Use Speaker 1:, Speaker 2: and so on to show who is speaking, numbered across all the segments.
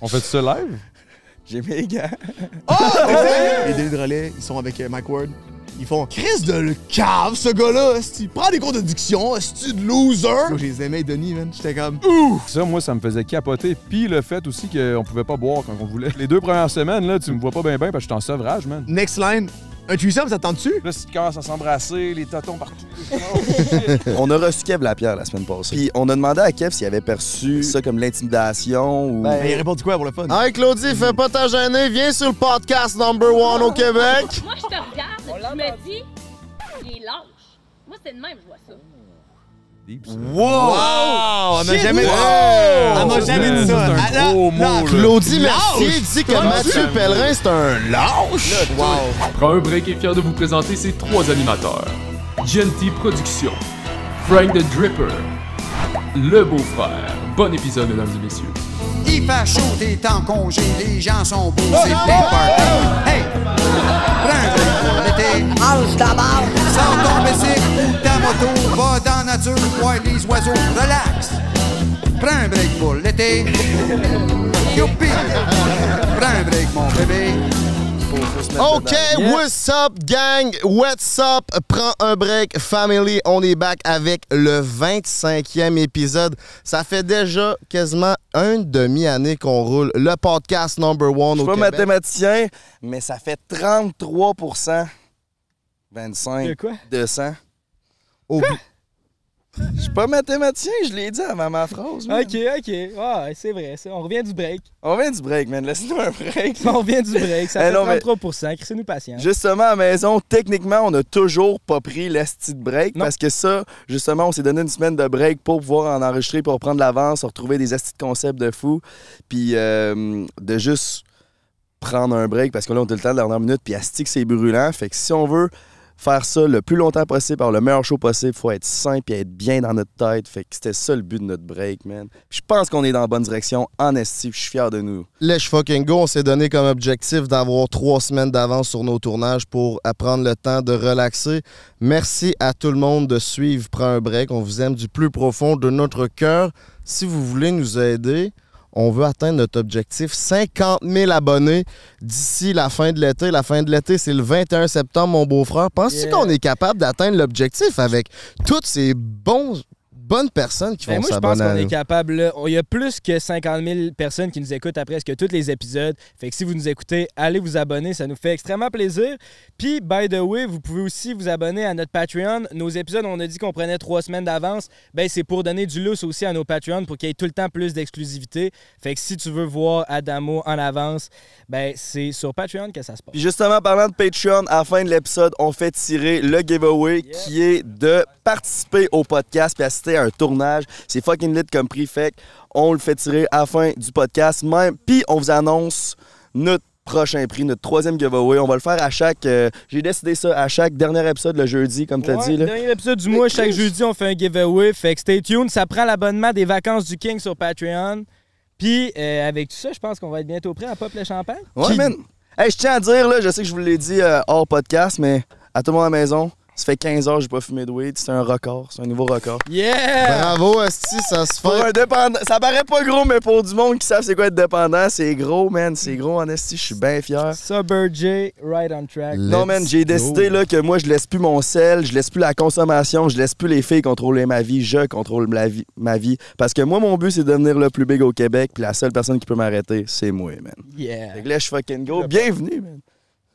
Speaker 1: On fait ça live?
Speaker 2: J'ai mes gars.
Speaker 3: Ah Les délais de relais, ils sont avec euh, Mike Ward. Ils font Chris de le cave, ce gars-là. Il prend des cours de diction. C'est-tu de loser? Je les aimais, Denis, man. J'étais comme.
Speaker 1: Ça, moi, ça me faisait capoter. Puis le fait aussi qu'on pouvait pas boire quand on voulait. Les deux premières semaines, là, tu me vois pas bien, bien parce que je suis en sevrage, man.
Speaker 3: Next line. Un threesome, ça te tente-tu?
Speaker 1: Là, si tu commences à s'embrasser, les tatons partout.
Speaker 2: On a reçu Kev Lapierre la semaine passée. Puis on a demandé à Kev s'il avait perçu ça comme l'intimidation ou.
Speaker 3: Ben, il répond du quoi pour le fun?
Speaker 4: Hey Claudie, fais pas ta gênée, viens sur le podcast number one au Québec.
Speaker 5: Moi, je te regarde, puis je me dis, il est lâche. Moi, c'est de même, je vois ça.
Speaker 3: Wow! Elle m'a
Speaker 4: Shit!
Speaker 3: jamais dit
Speaker 4: Wow!
Speaker 3: ça! Elle m'a jamais dit ça! Ah,
Speaker 1: C'est un
Speaker 3: Elle-
Speaker 1: gros
Speaker 3: non,
Speaker 1: mot, là.
Speaker 4: Claudie Mercier
Speaker 3: Lâche!
Speaker 4: dit que Mathieu Pellerin, c'est un lâche.
Speaker 3: Wow!
Speaker 6: prend un break et est fier de vous présenter ses trois animateurs. Genty Productions, Frank the Dripper, Le Beau-Frère. Bon épisode, mesdames et messieurs.
Speaker 7: Il fait chaud, t'es en congé, les gens sont beaux, c'est plein party. Oh, Hey! Prends un été, mange ta barre, sors ton bicycle ou ta moto, va dans la nature, voir les oiseaux, relax. Prends un break pour l'été. Youpi! Prends un break, mon bébé.
Speaker 2: Faut- faut se mettre
Speaker 4: OK,
Speaker 2: dedans.
Speaker 4: what's up, gang? What's up? Prends un break, family. On est back avec le 25e épisode. Ça fait déjà quasiment une demi-année qu'on roule le podcast number one
Speaker 2: Je
Speaker 4: au
Speaker 2: suis pas
Speaker 4: Québec.
Speaker 2: mathématicien, mais ça fait 33 25
Speaker 8: Euh,
Speaker 3: quoi?
Speaker 2: 200.
Speaker 4: Au-
Speaker 2: Je suis pas mathématicien, je l'ai dit avant ma phrase. man.
Speaker 8: Ok, ok. Ouais, c'est vrai. ça. On revient du break.
Speaker 2: On vient du break, man. Laisse-nous un break.
Speaker 8: On revient du break. Ça
Speaker 2: Eh
Speaker 8: fait
Speaker 2: non, mais-
Speaker 8: 33 Crissez-nous patience.
Speaker 2: Justement, à la maison, techniquement, on n'a toujours pas pris l'esti de break
Speaker 8: Non.
Speaker 2: parce que ça, justement, on s'est donné une semaine de break pour pouvoir en enregistrer, pour prendre l'avance, retrouver des esti de concepts de fou, puis euh, de juste prendre un break parce que là, on a le temps de la dernière minute, puis esti que c'est brûlant. Fait que si on veut faire ça le plus longtemps possible, avoir le meilleur show possible, faut être sain puis être bien dans notre tête. Fait que c'était ça le but de notre break, man. Puis je pense qu'on est dans la bonne direction, en esti, puis je suis fier de nous.
Speaker 4: Let's fucking go, on s'est donné comme objectif d'avoir trois semaines d'avance sur nos tournages pour prendre le temps de relaxer. Merci à tout le monde de suivre Prends un break. On vous aime du plus profond de notre cœur. Si vous voulez nous aider, on veut atteindre notre objectif 50 000 abonnés d'ici la fin de l'été. La fin de l'été, c'est le 21 septembre, mon beau-frère. Penses-tu
Speaker 8: Yeah.
Speaker 4: qu'on est capable d'atteindre l'objectif avec toutes ces bons, bonnes personnes qui
Speaker 8: Ben,
Speaker 4: vont
Speaker 8: moi, je pense
Speaker 4: s'abonner
Speaker 8: qu'on
Speaker 4: à
Speaker 8: est
Speaker 4: nous?
Speaker 8: capable. là. Il y a plus que 50 000 personnes qui nous écoutent à presque tous les épisodes. Fait que si vous nous écoutez, allez vous abonner. Ça nous fait extrêmement plaisir. Puis, by the way, vous pouvez aussi vous abonner à notre Patreon. Nos épisodes, on a dit qu'on prenait trois semaines d'avance. Ben, c'est pour donner du lousse aussi à nos Patreons pour qu'il y ait tout le temps plus d'exclusivité. Fait que si tu veux voir Adamo en avance, ben, c'est sur Patreon que ça se passe.
Speaker 2: Puis justement, parlant de Patreon, à la fin de l'épisode, on fait tirer le giveaway qui est de participer au podcast puis assister à un tournage. C'est fucking lit comme prix, fait que on le fait tirer à la fin du podcast même. Puis on vous annonce notre prochain prix, notre troisième giveaway. On va le faire à chaque... euh, J'ai décidé ça à chaque dernier épisode le jeudi, comme t'as
Speaker 8: Ouais,
Speaker 2: dit. Là.
Speaker 8: Dernier épisode du mois, chaque jeudi, on fait un giveaway. Fait que stay tuned. Ça prend l'abonnement des vacances du King sur Patreon. Puis, euh, avec tout ça, je pense qu'on va être bientôt prêt à pop le champagne.
Speaker 2: Ouais, man. Hey, je tiens à dire, là, je sais que je vous l'ai dit euh, hors podcast, mais à tout le monde à la maison, ça fait 15 heures que j'ai pas fumé de weed. C'est un record, c'est un nouveau record.
Speaker 8: Yeah!
Speaker 4: Bravo, Esti, ça se
Speaker 2: Pour
Speaker 4: fait.
Speaker 2: un dépendant, ça paraît pas gros, mais pour du monde qui savent c'est quoi être dépendant, c'est gros, man. C'est gros, en esti, je suis bien fier.
Speaker 8: Sober J, right on track.
Speaker 4: Let's
Speaker 2: Non, man, j'ai décidé
Speaker 4: go.
Speaker 2: là, que moi, je laisse plus mon sel, je laisse plus la consommation, je laisse plus les filles contrôler ma vie, je contrôle la vie, ma vie. Parce que moi, mon but, c'est de devenir le plus big au Québec, puis la seule personne qui peut m'arrêter, c'est moi, man.
Speaker 8: Yeah!
Speaker 2: Fait que là, je fucking go. Bienvenue, man.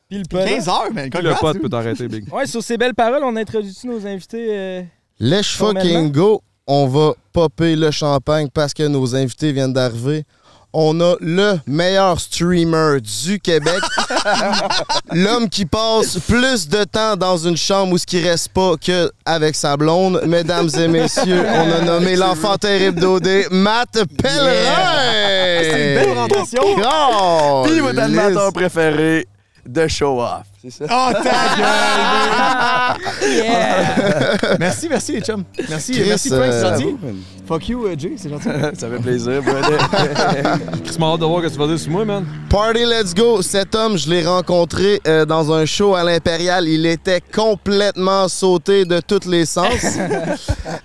Speaker 8: Puis le pote.
Speaker 3: 15 heures, man!
Speaker 1: Le
Speaker 3: Congrats,
Speaker 1: pote
Speaker 3: dude.
Speaker 1: peut t'arrêter, Big.
Speaker 8: Ouais, sur ces belles paroles, on a introduit nos invités. euh,
Speaker 4: Let's
Speaker 8: Formellement.
Speaker 4: fucking go. On va popper le champagne parce que nos invités viennent d'arriver. On a le meilleur streamer du Québec. L'homme qui passe plus de temps dans une chambre où ce qui reste pas que avec sa blonde. Mesdames et messieurs, on a nommé l'enfant terrible d'Odé, Matt Pellerin.
Speaker 3: C'est une belle présentation.
Speaker 4: Oh,
Speaker 2: Puis votre
Speaker 4: lisse.
Speaker 2: animateur préféré de Show Off. C'est ça.
Speaker 3: Oh, ta gueule! merci, merci les chums. Merci,
Speaker 4: Chris,
Speaker 3: merci Frank, c'est
Speaker 4: euh,
Speaker 3: gentil. Fuck you, euh, Jay, c'est gentil.
Speaker 4: Oh.
Speaker 2: Ça fait plaisir, brother.
Speaker 1: Chris m'a hâte de voir ce que tu vas dire sur moi, man.
Speaker 4: Party Let's Go, cet homme, je l'ai rencontré euh, dans un show à l'Impérial. Il était complètement sauté de tous les sens.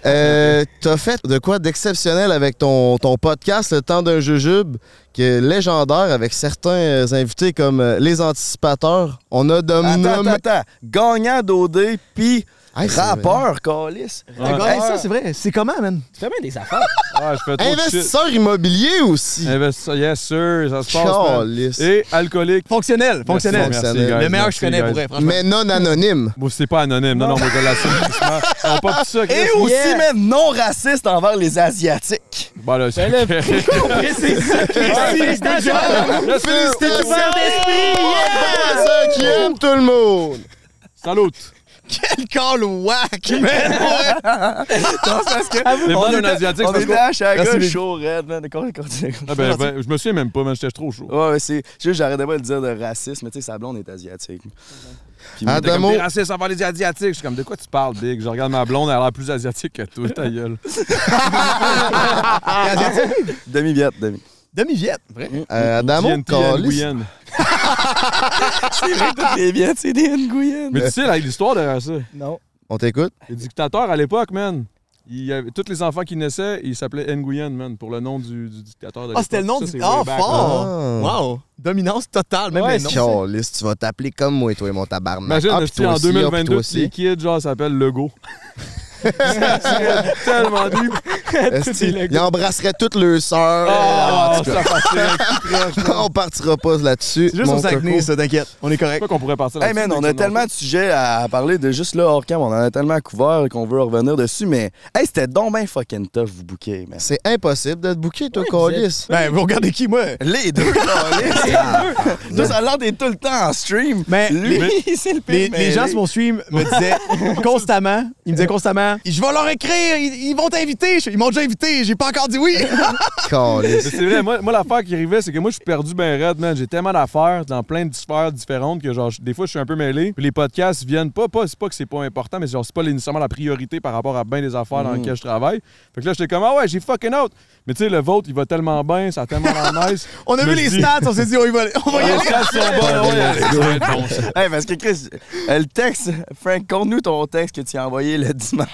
Speaker 4: euh, T'as fait de quoi d'exceptionnel avec ton, ton podcast, Le temps d'un jujube, qui est légendaire avec certains euh, invités comme euh, les anticipateurs. On a dominé.
Speaker 2: attends, attends, attends. Gagnant d'OD, puis
Speaker 4: Hey, c'est
Speaker 2: rappeur, Calis.
Speaker 3: Le gars, hey, ça, c'est vrai. C'est comment, man?
Speaker 8: Tu fais bien des affaires.
Speaker 1: Ah, je fais trop de shit.
Speaker 4: Investisseur immobilier aussi.
Speaker 1: Investisseur. Yes, sir. Ça se passe, man.
Speaker 4: Calisse.
Speaker 1: Et alcoholique.
Speaker 3: Fonctionnel, fonctionnel.
Speaker 1: Merci,
Speaker 4: Fonctionnel.
Speaker 1: guys.
Speaker 3: Le meilleur que
Speaker 1: Merci,
Speaker 3: je connais,
Speaker 1: guys.
Speaker 3: pour vrai, franchement.
Speaker 4: Mais non anonyme.
Speaker 1: Bon, c'est pas anonyme. Non, non, mon gars, là, c'est justement- On va pas tout ça, Chris.
Speaker 2: Et aussi,
Speaker 8: Yeah.
Speaker 2: même, non raciste envers les Asiatiques.
Speaker 1: Bon, là, c'est...
Speaker 8: Ben là,
Speaker 1: Yes,
Speaker 8: Mais c'est ça. Félicitations.
Speaker 1: sir.
Speaker 4: Félicitations!
Speaker 8: Ouvert d'esprit.
Speaker 4: à ceux qui aiment tout le monde!
Speaker 1: Salut.
Speaker 3: Quel call whack, man!
Speaker 1: Les bandes d'un asiatique,
Speaker 2: On
Speaker 1: c'est
Speaker 2: était
Speaker 1: quoi?
Speaker 2: à Chicago,
Speaker 1: Merci,
Speaker 2: chaud, red, man. D'accord, continue.
Speaker 1: Ah, ben, ben, je me souviens même pas, man. J'étais trop chaud.
Speaker 2: Ouais, ouais, c'est. Juste, j'arrêtais pas de dire de racisme, mais tu sais, sa blonde est asiatique. Puis moi,
Speaker 1: T'es comme
Speaker 4: Adamo,
Speaker 1: des racistes envers les asiatiques. Je suis comme, de quoi tu parles, Big? Je regarde ma blonde, elle a l'air plus asiatique que toi, ta gueule.
Speaker 2: Demi-viette, demi.
Speaker 3: Demi-viette, vrai.
Speaker 4: euh, Adamo,
Speaker 1: TNT, Anne
Speaker 4: calisse.
Speaker 1: Guyenne.
Speaker 2: Des viettes, c'est des Nguyen.
Speaker 1: Mais tu sais, là, l'histoire derrière ça.
Speaker 8: Non.
Speaker 4: on t'écoute?
Speaker 1: Les dictateurs à l'époque, man. Il y avait, tous les enfants qui naissaient, ils s'appelaient Nguyen, man, pour le nom du, du dictateur de
Speaker 3: Ah, c'était le nom
Speaker 1: Ça,
Speaker 3: du.
Speaker 1: c'est
Speaker 3: Ah,
Speaker 1: way back, là.
Speaker 3: fort!
Speaker 4: Ah.
Speaker 3: Wow! Dominance totale, même les noms.
Speaker 4: Calisse, tu vas t'appeler comme moi, toi et mon tabarnak.
Speaker 1: Imagine,
Speaker 4: Ah, puis
Speaker 1: esti,
Speaker 4: toi
Speaker 1: en
Speaker 4: aussi, ah, puis toi
Speaker 1: 2022, tous
Speaker 4: aussi.
Speaker 1: les kids, genre, s'appellent Lego. Ça serait tellement deep.
Speaker 4: Esti, Ils embrasseraient toutes leurs sœurs.
Speaker 1: Ah,
Speaker 4: En tout
Speaker 1: ça passerait.
Speaker 4: cas, on partira pas là-dessus.
Speaker 3: C'est juste
Speaker 4: mon
Speaker 3: au Saguenay,
Speaker 4: coco.
Speaker 3: ça, t'inquiète. On est correct.
Speaker 1: Pourquoi qu'on pourrait partir
Speaker 2: Hey man,
Speaker 1: là-dessus,
Speaker 2: on
Speaker 1: mais
Speaker 2: a
Speaker 1: qu'on
Speaker 2: tellement de sujets à parler de juste là hors cam, on en a tellement couvert qu'on veut en revenir dessus, mais hey, c'était donc ben fucking tough vous bouquer, man.
Speaker 4: C'est impossible d'être bouqué, toi,
Speaker 8: vous êtes-
Speaker 4: Calisse.
Speaker 3: Ben, vous regardez qui, moi?
Speaker 2: Les deux, Deux, ça l'air d'être tout le temps en stream.
Speaker 3: Mais
Speaker 2: lui,
Speaker 3: les-
Speaker 2: c'est le pire.
Speaker 3: Les, les
Speaker 2: mêlé.
Speaker 3: gens sur mon stream me disaient constamment, ils me disaient constamment, je vais leur écrire, ils, ils vont t'inviter. Je- Ils m'ont déjà invité, j'ai pas encore dit oui.
Speaker 1: Mais
Speaker 4: Calisse.
Speaker 1: c'est vrai, moi, moi, l'affaire qui arrivait, c'est que moi, je suis perdu ben raide, man. J'ai tellement d'affaires dans plein de sphères différentes que, genre, je- des fois, je suis un peu mêlé. Puis les podcasts viennent pas, pas c'est pas que c'est pas important, mais genre, c'est pas nécessairement la priorité par rapport à bien des affaires dans lesquelles je travaille. Fait que là, j'étais comme, ah ouais, j'ai fucking out. Mais tu sais, le vôtre, il va tellement bien, ça a tellement l'air nice.
Speaker 3: On a
Speaker 1: Je
Speaker 3: vu
Speaker 1: me
Speaker 3: les
Speaker 1: dis,
Speaker 3: stats, on s'est dit, on, y va, on va y
Speaker 1: Les
Speaker 3: aller.
Speaker 1: podcasts sont bons, ouais.
Speaker 6: Ça va être bon, ça.
Speaker 2: Hey, parce que Chris, euh, le texte, Frank, conte-nous ton texte que tu as envoyé le dimanche.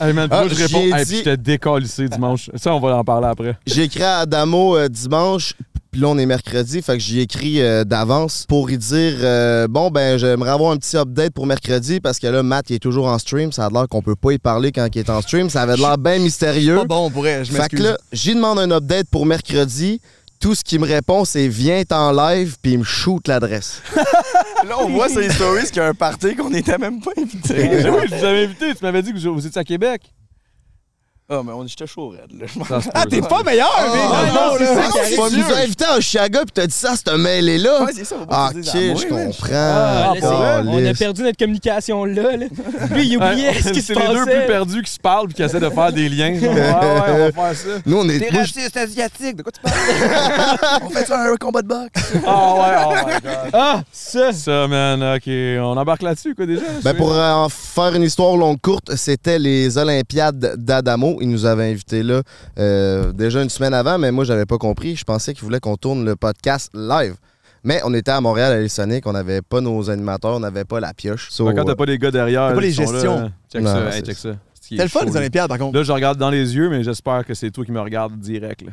Speaker 1: Hey man, puis
Speaker 4: Ah,
Speaker 1: moi, je réponds,
Speaker 4: j'ai
Speaker 1: hey,
Speaker 4: dit-
Speaker 1: puis j'étais décalissé dimanche. Ça, on va en parler après.
Speaker 4: J'écris à Adamo euh, dimanche, puis là, on est mercredi, fait que j'y écris euh, d'avance pour y dire euh, Bon, ben, j'aimerais avoir un petit update pour mercredi parce que là, Matt, il est toujours en stream. Ça a l'air qu'on peut pas y parler quand il est en stream. Ça avait l'air bien mystérieux.
Speaker 3: Pas bon, on pourrait, je
Speaker 4: Fait que
Speaker 3: m'excuse.
Speaker 4: là, j'y demande un update pour mercredi. Tout ce qui me répond, c'est viens en live, puis il me shoot l'adresse.
Speaker 2: Là, on voit sur les stories qu'il y a un party qu'on n'était même pas invité.
Speaker 1: oui, je vous avais invité, tu m'avais dit que vous, vous étiez à Québec.
Speaker 2: Ah, mais on était chaud, Red. Là.
Speaker 1: Ça se
Speaker 3: Ah,
Speaker 1: peut,
Speaker 3: t'es
Speaker 1: ça.
Speaker 3: pas meilleur, mais non,
Speaker 4: Ah, non,
Speaker 3: là.
Speaker 4: Ah non, tu nous as invités à Chicago, puis t'as dit ça, cette mêlée-là.
Speaker 2: Ouais, c'est ça, on va pas
Speaker 4: Ah,
Speaker 2: se
Speaker 4: ok,
Speaker 2: dire à moi,
Speaker 4: je
Speaker 2: man.
Speaker 4: comprends.
Speaker 8: Ah, là, c'est- on a
Speaker 4: Calisse.
Speaker 8: perdu notre communication là. là. Lui, il oubliait
Speaker 1: Ouais,
Speaker 8: ce qui
Speaker 1: C'est
Speaker 8: se
Speaker 1: les deux plus
Speaker 8: passait.
Speaker 1: perdus qui se parlent puis qui essaient de faire des liens. Genre, ouais, ouais, on va faire ça.
Speaker 4: Nous, on est. moi, je-
Speaker 2: asiatique, de quoi tu parles? on fait ça un combat de boxe?
Speaker 1: Ah ouais, oh my god.
Speaker 8: Ah, ça.
Speaker 1: Ça, man, ok. On embarque là-dessus, quoi, déjà?
Speaker 4: Ben pour euh, en faire une histoire longue courte, c'était les Olympiades d'Adamo. Ils nous avaient invités là euh, déjà une semaine avant, mais moi j'avais pas compris. Je pensais qu'ils voulaient qu'on tourne le podcast live. Mais on était à Montréal à l'Essonic, on n'avait pas nos animateurs, on n'avait pas la pioche. So,
Speaker 1: Ben, quand t'as
Speaker 4: euh,
Speaker 1: pas les gars derrière.
Speaker 3: T'as pas les
Speaker 1: ils sont là,
Speaker 3: gestions.
Speaker 1: hein. Check
Speaker 4: Non,
Speaker 1: ça,
Speaker 4: c'est
Speaker 1: hey, check ça. C'est qui est
Speaker 3: C'était le fun,
Speaker 1: chaud,
Speaker 3: les
Speaker 1: là.
Speaker 3: Olympiades, par contre.
Speaker 1: Là, je regarde dans les yeux, mais j'espère que c'est toi qui me regarde direct. là.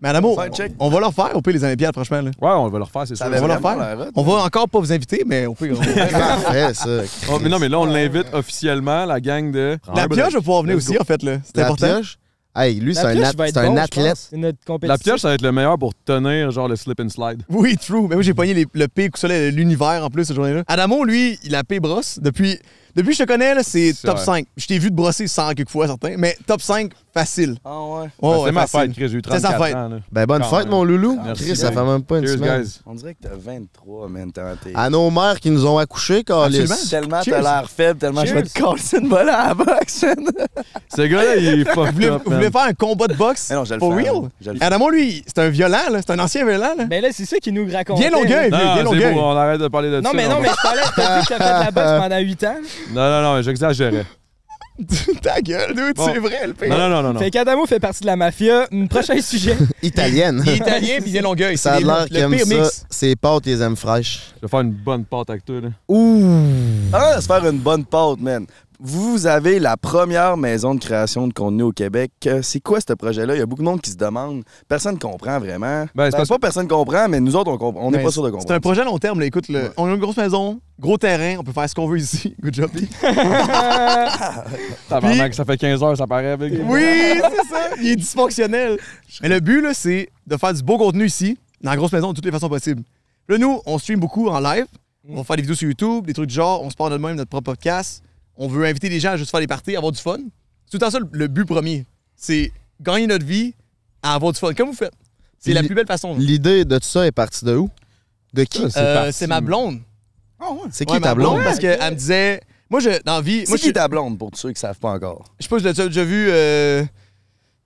Speaker 3: Mais Adamo,
Speaker 2: Fine, check.
Speaker 3: on va leur faire, au pire, les Olympiades, franchement. Là.
Speaker 1: Ouais, on va le refaire, c'est sûr.
Speaker 2: avait
Speaker 3: On va leur
Speaker 2: vraiment
Speaker 3: faire.
Speaker 2: l'air hot.
Speaker 3: On va encore pas vous inviter, mais au pire. on-
Speaker 4: parfait, ça.
Speaker 1: Oh, mais non, mais là, on l'invite officiellement, la gang de.
Speaker 8: Ah,
Speaker 4: Ah,
Speaker 3: La pioche va pouvoir venir aussi, en fait. là. C'est
Speaker 4: La
Speaker 3: important.
Speaker 4: pioche? Hey, lui, c'est
Speaker 8: La
Speaker 4: un,
Speaker 8: pioche
Speaker 4: ath-
Speaker 8: va être
Speaker 4: c'est un
Speaker 8: bon, je pense.
Speaker 4: athlète.
Speaker 8: C'est notre
Speaker 1: La
Speaker 8: compétition.
Speaker 1: pioche, ça va être le meilleur pour tenir, genre, le slip and slide.
Speaker 3: Oui, true. Mais moi, j'ai pogné les- le P coup de soleil de l'univers en plus cette journée-là. Adamo, lui, il a P brosse depuis. Depuis que je te connais, là, c'est
Speaker 1: C'est
Speaker 3: top
Speaker 1: vrai.
Speaker 3: 5. Je t'ai vu te brosser 100 quelques fois, certains, mais top 5, facile.
Speaker 2: Ah ouais.
Speaker 3: Oh,
Speaker 1: Ben, c'est
Speaker 3: ouais,
Speaker 1: ma
Speaker 3: facile.
Speaker 1: fête, Chris. J'ai eu
Speaker 3: C'est sa
Speaker 1: 34
Speaker 3: fête.
Speaker 1: ans. Là.
Speaker 4: Ben, bonne
Speaker 1: Quand
Speaker 4: fête,
Speaker 1: même.
Speaker 4: mon loulou.
Speaker 1: Merci,
Speaker 4: Chris, ça
Speaker 1: gang.
Speaker 4: fait même pas une
Speaker 1: Cheers,
Speaker 4: semaine.
Speaker 1: guys.
Speaker 2: On dirait que t'as 23, man. T'as t'es-
Speaker 4: À nos mères qui nous ont accouchés, Carlis.
Speaker 3: Absolument.
Speaker 2: Tellement t'as
Speaker 3: Cheers.
Speaker 2: l'air faible, tellement je vais te casser une balle à la boxe, man.
Speaker 1: Ce gars-là, il est fucked
Speaker 3: Vous voulez,
Speaker 1: up,
Speaker 3: vous
Speaker 1: man.
Speaker 3: voulez faire un combat de boxe?
Speaker 2: Mais Eh non, je le
Speaker 3: For
Speaker 2: fais,
Speaker 3: real?
Speaker 2: man. Je le fais.
Speaker 3: Adamo, lui, c'est un violent, là. C'est un ancien violent, là.
Speaker 8: Ben là, c'est ça qui nous raconte.
Speaker 3: Viens Longueuil,
Speaker 1: Non,
Speaker 3: vieux,
Speaker 1: non,
Speaker 3: viens
Speaker 1: c'est
Speaker 3: Longueuil.
Speaker 1: beau, on arrête de parler de ça.
Speaker 8: Non, mais
Speaker 1: on-
Speaker 8: non, mais je parlais de t'as dit que t'as fait de la boxe pendant 8 ans.
Speaker 1: Non, non, non, mais j'exagérais.
Speaker 3: Ta gueule, dude,
Speaker 1: Bon.
Speaker 3: c'est vrai, le pire.
Speaker 1: Non, non, non, non. non.
Speaker 8: Fait qu'Adamo fait partie de la mafia. Hum, Prochain sujet.
Speaker 4: Italienne.
Speaker 3: Il est italien, puis bien longueuil.
Speaker 4: Ça a
Speaker 3: C'est les-
Speaker 4: l'air
Speaker 3: le
Speaker 4: qu'il aime
Speaker 3: pire
Speaker 4: ça.
Speaker 3: mix.
Speaker 4: Ses pâtes, ils aiment fraîches.
Speaker 1: Je vais faire une bonne pâte avec toi, là.
Speaker 2: Ah, se faire une bonne pâte, man. Vous avez la première maison de création de contenu au Québec. Euh, C'est quoi ce projet-là? Il y a beaucoup de monde qui se demande. Personne comprend vraiment.
Speaker 1: Ben, c'est
Speaker 2: Ben,
Speaker 1: parce
Speaker 2: pas personne comprend, mais nous autres, on comprend. On n'est
Speaker 3: Mais
Speaker 2: pas sûr de
Speaker 3: Ben, C'est
Speaker 2: comprendre.
Speaker 3: un projet long terme, là. Écoute, là, on a une grosse maison, gros terrain, on peut faire ce qu'on veut ici. Good job.
Speaker 1: Tabarnak, ça fait 15 heures, ça paraît. Big.
Speaker 3: Oui, c'est ça. Il est dysfonctionnel. Mais le but, là, c'est de faire du beau contenu ici, dans la grosse maison, de toutes les façons possibles. Là, nous, on stream beaucoup en live. On va faire des vidéos sur YouTube, des trucs du genre. On se parle de même notre propre podcast. On veut inviter les gens à juste faire des parties, avoir du fun. C'est tout le temps ça le, le but premier. C'est gagner notre vie à avoir du fun, comme vous faites. C'est la
Speaker 4: Li-
Speaker 3: plus belle façon. là.
Speaker 4: L'idée de tout ça est partie de où? De qui?
Speaker 1: Ça, c'est
Speaker 3: Euh,
Speaker 1: parti.
Speaker 3: C'est ma blonde.
Speaker 4: C'est
Speaker 3: Ouais,
Speaker 4: qui ta blonde?
Speaker 3: Parce qu'elle me disait. Moi, je, dans la vie.
Speaker 2: C'est
Speaker 3: Moi, je,
Speaker 2: qui ta blonde, pour tous ceux qui savent pas encore?
Speaker 3: je sais pas, je l'ai déjà vu euh,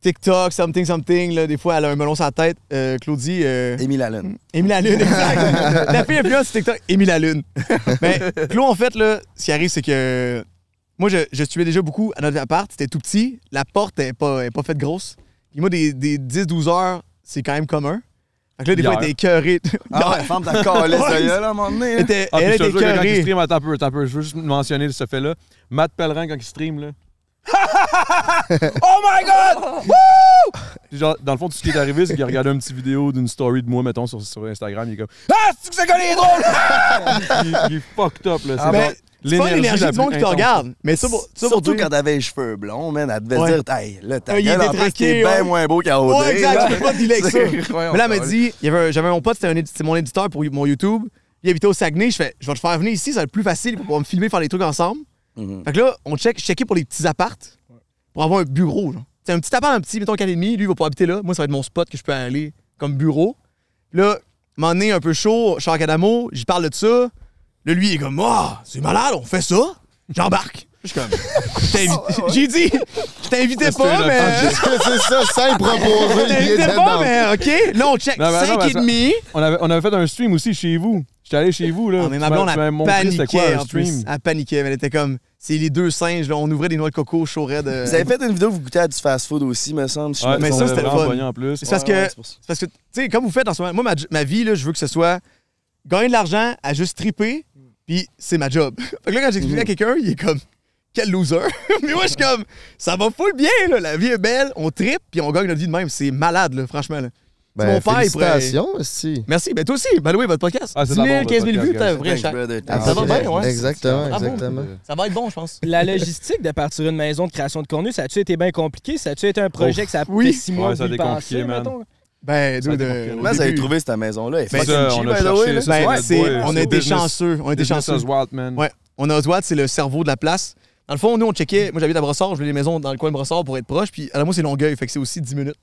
Speaker 3: TikTok, something, something. Là, des fois, elle a un melon sur la tête. Euh, Claudie. euh,
Speaker 2: Émile Allen.
Speaker 3: Émile la Lune, exact. la fille influente sur TikTok, Émile la Lune. Mais Claude, en fait, là, ce qui arrive, c'est que moi, je, je suivais déjà beaucoup à notre appart. C'était tout petit. La porte n'est pas, elle est pas faite grosse. Puis moi, des, des 10-12 heures, c'est quand même commun. Fait que là, des fois,
Speaker 1: Hier.
Speaker 3: elle était écœurée.
Speaker 2: Ah ouais, ferme ta calisse de gueule, à un moment donné. hein.
Speaker 3: Elle était,
Speaker 1: Ah, puis
Speaker 3: elle
Speaker 1: je te
Speaker 3: était
Speaker 1: jure que quand il
Speaker 3: écœurée.
Speaker 1: stream, attends un peu, attends un peu. Je veux juste mentionner ce fait-là. Matt Pellerin, quand il stream, là. oh my God! Woo! Puis genre, dans le fond, tout ce qui est arrivé, c'est qu'il a regardé une petite vidéo d'une story de moi, mettons, sur, sur Instagram. Il est comme Ah, c'est que c'est connu, il est drôle! il, il est fucked up, là. C'est
Speaker 2: Ah,
Speaker 1: genre
Speaker 2: ben,
Speaker 3: C'est pas l'énergie
Speaker 1: la
Speaker 3: du monde
Speaker 1: plus
Speaker 3: qui te
Speaker 1: intense.
Speaker 3: regarde. Mais ça, pour, ça pour
Speaker 2: Surtout
Speaker 3: dire-
Speaker 2: quand t'avais les cheveux blonds, man, elle devait
Speaker 3: Ouais.
Speaker 2: dire, hey, là, ta
Speaker 3: Euh, il
Speaker 2: gueule,
Speaker 3: est
Speaker 2: en plus,
Speaker 3: détraqué,
Speaker 2: t'es bien
Speaker 3: ouais.
Speaker 2: moins beau qu'à Audrey.
Speaker 3: Ouais, exact,
Speaker 2: là.
Speaker 3: je peux pas dealer avec ça.
Speaker 2: C'est- ouais, on
Speaker 3: Mais là, elle m'a
Speaker 2: parle.
Speaker 3: dit, il y avait un- j'avais mon pote, c'était un édi- c'est mon éditeur pour mon YouTube. Il habitait au Saguenay. Je fais, je vais te faire venir ici, ça va être plus facile pour pouvoir me filmer, faire des trucs ensemble.
Speaker 2: Mhm.
Speaker 3: Fait que là, on check, je checkais pour les petits appartes pour avoir un bureau. genre. C'est un petit appart, un petit, mettons, académie. Lui, il va pouvoir habiter là. Moi, ça va être mon spot que je peux aller comme bureau. Là, m'en est un peu chaud, je suis en Cadamo, j'y parle de ça. Là, lui, il est comme, ah, c'est malade, on fait ça. J'embarque. Je suis comme, Je t'invite- j'ai dit, je t'invitais pas,
Speaker 1: une
Speaker 3: mais.
Speaker 4: c'est ça, sans proposer.
Speaker 3: Je t'invitais pas, mais OK. Là, on check
Speaker 1: Non, mais attends,
Speaker 3: 5
Speaker 1: mais
Speaker 3: et demi.
Speaker 1: On avait, on avait fait un stream aussi chez vous. J'étais allé chez vous, là.
Speaker 3: Ah, mais ma
Speaker 1: Tu m'as-
Speaker 3: blonde,
Speaker 1: tu m'avais
Speaker 3: elle
Speaker 1: montré c'était
Speaker 3: paniquait
Speaker 1: quoi un
Speaker 3: en plus.
Speaker 1: stream.
Speaker 3: Elle paniquait, mais elle était comme, c'est les deux singes, là, on ouvrait des noix de coco au chaud raide, euh,
Speaker 2: Vous avez fait une vidéo où vous goûtez à du fast-food aussi, me semble. si je
Speaker 1: Ouais,
Speaker 2: me
Speaker 3: Ah,
Speaker 1: on
Speaker 3: mais ça,
Speaker 2: trompe
Speaker 1: avait
Speaker 3: c'était le
Speaker 1: vraiment
Speaker 3: fun.
Speaker 1: pogné en plus.
Speaker 3: C'est parce
Speaker 2: Ouais, ouais,
Speaker 3: que,
Speaker 2: c'est pour ça.
Speaker 3: c'est parce que, tu sais, comme vous faites en ce moment, moi, ma, ma vie, là, je veux que ce soit gagner de l'argent à juste triper, puis c'est ma job. fait que là, quand j'explique à
Speaker 1: Mm-hmm.
Speaker 3: quelqu'un, il est comme, quel loser. mais moi, je suis comme, ça va full bien, là, la vie est belle, on tripe, puis on gagne notre vie de même. C'est malade, là, franchement. Là.
Speaker 4: Ben,
Speaker 3: Mon père, il pourrait-
Speaker 4: félicitations, si.
Speaker 3: Merci, ben toi aussi, by the way, votre podcast.
Speaker 1: Ah, c'est
Speaker 3: 10
Speaker 1: de la
Speaker 3: 000,
Speaker 1: bombe,
Speaker 3: 15 000
Speaker 1: votre
Speaker 3: vues,
Speaker 1: podcast,
Speaker 3: putain, vrai,
Speaker 2: guys.
Speaker 3: chat.
Speaker 2: Brother,
Speaker 3: Ah, ça va
Speaker 2: t'as-
Speaker 3: bien, ouais. Ah,
Speaker 4: Exactement,
Speaker 3: Bravo.
Speaker 4: exactement.
Speaker 3: Ça va être bon, je pense.
Speaker 8: La logistique de partir une maison de création de contenu, ça a-tu été bien compliqué? Ça a-tu été un projet que ça a pris
Speaker 3: oui.
Speaker 8: six mois
Speaker 1: Ouais, ça a
Speaker 8: d'y
Speaker 1: été compliqué,
Speaker 8: penser,
Speaker 1: man.
Speaker 8: mettons?
Speaker 3: Ben,
Speaker 1: Ça a
Speaker 3: dude,
Speaker 1: été
Speaker 3: euh,
Speaker 1: compliqué.
Speaker 3: au
Speaker 2: Comment vous avez
Speaker 3: début-
Speaker 2: trouvé cette maison-là? Elle est
Speaker 1: Mais
Speaker 2: fucking
Speaker 1: ça, on
Speaker 2: cheap,
Speaker 1: a
Speaker 2: by the
Speaker 1: cherché
Speaker 2: way, là.
Speaker 1: ça.
Speaker 3: Ben,
Speaker 1: Ouais,
Speaker 3: c'est-
Speaker 1: ouais,
Speaker 3: on
Speaker 1: c'est
Speaker 3: a été
Speaker 1: business-
Speaker 3: chanceux. On a été
Speaker 1: Business
Speaker 3: chanceux.
Speaker 1: as wild, man.
Speaker 3: Ouais. On a Oswald, c'est le cerveau de la place. Dans le fond, nous, on checkait. Moi, j'habite à Brossard, je voulais les maisons dans le coin de Brossard pour être proche. Puis, alors, moi, c'est Longueuil, fait que c'est aussi 10 minutes.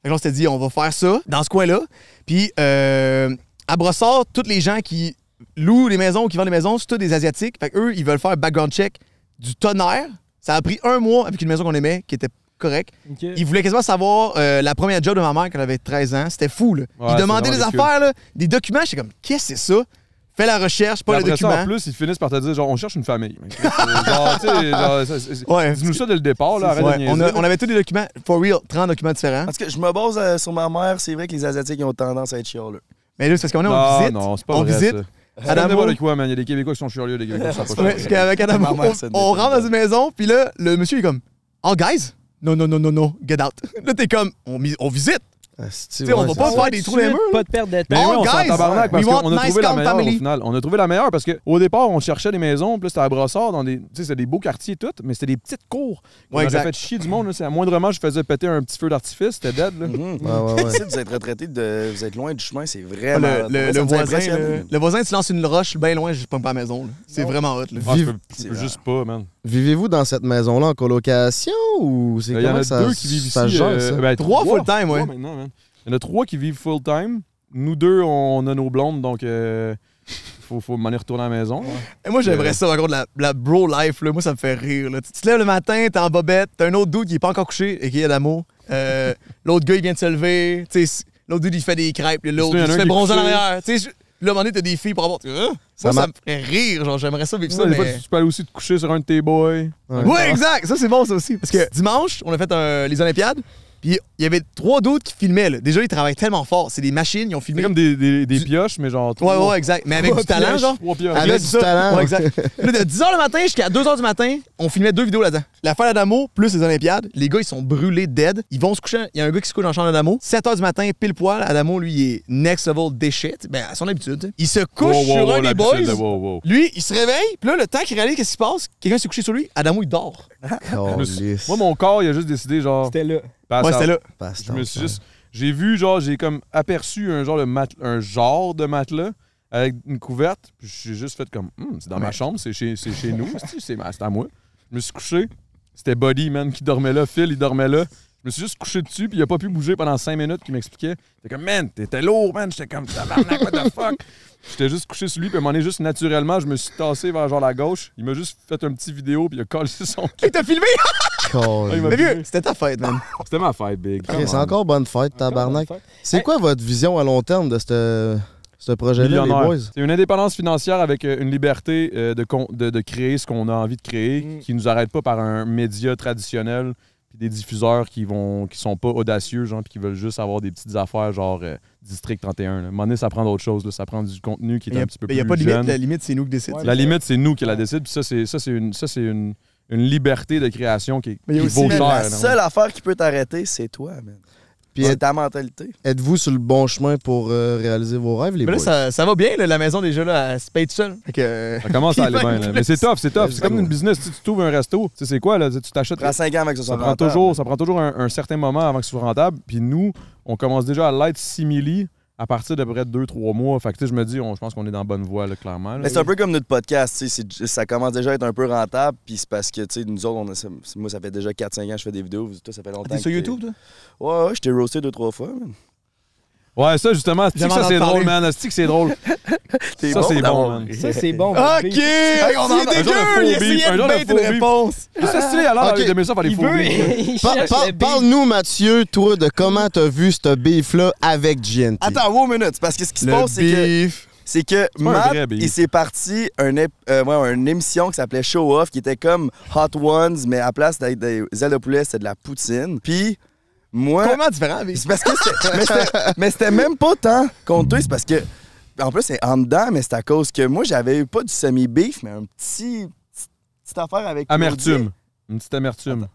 Speaker 3: Fait que là, on s'était dit, on va faire ça dans ce coin-là. Puis, euh, à Brossard, tous les gens qui louent les maisons ou qui vendent les maisons, c'est tous des Asiatiques. Fait que eux, ils veulent faire un background check du tonnerre. Ça a pris un mois avec une maison qu'on aimait, qui était correcte.
Speaker 8: Ok.
Speaker 3: Ils voulaient quasiment savoir euh, la première job de ma mère quand elle avait 13 ans. C'était fou, là.
Speaker 1: Ouais,
Speaker 3: ils
Speaker 1: c'est
Speaker 3: demandaient des
Speaker 1: vraiment ridicule.
Speaker 3: affaires, là, des documents. J'étais comme, qu'est-ce que c'est ça? Fais la recherche, pas
Speaker 1: Puis
Speaker 3: le
Speaker 1: après ça,
Speaker 3: document.
Speaker 1: en plus, ils finissent par te dire genre, on cherche une famille. genre, tu sais, genre, ça- c'est-
Speaker 3: Ouais.
Speaker 1: dis-nous ça dès le départ, là, arrête
Speaker 3: Ouais,
Speaker 1: de niaiser.
Speaker 3: on, a- on avait tous des documents, for real, 30 documents différents.
Speaker 2: Parce que je me base euh, sur ma mère, c'est vrai que les Asiatiques ils ont tendance à être chialeux.
Speaker 3: Mais là, c'est parce qu'on est
Speaker 1: Non,
Speaker 3: en visite.
Speaker 1: non, c'est pas
Speaker 3: on
Speaker 1: vrai,
Speaker 3: visite.
Speaker 1: ça. C'est
Speaker 3: Adamo-
Speaker 1: n'importe quoi, man. Il y a des Québécois qui sont furieux, des Québécois qui sont pas
Speaker 3: Ouais,
Speaker 1: chialeux.
Speaker 3: parce qu'avec Adam,
Speaker 2: Ma mère,
Speaker 3: on,
Speaker 2: ça ne
Speaker 3: on
Speaker 2: dépend
Speaker 3: rentre
Speaker 2: pas.
Speaker 3: dans une maison, puis là, le monsieur est comme, oh guys, non, non, non, non, non, get out. Là, t'es comme, on, mi- on visite. Tu sais, on va pas
Speaker 8: Soit
Speaker 3: faire des
Speaker 8: de
Speaker 3: trous dans les
Speaker 8: suite,
Speaker 3: murs,
Speaker 8: Pas de perte de
Speaker 1: Mais
Speaker 8: temps.
Speaker 3: Oh,
Speaker 1: oui, on s'en
Speaker 3: guys,
Speaker 1: tabarnak parce
Speaker 3: we want
Speaker 1: qu'on a
Speaker 3: nice
Speaker 1: trouvé la
Speaker 3: calm
Speaker 1: meilleure
Speaker 3: family.
Speaker 1: au final. On a trouvé la meilleure parce qu'au départ, on cherchait des maisons, puis là, c'était à Brossard, dans des, tu sais, c'était des beaux quartiers et tout, mais c'était des petites cours. On
Speaker 3: Ouais,
Speaker 1: aurait
Speaker 3: exact.
Speaker 1: fait chier du monde. là. C'est à moindrement, je faisais péter un petit feu d'artifice, c'était dead. Là.
Speaker 2: Mhm.
Speaker 4: Ouais, ouais, ouais.
Speaker 2: Si vous êtes retraité, de, vous êtes loin du chemin, c'est
Speaker 3: Ah,
Speaker 2: vraiment.
Speaker 3: Le,
Speaker 2: Pour
Speaker 3: le-
Speaker 2: vrai,
Speaker 3: le
Speaker 2: ça me fait
Speaker 3: voisin,
Speaker 2: impressionner.
Speaker 3: le, le voisin, tu lances une roche bien loin, je pogne pas à la maison. là. C'est vraiment hot. là.
Speaker 1: Ah, je peux-
Speaker 2: C'est
Speaker 1: je peux juste pas, man.
Speaker 4: Vivez-vous dans cette maison-là en colocation ou c'est
Speaker 1: Ben, Il y en
Speaker 4: comment
Speaker 1: a
Speaker 4: que ça
Speaker 1: deux qui vivent ici.
Speaker 4: ça gère,
Speaker 1: euh,
Speaker 4: ça?
Speaker 1: ben,
Speaker 3: Trois full-time, ouais.
Speaker 1: trois maintenant, man. Il y en a trois qui vivent full-time. Nous deux, on a nos blondes, donc il faut, faut m'en aller retourner à la maison.
Speaker 3: Et moi, j'aimerais ça, par contre, la, la bro life. Là. Moi, ça me fait rire. là. Tu tu te lèves le matin, t'es en bobette, t'as un autre dude qui est pas encore couché et qui est d'amour. Euh, l'autre gars, il vient de se lever. Tu sais, l'autre dude, il fait des crêpes. puis L'autre,
Speaker 1: Sinon, il y en a
Speaker 3: il se
Speaker 1: un
Speaker 3: fait
Speaker 1: qui est
Speaker 3: bronzer en
Speaker 1: couché.
Speaker 3: arrière. Tu sais, je- là, à un moment donné, t'as des filles pour avoir. Tu- Hein? Ça,
Speaker 4: m'a-
Speaker 3: ça me ferait rire. Genre, j'aimerais ça vivre
Speaker 1: Ouais,
Speaker 3: ça.
Speaker 1: des
Speaker 3: mais...
Speaker 1: fois, tu- tu peux aller aussi te coucher sur un de tes boys.
Speaker 3: Oui, exact. Ça, c'est bon, ça aussi. Parce que dimanche, on a fait un- les Olympiades. Puis il y avait trois d'autres qui filmaient. là. Déjà, ils travaillent tellement fort. C'est des machines, ils ont
Speaker 1: C'est
Speaker 3: filmé.
Speaker 1: comme des, des, des pioches, mais genre.
Speaker 3: Ouais,
Speaker 1: trois-
Speaker 3: ouais, exact. Mais avec
Speaker 1: trois
Speaker 3: du talent,
Speaker 1: pioches,
Speaker 3: genre.
Speaker 1: trois pioches.
Speaker 4: Avec
Speaker 3: Là,
Speaker 4: du
Speaker 3: c'est ça.
Speaker 4: talent.
Speaker 3: Ouais, exact. Là, de 10h le matin jusqu'à 2h du matin, on filmait deux vidéos là-dedans. L'affaire d'Adamo plus les Olympiades. Les gars, ils sont brûlés dead. Ils vont se coucher. Il y a un gars qui se couche dans la chambre d'Adamo. 7h du matin, pile poil. Adamo, lui, il est next level déchet. Ben, à son habitude. Il se couche
Speaker 1: Wow, wow,
Speaker 3: sur
Speaker 1: wow,
Speaker 3: un des boys.
Speaker 1: l'habitude de wow, wow.
Speaker 3: Lui, il se réveille. Puis là, le temps qu'il réalise qu'est-ce qui se passe, quelqu'un s'est couché sur lui. Adamo, il dort.
Speaker 1: Je me suis-
Speaker 4: Calisse.
Speaker 1: Moi, mon corps, il a juste décidé, genre.
Speaker 8: C'était là.
Speaker 1: passe
Speaker 3: Ouais,
Speaker 1: out.
Speaker 3: c'était là.
Speaker 4: Passe
Speaker 1: Je
Speaker 4: ton
Speaker 1: me suis
Speaker 4: temps.
Speaker 1: juste. J'ai vu, genre, j'ai comme aperçu un genre de, mat- un genre de matelas avec une couverte. Puis j'ai juste fait comme, Hum, c'est dans ma chambre, c'est chez, c'est chez nous, c'est- c'est ma- c'est à moi. Je me suis couché. C'était Buddy, man, qui dormait là. Phil, il dormait là. Je me suis juste couché dessus, puis il a pas pu bouger pendant cinq minutes, qui m'expliquait. J'étais comme, man, t'étais lourd, man. J'étais comme, tabarnak, what the fuck. J'étais juste couché sur lui, puis à un moment donné, juste naturellement, je me suis tassé vers genre la gauche. Il m'a juste fait un petit vidéo, puis il a collé son.
Speaker 3: Hey, t'as filmé?
Speaker 4: Calisse.
Speaker 1: Ah, Il m'a
Speaker 3: Mais
Speaker 1: filmé.
Speaker 3: vieux, c'était ta fête, man.
Speaker 1: C'était ma fête, Big.
Speaker 4: Ok, C'est encore bonne fête, tabarnak. C'est quoi votre vision à long terme de ce ce projet-là, les
Speaker 1: Millionnaire.
Speaker 4: boys?
Speaker 1: C'est une indépendance financière avec euh, une liberté euh, de, con- de, de créer ce qu'on a envie de créer,
Speaker 3: Mm.
Speaker 1: qui nous arrête pas par un média traditionnel, puis des diffuseurs qui vont qui sont pas audacieux, genre, puis qui veulent juste avoir des petites affaires, genre euh, District 31. Là. À un moment donné, ça prend d'autres choses, là. ça prend du contenu qui est un petit peu
Speaker 3: Il
Speaker 1: plus
Speaker 3: n'y a pas de
Speaker 1: jeune.
Speaker 3: limite. La limite, c'est nous qui décide.
Speaker 8: Ouais,
Speaker 1: La limite, c'est nous qui la décide, puis ça, c'est ça, c'est une, ça, c'est une, une liberté de création qui,
Speaker 3: Mais il y a
Speaker 1: qui
Speaker 3: aussi
Speaker 1: vaut
Speaker 2: Mais
Speaker 1: cher.
Speaker 2: la
Speaker 1: là.
Speaker 2: seule affaire qui peut t'arrêter, c'est toi, man.
Speaker 4: Puis
Speaker 2: c'est
Speaker 4: êtes-
Speaker 2: ta mentalité.
Speaker 4: êtes-vous sur le bon chemin pour euh, réaliser vos rêves, les
Speaker 3: Mais là,
Speaker 4: boys?
Speaker 3: ça, ça va bien, là, la maison déjà, là, elle se paye tout seul. Fait que-
Speaker 1: Ça commence à aller
Speaker 3: Puis
Speaker 1: bien.
Speaker 3: ben,
Speaker 1: là. Mais c'est tough, c'est tough. C'est comme
Speaker 4: Ouais.
Speaker 1: une business. Tu sais, tu trouves un resto, tu sais, c'est quoi, là? Tu t'achètes
Speaker 2: Prends 5 ans avec que ça
Speaker 1: Ça
Speaker 2: soit
Speaker 1: prend,
Speaker 2: rentable.
Speaker 1: toujours, ça prend toujours un, un certain moment avant que ce soit rentable. Puis nous, on commence déjà à l'être simili à partir d'à peu près 2-3 mois. Fait que tu sais, je me dis, on- je pense qu'on est dans la bonne voie, là, clairement. là.
Speaker 2: Mais c'est un peu comme notre podcast, tu sais, c'est- ça commence déjà à être un peu rentable, puis c'est parce que, tu sais, nous autres, on a- ça- moi, ça fait déjà 4-5 ans que je fais des vidéos, vous- toi, ça fait longtemps.
Speaker 3: Ah, T'es
Speaker 2: que
Speaker 3: sur YouTube, toi?
Speaker 2: Ouais, ouais, je t'ai roasté deux, trois fois, man.
Speaker 1: Ouais, ça, justement, c'est-tu que
Speaker 3: J'avais
Speaker 1: ça, c'est
Speaker 3: entendu
Speaker 1: drôle, man. C'est-tu que c'est drôle.
Speaker 2: T'es
Speaker 1: ça,
Speaker 2: bon
Speaker 1: c'est
Speaker 2: d'avoir
Speaker 1: bon, man.
Speaker 8: Ça, c'est bon.
Speaker 3: OK! Hey, on
Speaker 1: Un genre de faux beef, un genre de faux beef.
Speaker 3: réponse.
Speaker 1: Ça, c'est alors,
Speaker 4: Ok.
Speaker 1: avec de ça, faire les
Speaker 8: Il
Speaker 1: faux
Speaker 8: veut.
Speaker 1: beats.
Speaker 8: il
Speaker 4: Par-
Speaker 8: cherche
Speaker 4: par-
Speaker 8: le beat.
Speaker 4: Parle-nous, Mathieu, toi, de comment t'as vu ce beef-là avec GNT.
Speaker 2: Attends, wow, minute, c'est parce que ce qui se passe, c'est que,
Speaker 3: beef.
Speaker 2: c'est que
Speaker 1: pas un
Speaker 2: Matt,
Speaker 1: vrai beef.
Speaker 2: il s'est parti un, ép- euh, ouais, une émission qui s'appelait Show Off, qui était comme Hot Ones, mais à la place d'être des ailes de poulet, c'était de la poutine. Puis, moi...
Speaker 3: Complètement différent, mais
Speaker 2: C'est parce que c'était- mais c'était- mais c'était même pas tant contre eux, c'est parce que en plus c'est en dedans, mais c'est à cause que moi j'avais eu pas du semi beef, mais un petit petit- petite affaire avec
Speaker 1: Amertume. Une petite amertume.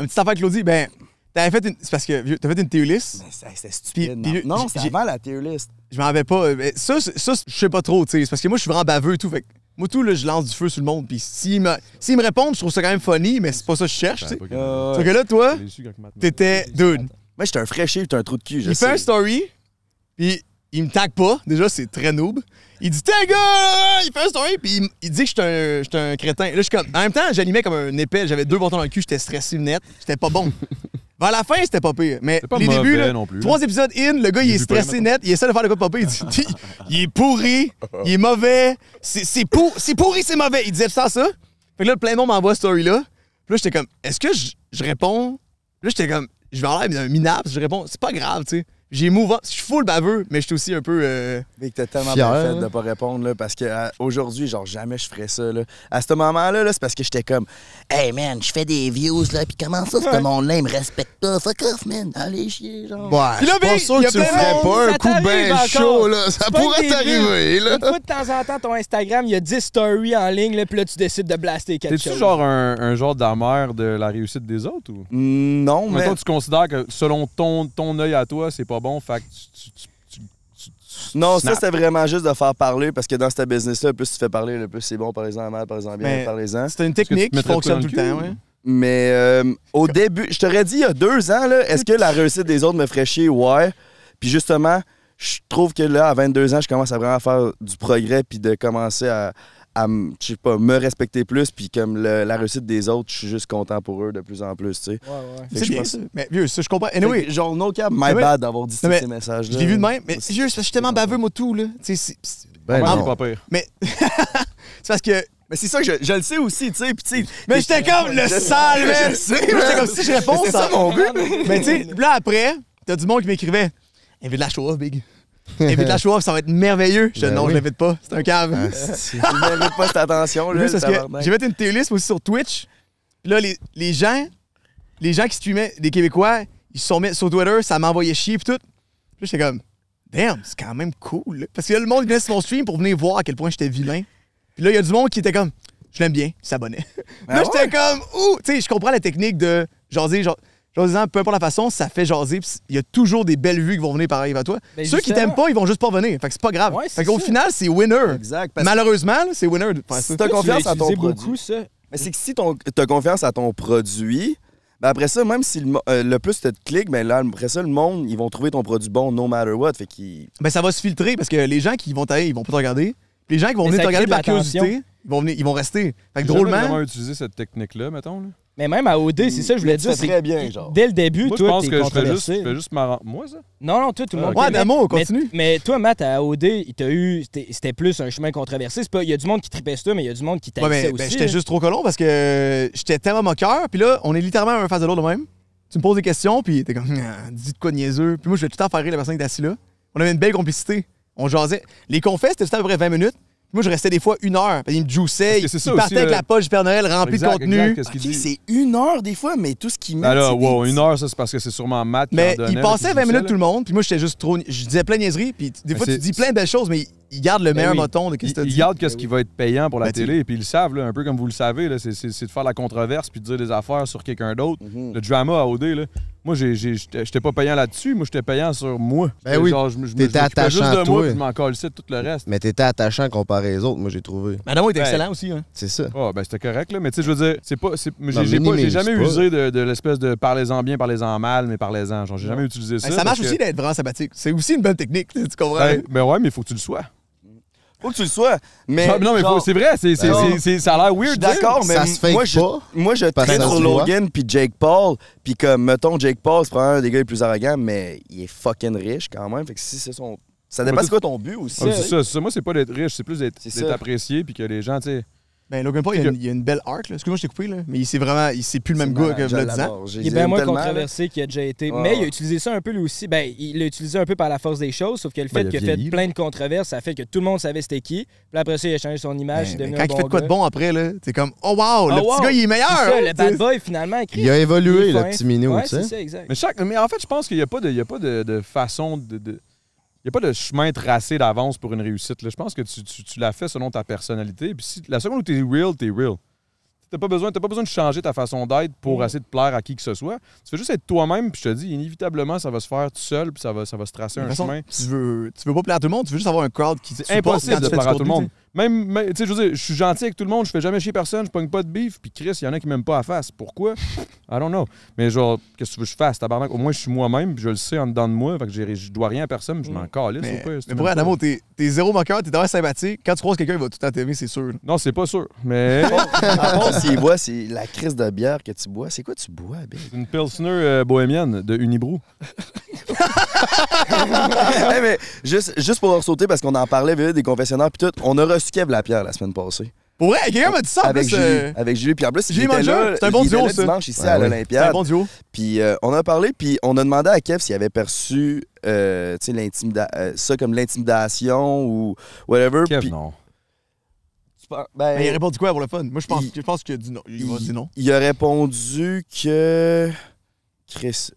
Speaker 3: Une petite affaire, Claudie, ben, t'avais fait une... C'est parce que, vieux, t'as fait une théo list.
Speaker 2: Claudie. Mais C'était
Speaker 3: Puis-
Speaker 2: stupide. non?
Speaker 3: puis le-
Speaker 2: non,
Speaker 3: j'ai-
Speaker 2: c'est
Speaker 3: j'ai-
Speaker 2: avant la tier list.
Speaker 3: Je m'en avais pas... euh, mais ça, c'est- ça, c'est- je sais pas trop, tu sais. C'est parce que moi, je suis vraiment baveux et tout, fait que Moi, tout, là, je lance du feu sur le monde. Puis s'ils me, s'ils me répondent, je trouve ça quand même funny, mais c'est pas ça que je cherche,
Speaker 1: Ben,
Speaker 3: tu sais.
Speaker 2: Euh,
Speaker 3: Fait que là, toi, t'étais... Dude,
Speaker 2: Moi j'étais un fraîchier, j'étais un trou de cul, je
Speaker 3: il fait
Speaker 2: sais.
Speaker 3: un story, puis il me tag pas. Déjà, c'est très noob. Il dit, t'es gars! Il fait un story, puis il, m- il dit que j'étais un, j'étais un crétin. Là, je suis comme. En même temps, j'animais comme un épais. J'avais deux bâtons dans le cul, j'étais stressé net. J'étais pas bon. Vers la fin, c'était pas pire. Mais
Speaker 1: C'est pas
Speaker 3: les
Speaker 1: mauvais
Speaker 3: débuts, là,
Speaker 1: non plus.
Speaker 3: trois épisodes in, le gars, il,
Speaker 1: J'ai
Speaker 3: est
Speaker 1: vu pas,
Speaker 3: stressé net. Il essaie de faire le quoi de pas pire. Il dit, il est pourri, il est mauvais. C'est c'est pour- c'est pourri, c'est mauvais. Il disait ça, ça. Fait que là, plein de monde m'envoie ce story-là. Puis là, j'étais comme, est-ce que je, je réponds? Là, j'étais comme, je vais en l'air d'un minable. Je réponds, c'est pas grave, tu sais. J'ai move up. Je suis full baveux, mais j'étais aussi un peu. euh,
Speaker 2: Mais que t'as tellement
Speaker 4: Fier,
Speaker 2: bien fait de
Speaker 4: hein?
Speaker 2: pas répondre, là, parce que euh, aujourd'hui, genre, jamais je ferais ça, là. À ce moment-là, là, c'est parce que j'étais comme, hey man, je fais des views, là, puis comment ça, ce monde-là, il me respecte pas, fuck off, man, allez chier, genre.
Speaker 4: Ouais, je
Speaker 3: là,
Speaker 4: suis
Speaker 3: ben,
Speaker 4: pas sûr
Speaker 3: y a
Speaker 4: que tu le
Speaker 3: plein de
Speaker 4: ferais
Speaker 8: monde,
Speaker 4: pas un
Speaker 8: ça
Speaker 4: coup
Speaker 8: t'arrive
Speaker 4: bien
Speaker 8: encore.
Speaker 4: chaud, là. Ça
Speaker 8: Tu pognes
Speaker 4: pourrait
Speaker 8: des
Speaker 4: t'arriver, là.
Speaker 8: Une fois de temps en temps, ton Instagram, il y a 10 stories en ligne, là, puis là, tu décides de blaster quelque
Speaker 1: T'es-tu
Speaker 8: chose.
Speaker 1: genre un, un genre d'amère de la réussite des autres ou?
Speaker 2: Non, mais.
Speaker 1: Mettons, tu considères que selon ton, ton œil à toi, c'est pas bon, fait que tu. tu- tu- tu- tu-
Speaker 2: Non,
Speaker 1: tu
Speaker 2: ça,
Speaker 1: snaps.
Speaker 2: c'était vraiment juste de faire parler, parce que dans ce business-là, le plus tu fais parler, le plus c'est bon, parlez-en mal, parlez-en bien,
Speaker 3: Mais-
Speaker 2: parlez-en.
Speaker 3: C'était une
Speaker 1: que tu te
Speaker 3: technique qui
Speaker 1: mettrais
Speaker 3: fonctionne
Speaker 1: pas
Speaker 3: tout
Speaker 1: dans
Speaker 3: le
Speaker 1: le
Speaker 3: temps,
Speaker 1: cul,
Speaker 3: ouais.
Speaker 2: Mais euh, au début, je t'aurais dit il y a deux ans, là, est-ce que la réussite des autres me ferait chier? Ouais. Puis justement, je trouve que là, à 22 ans, je commence à vraiment faire du progrès puis de commencer à, à m- je sais pas, me respecter plus. Puis comme le- la réussite des autres, je suis juste content pour eux de plus en plus, tu sais.
Speaker 8: Ouais, ouais.
Speaker 2: Fait que
Speaker 3: C'est
Speaker 2: je
Speaker 3: bien
Speaker 2: pense-
Speaker 3: ça. Mais vieux, ça, je comprends.
Speaker 2: Fait que,
Speaker 3: Anyway,
Speaker 2: genre, no cap, my
Speaker 3: Mais ouais.
Speaker 2: bad d'avoir dit
Speaker 3: Non, mais
Speaker 2: ces messages-là.
Speaker 3: je l'ai vu de même, mais
Speaker 2: C'est-
Speaker 3: vieux, c'est parce que je suis tellement baveux, moi, tout, là. Tu sais, c'est- c'est
Speaker 4: Ben
Speaker 1: Ah,
Speaker 4: non.
Speaker 1: c'est pas pire.
Speaker 3: c'est parce que.
Speaker 2: Mais c'est ça que je, je le sais aussi, tu sais. Puis tu sais,
Speaker 3: Mais j'étais comme le sale, man! J'étais comme si je réponds,
Speaker 2: C'est ça
Speaker 3: ça.
Speaker 2: mon but.
Speaker 3: Mais tu sais, là, après, t'as du monde qui m'écrivait Invite la show off, Big. Invite la show off, ça va être merveilleux. Je dis
Speaker 4: Ben
Speaker 3: non,
Speaker 4: oui.
Speaker 3: je l'invite pas, c'est un
Speaker 2: Ah,
Speaker 3: cave.
Speaker 4: Asti.
Speaker 2: Il mérite pas cette attention,
Speaker 3: Le
Speaker 2: là.
Speaker 3: plus,
Speaker 2: le
Speaker 3: parce que
Speaker 2: tabarnak.
Speaker 3: j'ai fait une tier list aussi sur Twitch. Puis là, les, les gens, les gens qui streamaient, les Québécois, ils se sont mis sur Twitter, ça m'envoyait chier pis tout. Puis là, j'étais comme, damn, c'est quand même cool. là. Parce que là, le monde venait sur mon stream pour venir voir à quel point j'étais vilain. Puis là, il y a du monde qui était comme, je l'aime bien, il s'abonnait. là, j'étais comme, ouh, tu sais, je comprends la technique de jaser, genre. Jasant, peu importe la façon, ça fait jaser. puis Il y a toujours des belles vues qui vont venir pareil à toi.
Speaker 8: Ben,
Speaker 3: Ceux qui
Speaker 8: justement.
Speaker 3: t'aiment pas, ils vont juste pas venir. Fait que c'est pas grave.
Speaker 8: Ouais, c'est
Speaker 3: fait qu'au
Speaker 8: ça.
Speaker 3: final, c'est winner.
Speaker 2: Exact. parce que-
Speaker 3: Malheureusement, là, c'est winner de faire ça.
Speaker 2: Si t'as confiance
Speaker 8: Tu l'as
Speaker 2: à ton
Speaker 8: utilisé
Speaker 2: produit.
Speaker 8: beaucoup, ça.
Speaker 2: Mais c'est que si tu as confiance à ton produit, ben après ça, même si le, mo- euh, le plus tu te cliques, ben là, après ça, le monde, ils vont trouver ton produit bon no matter what. Fait qu'ils.
Speaker 3: Ben, ça va se filtrer parce que les gens qui vont t'aller, ils vont pas te regarder. Puis Les gens qui vont
Speaker 8: Mais
Speaker 3: venir
Speaker 8: ça
Speaker 3: te regarder
Speaker 8: crée de
Speaker 3: par curiosité,
Speaker 8: l'attention.
Speaker 3: ils vont, venir, ils vont rester. Fait que
Speaker 1: J'ai jamais vraiment
Speaker 3: drôlement,
Speaker 1: utilisé cette technique-là, mettons. là.
Speaker 8: Mais même à OD, c'est ça que je voulais
Speaker 2: Tu
Speaker 8: dire.
Speaker 2: fais
Speaker 8: c'est
Speaker 2: très bien, genre.
Speaker 8: Dès le début,
Speaker 1: Moi, je
Speaker 8: toi,
Speaker 1: pense
Speaker 8: t'es
Speaker 1: que je fais juste,
Speaker 8: controversé.
Speaker 1: je fais juste marrant. Moi, ça?
Speaker 8: Non, non, toi, tout le monde.
Speaker 3: Ouais,
Speaker 8: t'aimait.
Speaker 3: Adamo, continue.
Speaker 8: Mais, mais toi, Matt, à OD, il t'a eu, c'était c'était plus un chemin controversé. C'est pas- Il y a du monde qui tripait ça, mais il y a du monde qui
Speaker 3: ouais,
Speaker 8: t'haïssait
Speaker 3: ben,
Speaker 8: aussi.
Speaker 3: ben, j'étais
Speaker 1: hein.
Speaker 3: juste trop colon parce que j'étais tellement moqueur. Puis là, on est littéralement un face de l'autre de même. Tu me poses des questions, puis t'es comme, Ah, dis de quoi de niaiseux. Puis moi, je vais tout le temps faire rire la personne qui est assise là. On avait une belle complicité. On jasait. Les confesses, c'était tout le temps à peu près 20 minutes. Puis moi, je restais des fois une heure. Puis ils me
Speaker 1: Parce
Speaker 3: juiçaient.
Speaker 1: que
Speaker 3: Ils
Speaker 1: c'est ça
Speaker 3: partaient
Speaker 1: aussi,
Speaker 3: avec
Speaker 1: le-
Speaker 3: la poche du Père Noël remplie
Speaker 1: Exact,
Speaker 3: de Ah, contenu.
Speaker 1: exact, qu'est-ce qu'il
Speaker 2: Ok,
Speaker 1: dit?
Speaker 2: c'est une heure des fois, mais tout ce qu'ils mettent.
Speaker 1: Ah là,
Speaker 2: c'est des
Speaker 1: wow,
Speaker 2: petits-
Speaker 1: une heure, ça, c'est parce que c'est sûrement Matt qui en
Speaker 3: Mais
Speaker 1: donnait,
Speaker 3: il
Speaker 1: là,
Speaker 3: passait
Speaker 1: qui
Speaker 3: 20
Speaker 1: disait
Speaker 3: minutes
Speaker 1: ça,
Speaker 3: tout le monde, puis moi j'étais juste trop. Je disais plein de niaiseries, puis des fois
Speaker 1: Mais
Speaker 3: tu
Speaker 1: c'est-
Speaker 3: dis plein de belles choses, mais il garde le meilleur
Speaker 1: oui.
Speaker 3: moton de qu'est-ce que
Speaker 1: Ils
Speaker 3: tu
Speaker 1: ils
Speaker 3: dis.
Speaker 1: gardent ce qui va être payant pour la
Speaker 3: Ben, tu-
Speaker 1: télé, et puis ils le savent, là, un peu comme vous le savez, là, c'est- c'est c'est de faire la controverse puis de dire des affaires sur quelqu'un d'autre.
Speaker 3: Mm-hmm.
Speaker 2: Mhm.
Speaker 1: Le drama à OD, là. Moi, j'ai- j'ai- j'étais j'étais pas payant là-dessus, moi, j'étais payant sur moi.
Speaker 4: Ben
Speaker 1: J'étais
Speaker 4: oui,
Speaker 1: genre, je me- je me-
Speaker 4: t'étais
Speaker 1: je m'occupais juste
Speaker 4: attachant à
Speaker 1: de moi,
Speaker 4: toi.
Speaker 1: puis je m'en calissais de tout le reste.
Speaker 4: Mais t'étais attachant comparé aux autres, moi, j'ai trouvé.
Speaker 3: Madame est
Speaker 1: Ouais.
Speaker 3: excellent aussi. Hein.
Speaker 4: C'est ça.
Speaker 1: Ah, ben c'était correct, là. Mais tu sais, je veux dire, c'est pas. c'est- mais
Speaker 4: Non,
Speaker 1: J'ai j'ai pas- j'ai
Speaker 4: minimise
Speaker 1: jamais
Speaker 4: pas.
Speaker 1: usé de, de l'espèce de parlez-en bien, parlez-en mal, mais parlez-en. Genre, j'ai jamais utilisé ça.
Speaker 3: Ben, ça marche
Speaker 1: parce
Speaker 3: aussi
Speaker 1: que-
Speaker 3: d'être vraiment sympathique. C'est aussi une bonne technique, tu comprends?
Speaker 1: Ben, ben ouais, mais il faut que tu le sois.
Speaker 2: Faut que tu le sois. Mais.
Speaker 1: Ah, mais non, mais
Speaker 2: Ben, genre,
Speaker 1: faut- c'est vrai, c'est, c'est-
Speaker 2: Ben
Speaker 1: c'est-
Speaker 2: non.
Speaker 1: c'est- ça a l'air
Speaker 2: Je
Speaker 1: weird.
Speaker 2: suis d'accord, mais
Speaker 4: Ça se fake
Speaker 2: moi, je,
Speaker 4: pas,
Speaker 2: moi, je
Speaker 4: parce que
Speaker 2: traîne
Speaker 4: ça
Speaker 2: sur
Speaker 4: se voit.
Speaker 2: Logan puis Jake Paul, puis comme, mettons, Jake Paul, c'est probablement un des gars les plus arrogants, mais il est fucking riche quand même. Fait que si c'est son... Ça dépend
Speaker 1: Mais
Speaker 2: c'est quoi ton but aussi.
Speaker 1: Ah, mais c'est ça, c'est ça. Moi, c'est pas d'être riche, c'est plus d'être,
Speaker 2: C'est
Speaker 1: d'être
Speaker 2: ça.
Speaker 1: apprécié puis que les gens, tu sais.
Speaker 3: Ben, Logan Paul, il, y a une- il y a une belle arc. là. Excuse-moi, je t'ai coupé, là. mais il- c'est vraiment. il- C'est plus le même gars que le 10
Speaker 1: hein?
Speaker 3: ans.
Speaker 8: Il est bien moins controversé qu'il a déjà été.
Speaker 2: Ouais,
Speaker 8: mais il a
Speaker 2: ouais.
Speaker 8: utilisé ça un peu lui aussi. Ben, il l'a utilisé un peu par la force des choses, sauf que le
Speaker 1: Ben,
Speaker 8: fait
Speaker 1: il a
Speaker 8: qu'il a
Speaker 1: vieilli.
Speaker 8: fait plein de controverses, ça fait que tout le monde savait c'était qui. Puis après ça, il a changé son image, il est
Speaker 3: Ben,
Speaker 8: devenu
Speaker 3: Quand
Speaker 8: un
Speaker 3: il fait de quoi de
Speaker 8: gars.
Speaker 3: bon après, là, t'es comme, oh wow, le
Speaker 8: Oh,
Speaker 3: petit
Speaker 8: wow.
Speaker 3: gars, il est
Speaker 8: C'est
Speaker 3: meilleur.
Speaker 8: ça, le
Speaker 3: hein,
Speaker 8: bad
Speaker 3: t'sais.
Speaker 8: boy, finalement, écrit.
Speaker 4: Il a évolué, le petit minou,
Speaker 8: Ouais,
Speaker 4: tu
Speaker 8: c'est
Speaker 4: sais.
Speaker 8: ça, exact.
Speaker 1: Mais, chaque, mais en fait, je pense qu'il n'y a pas de, il y a pas de, de façon de. de- il n'y a pas de chemin tracé d'avance pour une réussite. là. Je pense que tu, tu, tu l'as fait selon ta personnalité. Puis si, la seconde où tu es real, tu es real. Tu n'as pas, besoin- t'as pas besoin de changer ta façon d'être
Speaker 3: Mm.
Speaker 1: pour essayer de plaire à qui que ce soit. Tu fais juste être toi-même, puis je te dis, inévitablement, ça va se faire tout seul, puis ça va, ça va se tracer
Speaker 3: De
Speaker 1: un
Speaker 3: toute façon,
Speaker 1: chemin.
Speaker 3: tu veux, tu veux pas plaire à tout le monde, tu veux juste avoir un crowd qui te
Speaker 1: C'est
Speaker 3: supporte quand
Speaker 1: impossible
Speaker 3: tu
Speaker 1: de
Speaker 3: fais du
Speaker 1: plaire à tout le
Speaker 3: contenu,
Speaker 1: monde. Même, même- tu sais, je veux dire, je suis gentil avec tout le monde, je fais jamais chier personne, je pogne pas de beef, puis Chris, il y en a qui m'aiment pas à face. Pourquoi? I don't know. Mais genre, qu'est-ce que tu veux que je fasse, tabarnak? Au moins, je suis moi-même, puis je le sais en dedans de moi, fait que j'ai- je dois rien à personne, puis je m'en calisse.
Speaker 3: Mais,
Speaker 1: au pire, c'est
Speaker 3: mais
Speaker 1: même
Speaker 3: pour
Speaker 1: pas-
Speaker 3: vrai, Adamo, t'es t'es zéro moqueur, t'es vraiment sympathique. Quand tu croises quelqu'un, il va tout le temps t'aimer, c'est sûr.
Speaker 1: Non, c'est pas sûr, mais
Speaker 2: Par contre, s'il boit, c'est la crise de bière que tu bois. C'est quoi tu bois, Bill?
Speaker 1: c'est une Pilsner euh, bohémienne de Unibrou.
Speaker 2: Hey, mais juste, juste pour en sauter, parce qu'on en parlait, vous voyez, des confessionnaires, puis tout, on a reçu Kev Lapierre la semaine passée.
Speaker 3: Pour vrai, quelqu'un m'a dit ça en
Speaker 2: avec
Speaker 3: plus.
Speaker 2: Julie.
Speaker 3: euh,
Speaker 2: Avec Julie. Puis en plus, il
Speaker 3: Julie
Speaker 2: était
Speaker 3: Manger,
Speaker 2: là,
Speaker 3: c'est un
Speaker 2: il
Speaker 3: bon
Speaker 2: était
Speaker 3: duo,
Speaker 2: là
Speaker 3: ça.
Speaker 2: dimanche ici
Speaker 4: Ah
Speaker 2: à
Speaker 4: ouais.
Speaker 3: C'est un
Speaker 2: l'Olympiade.
Speaker 3: bon duo.
Speaker 2: Puis euh, on a parlé, puis on a demandé à Kev s'il avait perçu euh, tu sais, l'intimida- euh, ça comme l'intimidation ou whatever.
Speaker 1: Kev,
Speaker 2: Puis-
Speaker 1: non.
Speaker 2: Ben,
Speaker 3: Mais il répond du quoi pour le fun? Moi, je pense,
Speaker 2: Il-
Speaker 3: je pense qu'il a dit non. Il, va dire non.
Speaker 2: il a répondu que. Chris.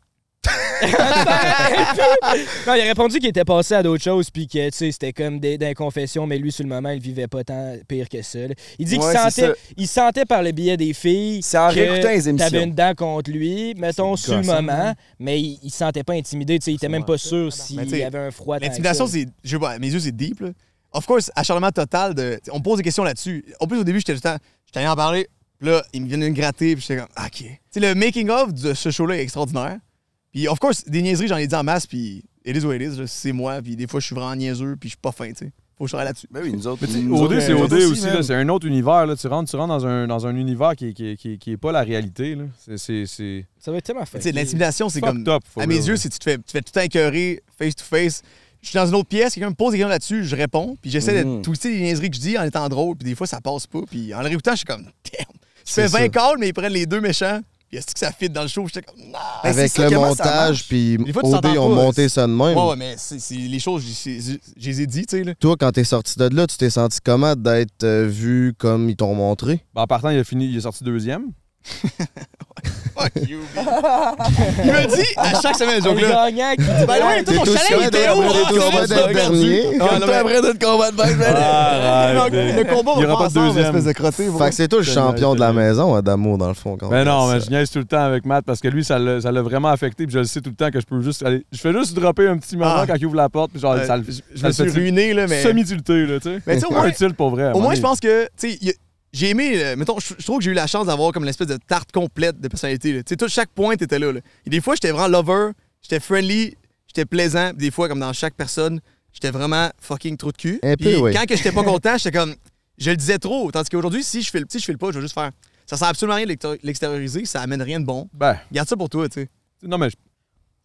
Speaker 8: Non, il a répondu qu'il était passé à d'autres choses, puis que, tu sais, c'était comme des, des confessions, mais lui, sur le moment, il vivait pas tant pire que ça. là. Il dit
Speaker 2: Ouais,
Speaker 8: qu'il
Speaker 2: c'est
Speaker 8: sentait, il sentait par le biais des filles
Speaker 2: C'est en réécoutant les
Speaker 8: que t'avais
Speaker 2: émissions.
Speaker 8: une dent contre lui, mettons,
Speaker 1: C'est
Speaker 8: sur le
Speaker 1: gossant,
Speaker 8: moment, mais il, il se sentait pas intimidé, tu sais, il était même pas sûr
Speaker 3: Ben,
Speaker 8: s'il
Speaker 3: tu sais,
Speaker 8: y avait un froid. tant que
Speaker 3: L'intimidation,
Speaker 8: ça.
Speaker 3: c'est. Je sais pas, à mes yeux, c'est deep, là. Of course, acharnement total de. t'sais, On me pose des questions là-dessus. En plus, au début, j'étais tout le temps. J'étais allé en parler, puis là, ils me viennent me gratter, puis j'étais comme, ah, OK. Tu sais, le making-of de ce show-là est extraordinaire. Puis, of course, des niaiseries, j'en ai dit en masse, puis it is what it is, là, c'est moi, puis des fois, je suis vraiment niaiseux, puis je suis pas fin, tu sais. Faut que je travaille là-dessus.
Speaker 2: Ben oui, nous autres.
Speaker 1: Mais tu sais,
Speaker 2: nous
Speaker 1: OD,
Speaker 2: autres,
Speaker 1: c'est
Speaker 2: euh,
Speaker 1: OD
Speaker 2: aussi,
Speaker 1: aussi,
Speaker 2: man.
Speaker 1: là. C'est un autre univers, là. Tu rentres, tu rentres dans un, dans un univers qui, qui, qui, qui est pas la réalité, là. C'est- C'est. C'est.
Speaker 8: Ça va être tellement fait.
Speaker 3: Tu sais, l'intimidation, c'est comme.
Speaker 1: fucked up, for
Speaker 3: à mes
Speaker 1: real,
Speaker 3: yeux,
Speaker 1: là.
Speaker 3: si tu te fais, tu te fais tout le temps écœurer face to face. Je suis dans une autre pièce, quelqu'un me pose des questions là-dessus, je réponds, puis j'essaie
Speaker 2: Mhm.
Speaker 3: de twister les niaiseries que je dis en étant drôle, puis des fois ça passe pas, puis en le réécoutant, je suis comme damn. Je
Speaker 4: C'est
Speaker 3: fais 20
Speaker 4: ça.
Speaker 3: calls, mais ils prennent les deux méchants, puis est-ce que ça fit dans le show? J'étais comme non.
Speaker 2: Ben, c'est
Speaker 4: Avec
Speaker 2: ça,
Speaker 4: le
Speaker 2: comment ça
Speaker 4: montage,
Speaker 2: marche?
Speaker 4: puis
Speaker 3: Des fois, tu
Speaker 4: OD
Speaker 3: t'entends
Speaker 4: ont
Speaker 3: pas,
Speaker 4: monté
Speaker 3: c'est-
Speaker 4: ça de même.
Speaker 3: Ouais, ouais, mais c'est c'est les choses, j'ai- j'ai- je les ai dit, tu sais, là.
Speaker 4: Toi, quand t'es sorti de là, tu t'es senti comment d'être euh, vu comme ils t'ont montré?
Speaker 1: Ben, en partant, il a fini, il est sorti deuxième.
Speaker 3: Fuck you. il me le dit à chaque semaine,
Speaker 8: Le
Speaker 3: donc là. Ben
Speaker 8: gagnant qui dit,
Speaker 3: By the way, tout mon
Speaker 4: T'es aussi
Speaker 3: chalet
Speaker 4: loin
Speaker 3: était
Speaker 4: d'être-
Speaker 3: où? Ah,
Speaker 4: t'es aussi loin d'être dernier.
Speaker 2: Comme toi, après notre combat de bike,
Speaker 1: Ah,
Speaker 3: Le combat,
Speaker 1: Il y aura pas
Speaker 3: on va pas
Speaker 1: de
Speaker 3: ensemble,
Speaker 1: deuxième.
Speaker 3: espèce de crotté.
Speaker 4: Fait que c'est toi le
Speaker 1: C'est
Speaker 4: champion
Speaker 1: vrai,
Speaker 4: de la
Speaker 1: c'est vrai.
Speaker 4: maison, Adamo, dans le fond. quand on
Speaker 1: Ben non,
Speaker 4: regarde
Speaker 1: mais
Speaker 4: ça.
Speaker 1: je niaise tout le temps avec Matt parce que lui, ça le- ça l'a vraiment affecté. Puis je le sais tout le temps que je peux juste aller. Je fais juste dropper un petit moment
Speaker 3: Ah.
Speaker 1: quand il ouvre la porte. Puis genre,
Speaker 3: Euh,
Speaker 1: ça le.
Speaker 3: je- Je
Speaker 1: ça
Speaker 3: me
Speaker 1: le
Speaker 3: suis
Speaker 1: fait-
Speaker 3: ruiné, là, mais.
Speaker 1: Semi-duleté, là, tu sais.
Speaker 3: Mais tu sais, au
Speaker 1: Pas
Speaker 3: moins,
Speaker 1: utile pour vrai. à un
Speaker 3: Au
Speaker 1: moment
Speaker 3: moins, je
Speaker 1: donné.
Speaker 3: pense que, tu sais, y a- j'ai aimé, euh, mettons, je je trouve que j'ai eu la chance d'avoir comme l'espèce de tarte complète de personnalité. là. Tu sais, tout- chaque point était là, là. Et des fois, j'étais vraiment lover, j'étais friendly, j'étais plaisant. Puis Des fois, comme dans chaque personne, j'étais vraiment fucking trop de cul.
Speaker 4: Un
Speaker 3: Puis
Speaker 4: peu, oui.
Speaker 3: Quand que j'étais pas content, j'étais comme, je le disais trop. Tandis qu'aujourd'hui, si je fais le petit, je fais le pas, je vais juste faire. Ça sert absolument à rien de l'extéri- l'extérioriser, ça amène rien de bon.
Speaker 1: Ben,
Speaker 3: Garde ça pour toi, tu sais.
Speaker 1: non, mais. je-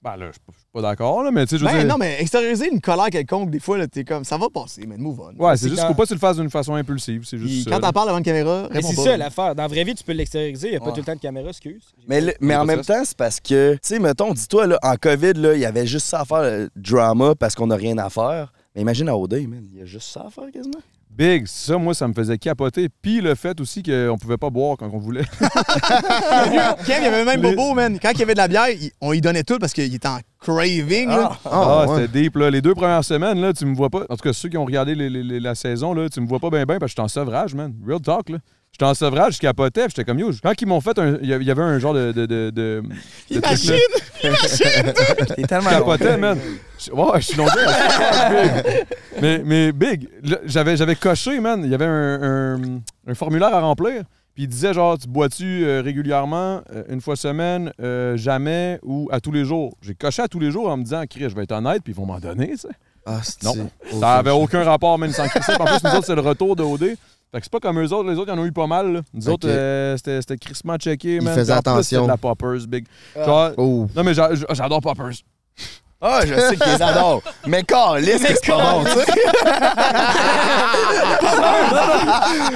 Speaker 1: Ben là, je suis pas- je suis pas d'accord, là, mais tu sais, je veux
Speaker 3: Ben
Speaker 1: dire.
Speaker 3: non, mais extérioriser une colère quelconque, des fois, là, t'es comme, ça va passer, mais move on.
Speaker 1: Ouais, c'est juste
Speaker 8: quand-
Speaker 1: qu'il faut pas que tu le fasses d'une façon impulsive. C'est
Speaker 3: Puis
Speaker 1: juste. euh, ça,
Speaker 3: quand
Speaker 1: là.
Speaker 3: t'en parles devant une caméra,
Speaker 8: Mais
Speaker 3: réponds
Speaker 8: c'est
Speaker 3: pas.
Speaker 8: ça l'affaire. Dans la vraie vie, tu peux l'extérioriser. Il n'y a pas
Speaker 3: Ouais.
Speaker 8: tout le temps de caméra, excuse.
Speaker 2: Mais, le- mais en même temps, c'est parce que, tu sais, mettons, dis-toi, là, en COVID, là, il y avait juste ça à faire, le drama, parce qu'on n'a rien à faire. Mais imagine à OD, man, il y a juste ça à faire quasiment.
Speaker 1: Big, ça, moi, ça me faisait capoter. Puis le fait aussi qu'on pouvait pas boire quand on voulait.
Speaker 3: Kev, il y avait même
Speaker 1: Les-
Speaker 3: Bobo, man. Quand il y avait de la bière, il- on y donnait tout parce qu'il était en craving. là.
Speaker 1: Ah,
Speaker 4: Ah, ouais.
Speaker 1: c'était deep, là. Les deux premières semaines, là, tu me vois pas. En tout cas, ceux qui ont regardé les- les- les- la saison, là, tu me vois pas bien, bien, parce que j'étais en sevrage, man. Real talk, là. J'étais en sevrage, je capotais, puis j'étais comme yo. Quand ils m'ont fait un. Il y a- il y avait un genre de. de, de, de- de truc,
Speaker 3: Imagine!
Speaker 1: là.
Speaker 3: Imagine!
Speaker 2: T'es tellement
Speaker 1: Je capotais, man. Je- Ouais, je suis non mais, mais Big, là, j'avais, j'avais coché, man. Il y avait un, un- un formulaire à remplir. Puis il disait genre, tu bois-tu euh, régulièrement, euh, une fois semaine, euh, jamais ou à tous les jours. J'ai coché à tous les jours en me disant, Chris, je vais être honnête, puis ils vont m'en donner, tu sais.
Speaker 4: Ah, c'est-
Speaker 1: Non.
Speaker 4: Oh,
Speaker 1: Ça avait aucun rapport, même sans crisser. En plus, nous autres, c'est le retour de OD. Fait que c'est pas comme eux autres. Les autres, ils en ont eu pas mal. là. Nous
Speaker 4: Ok.
Speaker 1: autres, euh, c'était c'était crissement checké.
Speaker 4: Ils
Speaker 1: man.
Speaker 4: faisaient
Speaker 1: En plus,
Speaker 4: attention.
Speaker 1: c'était de la poppers, big. Genre-
Speaker 4: Oh.
Speaker 1: Non, mais j'a- j'adore poppers.
Speaker 2: Ah, je sais qu'ils adorent. Mais calisse, que c'est pas bon, tu sais.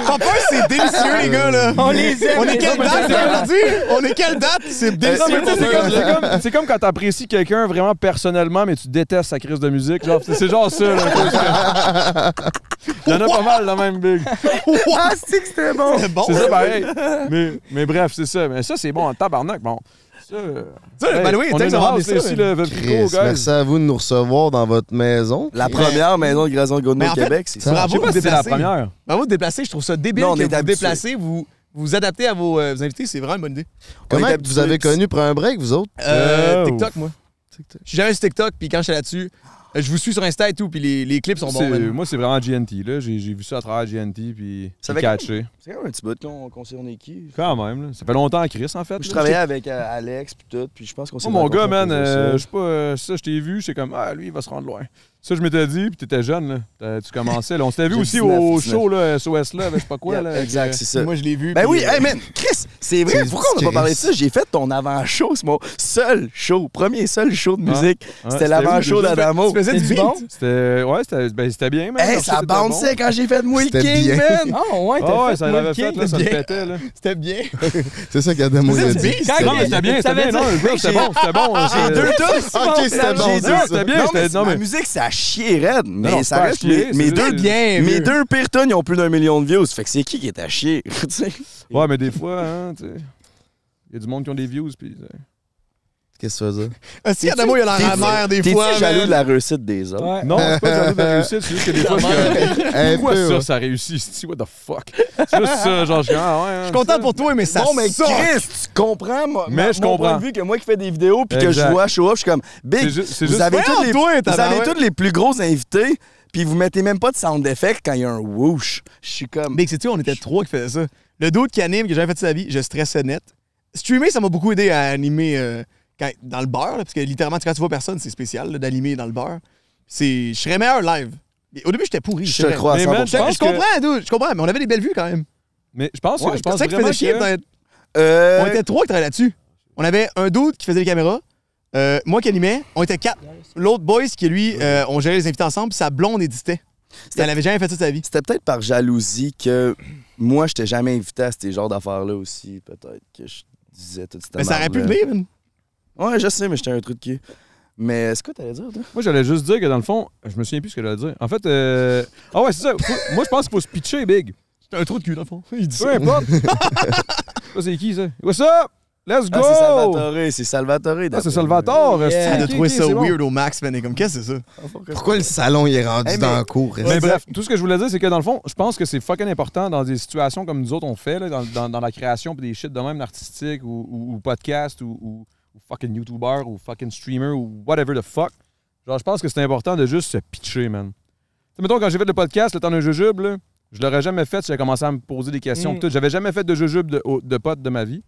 Speaker 3: Papa, c'est délicieux, les gars, là.
Speaker 8: On les aime.
Speaker 3: On est
Speaker 8: les
Speaker 3: quelle
Speaker 8: autres,
Speaker 3: date,
Speaker 8: mais-
Speaker 3: là, aujourd'hui? On est quelle date? C'est
Speaker 1: Non, mais
Speaker 3: délicieux.
Speaker 1: tu sais, C'est comme, c'est comme- c'est comme quand t'apprécies quelqu'un vraiment personnellement, mais tu détestes sa crise de musique. Genre, c'est c'est genre ça. là. Il y en a pas mal, là, même, Big.
Speaker 3: Ah, c'est que c'était bon. C'est bon.
Speaker 1: C'est ça, pareil. Mais, mais bref, c'est ça. Mais ça, c'est bon en tabarnak. Bon. Ça,
Speaker 3: Ça,
Speaker 1: hey,
Speaker 3: ben oui,
Speaker 1: on
Speaker 3: t'as
Speaker 1: a une
Speaker 3: que ça va
Speaker 1: race,
Speaker 3: bien ça,
Speaker 1: ici, le Veuve
Speaker 4: Chris,
Speaker 1: Clicquot, guys.
Speaker 4: merci à vous de nous recevoir dans votre maison.
Speaker 2: La première maison de Grazon de
Speaker 3: Mais
Speaker 2: Gaudeau
Speaker 3: en
Speaker 2: au
Speaker 3: fait,
Speaker 2: Québec, c'est ça.
Speaker 4: ça-
Speaker 1: Je sais
Speaker 3: Bravo de
Speaker 1: pas
Speaker 3: Ah, vous
Speaker 1: si c'est la
Speaker 3: déplacer.
Speaker 1: première.
Speaker 3: Bravo de déplacer. Je trouve ça débile
Speaker 2: Non, on
Speaker 3: que
Speaker 2: est
Speaker 3: vous
Speaker 2: habitué.
Speaker 3: déplacez, vous vous adaptez à vos euh, vos invités. C'est vraiment une bonne idée.
Speaker 4: Comment
Speaker 2: On est
Speaker 4: que vous avez
Speaker 2: habitué.
Speaker 4: connu pour un break, vous autres?
Speaker 3: Euh,
Speaker 1: Oh.
Speaker 3: TikTok, moi. Je suis jamais sur TikTok, puis quand je suis là-dessus, euh, je vous suis sur Insta et tout, puis les, les clips sont bons.
Speaker 1: C'est-
Speaker 3: man.
Speaker 1: moi, c'est vraiment GNT. là. J'ai j'ai vu ça à travers GNT puis
Speaker 2: Ça
Speaker 1: puis
Speaker 2: fait quand
Speaker 1: catché.
Speaker 2: C'est quand même un petit bout qu'on qu'on sait on est qui.
Speaker 1: Quand même. là. Ça fait longtemps à Chris, en fait.
Speaker 2: Je
Speaker 1: là.
Speaker 2: travaillais avec euh, Alex puis tout, puis je pense qu'on s'est
Speaker 1: Moi, Oh, mon
Speaker 2: rencontrés
Speaker 1: gars,
Speaker 2: à cause
Speaker 1: man,
Speaker 2: de ça.
Speaker 1: euh, je sais pas, euh, ça, je t'ai vu, j'étais comme, ah, lui, il va se rendre loin. Ça, je m'étais dit, puis t'étais jeune, là. T'as- Tu commençais, là. On s'était vu
Speaker 2: J'ai
Speaker 1: aussi
Speaker 2: 19,
Speaker 1: au
Speaker 2: 19.
Speaker 1: show, là, SOS, là, avec je sais pas quoi, là.
Speaker 2: Exact, c'est ça.
Speaker 3: Moi, je l'ai vu.
Speaker 2: Ben
Speaker 3: puis,
Speaker 2: oui,
Speaker 3: euh,
Speaker 2: hey man, Chris, c'est vrai,
Speaker 4: c'est
Speaker 2: pourquoi on n'a
Speaker 4: Chris.
Speaker 2: pas parlé de ça? J'ai fait ton avant-show, c'est mon seul show, premier seul show
Speaker 1: Ah.
Speaker 2: de musique.
Speaker 1: euh,
Speaker 2: c'était l'avant-show d'Adamo.
Speaker 1: Tu faisais
Speaker 2: du
Speaker 1: du
Speaker 2: bon?
Speaker 1: bon? C'était, ouais, c'était, ben, c'était bien, man.
Speaker 2: Hey,
Speaker 1: Merci,
Speaker 2: ça
Speaker 1: c'était
Speaker 2: bounçait quand j'ai fait Moui
Speaker 4: C'était
Speaker 2: King,
Speaker 4: bien.
Speaker 2: man!
Speaker 8: Ah, ouais,
Speaker 1: bon.
Speaker 8: t'as
Speaker 1: Ah ouais,
Speaker 8: fait
Speaker 1: ça
Speaker 8: Moon
Speaker 1: l'avait fait,
Speaker 8: King.
Speaker 1: là, ça le
Speaker 3: bien.
Speaker 1: pétait, là.
Speaker 3: C'était bien.
Speaker 4: C'est ça qu'Adamo il a dit.
Speaker 8: Quand-
Speaker 1: Non, mais c'était bien, c'était
Speaker 8: Ça veut
Speaker 1: bien.
Speaker 8: dire-
Speaker 1: Non, le gars, c'était bon, c'était bon. c'était-
Speaker 2: Deux tonnes!
Speaker 4: Ok, c'était bon,
Speaker 2: J'ai
Speaker 4: c'est
Speaker 2: deux,
Speaker 4: ça.
Speaker 1: c'était bien,
Speaker 2: Non,
Speaker 1: c'était-
Speaker 2: mais
Speaker 1: non,
Speaker 2: ma
Speaker 1: mais-
Speaker 2: musique, ça chier raide, mais
Speaker 1: Non, c'est
Speaker 2: ça
Speaker 1: pas à
Speaker 2: reste
Speaker 1: chier,
Speaker 2: mes,
Speaker 1: c'est
Speaker 2: mes
Speaker 1: juste-
Speaker 2: deux,
Speaker 3: Bien.
Speaker 2: mes
Speaker 3: vu.
Speaker 2: deux pires tonnes, ils ont plus d'un million de views. Fait que c'est qui qui est à chier? tu sais?
Speaker 1: Ouais, mais des fois, hein, tu sais. Il y a du monde qui ont des views, puis. euh,
Speaker 4: Qu'est-ce que tu veux dire?
Speaker 3: Ah, si, Adamo, il a l'air amer des
Speaker 2: T'es-tu
Speaker 3: fois.
Speaker 2: jaloux
Speaker 3: man.
Speaker 2: de la réussite des autres?
Speaker 8: Ouais.
Speaker 1: Non, c'est pas jaloux de la réussite, c'est juste que des fois, c'est que-
Speaker 4: Un
Speaker 1: Pourquoi
Speaker 4: peu,
Speaker 1: ça,
Speaker 4: ouais.
Speaker 1: ça réussit? c'est-tu? What the fuck? C'est juste ça, genre, je suis ah, ouais, hein,
Speaker 3: Je suis content pour toi, mais ça
Speaker 2: Bon, mais
Speaker 3: suck.
Speaker 2: Chris, tu comprends moi,
Speaker 1: Mais
Speaker 2: ma-
Speaker 1: je
Speaker 2: mon point
Speaker 1: comprends.
Speaker 2: de vue que moi qui fais des vidéos puis que je
Speaker 1: Exact.
Speaker 2: vois show off, je suis comme
Speaker 1: C'est
Speaker 2: big.
Speaker 1: ju- c'est
Speaker 2: vous
Speaker 1: juste-
Speaker 2: avez
Speaker 3: Voyons,
Speaker 2: tous les,
Speaker 3: toi,
Speaker 2: vous avez
Speaker 3: tabarouette.
Speaker 2: tous les plus gros invités puis vous mettez même pas de sound effect quand il y a un whoosh. Je suis comme
Speaker 3: Big, sais-tu, on était trois qui faisaient ça. Le dude qui anime, que j'avais fait de sa vie, je stressais net. Streamer, ça m'a beaucoup aidé à animer euh, quand- dans le beurre, là, parce que littéralement, quand tu vois personne, c'est spécial là, d'animer dans le beurre. C'est, je serais meilleur live. Et au début, j'étais pourri.
Speaker 2: je
Speaker 3: c'est
Speaker 2: te
Speaker 3: vrai.
Speaker 2: crois à
Speaker 1: Mais
Speaker 2: 100%.
Speaker 1: man,
Speaker 3: Je,
Speaker 1: pense
Speaker 3: je comprends, dude, je comprends, mais on avait des belles vues quand même.
Speaker 1: Mais je pense que.
Speaker 3: Ouais,
Speaker 1: Je pense
Speaker 3: c'est ça qui faisait
Speaker 1: vraiment
Speaker 3: chier.
Speaker 1: que-
Speaker 3: peut-être.
Speaker 2: Euh,
Speaker 3: On était trois qui travaillaient là-dessus. On avait un dude qui faisait les caméras, euh, moi qui animais, on était quatre. L'autre boys qui, lui, euh, on gérait les invités ensemble, puis sa blonde éditait. Elle avait jamais fait ça de sa vie.
Speaker 2: C'était peut-être par jalousie que moi je t'ai jamais invité à ces genres d'affaires là aussi, peut-être que je disais tout
Speaker 3: Mais ça aurait pu venir, man.
Speaker 2: Ouais, je sais mais j'étais un truc qui Mais c'est quoi t'allais dire toi
Speaker 1: Moi, j'allais juste dire que dans le fond, je me souviens plus ce que j'allais dire. En fait, euh... ah ouais, c'est ça. Faut- Moi, je pense qu'il faut se pitcher, Big.
Speaker 3: C'était un trou de cul, dans le fond. Il dit
Speaker 1: Peu importe. Ça, c'est qui, ça? What's up? Let's go!
Speaker 2: Ah, c'est Salvatore,
Speaker 1: Ah, c'est
Speaker 2: c'est Salvatore. d'après moi.
Speaker 1: Salvatore.
Speaker 8: Yeah.
Speaker 1: c'est-
Speaker 4: Ah,
Speaker 3: Elle a
Speaker 1: ok, ok,
Speaker 3: trouvé ça
Speaker 1: c'est bon.
Speaker 3: weird au max, man. Et comme, qu'est-ce que c'est ça?
Speaker 4: Pourquoi le salon il est rendu
Speaker 3: Hey, mais-
Speaker 4: dans le cours?
Speaker 1: Mais bref, tout ce que je voulais dire, c'est que dans le fond, je pense que c'est fucking important dans des situations comme nous autres on fait, là, dans, dans- dans la création, puis des shit de même artistique ou, ou- ou podcast ou, ou- ou fucking YouTuber ou fucking streamer ou whatever the fuck. Genre, je pense que c'est important de juste se pitcher, man. Tu sais, mettons, quand j'ai fait le podcast, le temps d'un jujube, là, je l'aurais jamais fait si j'avais commencé à me poser des questions.
Speaker 8: Mm.
Speaker 1: pis tout. J'avais jamais fait de jujube de, au- de potes de ma vie.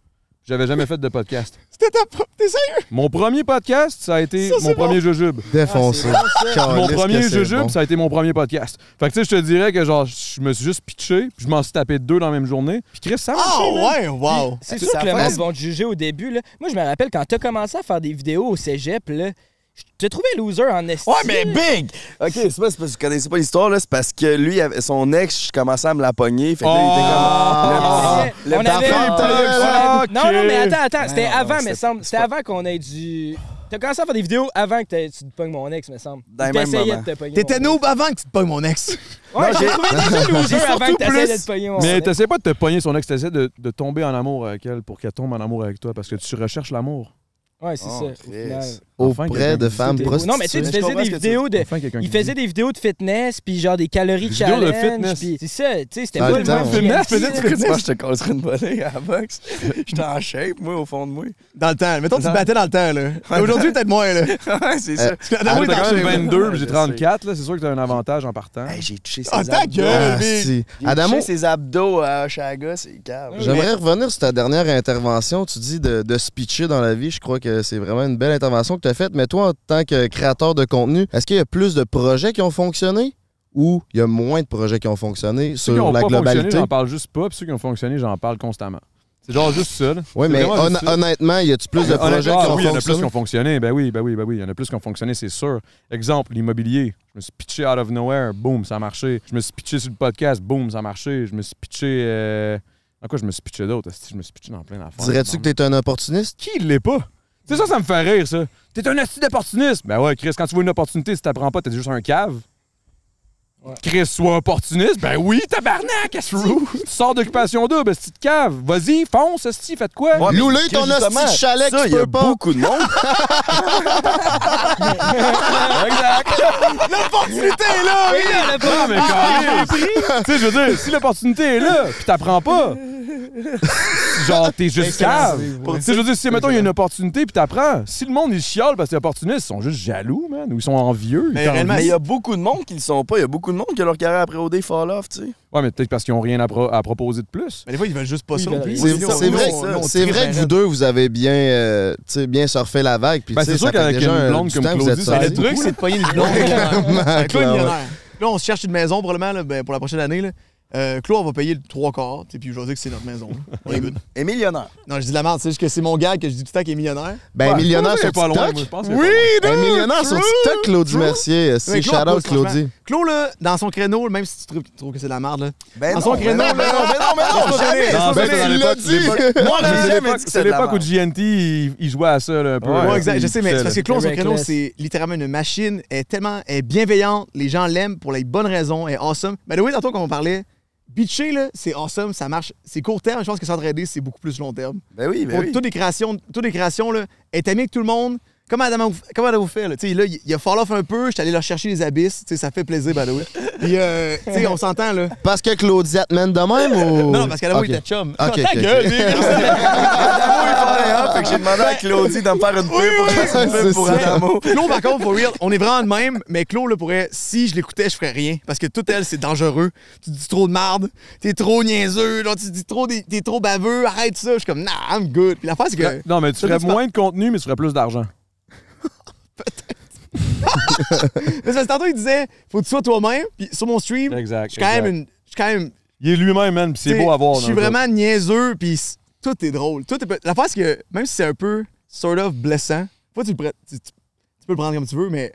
Speaker 1: J'avais jamais fait de podcast.
Speaker 3: C'était ta propre. T'es sérieux?
Speaker 1: Mon premier podcast, ça a été
Speaker 3: Ça, c'est
Speaker 1: mon premier jujube.
Speaker 4: Défoncé. Ah,
Speaker 1: Mon premier jujube,
Speaker 4: jeu
Speaker 1: Ah, ça a été mon premier podcast. Fait que tu sais, je te dirais que genre, je me suis juste pitché, puis je m'en suis tapé deux dans la même journée. Puis Chris, ça
Speaker 4: Ah,
Speaker 1: marche.
Speaker 3: Oh, ouais, wow.
Speaker 8: C'est
Speaker 2: Ça
Speaker 8: sûr que le
Speaker 2: fait-
Speaker 8: monde va te juger au début. Là. Moi, je me rappelle quand t'as commencé à faire des vidéos au cégep, là, je te trouvais loser en esti.
Speaker 2: Ouais, mais big! Ok, c'est pas c'est parce que vous connaissez pas l'histoire, là, c'est parce que lui, il avait- son ex, je commençais à me la pogner. Fait que là,
Speaker 8: Ah,
Speaker 2: il était comme.
Speaker 8: on avait-
Speaker 2: parfait,
Speaker 8: on
Speaker 2: il
Speaker 8: avait-
Speaker 2: était là.
Speaker 1: Ah,
Speaker 8: Non, non, mais attends, attends. C'était
Speaker 2: non,
Speaker 8: avant,
Speaker 2: c'était-
Speaker 8: me semble. C'était
Speaker 2: c'est
Speaker 8: avant qu'on ait du. T'as commencé à faire des vidéos avant que t'aies- tu te pognes mon ex, me semble.
Speaker 2: Dans les mêmes
Speaker 8: T'essayais
Speaker 2: moments.
Speaker 8: de te pogner.
Speaker 3: T'étais
Speaker 8: nous.
Speaker 3: noob avant que tu te pognes mon ex.
Speaker 8: Ouais, j'ai trouvé déjà loser avant que
Speaker 3: surtout
Speaker 8: t'essayais
Speaker 3: plus-
Speaker 8: de te pogner mon
Speaker 1: Mais
Speaker 8: ex.
Speaker 1: t'essaies pas de te pogner son ex, t'essaies de, de tomber en amour avec elle pour qu'elle tombe en amour avec toi parce que tu recherches l'amour.
Speaker 8: Ouais, c'est
Speaker 2: Oh,
Speaker 8: ça. au
Speaker 2: Chris.
Speaker 8: final.
Speaker 1: Enfin,
Speaker 4: Auprès de
Speaker 1: quelqu'un
Speaker 4: femmes
Speaker 1: qui-
Speaker 4: prostituées.
Speaker 8: Non, mais tu sais, tu
Speaker 2: Je comprends
Speaker 8: faisais
Speaker 2: ce
Speaker 8: des
Speaker 2: que tu
Speaker 8: vidéos de.
Speaker 1: Enfin, quelqu'un
Speaker 8: Il faisait des vidéos de fitness, puis genre des calories
Speaker 1: Des vidéos de
Speaker 8: challenge.
Speaker 1: fitness.
Speaker 8: puis C'est ça, tu sais, c'était
Speaker 4: Dans
Speaker 8: pas
Speaker 4: le
Speaker 8: le
Speaker 4: temps,
Speaker 8: même.
Speaker 4: ouais.
Speaker 1: Fitness,
Speaker 8: qui-
Speaker 1: fitness,
Speaker 2: Tu sais, tu penses que je te casserais une volée à la boxe? J'étais en shape, moi, au fond de moi.
Speaker 3: Dans le temps. Mettons, tu te battais dans le temps, là. Mais Aujourd'hui, peut-être moins, là.
Speaker 4: Ah,
Speaker 3: Parce
Speaker 2: Ouais, c'est ça.
Speaker 3: que Adamo
Speaker 1: Moi,
Speaker 3: est
Speaker 1: t'as
Speaker 3: en
Speaker 1: quand même
Speaker 3: shape, là.
Speaker 1: 22, puis j'ai
Speaker 2: Je
Speaker 1: 34, là. C'est sûr que t'as un avantage en partant.
Speaker 2: Hey, j'ai touché ses
Speaker 3: Ah, ta
Speaker 2: abdos.
Speaker 3: gueule!
Speaker 1: euh,
Speaker 4: Ah,
Speaker 3: mais-
Speaker 4: si.
Speaker 2: J'ai
Speaker 4: Adamo,
Speaker 2: touché ses abdos à Chaga, c'est calme.
Speaker 4: J'aimerais revenir sur ta dernière intervention. Tu dis de, de se pitcher dans la vie. Je crois que c'est vraiment une belle intervention que tu as faite. Mais toi, en tant que créateur de contenu, est-ce qu'il y a plus de projets qui ont fonctionné ou il y a moins de projets qui ont fonctionné
Speaker 1: Ceux qui
Speaker 4: sur
Speaker 1: ont
Speaker 4: la
Speaker 1: pas fonctionné,
Speaker 4: globalité?
Speaker 1: j'en parle juste pas, puis ceux qui ont fonctionné, j'en parle constamment. C'est genre juste ça, là.
Speaker 4: Oui,
Speaker 1: C'est
Speaker 4: mais
Speaker 1: vraiment juste
Speaker 4: hon-
Speaker 1: ça.
Speaker 4: honnêtement, y a-tu plus de
Speaker 1: Honnêtement,
Speaker 4: projets
Speaker 1: ah
Speaker 4: qui ont
Speaker 1: oui, il y en a plus qui
Speaker 4: fonctionné?
Speaker 1: ont fonctionné. Ben oui, ben oui, ben oui. Il y en a plus qui ont fonctionné, c'est sûr. Exemple, l'immobilier. Je me suis pitché out of nowhere. Boom, ça a marché. Je me suis pitché sur le podcast. Boom, ça a marché. Je me suis pitché. Euh... En quoi je me suis pitché d'autres? Esti, Je me suis pitché dans plein d'affaires.
Speaker 4: Dirais-tu que t'es un opportuniste?
Speaker 1: Qui l'est pas? C'est ça, ça me fait rire, ça. T'es un asti d'opportuniste. Ben ouais, Chris, quand tu vois une opportunité, si t'apprends pas, t'es juste un cave. Chris, sois opportuniste. Ben oui, tabarnak, esti. Tu sors d'occupation double, esti de cave. Vas-y, fonce, esti, fais de quoi?
Speaker 2: Ouais, mais
Speaker 4: Loulou,
Speaker 2: Chris,
Speaker 4: ton
Speaker 2: justement,
Speaker 4: hostie de chalet que
Speaker 2: ça,
Speaker 4: tu
Speaker 2: il y a
Speaker 4: peux pas.
Speaker 2: beaucoup de monde.
Speaker 3: L'opportunité est Ah, là!
Speaker 8: Oui, là, le
Speaker 1: Non, mais quand même! tu sais, je veux dire, si l'opportunité est là, puis t'apprends pas, genre, t'es juste cave.
Speaker 8: Pour-
Speaker 1: Tu sais, je veux dire, si, mettons, il y a une opportunité, puis t'apprends. Si le monde, il chiale parce que les opportunistes, ils sont juste jaloux, man, ou ils sont envieux. ils
Speaker 3: Mais
Speaker 1: t'en-
Speaker 3: réellement,
Speaker 2: Mais il y a beaucoup de monde qui le sont pas. Il y a beaucoup de monde qui a leur carrière après OD fall off, tu sais.
Speaker 1: Ouais, mais peut-être parce qu'ils ont rien à, pro- à proposer de plus.
Speaker 3: Mais des fois, ils veulent juste pas
Speaker 8: Oui,
Speaker 3: ça.
Speaker 8: ils
Speaker 3: non plus.
Speaker 8: veulent-
Speaker 4: ben, C'est
Speaker 3: Nous,
Speaker 4: c'est
Speaker 3: nous,
Speaker 4: vrai,
Speaker 3: on- nous, on
Speaker 4: c'est
Speaker 3: tripe
Speaker 4: vrai que
Speaker 3: bien
Speaker 4: vous deux, vous avez bien, euh, tu sais, bien surfé la vague. Puis,
Speaker 1: Ben,
Speaker 4: tu sais,
Speaker 1: c'est sûr
Speaker 4: ça fait
Speaker 1: qu'avec
Speaker 4: déjà
Speaker 1: une
Speaker 4: un-
Speaker 1: blonde
Speaker 4: du
Speaker 1: comme
Speaker 4: temps que vous êtes
Speaker 1: Claudie, ça
Speaker 4: sortis.
Speaker 1: allait
Speaker 3: Le truc, c'est de pogner une blonde millionnaire. Un clou
Speaker 4: ouais, ouais.
Speaker 3: millionnaire. Là, on se cherche une maison probablement là, ben, pour la prochaine année. Là. Euh, Claude, on va payer le trois quarts, et puis je vais dire que c'est notre maison. là. On est good.
Speaker 2: Et millionnaire.
Speaker 3: Non, je dis de la merde, c'est juste que c'est mon gars que je dis tout le temps qu'il est millionnaire.
Speaker 4: Ben,
Speaker 1: Ouais,
Speaker 4: millionnaire
Speaker 1: je
Speaker 4: sur
Speaker 1: pense que c'est pas loin, moi, je
Speaker 4: TikTok.
Speaker 1: pense que c'est pas loin.
Speaker 4: Un Ben, millionnaire sur TikTok, Claudie
Speaker 3: True.
Speaker 4: Mercier. C'est
Speaker 3: Claude,
Speaker 4: shout-out,
Speaker 3: franchement,
Speaker 4: Claudie.
Speaker 3: Claude, là, dans son créneau, même si tu trouves, tu trouves que c'est de la merde, là.
Speaker 2: Ben
Speaker 3: Dans
Speaker 2: non,
Speaker 3: son
Speaker 2: ben
Speaker 3: créneau,
Speaker 2: non,
Speaker 3: là.
Speaker 2: ben non, ben non, ben non,
Speaker 1: Non,
Speaker 2: jamais. Ça,
Speaker 1: ben,
Speaker 2: c'est-
Speaker 1: c'est dans
Speaker 4: il l'a
Speaker 1: l'époque-
Speaker 4: dit.
Speaker 1: l'époque-
Speaker 2: Moi,
Speaker 1: Mais
Speaker 2: j'ai
Speaker 1: c'est
Speaker 2: jamais
Speaker 1: l'époque-
Speaker 2: dit que
Speaker 1: C'est
Speaker 2: c'était de la
Speaker 1: l'époque où
Speaker 2: merde.
Speaker 1: GNT, il il jouait à ça, là, un peu.
Speaker 3: Ouais,
Speaker 1: là,
Speaker 3: exact, je sais, mais c'est parce que Claude, son
Speaker 8: Reckless.
Speaker 3: créneau, c'est littéralement une machine. Elle est tellement elle est bienveillante. Les gens l'aiment pour les bonnes raisons. Elle est awesome. Ben, oui, tantôt, quand on parlait, bitcher, là, c'est awesome, ça marche. C'est court terme. Je pense que s'entraider, c'est beaucoup plus long terme.
Speaker 2: Ben oui, ben
Speaker 3: Pour
Speaker 2: oui.
Speaker 3: Toutes les créations, toutes les créations là, elle est amie avec tout le monde. Comment elle a comment elle a fait? Là? Tu sais, là, il il a fall off un peu. Je suis allé leur chercher les abysses. Tu sais, ça fait plaisir, ben oui. Puis, euh, tu sais, on s'entend, là.
Speaker 4: Parce que Claudie te mène de même ou.
Speaker 3: Non, parce qu'Adamo,
Speaker 4: Ok.
Speaker 3: il était chum. Ah,
Speaker 4: Ok,
Speaker 3: Ta
Speaker 4: ok,
Speaker 3: gueule,
Speaker 4: ok.
Speaker 3: Nick.
Speaker 2: Adamo est pas là, hein, fait que j'ai demandé à Claudie de me faire une pub pour une pub
Speaker 4: C'est
Speaker 2: pour
Speaker 4: ça.
Speaker 2: Adamo.
Speaker 3: Claude, par contre, for real, on est vraiment de même, mais Claude, là, pourrait, si je l'écoutais, je ferais rien. Parce que tout elle, c'est dangereux. Tu dis trop de marde, t'es trop niaiseux, genre, tu dis trop, des- t'es trop baveux, arrête ça. Je suis comme, nah, I'm good. Puis l'affaire, c'est que.
Speaker 1: Non, mais tu
Speaker 3: Ça,
Speaker 1: ferais
Speaker 3: tu parles-
Speaker 1: moins de contenu, mais tu ferais plus d'argent.
Speaker 3: Mais c'est parce que tantôt, il disait, faut que tu sois toi-même. Puis sur mon stream,
Speaker 1: Exact,
Speaker 3: je suis quand même
Speaker 1: exact.
Speaker 3: une. Je suis quand même.
Speaker 1: Il est lui-même, man, pis c'est
Speaker 3: t'sais,
Speaker 1: beau à voir.
Speaker 3: Je
Speaker 1: dans
Speaker 3: suis
Speaker 1: le
Speaker 3: vraiment niaiseux, puis c- tout est drôle. Tout est. pe- L'affaire, c'est que même si c'est un peu, sort of, blessant, faut que tu le prennes- tu- tu- tu peux le prendre comme tu veux, mais.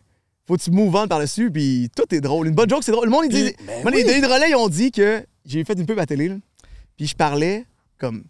Speaker 3: faut que tu move on par-dessus, puis tout est drôle. Une bonne joke, c'est drôle. Le monde, il dit.
Speaker 2: Ben
Speaker 3: Moi, les Denis de relais, ils ont dit que j'ai fait une pub à la télé, là, puis je parlais comme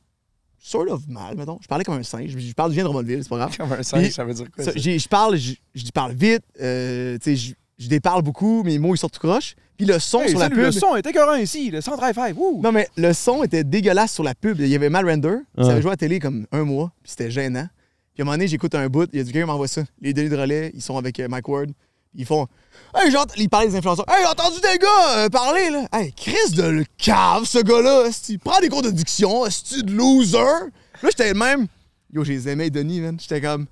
Speaker 3: sort of mal, mettons. Je parlais comme un singe. Je parle, je viens de Drummondville, c'est pas grave.
Speaker 2: Comme un
Speaker 3: Puis-
Speaker 2: singe, ça veut dire quoi?
Speaker 3: Ça,
Speaker 2: ça?
Speaker 3: j'ai- je parle, je, je dis parle vite, euh, tu sais, je, je déparle beaucoup, mes mots ils sortent tout croche. Puis le son
Speaker 1: truc. Hey,
Speaker 3: sur la
Speaker 1: salut,
Speaker 3: pub.
Speaker 1: Le son est écœurant ici, le 135, wouh!
Speaker 3: Non, mais le son était dégueulasse sur la pub. Il y avait mal render. Ça
Speaker 1: Ah.
Speaker 3: avait joué à la télé comme un mois, puis c'était gênant. Puis à un moment donné, j'écoute un bout, il y a du gars qui m'envoie ça. Les Denis de relais, ils sont avec euh, Mike Ward. Ils font. Hey, j'entends. Ils parlent des influenceurs. Hey, j'ai entendu des gars euh, parler, là. Hey, Chris de le cave, ce gars-là. esti. Prends des cours de diction, esti de loser. Là, j'étais le même. Yo, j'ai aimé Denis, man. J'étais comme.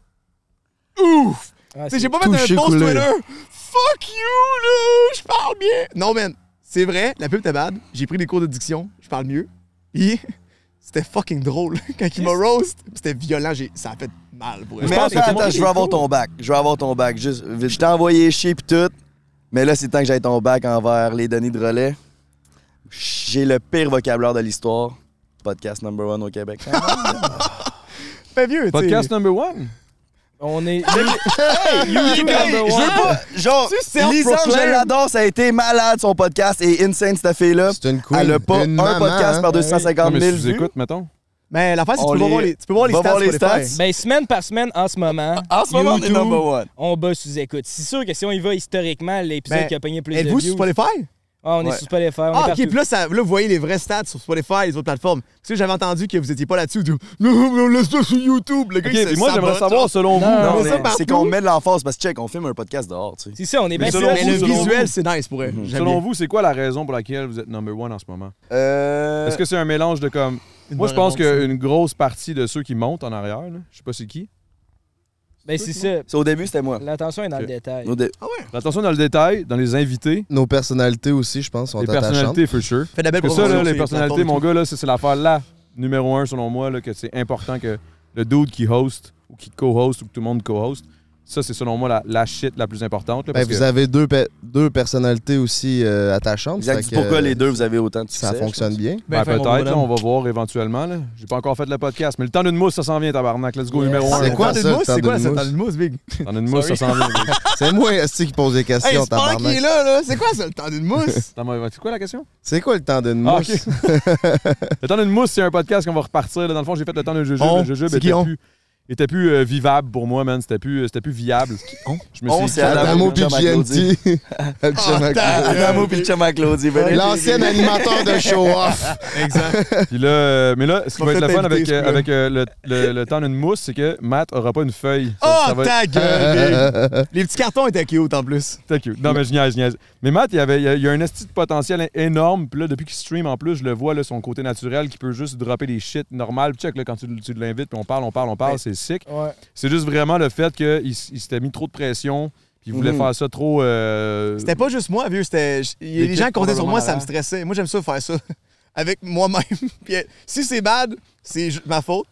Speaker 3: Ouf! Tu
Speaker 8: Ah,
Speaker 3: sais,
Speaker 8: c'est-
Speaker 3: j'ai pas fait un
Speaker 4: touché,
Speaker 3: post
Speaker 4: coulé.
Speaker 3: Twitter. Fuck you, là! Je parle bien! Non, man, c'est vrai, la pub était bad. J'ai pris des cours de diction, je parle mieux. Et c'était fucking drôle quand il m'a roast. C'était violent, j'ai- ça a fait mal pour elle.
Speaker 2: Mais
Speaker 1: pense que
Speaker 2: attends,
Speaker 1: tout le monde
Speaker 2: attends, je veux
Speaker 1: est
Speaker 2: avoir ton bac. Je veux avoir ton bac. Juste, vite. je t'ai envoyé chier pis tout. Mais là, c'est temps que j'aille ton bac envers les données de relais. J'ai le pire vocabulaire de l'histoire. Podcast number one au Québec.
Speaker 3: Pas vieux, tu sais.
Speaker 1: Podcast number one?
Speaker 8: On est.
Speaker 2: Hey,
Speaker 3: number
Speaker 2: je veux pas. Genre,
Speaker 3: Tu sais,
Speaker 2: Lisandre,
Speaker 3: self-proclaim.
Speaker 2: je l'adore, ça a été malade son podcast et insane cette fille-là.
Speaker 4: C'est une queen.
Speaker 2: Elle a pas un
Speaker 4: Une maman,
Speaker 2: podcast
Speaker 4: hein.
Speaker 2: par
Speaker 1: Non,
Speaker 2: 250
Speaker 1: mais
Speaker 2: 000
Speaker 1: si tu
Speaker 2: vues.
Speaker 1: écoutes, mettons.
Speaker 3: Mais l'affaire, c'est que
Speaker 2: On
Speaker 3: tu peux
Speaker 2: les-
Speaker 3: voir les, tu peux voir les
Speaker 2: va
Speaker 3: stats.
Speaker 2: voir les
Speaker 3: Spotify.
Speaker 2: stats.
Speaker 8: Ben, semaine par semaine, en ce moment,
Speaker 2: En ce moment, on est
Speaker 3: YouTube.
Speaker 2: number one.
Speaker 8: on bat sous écoute. C'est sûr que si on y va historiquement, l'épisode
Speaker 3: Ben,
Speaker 8: qui a pogné plus de
Speaker 3: Êtes-vous sur
Speaker 8: views.
Speaker 3: Spotify?
Speaker 8: Ah, on est
Speaker 2: Ouais.
Speaker 8: sur Spotify. On
Speaker 3: Ah,
Speaker 8: est
Speaker 3: ok, puis
Speaker 8: partout.
Speaker 3: là, ça- là, vous voyez les vrais stats sur Spotify et les autres plateformes. Tu sais, j'avais entendu que vous étiez pas là-dessus. Non, non, non, laisse-le sur YouTube. Le gars,
Speaker 1: Ok,
Speaker 3: il se
Speaker 1: puis moi, j'aimerais
Speaker 3: sabote,
Speaker 1: savoir,
Speaker 3: genre.
Speaker 1: selon vous.
Speaker 2: Non,
Speaker 3: on met
Speaker 2: mais
Speaker 3: ça partout.
Speaker 2: c'est qu'on met de l'emphase parce que, check, on filme un podcast dehors, tu sais.
Speaker 8: C'est ça, on est bien
Speaker 1: Mais
Speaker 8: sûr.
Speaker 1: selon
Speaker 3: Mais le
Speaker 1: vous, selon
Speaker 3: visuel, c'est nice pour elle. J'aime
Speaker 1: Mhm. Selon
Speaker 3: bien.
Speaker 1: vous, c'est quoi la raison pour laquelle vous êtes number one en ce moment?
Speaker 2: Euh,
Speaker 1: Est-ce que c'est un mélange de comme.
Speaker 3: Une
Speaker 1: Moi,
Speaker 3: bonne
Speaker 1: je pense
Speaker 3: réponse,
Speaker 1: qu'une grosse partie de ceux qui montent en arrière, là, je sais pas c'est qui.
Speaker 8: Ben, c'est ça.
Speaker 2: c'est au début, c'était moi.
Speaker 8: L'attention est dans le détail.
Speaker 2: Au dé-
Speaker 3: Oh.
Speaker 1: Attention dans le détail, dans les invités,
Speaker 4: Nos personnalités aussi, je pense, sont
Speaker 1: les
Speaker 4: attachantes.
Speaker 1: personnalités, for sure.
Speaker 3: Fais de la belle
Speaker 1: Parce que ça, là,
Speaker 3: promotion
Speaker 1: les
Speaker 3: sur
Speaker 1: personnalités,
Speaker 3: plateformes
Speaker 1: mon
Speaker 3: et
Speaker 1: gars, là, ça, c'est l'affaire là, numéro un, selon moi, là, que c'est important que le dude qui host ou qui co-host ou que tout le monde co-host, ça, c'est selon moi la, la shit la plus importante. là,
Speaker 4: Ben,
Speaker 1: parce
Speaker 4: vous
Speaker 1: que-
Speaker 4: avez deux, pe- deux personnalités aussi euh, attachantes.
Speaker 2: Exact.
Speaker 4: fait
Speaker 2: C'est
Speaker 4: que,
Speaker 2: pourquoi les
Speaker 4: euh,
Speaker 2: deux, vous avez autant de succès.
Speaker 4: Ça fonctionne
Speaker 2: je pense.
Speaker 4: bien.
Speaker 1: Ben,
Speaker 3: Ben, fais mon
Speaker 1: peut-être, là,
Speaker 3: bonhomme.
Speaker 1: on va voir éventuellement. là. J'ai pas encore fait le podcast, mais le temps d'une mousse, ça s'en vient, tabarnak. Let's go,
Speaker 8: Yes.
Speaker 1: numéro un.
Speaker 4: C'est
Speaker 3: tout.
Speaker 4: quoi,
Speaker 3: Attends,
Speaker 4: ça,
Speaker 3: une
Speaker 4: le
Speaker 3: mousse?
Speaker 4: temps
Speaker 3: C'est quoi la
Speaker 4: d'une mousse?
Speaker 3: tendance mousse, Big?
Speaker 1: Dans une mousse, ça s'en vient.
Speaker 4: C'est moi, Esti, qui pose des questions,
Speaker 3: Hey, c'est pas
Speaker 4: tabarnak.
Speaker 3: qui est là, là. C'est quoi ça, le temps d'une mousse?
Speaker 1: Attends, mais C'est quoi la question?
Speaker 4: C'est quoi le temps d'une
Speaker 1: Ah,
Speaker 4: mousse?
Speaker 1: ok. le temps d'une mousse, c'est un podcast qu'on va repartir. là. Dans le fond, j'ai fait le temps d'un jujube.
Speaker 3: Bon,
Speaker 1: le jujube
Speaker 3: c'est
Speaker 1: ben, était
Speaker 3: Guillaume.
Speaker 1: plus, était plus euh, vivable pour moi, man. C'était plus, euh, c'était plus viable. Je me suis
Speaker 2: On,
Speaker 1: dit,
Speaker 2: c'est Adamo
Speaker 4: Adamo puis
Speaker 2: puis Gianti.
Speaker 4: GNT.
Speaker 3: Ah,
Speaker 4: Adamo
Speaker 3: Euh,
Speaker 2: Adamo puis le chum à Claudie. ben là,
Speaker 4: L'ancien animateur de Show Off.
Speaker 3: Exact.
Speaker 1: Puis là, euh, mais là, ce qui
Speaker 3: On
Speaker 1: va être
Speaker 3: fait
Speaker 1: le fun
Speaker 3: t'inviter,
Speaker 1: avec,
Speaker 3: ce
Speaker 1: euh,
Speaker 3: coup-là.
Speaker 1: avec euh, le, le, le temps d'une mousse, c'est que Matt aura pas une feuille. Ça-
Speaker 3: Oh,
Speaker 1: ça va être-
Speaker 3: ta gueule, Big. Les petits cartons étaient cute en plus.
Speaker 1: Thank you. Non, mais je niaise, je niaise. Mais Matt, il, avait, il y a- il y a un esti de potentiel é- énorme. Puis là, depuis qu'il stream, en plus, je le vois, là, son côté naturel, qui peut juste dropper des shit normal. Check, là, quand tu, tu l'invites, puis on parle, on parle, on parle, c'est sick.
Speaker 8: Ouais.
Speaker 1: C'est juste vraiment le fait qu'il s- il s'était mis trop de pression, puis il voulait
Speaker 2: Mhm.
Speaker 1: faire ça trop... euh,
Speaker 3: C'était pas juste moi, vieux. C'était. j- y- Les
Speaker 1: L'équipe,
Speaker 3: gens comptaient sur moi, ça me
Speaker 1: probablement,
Speaker 3: stressait. Moi, j'aime ça faire ça. Avec moi-même. Puis euh, si c'est bad, c'est ju- ma faute.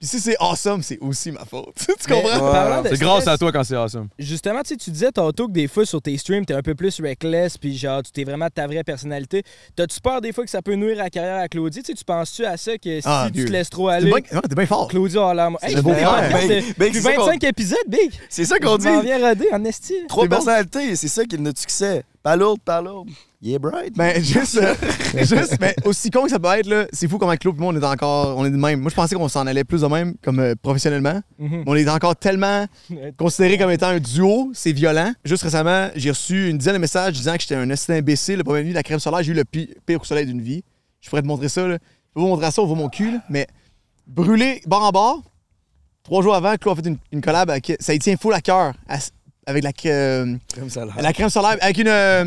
Speaker 3: Puis si c'est awesome, c'est aussi ma faute. tu
Speaker 8: Mais
Speaker 3: comprends?
Speaker 8: parlant de
Speaker 1: C'est grâce
Speaker 8: stress,
Speaker 1: à toi quand c'est awesome.
Speaker 8: Justement, tu sais, tu disais tantôt que des fois sur tes streams, t'es un peu plus reckless, puis genre, tu t'es vraiment ta vraie personnalité. T'as-tu peur des fois que ça peut nuire à la carrière à Claudie? Tu sais, tu penses-tu à ça que si
Speaker 3: Ah,
Speaker 8: tu
Speaker 3: Dieu.
Speaker 8: te laisses trop
Speaker 3: T'es
Speaker 8: aller,
Speaker 3: bien, non, t'es bien fort.
Speaker 8: Claudie a l'air. Hey,
Speaker 3: le beau
Speaker 8: je fais des
Speaker 3: frère.
Speaker 8: podcasts
Speaker 2: Ben,
Speaker 8: de-
Speaker 2: ben,
Speaker 8: depuis
Speaker 2: c'est ça qu'on-
Speaker 8: 25 épisodes, Big!
Speaker 2: C'est ça qu'on
Speaker 8: Je
Speaker 2: dit.
Speaker 8: m'en viens rodé en esti.
Speaker 2: Trois
Speaker 3: C'est bon.
Speaker 2: personnalités, c'est ça qui est notre succès. Pas lourd, pas lourd. Il est bright.
Speaker 3: Mais juste, euh, juste mais aussi con que ça peut être, là, c'est fou comment Claude et moi, on est encore, on est de même. Moi, je pensais qu'on s'en allait plus de même, comme euh, professionnellement. Mais on est encore tellement considérés comme étant un duo, c'est violent. Juste récemment, j'ai reçu une dizaine de messages disant que j'étais un assistant imbécile. Le premier nuit, la crème solaire, j'ai eu le pi- pire coup de soleil d'une vie. Je pourrais te montrer ça, là. Je peux vous montrer ça, on voit mon cul, là, mais brûlé bord en bord. Trois jours avant, Claude a fait une, une collab, avec- ça y tient full à cœur, à- avec la, euh,
Speaker 2: Comme ça, là.
Speaker 3: la crème solaire avec une, euh,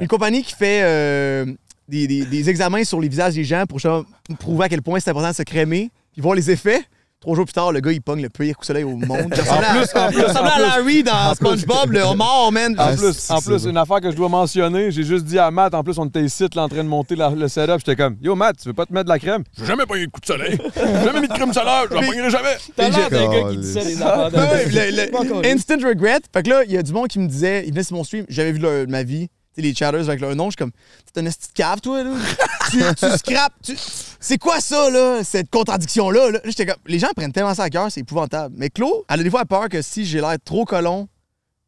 Speaker 3: une compagnie qui fait euh, des, des- des examens sur les visages des gens pour genre, prouver à quel point c'est important de se crémer, puis voir les effets. Trois jours plus tard, le gars, il pogne le pire coup de soleil au monde. Il ressemblait à- il ressemblait à Larry dans SpongeBob, le homard, man.
Speaker 1: En
Speaker 4: Ah,
Speaker 1: plus,
Speaker 4: c'est-
Speaker 1: en
Speaker 4: c'est
Speaker 1: plus
Speaker 4: vrai.
Speaker 1: une affaire que je dois mentionner, j'ai juste dit à Matt, en plus, on était ici, là, en train de monter la- le setup. J'étais comme, yo, Matt, tu veux pas te mettre de la crème? J'ai jamais pas eu de coup de soleil. J'ai jamais mis de crème solaire. Je la pognerai jamais.
Speaker 8: T'as l'air d'un gars qui
Speaker 4: Caliste.
Speaker 8: dit ça, les enfants.
Speaker 3: Ouais, Ah ouais, le- le-
Speaker 8: Pas encore.
Speaker 3: instant regret. Fait que là, il y a du monde qui me disait, il venait sur mon stream, j'avais vu leur- ma vie, tu sais, les chatters avec leur nom, je suis comme, t'es un esti de cave, toi, là. tu, tu scrapes, tu- C'est quoi ça, là, cette contradiction-là? Là? Là, j'étais comme, les gens prennent tellement ça à cœur, c'est épouvantable. Mais Claude, elle a des fois peur que si j'ai l'air trop colon,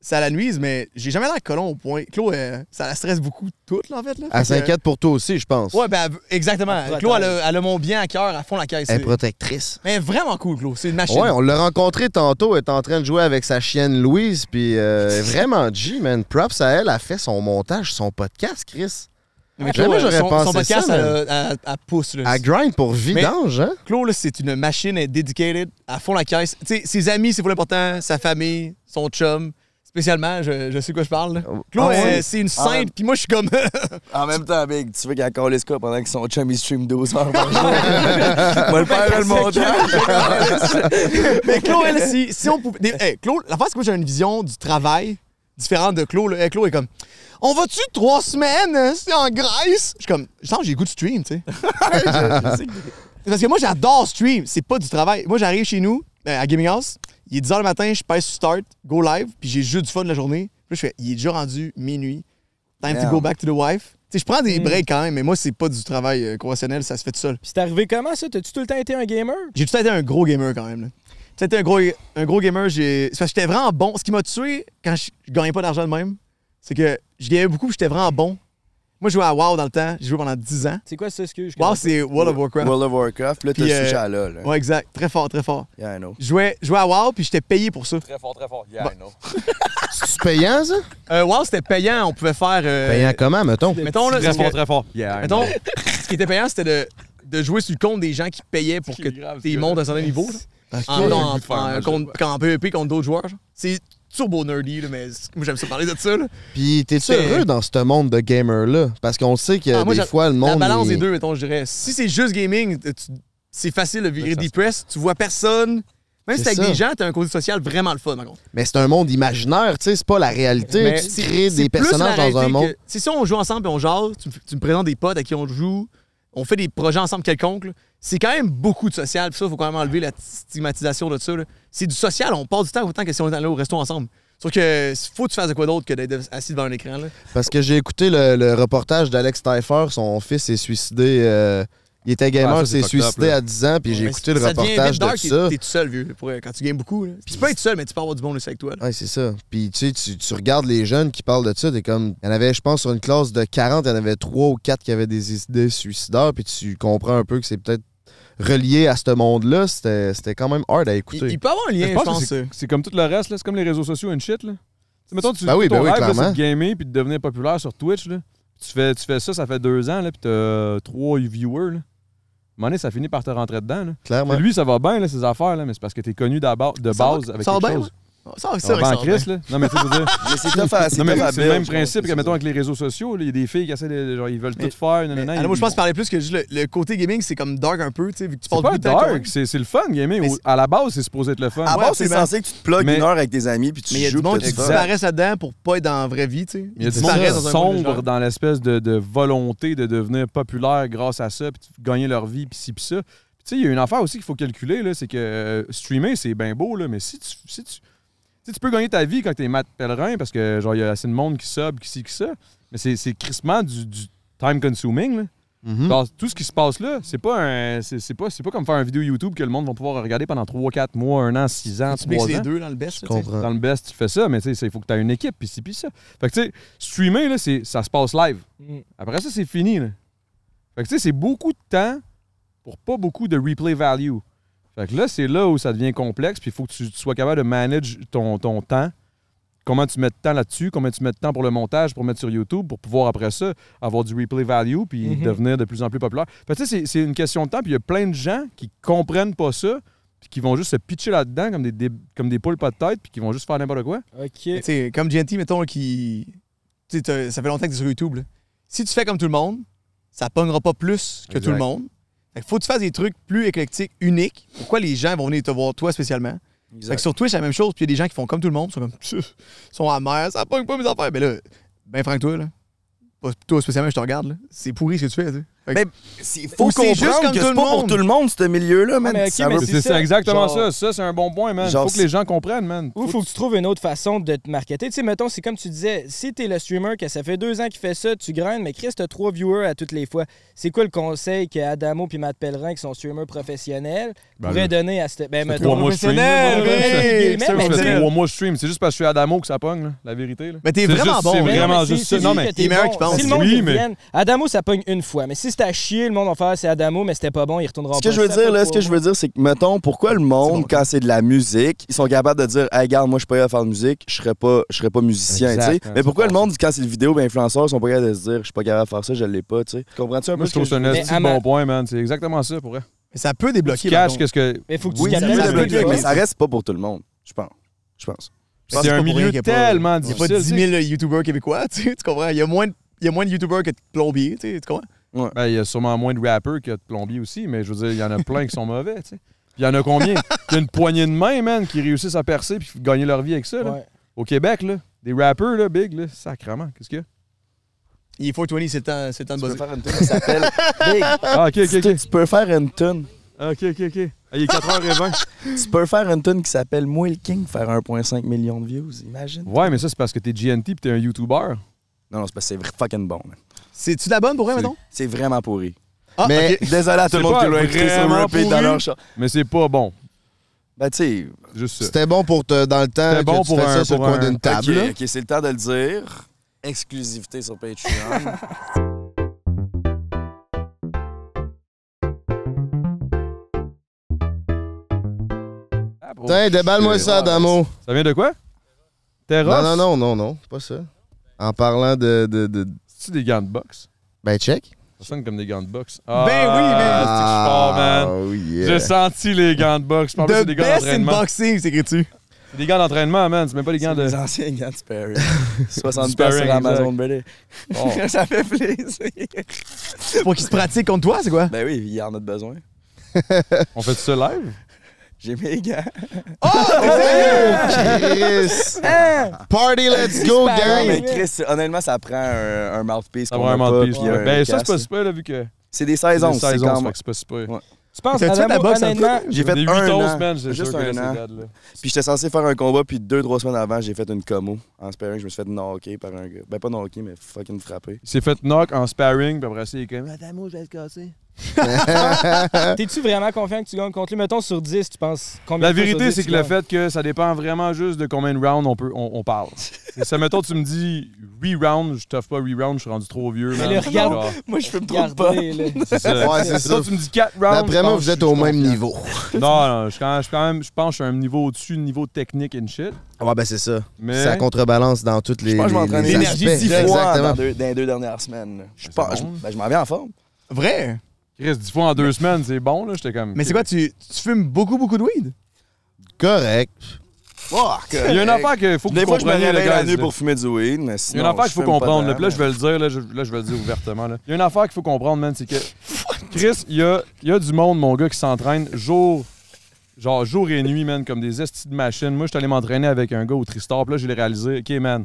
Speaker 3: ça la nuise, mais j'ai jamais l'air colon au point. Claude, euh, ça la stresse beaucoup toute, là, en fait. Là. Fait
Speaker 4: Elle
Speaker 3: que-
Speaker 4: s'inquiète pour toi aussi, je pense.
Speaker 3: Ouais, ben, elle veut- exactement.
Speaker 8: Elle
Speaker 3: Claude, elle
Speaker 8: protège.
Speaker 3: a, elle a mon bien à cœur, à fond la caisse.
Speaker 4: Elle est protectrice.
Speaker 3: Mais vraiment cool, Claude. C'est une machine.
Speaker 4: Ouais, on l'a rencontré tantôt. Elle est en train de jouer avec sa chienne Louise. Puis euh, elle est vraiment G, man. Props à elle. Elle fait son montage, son podcast, Chris.
Speaker 3: Mais
Speaker 4: Jamais
Speaker 3: Claude,
Speaker 4: j'aurais
Speaker 3: son,
Speaker 4: pensé
Speaker 3: son podcast,
Speaker 4: ça,
Speaker 3: elle, a- elle- elle pousse. Là.
Speaker 4: Elle grind pour vidange, hein?
Speaker 3: Claude, là, c'est une machine, elle est dedicated, à fond la caisse. Tu sais, ses amis, c'est pour l'important, sa famille, son chum. Spécialement, je, je sais de quoi je parle. là. Claude,
Speaker 4: Ah ouais?
Speaker 3: euh, c'est une
Speaker 2: Ah ouais.
Speaker 3: sainte, puis moi, je suis comme.
Speaker 2: En même temps, Big, tu veux qu'il y a encore les scores pendant que son chum il stream 12 heures par jour. Moi, le père le montage.
Speaker 3: Mais Claude, elle, si, si on pouvait. des- hey, Claude, la face, c'est que moi, j'ai une vision du travail différente de Claude. Là. Hey, Claude est comme. On va-tu trois semaines hein, c'est en Grèce? Je suis comme. Je sens que j'ai le goût de stream, tu sais. Parce que moi, j'adore stream. C'est pas du travail. Moi, j'arrive chez nous, euh, à Gaming House. Il est 10h le matin, je pèse sur start, go live, puis j'ai juste du fun de la journée. Puis là, je fais, il est déjà rendu minuit. Time to
Speaker 2: Damn.
Speaker 3: go back to the wife. Tu sais, je prends des breaks quand même, mais moi, c'est pas du travail euh, conventionnel, ça se fait tout seul.
Speaker 8: Puis c'est arrivé comment ça? T'as-tu tout le temps été un gamer?
Speaker 3: J'ai tout le temps été un gros gamer quand même. là. Tout le temps été un gros, un gros gamer. j'ai- C'est parce que j'étais vraiment bon. Ce qui m'a tué quand je, je gagnais pas d'argent de même, c'est que je gagnais beaucoup puis j'étais vraiment bon. Moi, je jouais à WoW dans le temps. J'ai joué pendant 10 ans.
Speaker 8: C'est quoi ça, ce que je
Speaker 3: WoW, c'est World of Warcraft.
Speaker 2: World of Warcraft, puis là,
Speaker 3: Puis,
Speaker 2: t'as
Speaker 3: euh,
Speaker 2: le sujet à LOL. hein.
Speaker 3: Ouais, exact. Très fort, très fort.
Speaker 2: Yeah, I know.
Speaker 3: Je jouais, je jouais à WoW puis j'étais payé pour ça.
Speaker 1: Très fort, très fort. Yeah, I know.
Speaker 4: C'est payant, ça?
Speaker 3: Euh, WoW, c'était payant. On pouvait faire. euh,
Speaker 4: Payant comment, mettons?
Speaker 3: Mettons, là,
Speaker 1: Très
Speaker 3: parce
Speaker 1: fort,
Speaker 3: que-
Speaker 1: très fort. Yeah, I know.
Speaker 3: mettons, ce qui était payant, c'était de, de jouer sur le compte des gens qui payaient pour que tu montes à un certain niveau. là. En, en, en, en- contre- en PvP contre d'autres joueurs. genre. C'est turbo nerdy, là, mais c'est- moi j'aime ça parler de ça. là.
Speaker 4: Puis t'es-tu
Speaker 3: C'est-
Speaker 4: heureux dans ce monde de gamer-là? Parce qu'on sait que
Speaker 3: Ah, moi,
Speaker 4: des
Speaker 3: j'a-
Speaker 4: fois, le monde.
Speaker 3: La balance
Speaker 4: il-
Speaker 3: des deux, mettons, je dirais. Si c'est juste gaming, tu- c'est facile de virer
Speaker 1: Ça,
Speaker 3: depress, tu vois personne. Même si
Speaker 4: C'est
Speaker 3: t'es avec des
Speaker 4: ça.
Speaker 3: gens, t'as un côté social vraiment le fun, par contre.
Speaker 4: Mais c'est un monde imaginaire, tu sais, c'est pas la réalité.
Speaker 3: Mais
Speaker 4: tu
Speaker 3: c'est-
Speaker 4: crées
Speaker 3: c'est
Speaker 4: des
Speaker 3: plus la
Speaker 4: personnages dans un
Speaker 3: réalité
Speaker 4: monde.
Speaker 3: que- si, si on joue ensemble et on jase, tu, me- tu me présentes des potes à qui on joue, on fait des projets ensemble quelconques, là, c'est quand même beaucoup de social. Puis ça, il faut quand même enlever la stigmatisation de ça. là. C'est du social, on passe du temps autant que si on est allé au resto ensemble. Sauf que faut que tu fasses de quoi d'autre que d'être assis devant un écran. Là.
Speaker 4: Parce que j'ai écouté le, le reportage d'Alex Teifer, son fils s'est suicidé. euh, il était gamer,
Speaker 1: Ah, ça, c'est
Speaker 4: s'est
Speaker 1: fucked
Speaker 4: suicidé
Speaker 1: up, là.
Speaker 4: à 10 ans, puis j'ai
Speaker 3: Mais
Speaker 4: écouté le
Speaker 3: ça devient
Speaker 4: reportage
Speaker 3: vite dark,
Speaker 4: de
Speaker 3: t'es-
Speaker 4: ça.
Speaker 3: T'es tout seul, vieux, pour, euh, quand tu games beaucoup. là. Puis tu peux être seul, mais tu peux avoir du bon aussi avec toi. là.
Speaker 4: Ouais, c'est ça. Puis tu sais, tu, tu regardes les jeunes qui parlent de ça, t'es comme. Il y en avait, je pense, sur une classe de 40, il y en avait 3 ou 4 qui avaient des idées suicidaires, puis tu comprends un peu que c'est peut-être relié à ce monde-là, c'était c'était quand même hard à écouter.
Speaker 3: Il, il peut avoir un lien, je
Speaker 1: Je
Speaker 3: pense.
Speaker 1: pense que c'est-
Speaker 3: euh.
Speaker 1: c'est comme tout le reste, là. c'est comme les réseaux sociaux and shit. Là. Tu sais, mettons, tu,
Speaker 4: Ben oui,
Speaker 1: ton
Speaker 4: ben oui,
Speaker 1: rêve, là,
Speaker 4: clairement.
Speaker 1: c'est de gamer puis de devenir populaire sur Twitch. Là. Tu, fais, tu fais ça, ça fait deux ans, là, puis t'as trois viewers. Là. À un moment donné, ça finit par te rentrer dedans. Là.
Speaker 4: Clairement.
Speaker 1: Lui, ça va bien, là, ses affaires, là, mais c'est parce que t'es connu d'abord- de
Speaker 3: Ça va-
Speaker 1: base avec
Speaker 3: ça va
Speaker 1: quelque
Speaker 3: bien,
Speaker 1: chose.
Speaker 3: euh, Ça, c'est
Speaker 1: Ça
Speaker 3: vrai
Speaker 1: va
Speaker 3: que
Speaker 1: bien en
Speaker 3: ça va bien.
Speaker 1: crise, là. Non, mais tu sais, je veux dire,
Speaker 2: Mais c'est tough à, Ah, c'est
Speaker 1: non, mais
Speaker 2: tough à
Speaker 1: c'est le même
Speaker 2: build, je pense,
Speaker 1: principe que,
Speaker 2: c'est
Speaker 1: mettons,
Speaker 2: ça.
Speaker 1: avec les réseaux sociaux. là. Il y a des filles qui essaient de. Genre, ils veulent
Speaker 3: Mais-
Speaker 1: tout faire. non,
Speaker 3: Mais,
Speaker 1: non, non,
Speaker 3: alors,
Speaker 1: ils-
Speaker 3: Ah, moi, je pense que parlais plus que juste le, le côté gaming, c'est comme dark un peu, tu sais, vu que tu passes
Speaker 1: C'est
Speaker 3: beaucoup
Speaker 1: pas
Speaker 3: de temps. avec
Speaker 1: dark,
Speaker 3: ton-
Speaker 1: c'est c'est le fun, gamer.
Speaker 3: Mais
Speaker 1: Au-
Speaker 3: c'est-
Speaker 1: À la base, c'est supposé être le fun.
Speaker 2: À
Speaker 3: Ouais,
Speaker 2: base, Ah, c'est
Speaker 3: absolument.
Speaker 2: censé que tu te plugues
Speaker 1: Mais-
Speaker 2: une heure avec tes amis puis tu
Speaker 3: Mais il y a
Speaker 2: joues.
Speaker 3: du monde
Speaker 2: puis
Speaker 3: qui
Speaker 2: t'as du fun.
Speaker 3: disparaissent là-dedans pour pas être dans la vraie vie, tu sais.
Speaker 1: Il y a du
Speaker 4: Ils
Speaker 1: monde
Speaker 4: disparaissent
Speaker 1: qui
Speaker 4: dans un
Speaker 1: sombre dans l'espèce de, de volonté de devenir populaire grâce à ça, puis de gagner leur vie, puis ci, puis ça. Puis Tu sais, il y a une affaire aussi qu'il faut calculer, là, c'est que euh, streamer, c'est bien beau, là, mais si tu. Si tu tu sais, tu peux gagner ta vie quand t'es Matt Pellerin parce que genre il y a assez de monde qui sub, qui ci, qui ça, mais c'est, c'est crissement du, du time consuming. Là.
Speaker 4: Mhm.
Speaker 1: Genre, tout ce qui se passe là, c'est pas un. C'est, c'est pas, c'est pas comme faire une vidéo YouTube que le monde va pouvoir regarder pendant 3, 4 mois, 1 an, 6 ans,
Speaker 3: Tu mixes
Speaker 1: 3
Speaker 3: les
Speaker 1: ans
Speaker 3: deux dans le best, là, tu sais.
Speaker 4: comprends.
Speaker 1: dans le best, tu fais ça, mais tu sais, ça, il faut que tu aies une équipe, puis ci, puis ça. Fait que tu sais, streamer, là, c'est, ça se passe live.
Speaker 8: Mm.
Speaker 1: Après ça, c'est fini. Là. Fait que tu sais, c'est beaucoup de temps pour pas beaucoup de replay value. Fait que là, c'est là où ça devient complexe, puis il faut que tu, tu sois capable de manager ton, ton temps. Comment tu mets de temps là-dessus, combien tu mets de temps pour le montage, pour mettre sur YouTube, pour pouvoir après ça avoir du replay value, puis
Speaker 8: Mhm.
Speaker 1: devenir de plus en plus populaire. Fait que tu sais, c'est, c'est une question de temps, puis il y a plein de gens qui comprennent pas ça, puis qui vont juste se pitcher là-dedans comme des, des- comme des poules pas de tête, puis qui vont juste faire n'importe quoi.
Speaker 3: Mais
Speaker 8: OK.
Speaker 3: tu sais, comme GNT, mettons, qui. tu sais, t'as- ça fait longtemps que t'es sur YouTube. là. Si tu fais comme tout le monde, ça pognera pas plus que tout
Speaker 4: Exact.
Speaker 3: le monde. Fait que faut que tu fasses des trucs plus éclectiques, uniques. Pourquoi les gens vont venir te voir, toi spécialement? Fait que sur Twitch, c'est la même chose. Puis il y a des gens qui font comme tout le monde, sont comme, Pfff, sont amers, ça pogne pas mes affaires. Mais là, ben franc, toi, là. Pas toi spécialement, je te regarde, là. C'est pourri ce que tu fais, tu sais. Fait que-
Speaker 1: Ben,
Speaker 2: Mais il faut
Speaker 3: Ou c'est
Speaker 2: comprendre
Speaker 3: juste comme
Speaker 2: que
Speaker 3: tout
Speaker 2: c'est
Speaker 3: le
Speaker 2: pas pour
Speaker 3: monde.
Speaker 2: tout le monde, ce milieu-là, man.
Speaker 8: Ah, mais ok,
Speaker 2: Ça
Speaker 8: mais
Speaker 2: veut-
Speaker 1: C'est, c'est
Speaker 8: ça,
Speaker 1: exactement
Speaker 8: genre-
Speaker 1: ça. Ça, c'est un bon point, man.
Speaker 2: Genre,
Speaker 1: faut que les gens comprennent, man.
Speaker 8: Ou faut que tu trouves une autre façon de te marketer. Tu sais, mettons, c'est comme tu disais, si t'es le streamer que ça fait deux ans qu'il fait ça, tu graines, mais Chris, t'as trois viewers à toutes les fois. C'est quoi le conseil que Adamo puis Matt Pellerin, qui sont streamers professionnels,
Speaker 1: Ben
Speaker 8: pourraient
Speaker 1: là,
Speaker 8: donner à cette. Ben,
Speaker 1: Ça fait
Speaker 8: mettons,
Speaker 1: trois mois de stream.
Speaker 8: professionnels,
Speaker 1: Ouais, ouais,
Speaker 8: oui,
Speaker 1: ouais,
Speaker 8: oui,
Speaker 1: c'est
Speaker 8: mais-
Speaker 1: ça,
Speaker 8: mais
Speaker 1: ça
Speaker 8: tu sais,
Speaker 1: fait trois mois de stream. C'est juste parce que je suis Adamo que ça pogne, là, la vérité. là.
Speaker 3: Mais t'es
Speaker 1: C'est
Speaker 3: vraiment
Speaker 1: juste-
Speaker 3: bon,
Speaker 1: C'est
Speaker 3: hein.
Speaker 1: vraiment
Speaker 8: mais
Speaker 1: juste
Speaker 8: c'est-
Speaker 1: ça.
Speaker 8: c'est
Speaker 1: Non,
Speaker 8: lui
Speaker 1: mais
Speaker 8: que t'es
Speaker 3: il est meilleur
Speaker 8: bon.
Speaker 3: qu'il pense.
Speaker 8: Si le monde
Speaker 1: Oui,
Speaker 8: il
Speaker 1: mais-
Speaker 8: revienne, Adamo, ça pogne une fois. Mais si c'était à chier, le monde va faire c'est Adamo, mais c'était pas bon, il retournera
Speaker 2: Ce que
Speaker 8: pas.
Speaker 2: je veux
Speaker 8: Ça fait
Speaker 2: dire, là,
Speaker 8: trois
Speaker 2: ce que je
Speaker 8: mois.
Speaker 2: veux dire, c'est que, mettons, pourquoi le
Speaker 3: C'est
Speaker 2: monde,
Speaker 3: bon.
Speaker 2: quand c'est de la musique, ils sont capables de dire, hey, regarde, moi, je suis pas capable de faire de musique, je serais pas, je serais pas musicien, tu
Speaker 1: Exact,
Speaker 2: sais.
Speaker 1: hein,
Speaker 2: Mais
Speaker 1: c'est
Speaker 2: pourquoi
Speaker 1: bon.
Speaker 2: le monde, quand c'est le vidéo, ben, influenceurs, ils sont pas capables de se dire, je suis pas capable de faire ça, je l'ai pas, tu sais. Comprends-tu un peu
Speaker 1: Moi, je
Speaker 2: ce que
Speaker 1: trouve que c'est un
Speaker 8: Mais
Speaker 1: esti de
Speaker 8: à ma-
Speaker 1: bon point, man. C'est exactement ça, pour vrai.
Speaker 3: Mais ça peut débloquer.
Speaker 1: Tu caches
Speaker 3: mettons.
Speaker 1: qu'est-ce que.
Speaker 8: Mais faut que tu
Speaker 2: Oui,
Speaker 8: te
Speaker 2: ça
Speaker 8: calmes
Speaker 2: peut
Speaker 8: la
Speaker 2: le
Speaker 8: gueule,
Speaker 2: bloquer,
Speaker 8: là.
Speaker 2: mais ça reste pas pour tout le monde, je pense. Je pense.
Speaker 3: pense
Speaker 1: C'est
Speaker 3: pas
Speaker 1: un
Speaker 3: pour rien
Speaker 1: milieu
Speaker 3: qu'il y a pas-
Speaker 1: tellement
Speaker 3: Il n'y a pas
Speaker 1: difficile.
Speaker 3: 10 000 YouTubers québécois, tu sais, tu comprends? Il y a moins de, il y a moins de YouTubers que de plombiers, tu sais, tu comprends?
Speaker 1: Ben, il y a sûrement moins de rappers que de plombiers aussi, mais je veux dire, il y en a plein qui sont mauvais, tu sais. Puis il y en a combien? Il y a une poignée de mains, man, qui réussissent à percer puis gagner leur vie avec ça, là.
Speaker 8: Ouais.
Speaker 1: Au Québec, là, des rappers, là, big, là, sacrement. Qu'est-ce qu'il y a?
Speaker 3: Il est 420, c'est le temps, c'est le temps de
Speaker 2: Tu peux
Speaker 3: buzzer.
Speaker 2: faire une tune qui s'appelle Big.
Speaker 1: Ah, OK, OK, OK.
Speaker 2: Tu peux faire une tune.
Speaker 1: OK, OK, OK. Ah, il est 4h20.
Speaker 2: Tu peux faire une tune qui s'appelle Moi le King, faire 1,5 million de views, imagine.
Speaker 1: Ouais, mais ça, c'est parce que t'es GNT pis t'es un YouTuber.
Speaker 2: Non, non, c'est parce que c'est vra- fucking bon, man.
Speaker 3: C'est-tu de la bonne pour vrai,
Speaker 1: C'est-
Speaker 3: metton?
Speaker 2: C'est vraiment pourri.
Speaker 3: Ah,
Speaker 2: Mais
Speaker 3: ok.
Speaker 2: désolé à tout
Speaker 1: C'est
Speaker 2: le monde
Speaker 1: pas
Speaker 2: qui l'a écouté sur
Speaker 1: vraiment
Speaker 2: repeat dans
Speaker 1: pourri.
Speaker 2: leur chat.
Speaker 1: Mais c'est pas bon.
Speaker 2: Ben, tu sais.
Speaker 1: Juste ça.
Speaker 4: C'était bon pour te, dans le temps
Speaker 1: C'était
Speaker 4: que
Speaker 1: bon
Speaker 4: tu
Speaker 1: pour
Speaker 4: fais
Speaker 1: un-
Speaker 4: ça sur le
Speaker 1: pour
Speaker 4: coin
Speaker 1: un-
Speaker 4: d'une table.
Speaker 2: Ok,
Speaker 4: là.
Speaker 2: ok, c'est le temps de le dire. Exclusivité sur Patreon.
Speaker 1: Ah, bro.
Speaker 4: Putain, déballe-moi ça, Adamo.
Speaker 1: Ça vient de quoi? Terra?
Speaker 4: Non, non, non, non, non, c'est pas ça. En parlant de. de, de-
Speaker 1: C'est-tu des gants de boxe?
Speaker 4: Ben, check.
Speaker 1: Ça sonne comme des gants de boxe.
Speaker 3: Ben oui, mais-
Speaker 1: Ah, c'est que je suis fort, man.
Speaker 4: oui,
Speaker 1: J'ai senti les gants de boxe. Je pense que c'est
Speaker 3: The
Speaker 1: des gants
Speaker 3: best in
Speaker 1: d'entraînement.
Speaker 3: boxing, s'écris-tu?
Speaker 1: C'est des gants d'entraînement, man. C'est même pas des gants de.
Speaker 2: Les anciens gants de Sperry.
Speaker 1: Du
Speaker 2: 70
Speaker 1: Perry,
Speaker 2: piastres sur Amazon, buddy.
Speaker 1: Oh.
Speaker 2: Ça fait plaisir.
Speaker 3: Pour qu'ils se pratiquent contre toi, c'est quoi?
Speaker 2: Ben oui, il y en a de besoin.
Speaker 1: On fait ça live?
Speaker 2: J'ai mes gants.
Speaker 4: Chris.
Speaker 1: Ah!
Speaker 4: Party, let's go,
Speaker 8: C'est
Speaker 2: Non,
Speaker 4: gang!
Speaker 8: pareil.
Speaker 2: mais Chris, c'est- honnêtement, ça prend un, un mouthpiece.
Speaker 1: Ça
Speaker 2: qu'on
Speaker 1: va
Speaker 2: a
Speaker 1: un
Speaker 2: pas,
Speaker 1: mouthpiece.
Speaker 2: puis un
Speaker 1: ouais. Ben, ça, c'est
Speaker 2: casque.
Speaker 1: pas super, là, vu que.
Speaker 2: C'est des
Speaker 1: c'est
Speaker 2: 16
Speaker 1: des
Speaker 2: onces, c'est
Speaker 1: 16
Speaker 2: quand
Speaker 1: onces, fait
Speaker 2: même.
Speaker 1: que c'est pas super.
Speaker 2: Ouais.
Speaker 8: Tu penses,
Speaker 3: T'as-tu fait de la
Speaker 8: Adamo,
Speaker 3: boxe un peu?
Speaker 8: honnêtement,
Speaker 2: J'ai fait
Speaker 1: Des huit
Speaker 2: un
Speaker 1: onces,
Speaker 2: an.
Speaker 1: man, c'est
Speaker 2: Juste
Speaker 1: sûr que
Speaker 2: un
Speaker 1: là,
Speaker 2: an.
Speaker 1: c'est dead, là.
Speaker 2: Puis j'étais censé faire un combat, puis deux, trois semaines avant, j'ai fait une commo en sparring. Je me suis fait knocker par un gars. Ben, pas knocker, mais fucking frappé.
Speaker 1: Il s'est fait knock en sparring, puis après ça, il est comme Adamo, je vais te casser.
Speaker 8: T'es-tu vraiment confiant que tu gagnes contre lui? Mettons sur 10, tu penses combien
Speaker 1: La
Speaker 8: de fois sur
Speaker 1: vérité,
Speaker 8: 10
Speaker 1: c'est
Speaker 8: tu
Speaker 1: que le
Speaker 8: gagnes?
Speaker 1: fait que ça dépend vraiment juste de combien de rounds on, peut, on, on parle. Et ça, mettons, tu me dis 8 rounds, je t'offre pas 8 rounds, je suis rendu trop vieux.
Speaker 8: Mais
Speaker 1: man.
Speaker 8: le regarde-
Speaker 1: Genre,
Speaker 3: Moi, je fais me trompe pas.
Speaker 8: Regardez, là.
Speaker 1: c'est ça.
Speaker 4: Ouais, c'est
Speaker 1: Toi,
Speaker 4: ça.
Speaker 1: tu me dis 4 rounds. je
Speaker 4: D'après moi,
Speaker 1: pense
Speaker 4: vous
Speaker 1: que
Speaker 4: êtes
Speaker 1: je
Speaker 4: au
Speaker 1: suis
Speaker 4: même niveau.
Speaker 1: confiant. Non, non, je, suis quand, je, suis quand même, je pense que je suis un niveau au-dessus du niveau technique and shit.
Speaker 4: Ouais, ben c'est ça.
Speaker 1: Mais- hein?
Speaker 4: Ça contrebalance dans toutes
Speaker 2: Je
Speaker 4: les.
Speaker 2: pense que je
Speaker 4: les-
Speaker 2: m'entraîne
Speaker 4: les
Speaker 3: L'énergie
Speaker 4: aspects.
Speaker 3: dix
Speaker 2: Dix fois
Speaker 4: Exactement.
Speaker 2: dans, deux- dans les deux dernières semaines. là. Je,
Speaker 1: C'est
Speaker 2: pense-
Speaker 1: bon.
Speaker 2: je- ben, je m'en viens en forme.
Speaker 3: Vrai?
Speaker 1: Chris, 10 fois en 2 semaines, c'est bon, là. J'étais comme.
Speaker 3: Mais c'est quoi, tu, tu fumes beaucoup, beaucoup de weed?
Speaker 4: Correct.
Speaker 1: Il y a une affaire qu'il faut que
Speaker 2: Des
Speaker 1: vous
Speaker 2: fois, je me
Speaker 1: compreniez, les
Speaker 2: réveille
Speaker 1: gars.
Speaker 2: la nuit pour fumer du weed, mais
Speaker 1: Il y
Speaker 2: sinon.
Speaker 1: a une affaire qu'il
Speaker 2: je
Speaker 1: faut
Speaker 2: fume pas
Speaker 1: comprendre. Là,
Speaker 2: dedans,
Speaker 1: puis là, je vais le dire, là, je, là, je vais le dire ouvertement. là. Il y a une affaire qu'il faut comprendre, man, c'est que Chris, il y a, il y a du monde, mon gars, qui s'entraîne jour, genre jour et nuit, man, comme des estis de machines. Moi, je suis allé m'entraîner avec un gars au Tristar, puis là, j'ai réalisé, OK, man,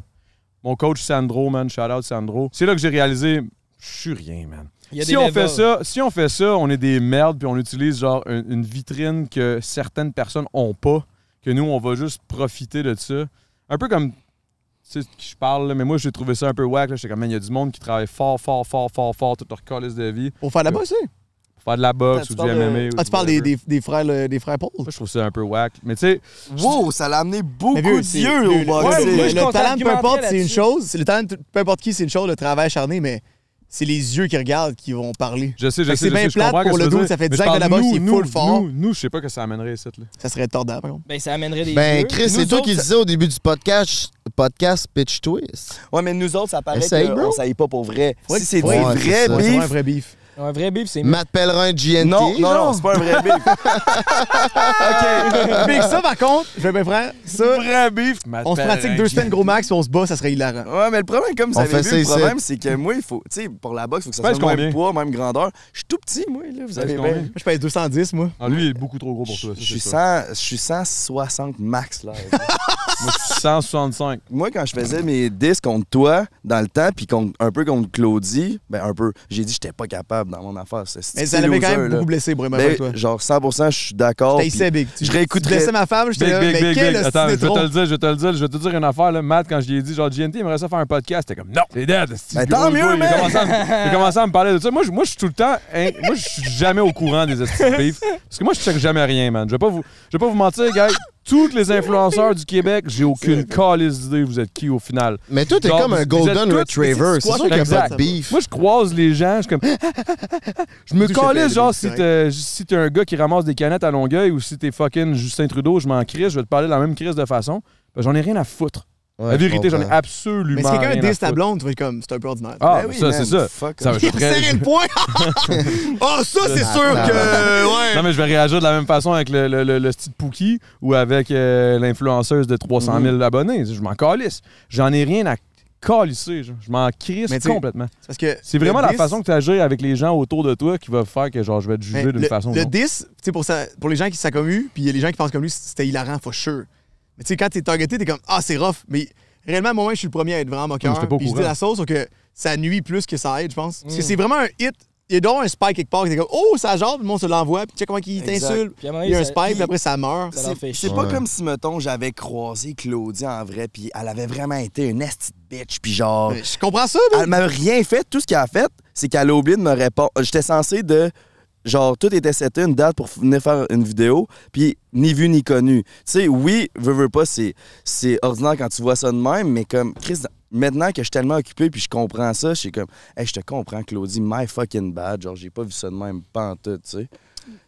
Speaker 1: mon coach Sandro, man, shout out Sandro. C'est là que j'ai réalisé, je suis rien, man.
Speaker 8: Il y a des
Speaker 1: Si on, fait
Speaker 8: levels.
Speaker 1: ça, si on fait ça, on est des merdes, puis on utilise genre un- une, vitrine que certaines personnes ont pas, que nous, on va juste profiter de ça. Un peu comme, tu sais, ce que je parle, là, mais moi, j'ai trouvé ça un peu whack. là. J'étais comme, man, il y a du monde qui travaille fort, fort, fort, fort, fort, toute leur calice de vie,
Speaker 3: Pour faire de la boxe, hein?
Speaker 1: pour faire de la boxe
Speaker 2: tu
Speaker 1: ou du
Speaker 2: parles de-
Speaker 1: MMA. ou du
Speaker 3: Ah, tu parles des,
Speaker 1: whatever.
Speaker 3: des, des frères, le- des frères Paul?
Speaker 1: Moi, je trouve ça un peu whack. Mais tu sais,
Speaker 2: Wow, ça l'a amené beaucoup
Speaker 3: Mais vieux, c'est-
Speaker 2: d'yeux
Speaker 3: vieux,
Speaker 2: au
Speaker 3: le-
Speaker 2: boxing.
Speaker 8: ouais, moi, je
Speaker 3: le
Speaker 8: compte
Speaker 3: talent, peu
Speaker 8: argumenter
Speaker 3: importe, c'est une
Speaker 8: là-dessus.
Speaker 3: chose. C'est Le talent, t- peu importe qui, c'est une chose. Le travail acharné, mais c'est les yeux qui regardent qui vont parler.
Speaker 1: je sais, je sais,
Speaker 3: Fait que c'est
Speaker 1: je
Speaker 3: bien
Speaker 1: sais, je
Speaker 3: plate
Speaker 1: comprends
Speaker 3: pour
Speaker 1: que
Speaker 3: le
Speaker 1: tu veux
Speaker 3: dude,
Speaker 1: dire,
Speaker 3: ça fait
Speaker 1: mais je
Speaker 3: 10 ans que
Speaker 1: parle
Speaker 3: la boxe,
Speaker 1: nous,
Speaker 3: il est
Speaker 1: nous,
Speaker 3: full fort.
Speaker 1: Nous, nous, je sais pas que ça amènerait ça. là.
Speaker 3: Ça serait tordant, par contre.
Speaker 8: Ben, ça amènerait des.
Speaker 4: Ben,
Speaker 8: yeux.
Speaker 4: Chris, c'est
Speaker 8: Nous
Speaker 4: toi
Speaker 8: autres,
Speaker 4: qui le disais au début du podcast, podcast Pitch Twist.
Speaker 2: Ouais, mais nous autres, ça paraît
Speaker 4: Essaye, bro.
Speaker 2: qu'on saille pas pour vrai.
Speaker 3: Ouais,
Speaker 2: Si c'est
Speaker 4: ouais,
Speaker 2: des
Speaker 4: c'est
Speaker 2: vrais
Speaker 4: ça.
Speaker 3: Ouais, c'est
Speaker 2: beefs,
Speaker 3: un vrai beef.
Speaker 8: Un vrai bip, c'est.
Speaker 4: Matt Pellerin GNT.
Speaker 2: Non, non, non,
Speaker 4: genre.
Speaker 2: c'est pas un vrai beef. OK.
Speaker 3: Mais ça, par contre, je vais bien frère, ça,
Speaker 2: vrai beef.
Speaker 3: on se pratique deux semaines gros max, puis on se bat, ça serait hilarant.
Speaker 2: Ouais, mais le problème, comme vous
Speaker 4: On
Speaker 2: avez
Speaker 4: fait
Speaker 2: vu,
Speaker 4: ça
Speaker 2: le
Speaker 4: ici.
Speaker 2: problème, c'est que moi, il faut. Tu sais, pour la boxe, il faut que ça
Speaker 1: Pèse
Speaker 2: soit le même
Speaker 1: combien?
Speaker 2: poids, même grandeur. Je suis tout petit, moi, là, vous avez
Speaker 1: Pèse
Speaker 2: bien.
Speaker 1: combien?
Speaker 3: Moi, je pèse 210, moi.
Speaker 1: Ah, lui, il est beaucoup trop gros pour
Speaker 2: Je
Speaker 1: toi. ça,
Speaker 2: je suis
Speaker 1: c'est sûr.
Speaker 2: 100 je suis 160 max, là.
Speaker 1: Moi, je suis 165.
Speaker 2: Moi, quand je faisais mes 10 contre toi, dans le temps, puis contre- un peu contre Claudie, ben un peu, j'ai dit que j'étais pas capable dans mon affaire. ce
Speaker 3: Mais
Speaker 2: style
Speaker 3: ça l'avait quand
Speaker 2: loser,
Speaker 3: même
Speaker 2: là.
Speaker 3: beaucoup blessé, pour
Speaker 2: Ben,
Speaker 3: avec toi.
Speaker 2: Genre 100 je suis d'accord.
Speaker 3: J'étais
Speaker 2: puis
Speaker 3: ici, Big. Tu-
Speaker 2: je réécouterais-
Speaker 3: Tu blessais ma femme, j'étais
Speaker 1: Big,
Speaker 3: là,
Speaker 1: big,
Speaker 3: mais
Speaker 1: big,
Speaker 3: quel
Speaker 1: big. Attends, je vais
Speaker 3: hostie de
Speaker 1: te le
Speaker 3: tronc.
Speaker 1: dire, je vais te le dire, je vais te dire une affaire. Là. Matt, quand je lui ai dit, genre, GNT, il aimerait ça faire un podcast, t'es comme, non, c'est dead. c'est
Speaker 2: Ben,
Speaker 1: gros
Speaker 2: tant mieux,
Speaker 1: gars. il, a
Speaker 2: man.
Speaker 1: commencé à, me- il a commencé à me parler de ça. Moi, je, moi, je suis tout le temps, hein, moi, je suis jamais au courant des estis de beef. Parce que moi, je check jamais rien, man. Je vais pas vous, je vais pas vous mentir, gars. Tous les influenceurs du Québec, j'ai aucune calice d'idée, vous êtes qui au final.
Speaker 4: Mais toi, t'es
Speaker 1: Genre,
Speaker 4: comme
Speaker 1: vous-
Speaker 4: un
Speaker 1: vous êtes
Speaker 4: Golden
Speaker 1: tous-
Speaker 4: Retriever.
Speaker 3: c'est
Speaker 4: C'est sûr qu'il n'y a pas
Speaker 1: exact.
Speaker 4: de beef.
Speaker 1: Moi, je croise les gens, je suis comme. je me
Speaker 3: D'où j'ai fait
Speaker 1: calais,
Speaker 3: le
Speaker 1: genre,
Speaker 3: début,
Speaker 1: si
Speaker 3: correct.
Speaker 1: t'es si t'es un gars qui ramasse des canettes à Longueuil ou si t'es fucking Justin Trudeau, je m'en crisse, je vais te parler de la même crise de façon. Ben, j'en ai rien à foutre. la
Speaker 4: Ouais, je
Speaker 1: vérité, j'en ai
Speaker 4: comprends.
Speaker 1: absolument.
Speaker 3: Mais si quelqu'un
Speaker 1: rien à
Speaker 3: dit ta
Speaker 1: foutre.
Speaker 3: blonde, tu vas être comme, c'est un peu ordinaire.
Speaker 1: Ah,
Speaker 2: Ben oui,
Speaker 1: ça,
Speaker 2: man,
Speaker 1: c'est ça.
Speaker 2: fuck
Speaker 1: Ça,
Speaker 2: off.
Speaker 1: je vais très-
Speaker 3: Serrer le point! Ah, ça, c'est sûr que.
Speaker 1: Non,
Speaker 3: Ouais!
Speaker 1: mais je vais réagir de la même façon avec le, le, le, le style Pookie ou avec euh, l'influenceuse de 300
Speaker 3: Mm-hmm.
Speaker 1: 000 abonnés. Je m'en calisse. J'en ai rien à calisser. genre. Je m'en crisse
Speaker 3: Mais tu sais,
Speaker 1: complètement.
Speaker 3: C'est parce que
Speaker 1: C'est
Speaker 3: le
Speaker 1: vraiment la
Speaker 3: diss-
Speaker 1: façon que tu agis avec les gens autour de toi qui va faire que genre je vais te
Speaker 3: Mais
Speaker 1: juger d'une
Speaker 3: le-
Speaker 1: façon. ou
Speaker 3: Le
Speaker 1: d'une autre.
Speaker 3: 10, tu sais, pour, ça- pour les gens qui sont comme lui, puis il y a les gens qui pensent comme lui, c'était hilarant, for sure. Mais tu sais, quand t'es targeté, t'es comme, ah, c'est rough. Mais réellement, moi, je suis le premier à être vraiment moqueur.
Speaker 1: Non, j'étais pas au
Speaker 3: Puis je dis
Speaker 1: courant. Mm.
Speaker 3: la sauce, sauf que ça nuit plus que ça aide, je pense. Parce que c'est vraiment un hit. Il y a donc un spike quelque part, t'es comme, oh, ça genre, le monde se l'envoie, puis tu sais comment il
Speaker 2: Exact.
Speaker 3: t'insulte.
Speaker 8: Puis à un moment
Speaker 3: Il y a un
Speaker 8: ça-
Speaker 3: spike, puis après, ça meurt.
Speaker 8: Ça leur fait
Speaker 2: C'est
Speaker 8: chier.
Speaker 2: c'est pas
Speaker 1: Ouais.
Speaker 2: comme si, mettons, j'avais croisé Claudie en vrai, puis elle avait vraiment été une esti de bitch, puis genre,
Speaker 3: Mais Je comprends ça, mais.
Speaker 2: elle m'a rien fait. Tout ce qu'elle a fait, c'est qu'elle a oublié de me répondre. J'étais censé de. Genre, tout était seté, une date pour venir faire une vidéo, puis ni vu ni connu. Tu sais, oui, veux, veux pas, c'est, c'est ordinaire quand tu vois ça de même, mais comme, Chris, maintenant que je suis tellement occupé puis je comprends ça, je suis comme, hey, je te comprends, Claudie, my fucking bad. Genre, j'ai pas vu ça de même, pantoute, tu sais.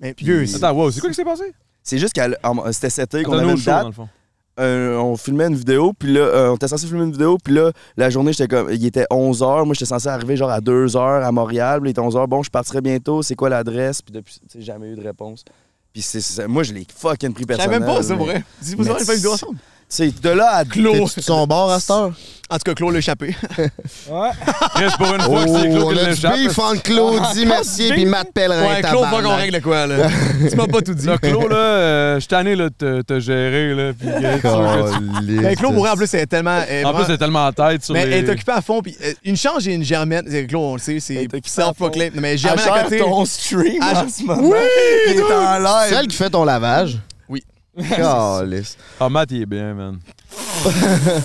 Speaker 3: Mais vieux, c'est-
Speaker 1: Attends, wow, c'est quoi qui s'est passé?
Speaker 2: C'est juste qu'elle, en- c'était seté, qu'on
Speaker 1: Attends,
Speaker 2: avait
Speaker 1: au
Speaker 2: une
Speaker 1: show, hein.
Speaker 2: date,
Speaker 1: dans le fond.
Speaker 2: euh, on filmait une vidéo, puis là, euh, on était censé filmer une vidéo, puis là, la journée, j'étais comme, il était 11h, moi, j'étais censé arriver genre à 2h à Montréal, puis là, il était 11h, bon, je partirai bientôt, c'est quoi l'adresse, puis depuis, tu sais, jamais eu de réponse. Puis c'est, c'est- moi, je l'ai fucking pris
Speaker 3: je savais
Speaker 2: personnel.
Speaker 3: même pas ça,
Speaker 2: mais-
Speaker 3: pour vrai. Dis, vous
Speaker 2: mais
Speaker 3: aurez fait une vidéo
Speaker 2: c'est-
Speaker 3: ensemble.
Speaker 2: Tu sais, de là à...
Speaker 4: T'es-tu de son bord à cette heure?
Speaker 3: En tout cas, Claude l'a échappé.
Speaker 8: Ouais.
Speaker 1: Reste pour une
Speaker 4: Oh,
Speaker 1: fois que c'est Claude
Speaker 4: on
Speaker 1: qui
Speaker 4: a du
Speaker 1: l'échappe.
Speaker 4: beef entre Claudie Mercier et Matt Pellerin.
Speaker 3: Ouais, Claude, faut qu'on
Speaker 4: tabarnak.
Speaker 3: règle quoi, là. tu m'as pas tout dit.
Speaker 1: Là, Claude, là, euh, je suis tanné là, de te- te gérer, là, puis euh, tu veux que tu-
Speaker 4: Caliste.
Speaker 3: Mais Ben, Claude Bourré, en plus, c'est tellement. euh,
Speaker 1: En plus,
Speaker 3: vraiment-
Speaker 1: c'est tellement en tête sur
Speaker 3: Mais elle est
Speaker 1: les...
Speaker 3: occupée à fond. Puis euh, une chance, j'ai une germaine. C'est Claude, on le sait,
Speaker 2: Elle
Speaker 3: c'est
Speaker 2: est occupée à
Speaker 3: self-proclaimed.
Speaker 2: fond.
Speaker 3: Non, Mais
Speaker 2: à
Speaker 3: germaine à
Speaker 2: faire
Speaker 3: côté.
Speaker 2: ton stream
Speaker 3: Ah,
Speaker 2: en ce moment. il est en live.
Speaker 4: Celle qui fait ton lavage?
Speaker 3: Oui.
Speaker 4: Caliste.
Speaker 1: Ah, Matt, il est bien, man. technique. là.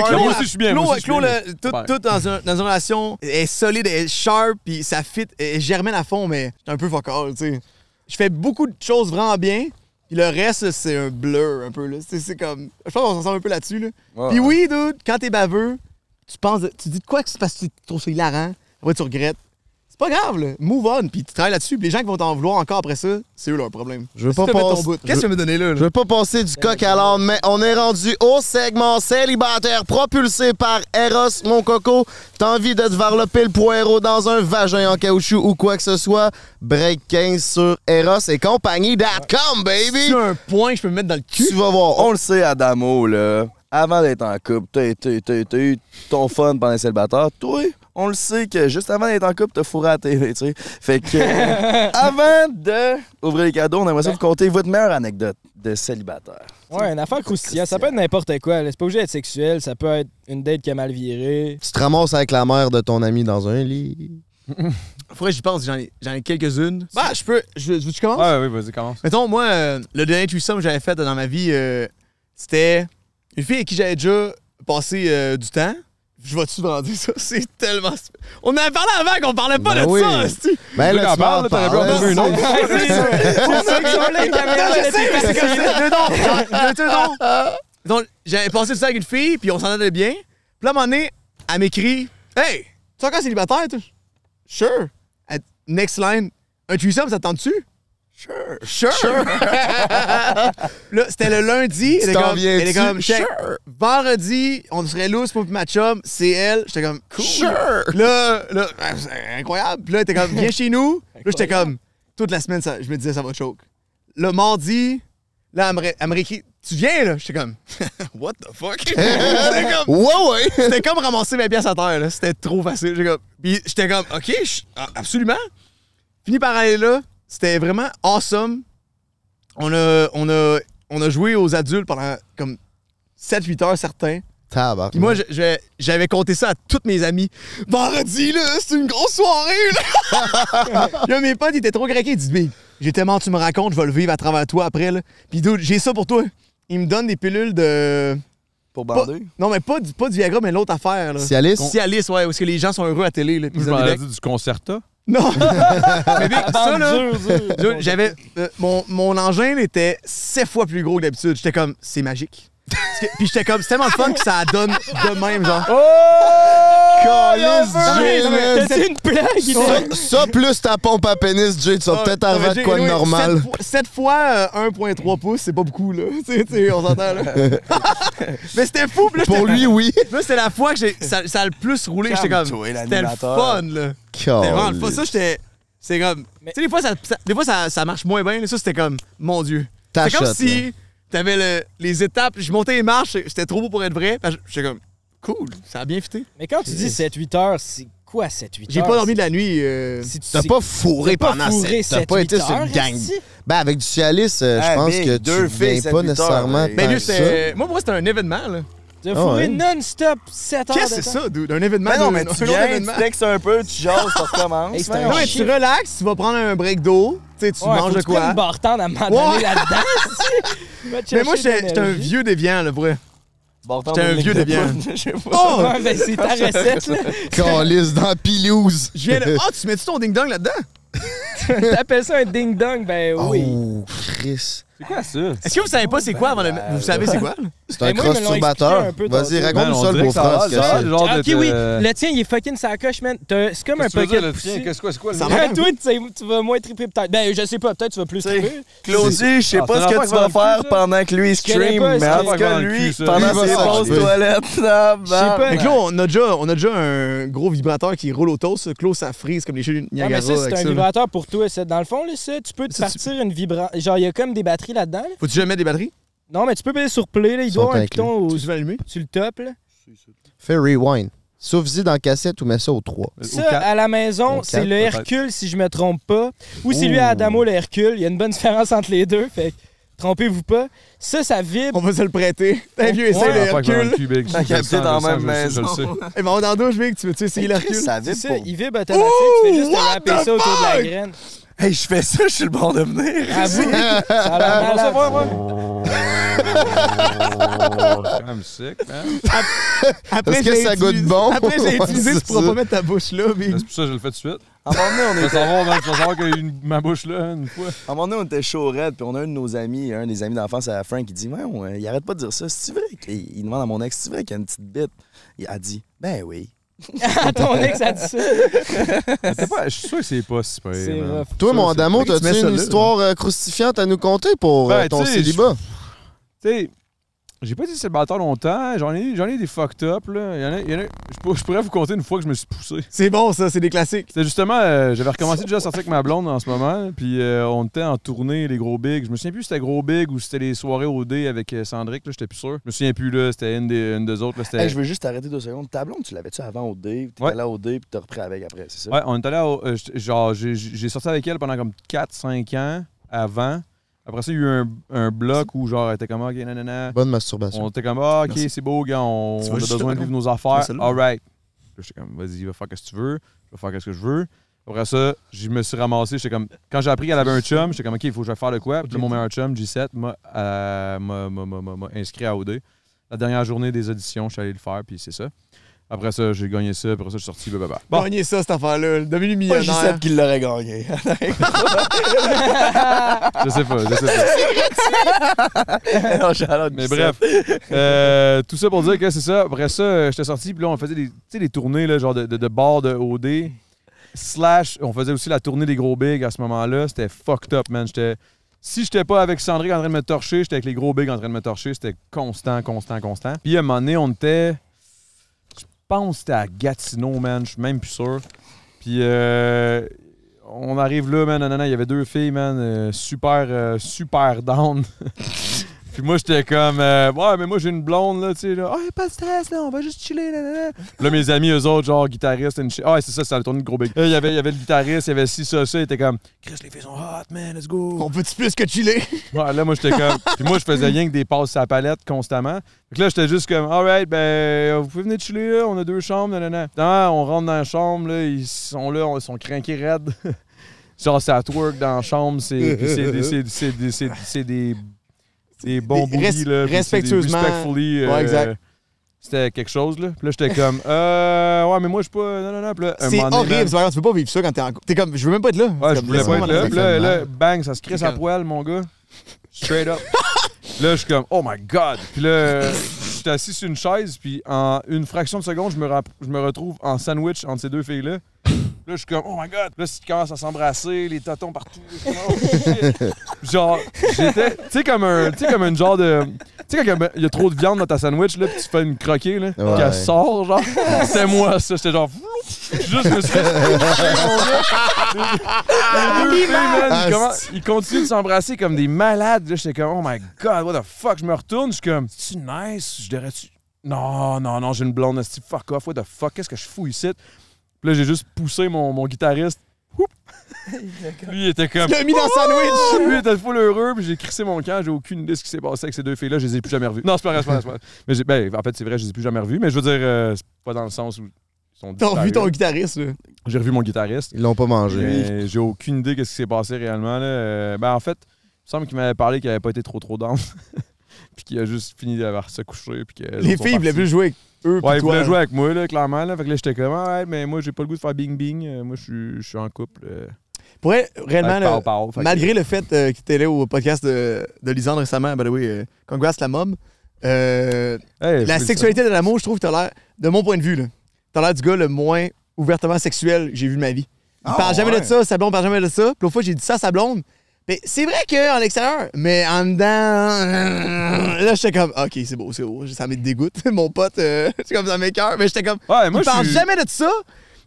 Speaker 3: Parlons
Speaker 1: Moi
Speaker 3: à-
Speaker 1: aussi, je suis bien.
Speaker 3: Clos,
Speaker 1: moi aussi, je suis
Speaker 3: Clos,
Speaker 1: bien,
Speaker 3: le-
Speaker 1: mais-
Speaker 3: tout,
Speaker 1: Super.
Speaker 3: tout dans, un- dans une relation est solide, est sharp, puis ça fit, est germaine à fond, mais c'est un peu focal, tu sais. Je fais beaucoup de choses vraiment bien, puis le reste, c'est un blur, un peu, là. C'est c'est comme... Je pense qu'on s'en sort un peu là-dessus, là.
Speaker 2: Ouais.
Speaker 3: Puis oui, dude, quand t'es baveux, tu penses... Tu dis de quoi que c'est parce que tu trouves ça hilarant, après tu regrettes. C'est pas grave, là. Move on, puis tu travailles là-dessus, puis les gens qui vont t'en vouloir encore après ça, c'est eux leur problème.
Speaker 4: Je veux
Speaker 3: Si
Speaker 4: pas
Speaker 3: t'as fait ton
Speaker 4: passer-
Speaker 3: bout, Qu'est-ce que tu veux me donner là, là?
Speaker 4: Je veux pas passer du coq à l'âne, mais on est rendu au segment célibataire propulsé par Eros, mon coco. T'as envie de te varloper le poireau dans un vagin en caoutchouc ou quoi que ce soit? Break 15 sur Eros et compagnie.com, baby!
Speaker 3: Tu as un point que je peux me mettre dans le cul?
Speaker 4: Tu vas voir.
Speaker 2: On le sait, Adamo, là. Avant d'être en couple, t'as t'as- t'as- t'as eu ton fun pendant le célibataire. Toi, on le sait que juste avant d'être en couple, t'as fourré à la télé, tu sais. Fait que, euh, avant de ouvrir les cadeaux, on aimerait ça vous conter votre meilleure anecdote de célibataire.
Speaker 8: Ouais, une affaire croustillante. Ça peut être n'importe quoi. là. C'est pas obligé d'être sexuel. Ça peut être une date qui a mal viré.
Speaker 4: Tu te ramasses avec la mère de ton ami dans un lit.
Speaker 3: Faudrait que j'y pense, j'en ai, j'en ai quelques-unes. Bah, je peux. Je, veux que tu commences?
Speaker 1: Ah oui, vas-y, commence.
Speaker 3: Mettons, moi, euh, le dernier threesome que j'avais fait dans ma vie, euh, c'était une fille avec qui j'avais déjà passé euh, du temps. Je vais-tu me rendre ça? C'est tellement. sp- On en a parlé avant qu'on parlait pas
Speaker 4: Ben
Speaker 3: de
Speaker 4: oui.
Speaker 3: ça, hostie.
Speaker 4: Ben
Speaker 1: Tu veux
Speaker 4: là,
Speaker 1: qu'en
Speaker 4: tu m'en
Speaker 1: parle, t'aurais pu en
Speaker 4: parles.
Speaker 1: trouver une autre.
Speaker 8: Ouais, c'est ça. C'est ça que sont les caméras.
Speaker 3: Non, je sais,
Speaker 8: là,
Speaker 3: mais
Speaker 8: t'es
Speaker 3: c'est comme ça. Deux dons, deux, deux dons. Donc, j'avais passé du temps avec une fille, puis on s'en allait bien. Puis là, à un moment donné, elle m'écrit Hey, tu es encore célibataire, toi Sure. Elle- Next line, un threesome, ça te tente-tu Sure. Sure. là, c'était le lundi. Elle est
Speaker 4: t'en
Speaker 3: comme,
Speaker 4: viens-tu?
Speaker 3: elle est comme check.
Speaker 4: Sure.
Speaker 3: Vendredi, on serait loose pour ma chum, c'est elle. J'étais comme, cool. Là, là, c'est incroyable. Puis là, elle était comme, viens chez nous. Là, j'étais comme, toute la semaine, ça- je me disais, ça va choke. Le mardi, là, elle me, ré- elle me réécrit, tu viens, là? J'étais comme, what the fuck? C'était comme,
Speaker 4: Ouais, ouais!
Speaker 3: c'était comme ramasser mes pièces à terre, là. C'était trop facile. J'étais comme, puis j'étais comme, OK, je- ah, absolument. Fini par aller là. C'était vraiment awesome. On a, on a, on a joué aux adultes pendant comme 7-8 heures certains.
Speaker 4: Tabarnak.
Speaker 3: Puis moi, je- je- j'avais compté ça à toutes mes amies. Vendredi, là, c'est une grosse soirée, là! là, mes potes, ils étaient trop craqués. Ils disent, mais j'ai tellement tu me racontes, je vais le vivre à travers toi après, là. Puis dude, j'ai ça pour toi. Ils me donnent des pilules de.
Speaker 2: Pour
Speaker 3: pas-
Speaker 2: bander?
Speaker 3: non, mais pas du, pas du Viagra, mais l'autre affaire, là.
Speaker 4: Cialis?
Speaker 3: Cialis, ouais, parce que les gens sont heureux à télé, là. puis
Speaker 1: Je
Speaker 3: ils ont des
Speaker 1: m'en ai
Speaker 3: becs.
Speaker 1: dit du concerta.
Speaker 3: Non! mais mec, ça, là.
Speaker 8: dur, dur.
Speaker 3: Dude, j'avais. euh, mon, mon engin était 7 fois plus gros que d'habitude. J'étais comme, c'est magique. Parce que- Puis j'étais comme, c'est tellement le fun que ça donne de même, genre.
Speaker 4: Calice, Jay, man.
Speaker 8: T'as-tu une plaque? il était-
Speaker 4: Ça, ça plus ta pompe à pénis, Jay, tu vas
Speaker 3: Ah,
Speaker 4: peut-être arriver à de quoi de normal.
Speaker 3: 7 fois euh, 1,3 pouces, c'est pas beaucoup, là. Tu sais, tu sais, on s'entend, là. Mais c'était fou, puis là,
Speaker 4: Pour
Speaker 3: j'étais-
Speaker 4: lui, oui.
Speaker 3: Là, c'était la fois que j'ai- ça, ça a le plus roulé. J'étais comme,
Speaker 2: Calme-toi,
Speaker 3: c'était le
Speaker 2: l'animateur.
Speaker 3: fun, là. C'était vraiment le fun. Ça, j'étais. C'est comme. Tu sais, des fois, ça, ça- des fois ça, ça marche moins bien. là. Ça, c'était comme, mon Dieu.
Speaker 4: Ta
Speaker 3: C'est comme
Speaker 4: shot, là.
Speaker 3: si t'avais le- les étapes. Je montais les marches, c'était trop beau pour être vrai. Puis J'étais comme, cool, ça a bien fité.
Speaker 8: Mais quand tu dis 7-8 heures, c'est quoi 7-8 heures?
Speaker 2: Ah,
Speaker 3: J'ai pas dormi de la nuit. euh,
Speaker 8: Si tu-
Speaker 4: T'as
Speaker 8: c'est-
Speaker 4: pas fourré
Speaker 8: pas
Speaker 4: pendant
Speaker 8: fourré
Speaker 4: sept- T'as
Speaker 8: sept,
Speaker 4: pas
Speaker 8: huit
Speaker 4: été sur
Speaker 8: heures,
Speaker 4: une gang.
Speaker 8: esti.
Speaker 4: Ben, avec du Cialis, euh, je
Speaker 2: Ah,
Speaker 4: pense
Speaker 2: big,
Speaker 4: que
Speaker 2: deux
Speaker 4: tu
Speaker 2: filles,
Speaker 4: viens
Speaker 2: sept,
Speaker 4: pas
Speaker 2: huit
Speaker 4: nécessairement
Speaker 2: heures, mais-
Speaker 3: ben,
Speaker 4: tant
Speaker 3: lui,
Speaker 4: que ça.
Speaker 3: c'était- Moi, pour moi, c'était un événement, là.
Speaker 8: T'as
Speaker 4: Ah ouais.
Speaker 8: fourré non-stop 7 heures
Speaker 3: Qu'est-ce
Speaker 8: de
Speaker 3: que c'est
Speaker 8: temps.
Speaker 3: ça, dude? Un événement?
Speaker 2: Mais Ben non,
Speaker 3: d'un-
Speaker 2: mais
Speaker 3: un
Speaker 2: tu
Speaker 3: autre
Speaker 2: viens, tu
Speaker 3: événement.
Speaker 2: textes un peu, tu jases, tu recommences.
Speaker 8: Hey, c'est
Speaker 2: man.
Speaker 8: un
Speaker 3: Non, mais tu
Speaker 8: chiffre.
Speaker 3: relaxes, tu vas prendre un break d'eau, tu sais, tu
Speaker 8: Ouais,
Speaker 3: manges
Speaker 8: faut
Speaker 3: de
Speaker 8: que prennes
Speaker 3: quoi.
Speaker 8: une bartende à un moment donné
Speaker 3: Ouais.
Speaker 8: là-dedans, esti. Va te
Speaker 3: Mais moi,
Speaker 8: chercher de
Speaker 3: j'étais j'étais un
Speaker 8: l'énergie.
Speaker 3: vieux déviant, là, vrai.
Speaker 2: Bon, attends,
Speaker 3: J'étais un
Speaker 2: une
Speaker 3: vieux
Speaker 2: ligne
Speaker 3: deviant.
Speaker 2: pointe, je sais pas.
Speaker 3: Oh!
Speaker 8: Ouais, ben, c'est ta recette, là.
Speaker 4: Calice dans Pilouse.
Speaker 3: Je viens de. Ah, tu mets-tu ton ding-dong là-dedans?
Speaker 8: T'appelles ça un ding-dong? Ben oui.
Speaker 4: Oh, Chris.
Speaker 1: C'est quoi ça?
Speaker 3: Est-ce que vous savez pas c'est quoi avant le. Vous savez c'est quoi? là?
Speaker 4: C'est un
Speaker 8: Ben, moi, ils me l'ont
Speaker 4: cross-turbateur.
Speaker 8: expliqué un peu
Speaker 4: Vas-y,
Speaker 1: Man,
Speaker 8: tantôt.
Speaker 4: raconte-nous
Speaker 1: Ben, on
Speaker 4: ça, le
Speaker 1: dirait que
Speaker 4: beau-frère,
Speaker 1: va,
Speaker 4: ce que
Speaker 1: ça,
Speaker 4: c'est.
Speaker 1: le genre
Speaker 8: Ah,
Speaker 1: de-
Speaker 8: ok, oui.
Speaker 1: de-
Speaker 8: Le tien, il est fucking sacoche, man. T'as- C'est comme un
Speaker 1: Qu'est-ce que tu veux
Speaker 8: pocket
Speaker 1: dire, le tien?
Speaker 8: pussy.
Speaker 1: Qu'est-ce que c'est quoi le
Speaker 3: Ça
Speaker 1: mien?
Speaker 3: va?
Speaker 8: Ouais, toi, tu sais, tu vas moins triper peut-être. Ben, je sais pas, peut-être tu vas plus
Speaker 2: T'sais,
Speaker 8: triper.
Speaker 2: Claudie, je sais
Speaker 1: Ah,
Speaker 2: pas
Speaker 1: ça
Speaker 2: ce
Speaker 1: n'a
Speaker 2: que
Speaker 1: pas
Speaker 2: tu
Speaker 1: que dans
Speaker 2: vas
Speaker 1: le
Speaker 2: faire
Speaker 1: cul, ça.
Speaker 2: pendant que lui
Speaker 8: Je connais
Speaker 2: stream,
Speaker 8: pas,
Speaker 2: mais
Speaker 8: ça
Speaker 2: en
Speaker 1: n'a
Speaker 2: tout
Speaker 1: pas
Speaker 2: cas,
Speaker 1: dans le
Speaker 2: lui,
Speaker 1: cul, ça.
Speaker 2: pendant
Speaker 4: Lui, va
Speaker 2: ses
Speaker 4: s'en
Speaker 2: pauses
Speaker 4: occuper.
Speaker 2: toilettes,
Speaker 8: Je
Speaker 2: tabarnak.
Speaker 8: sais
Speaker 3: Mais Claude, on a déjà, on a déjà un gros vibrateur qui roule autour. Ça. Claude, ça frise comme les cheveux
Speaker 8: Ah, mais
Speaker 3: Niagara.
Speaker 8: ça, c'est
Speaker 3: avec
Speaker 8: un
Speaker 3: ça, là.
Speaker 8: vibrateur pour toi. ça. Dans le fond, là, ça, tu peux te
Speaker 3: Ça, tu-
Speaker 8: partir une vibra... Genre, il y a comme des batteries là-dedans. là.
Speaker 3: Faut-tu jamais mettre des batteries?
Speaker 8: Non, mais tu peux payer sur play. Là. Il
Speaker 4: Ils
Speaker 8: doit
Speaker 4: sont
Speaker 8: avoir un
Speaker 4: inclus.
Speaker 8: piton au...
Speaker 3: Faut-tu jamais allumer?
Speaker 8: sur le top. Là.
Speaker 4: Fais rewind. Sauf-y dans la cassette ou mets ça au 3.
Speaker 1: Ou
Speaker 8: Ça,
Speaker 1: quatre?
Speaker 8: à la maison,
Speaker 4: Au
Speaker 8: c'est
Speaker 4: quatre,
Speaker 8: le
Speaker 1: peut-être.
Speaker 8: Hercule, si je me trompe pas. Ou c'est lui à Adamo, le Hercule. Il y a une bonne différence entre les deux. Fait que trompez-vous pas. Ça, ça vibre.
Speaker 3: On va se le prêter. T'as un vieux
Speaker 1: Ouais,
Speaker 3: essai, le
Speaker 1: la fois que dans le
Speaker 3: Hercule.
Speaker 1: cul, Big,
Speaker 2: T'as
Speaker 1: je le
Speaker 2: capté
Speaker 1: sens,
Speaker 2: dans
Speaker 1: je le
Speaker 2: la même
Speaker 1: sens, je le sais, je le
Speaker 2: maison.
Speaker 1: sais.
Speaker 3: Eh ben, on est dans la douche, Vic. Tu veux-tu essayer le
Speaker 2: Chris,
Speaker 3: Hercule?
Speaker 2: ça
Speaker 8: C'est
Speaker 2: vite
Speaker 8: ça,
Speaker 2: pour...
Speaker 8: il vibre automatique. tu fais juste
Speaker 3: Ouh, what
Speaker 8: râper
Speaker 3: the
Speaker 8: ça autour de la
Speaker 3: fuck?
Speaker 8: graine. Ah
Speaker 2: Hey, je fais ça, je suis le bon de venir.
Speaker 8: Avoue, ça a l'air malade.
Speaker 1: C'est quand même sick, man.
Speaker 3: Après,
Speaker 4: Est-ce que
Speaker 3: je l'ai
Speaker 4: ça
Speaker 3: utilisé-
Speaker 4: goûte bon?
Speaker 3: Après, je l'ai
Speaker 4: Ouais,
Speaker 3: utilisé, tu
Speaker 4: c'est
Speaker 3: pourras
Speaker 4: ça.
Speaker 3: pas mettre ta bouche là. mais-
Speaker 1: C'est pour ça que je le fais tout de suite.
Speaker 2: À un moment donné, on
Speaker 1: Tu vas
Speaker 2: était,
Speaker 1: savoir, man, tu vas savoir qu'il y a eu une- ma bouche là, une fois.
Speaker 2: à un moment donné, on était chaud raide, puis on a un de nos amis, un des amis d'enfance à Frank, qui dit Ouais, on, euh, il arrête pas de dire ça, c'est vrai. qu'il- Il, demande à mon ex C'est vrai qu'il y a une petite bite. Il a dit Ben oui.
Speaker 8: Ah, Ton ex a dit ça.
Speaker 1: C'est pas- Je suis sûr que c'est pas si pire.
Speaker 8: C'est
Speaker 1: man.
Speaker 8: rough.
Speaker 4: Toi,
Speaker 1: Ça,
Speaker 4: mon
Speaker 1: c'est-
Speaker 4: Damo,
Speaker 3: Fait que tu mets
Speaker 4: t'as-tu
Speaker 3: ça
Speaker 4: une
Speaker 3: là.
Speaker 4: histoire euh, crucifiante à nous conter pour euh,
Speaker 1: Ben,
Speaker 4: ton
Speaker 1: tu sais,
Speaker 4: célibat?
Speaker 1: Tu sais, j'ai pas été célibataire longtemps. J'en ai, j'en ai des fucked up, là. Il y en a- il y en a- je, pour- je pourrais vous compter une fois que je me suis poussé.
Speaker 3: C'est bon, ça, c'est des classiques.
Speaker 1: C'était justement, euh, j'avais recommencé déjà à sortir avec ma blonde en ce moment, puis euh, on était en tournée, les gros bigs. Je me souviens plus si c'était gros big ou si c'était les soirées au dé avec euh, Sandrick, là, j'étais plus sûr. Je me souviens plus, là, c'était une des, une des autres. Là, c'était-
Speaker 2: Hey, je veux juste arrêter deux secondes. Ta blonde, tu l'avais-tu avant au dé, t'es
Speaker 1: Ouais.
Speaker 2: allé au dé, puis t'as repris avec après, c'est ça?
Speaker 1: Ouais, on est allé à- euh, j't- genre, j'ai- j'ai sorti avec elle pendant comme 4-5 ans avant. Après ça, il y a eu un, un bloc où, genre, elle était comme, OK, nanana.
Speaker 4: Bonne masturbation.
Speaker 1: On était comme, ah, OK,
Speaker 3: Merci.
Speaker 1: c'est beau, gars, on,
Speaker 3: Tu
Speaker 1: on
Speaker 3: vas
Speaker 1: a
Speaker 3: juste
Speaker 1: besoin
Speaker 3: là,
Speaker 1: de vivre
Speaker 3: non?
Speaker 1: nos affaires.
Speaker 3: Tu vas celle-là?
Speaker 1: All right. Là, J'étais comme, vas-y, va faire ce que tu veux, je vais faire ce que je veux. Après ça, je me suis ramassé. J'étais comme, quand j'ai appris qu'elle avait un chum, j'étais comme, OK, il faut que je fasse de quoi. Puis là, mon meilleur chum, G7, m'a euh, m'a- m'a- m'a- m'a- m'a inscrit à OD. La dernière journée des auditions, je suis allé le faire, puis c'est ça. Après ça, j'ai gagné ça, après ça, je suis sorti, blablabla. Bon,
Speaker 3: Gagnez ça, cette affaire-là. Devenez
Speaker 2: Pas Gisette
Speaker 3: millionnaire.
Speaker 2: qui l'aurait gagné.
Speaker 1: je sais pas, je sais pas.
Speaker 2: non, Charlotte,
Speaker 1: Mais
Speaker 2: Gisette.
Speaker 1: bref, euh, tout ça pour dire que c'est ça. Après ça, euh, j'étais sorti, puis là, on faisait des, tu sais, des tournées, là, genre de, de, de bars de OD. Slash, on faisait aussi la tournée des gros bigs à ce moment-là. C'était fucked up, man. J'étais. Si j'étais pas avec Sandrick en train de me torcher, j'étais avec les gros bigs en train de me torcher. C'était constant, constant, constant. Puis à un moment donné, on était. Je pense que c'était à Gatineau, man. Je suis même plus sûr. Puis euh, on arrive là, man. nanana, Il y avait deux filles, man. euh, super, euh, super down. Puis moi, j'étais comme, euh, ouais, mais moi, j'ai une blonde, là, tu sais, là, ouais, pas de stress, là, on va juste chiller, là, là, là. Là, mes amis, eux autres, genre, guitaristes, and shit. Ah, ouais, c'est ça, ça a tourné de gros bec. Euh, Il y avait, il y avait le guitariste, il y avait ci, ça, ça, il était comme, Chris, les filles sont hot, man, let's go.
Speaker 3: On peut-tu plus que chiller?
Speaker 1: Ouais, là, moi, j'étais comme, puis moi, je faisais rien que des passes à la palette constamment. Fait que là, j'étais juste comme, alright, ben, vous pouvez venir chiller, là, on a deux chambres, nanana. Putain, on rentre dans la chambre, là, ils sont là, on- ils sont crinqués raides. Genre, ça twerk dans la chambre, c'est puis c'est des- c'est- c'est des- c'est- c'est des des bons
Speaker 3: Des- res-
Speaker 1: bouillis, là. puis c'est des
Speaker 3: respectueusement.
Speaker 1: Respectfully. euh,
Speaker 3: Ouais, exact.
Speaker 1: C'était quelque chose, là. Puis là, j'étais comme, euh, ouais, mais moi, je suis pas. Non, non, non. Puis là, un
Speaker 3: C'est
Speaker 1: moment donné,
Speaker 3: horrible, c'est vrai, tu peux pas vivre ça quand t'es en couple. T'es comme, je veux même pas être là.
Speaker 1: Ouais,
Speaker 3: C'est
Speaker 1: je
Speaker 3: comme,
Speaker 1: voulais pas
Speaker 3: laisse-moi
Speaker 1: être là.
Speaker 3: m'en
Speaker 1: Puis
Speaker 3: aller.
Speaker 1: là, là, bang, ça se crisse
Speaker 3: C'est
Speaker 1: à
Speaker 3: comme-
Speaker 1: poil, mon gars. Straight up. là, je suis comme, oh my God. Puis là, j'étais assis sur une chaise, puis en une fraction de seconde, je me, rapp- je me retrouve en sandwich entre ces deux filles-là. Là, je suis comme, oh my God. Là, ils commencent à s'embrasser, les tatons partout. Je suis comme, Oh, shit. genre, j'étais, tu sais, comme un, tu sais, comme une genre de. Tu sais, quand il y a trop de viande dans ta sandwich, là, puis tu fais une croquée, là,
Speaker 4: Ouais.
Speaker 1: qu'elle sort, genre. C'était moi, ça. J'étais genre, juste, je me suis fait toucher, mon gars. Les deux filles, man,
Speaker 4: Ah,
Speaker 1: ils, commen-
Speaker 4: c'est-
Speaker 1: ils continuent de s'embrasser comme des malades. Là, j'étais comme, oh my god, what the fuck. Je me retourne, je suis comme, c'est nice, je dirais-tu. Non, non, non, j'ai une blonde, esti, fuck off, what the fuck, qu'est-ce que je fous ici? Puis là, j'ai juste poussé mon, mon guitariste. Oup! Lui, il était comme.
Speaker 3: Tu l'as mis dans le sandwich!
Speaker 1: Lui, il était full heureux, puis j'ai crissé mon camp, j'ai aucune idée de ce qui s'est passé avec ces deux filles-là, je les ai plus jamais revues. Non, c'est pas vrai, c'est pas vrai, c'est pas vrai. Mais j'ai- ben, en fait, c'est vrai, je les ai plus jamais revues, mais je veux dire, euh, c'est pas dans le sens où ils sont
Speaker 3: T'as revu
Speaker 1: disparus.
Speaker 3: ton guitariste, là.
Speaker 1: J'ai revu mon guitariste.
Speaker 4: Ils l'ont pas mangé.
Speaker 1: Mais J'ai aucune idée de ce qui s'est passé réellement. Là. Euh, ben, en fait, il me semble qu'il m'avait parlé qu'il n'avait pas été trop trop down. puis qu'il a juste fini d'avoir se coucher. Puis que les
Speaker 3: Les
Speaker 1: autres sont
Speaker 3: filles, ils voulaient
Speaker 1: partis.
Speaker 3: plus jouer avec eux. puis
Speaker 1: Ouais, ils
Speaker 3: toi. hein.
Speaker 1: voulaient jouer avec moi, là, clairement. Là. Fait que là, j'étais comme, ah, ouais, mais moi, j'ai pas le goût de faire bing bing. Euh, Moi, je suis- je suis en couple. euh,
Speaker 3: Pour vrai, réellement,
Speaker 1: avec
Speaker 3: là,
Speaker 1: Pao Pao. Fait que-
Speaker 3: malgré le fait euh, que t'es là au podcast de, de Lisande récemment, by the way, euh, congrats la mom, euh,
Speaker 1: Hey,
Speaker 3: la
Speaker 1: c'est-
Speaker 3: sexualité de l'amour, je trouve que t'as l'air, de mon point de vue, là, t'as l'air du gars le moins ouvertement sexuel que j'ai vu de ma vie. Il
Speaker 2: Ah,
Speaker 3: parle jamais
Speaker 2: ouais.
Speaker 3: de ça, sa blonde parle jamais de ça. Puis l'autre fois, j'ai dit ça à sa blonde. Mais c'est vrai qu'en l'extérieur, mais en dedans. Là, j'étais comme, OK, c'est beau, c'est beau. Ça me dégoûte, mon pote. euh, c'est comme ça m'écœure. Mais j'étais comme,
Speaker 1: Ouais, moi,
Speaker 3: ils
Speaker 1: je
Speaker 3: parlent
Speaker 1: suis-
Speaker 3: jamais de ça.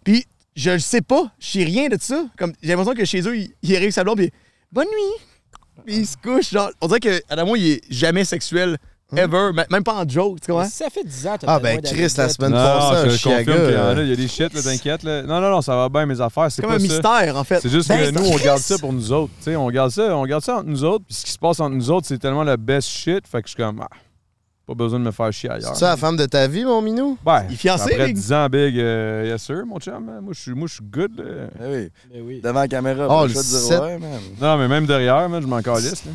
Speaker 3: Puis je le sais pas, je sais rien de ça. Comme j'ai l'impression que chez eux, ils il arrivent sa blonde, puis bonne nuit. Puis ils se couchent. Genre, on dirait que Adamo, il est jamais sexuel
Speaker 1: Hein?
Speaker 3: ever, m- même pas en joke, tu comprends?
Speaker 8: Ça fait 10 ans, t'as
Speaker 4: Ah
Speaker 8: peut-être
Speaker 4: ben
Speaker 8: moins
Speaker 4: Chris, la
Speaker 8: d'anecdotes.
Speaker 4: semaine
Speaker 1: Non,
Speaker 4: passée,
Speaker 1: je
Speaker 4: un
Speaker 1: te confirme
Speaker 4: Chiaga.
Speaker 1: qu'il y en a,
Speaker 4: euh,
Speaker 1: il y a des shit, là, t'inquiète. là. Non, non, non, ça va bien, mes affaires. C'est
Speaker 3: C'est comme un
Speaker 1: pas ça.
Speaker 3: mystère, en fait.
Speaker 1: C'est juste
Speaker 3: Ben,
Speaker 1: que nous, on
Speaker 3: Chris!
Speaker 1: garde ça pour nous autres. Tu sais, on garde ça, on garde ça entre nous autres. Puis ce qui se passe entre nous autres, c'est tellement le best shit. Fait que je suis comme, ah, pas besoin de me faire chier ailleurs.
Speaker 4: C'est ça la femme de ta vie, mon minou?
Speaker 1: Ouais.
Speaker 3: Il est fiancé,
Speaker 1: Après
Speaker 3: Big?
Speaker 1: 10 ans, Big, euh, yes sir, mon chum. hein. Moi, je suis moi, je suis good. là.
Speaker 2: Eh oui,
Speaker 8: Ben oui.
Speaker 2: devant la caméra,
Speaker 4: Oh,
Speaker 2: pas le choix
Speaker 4: le
Speaker 2: de dire
Speaker 4: sept.
Speaker 2: ouais, man.
Speaker 1: Non, mais même derrière, man, je m'en calisse. là.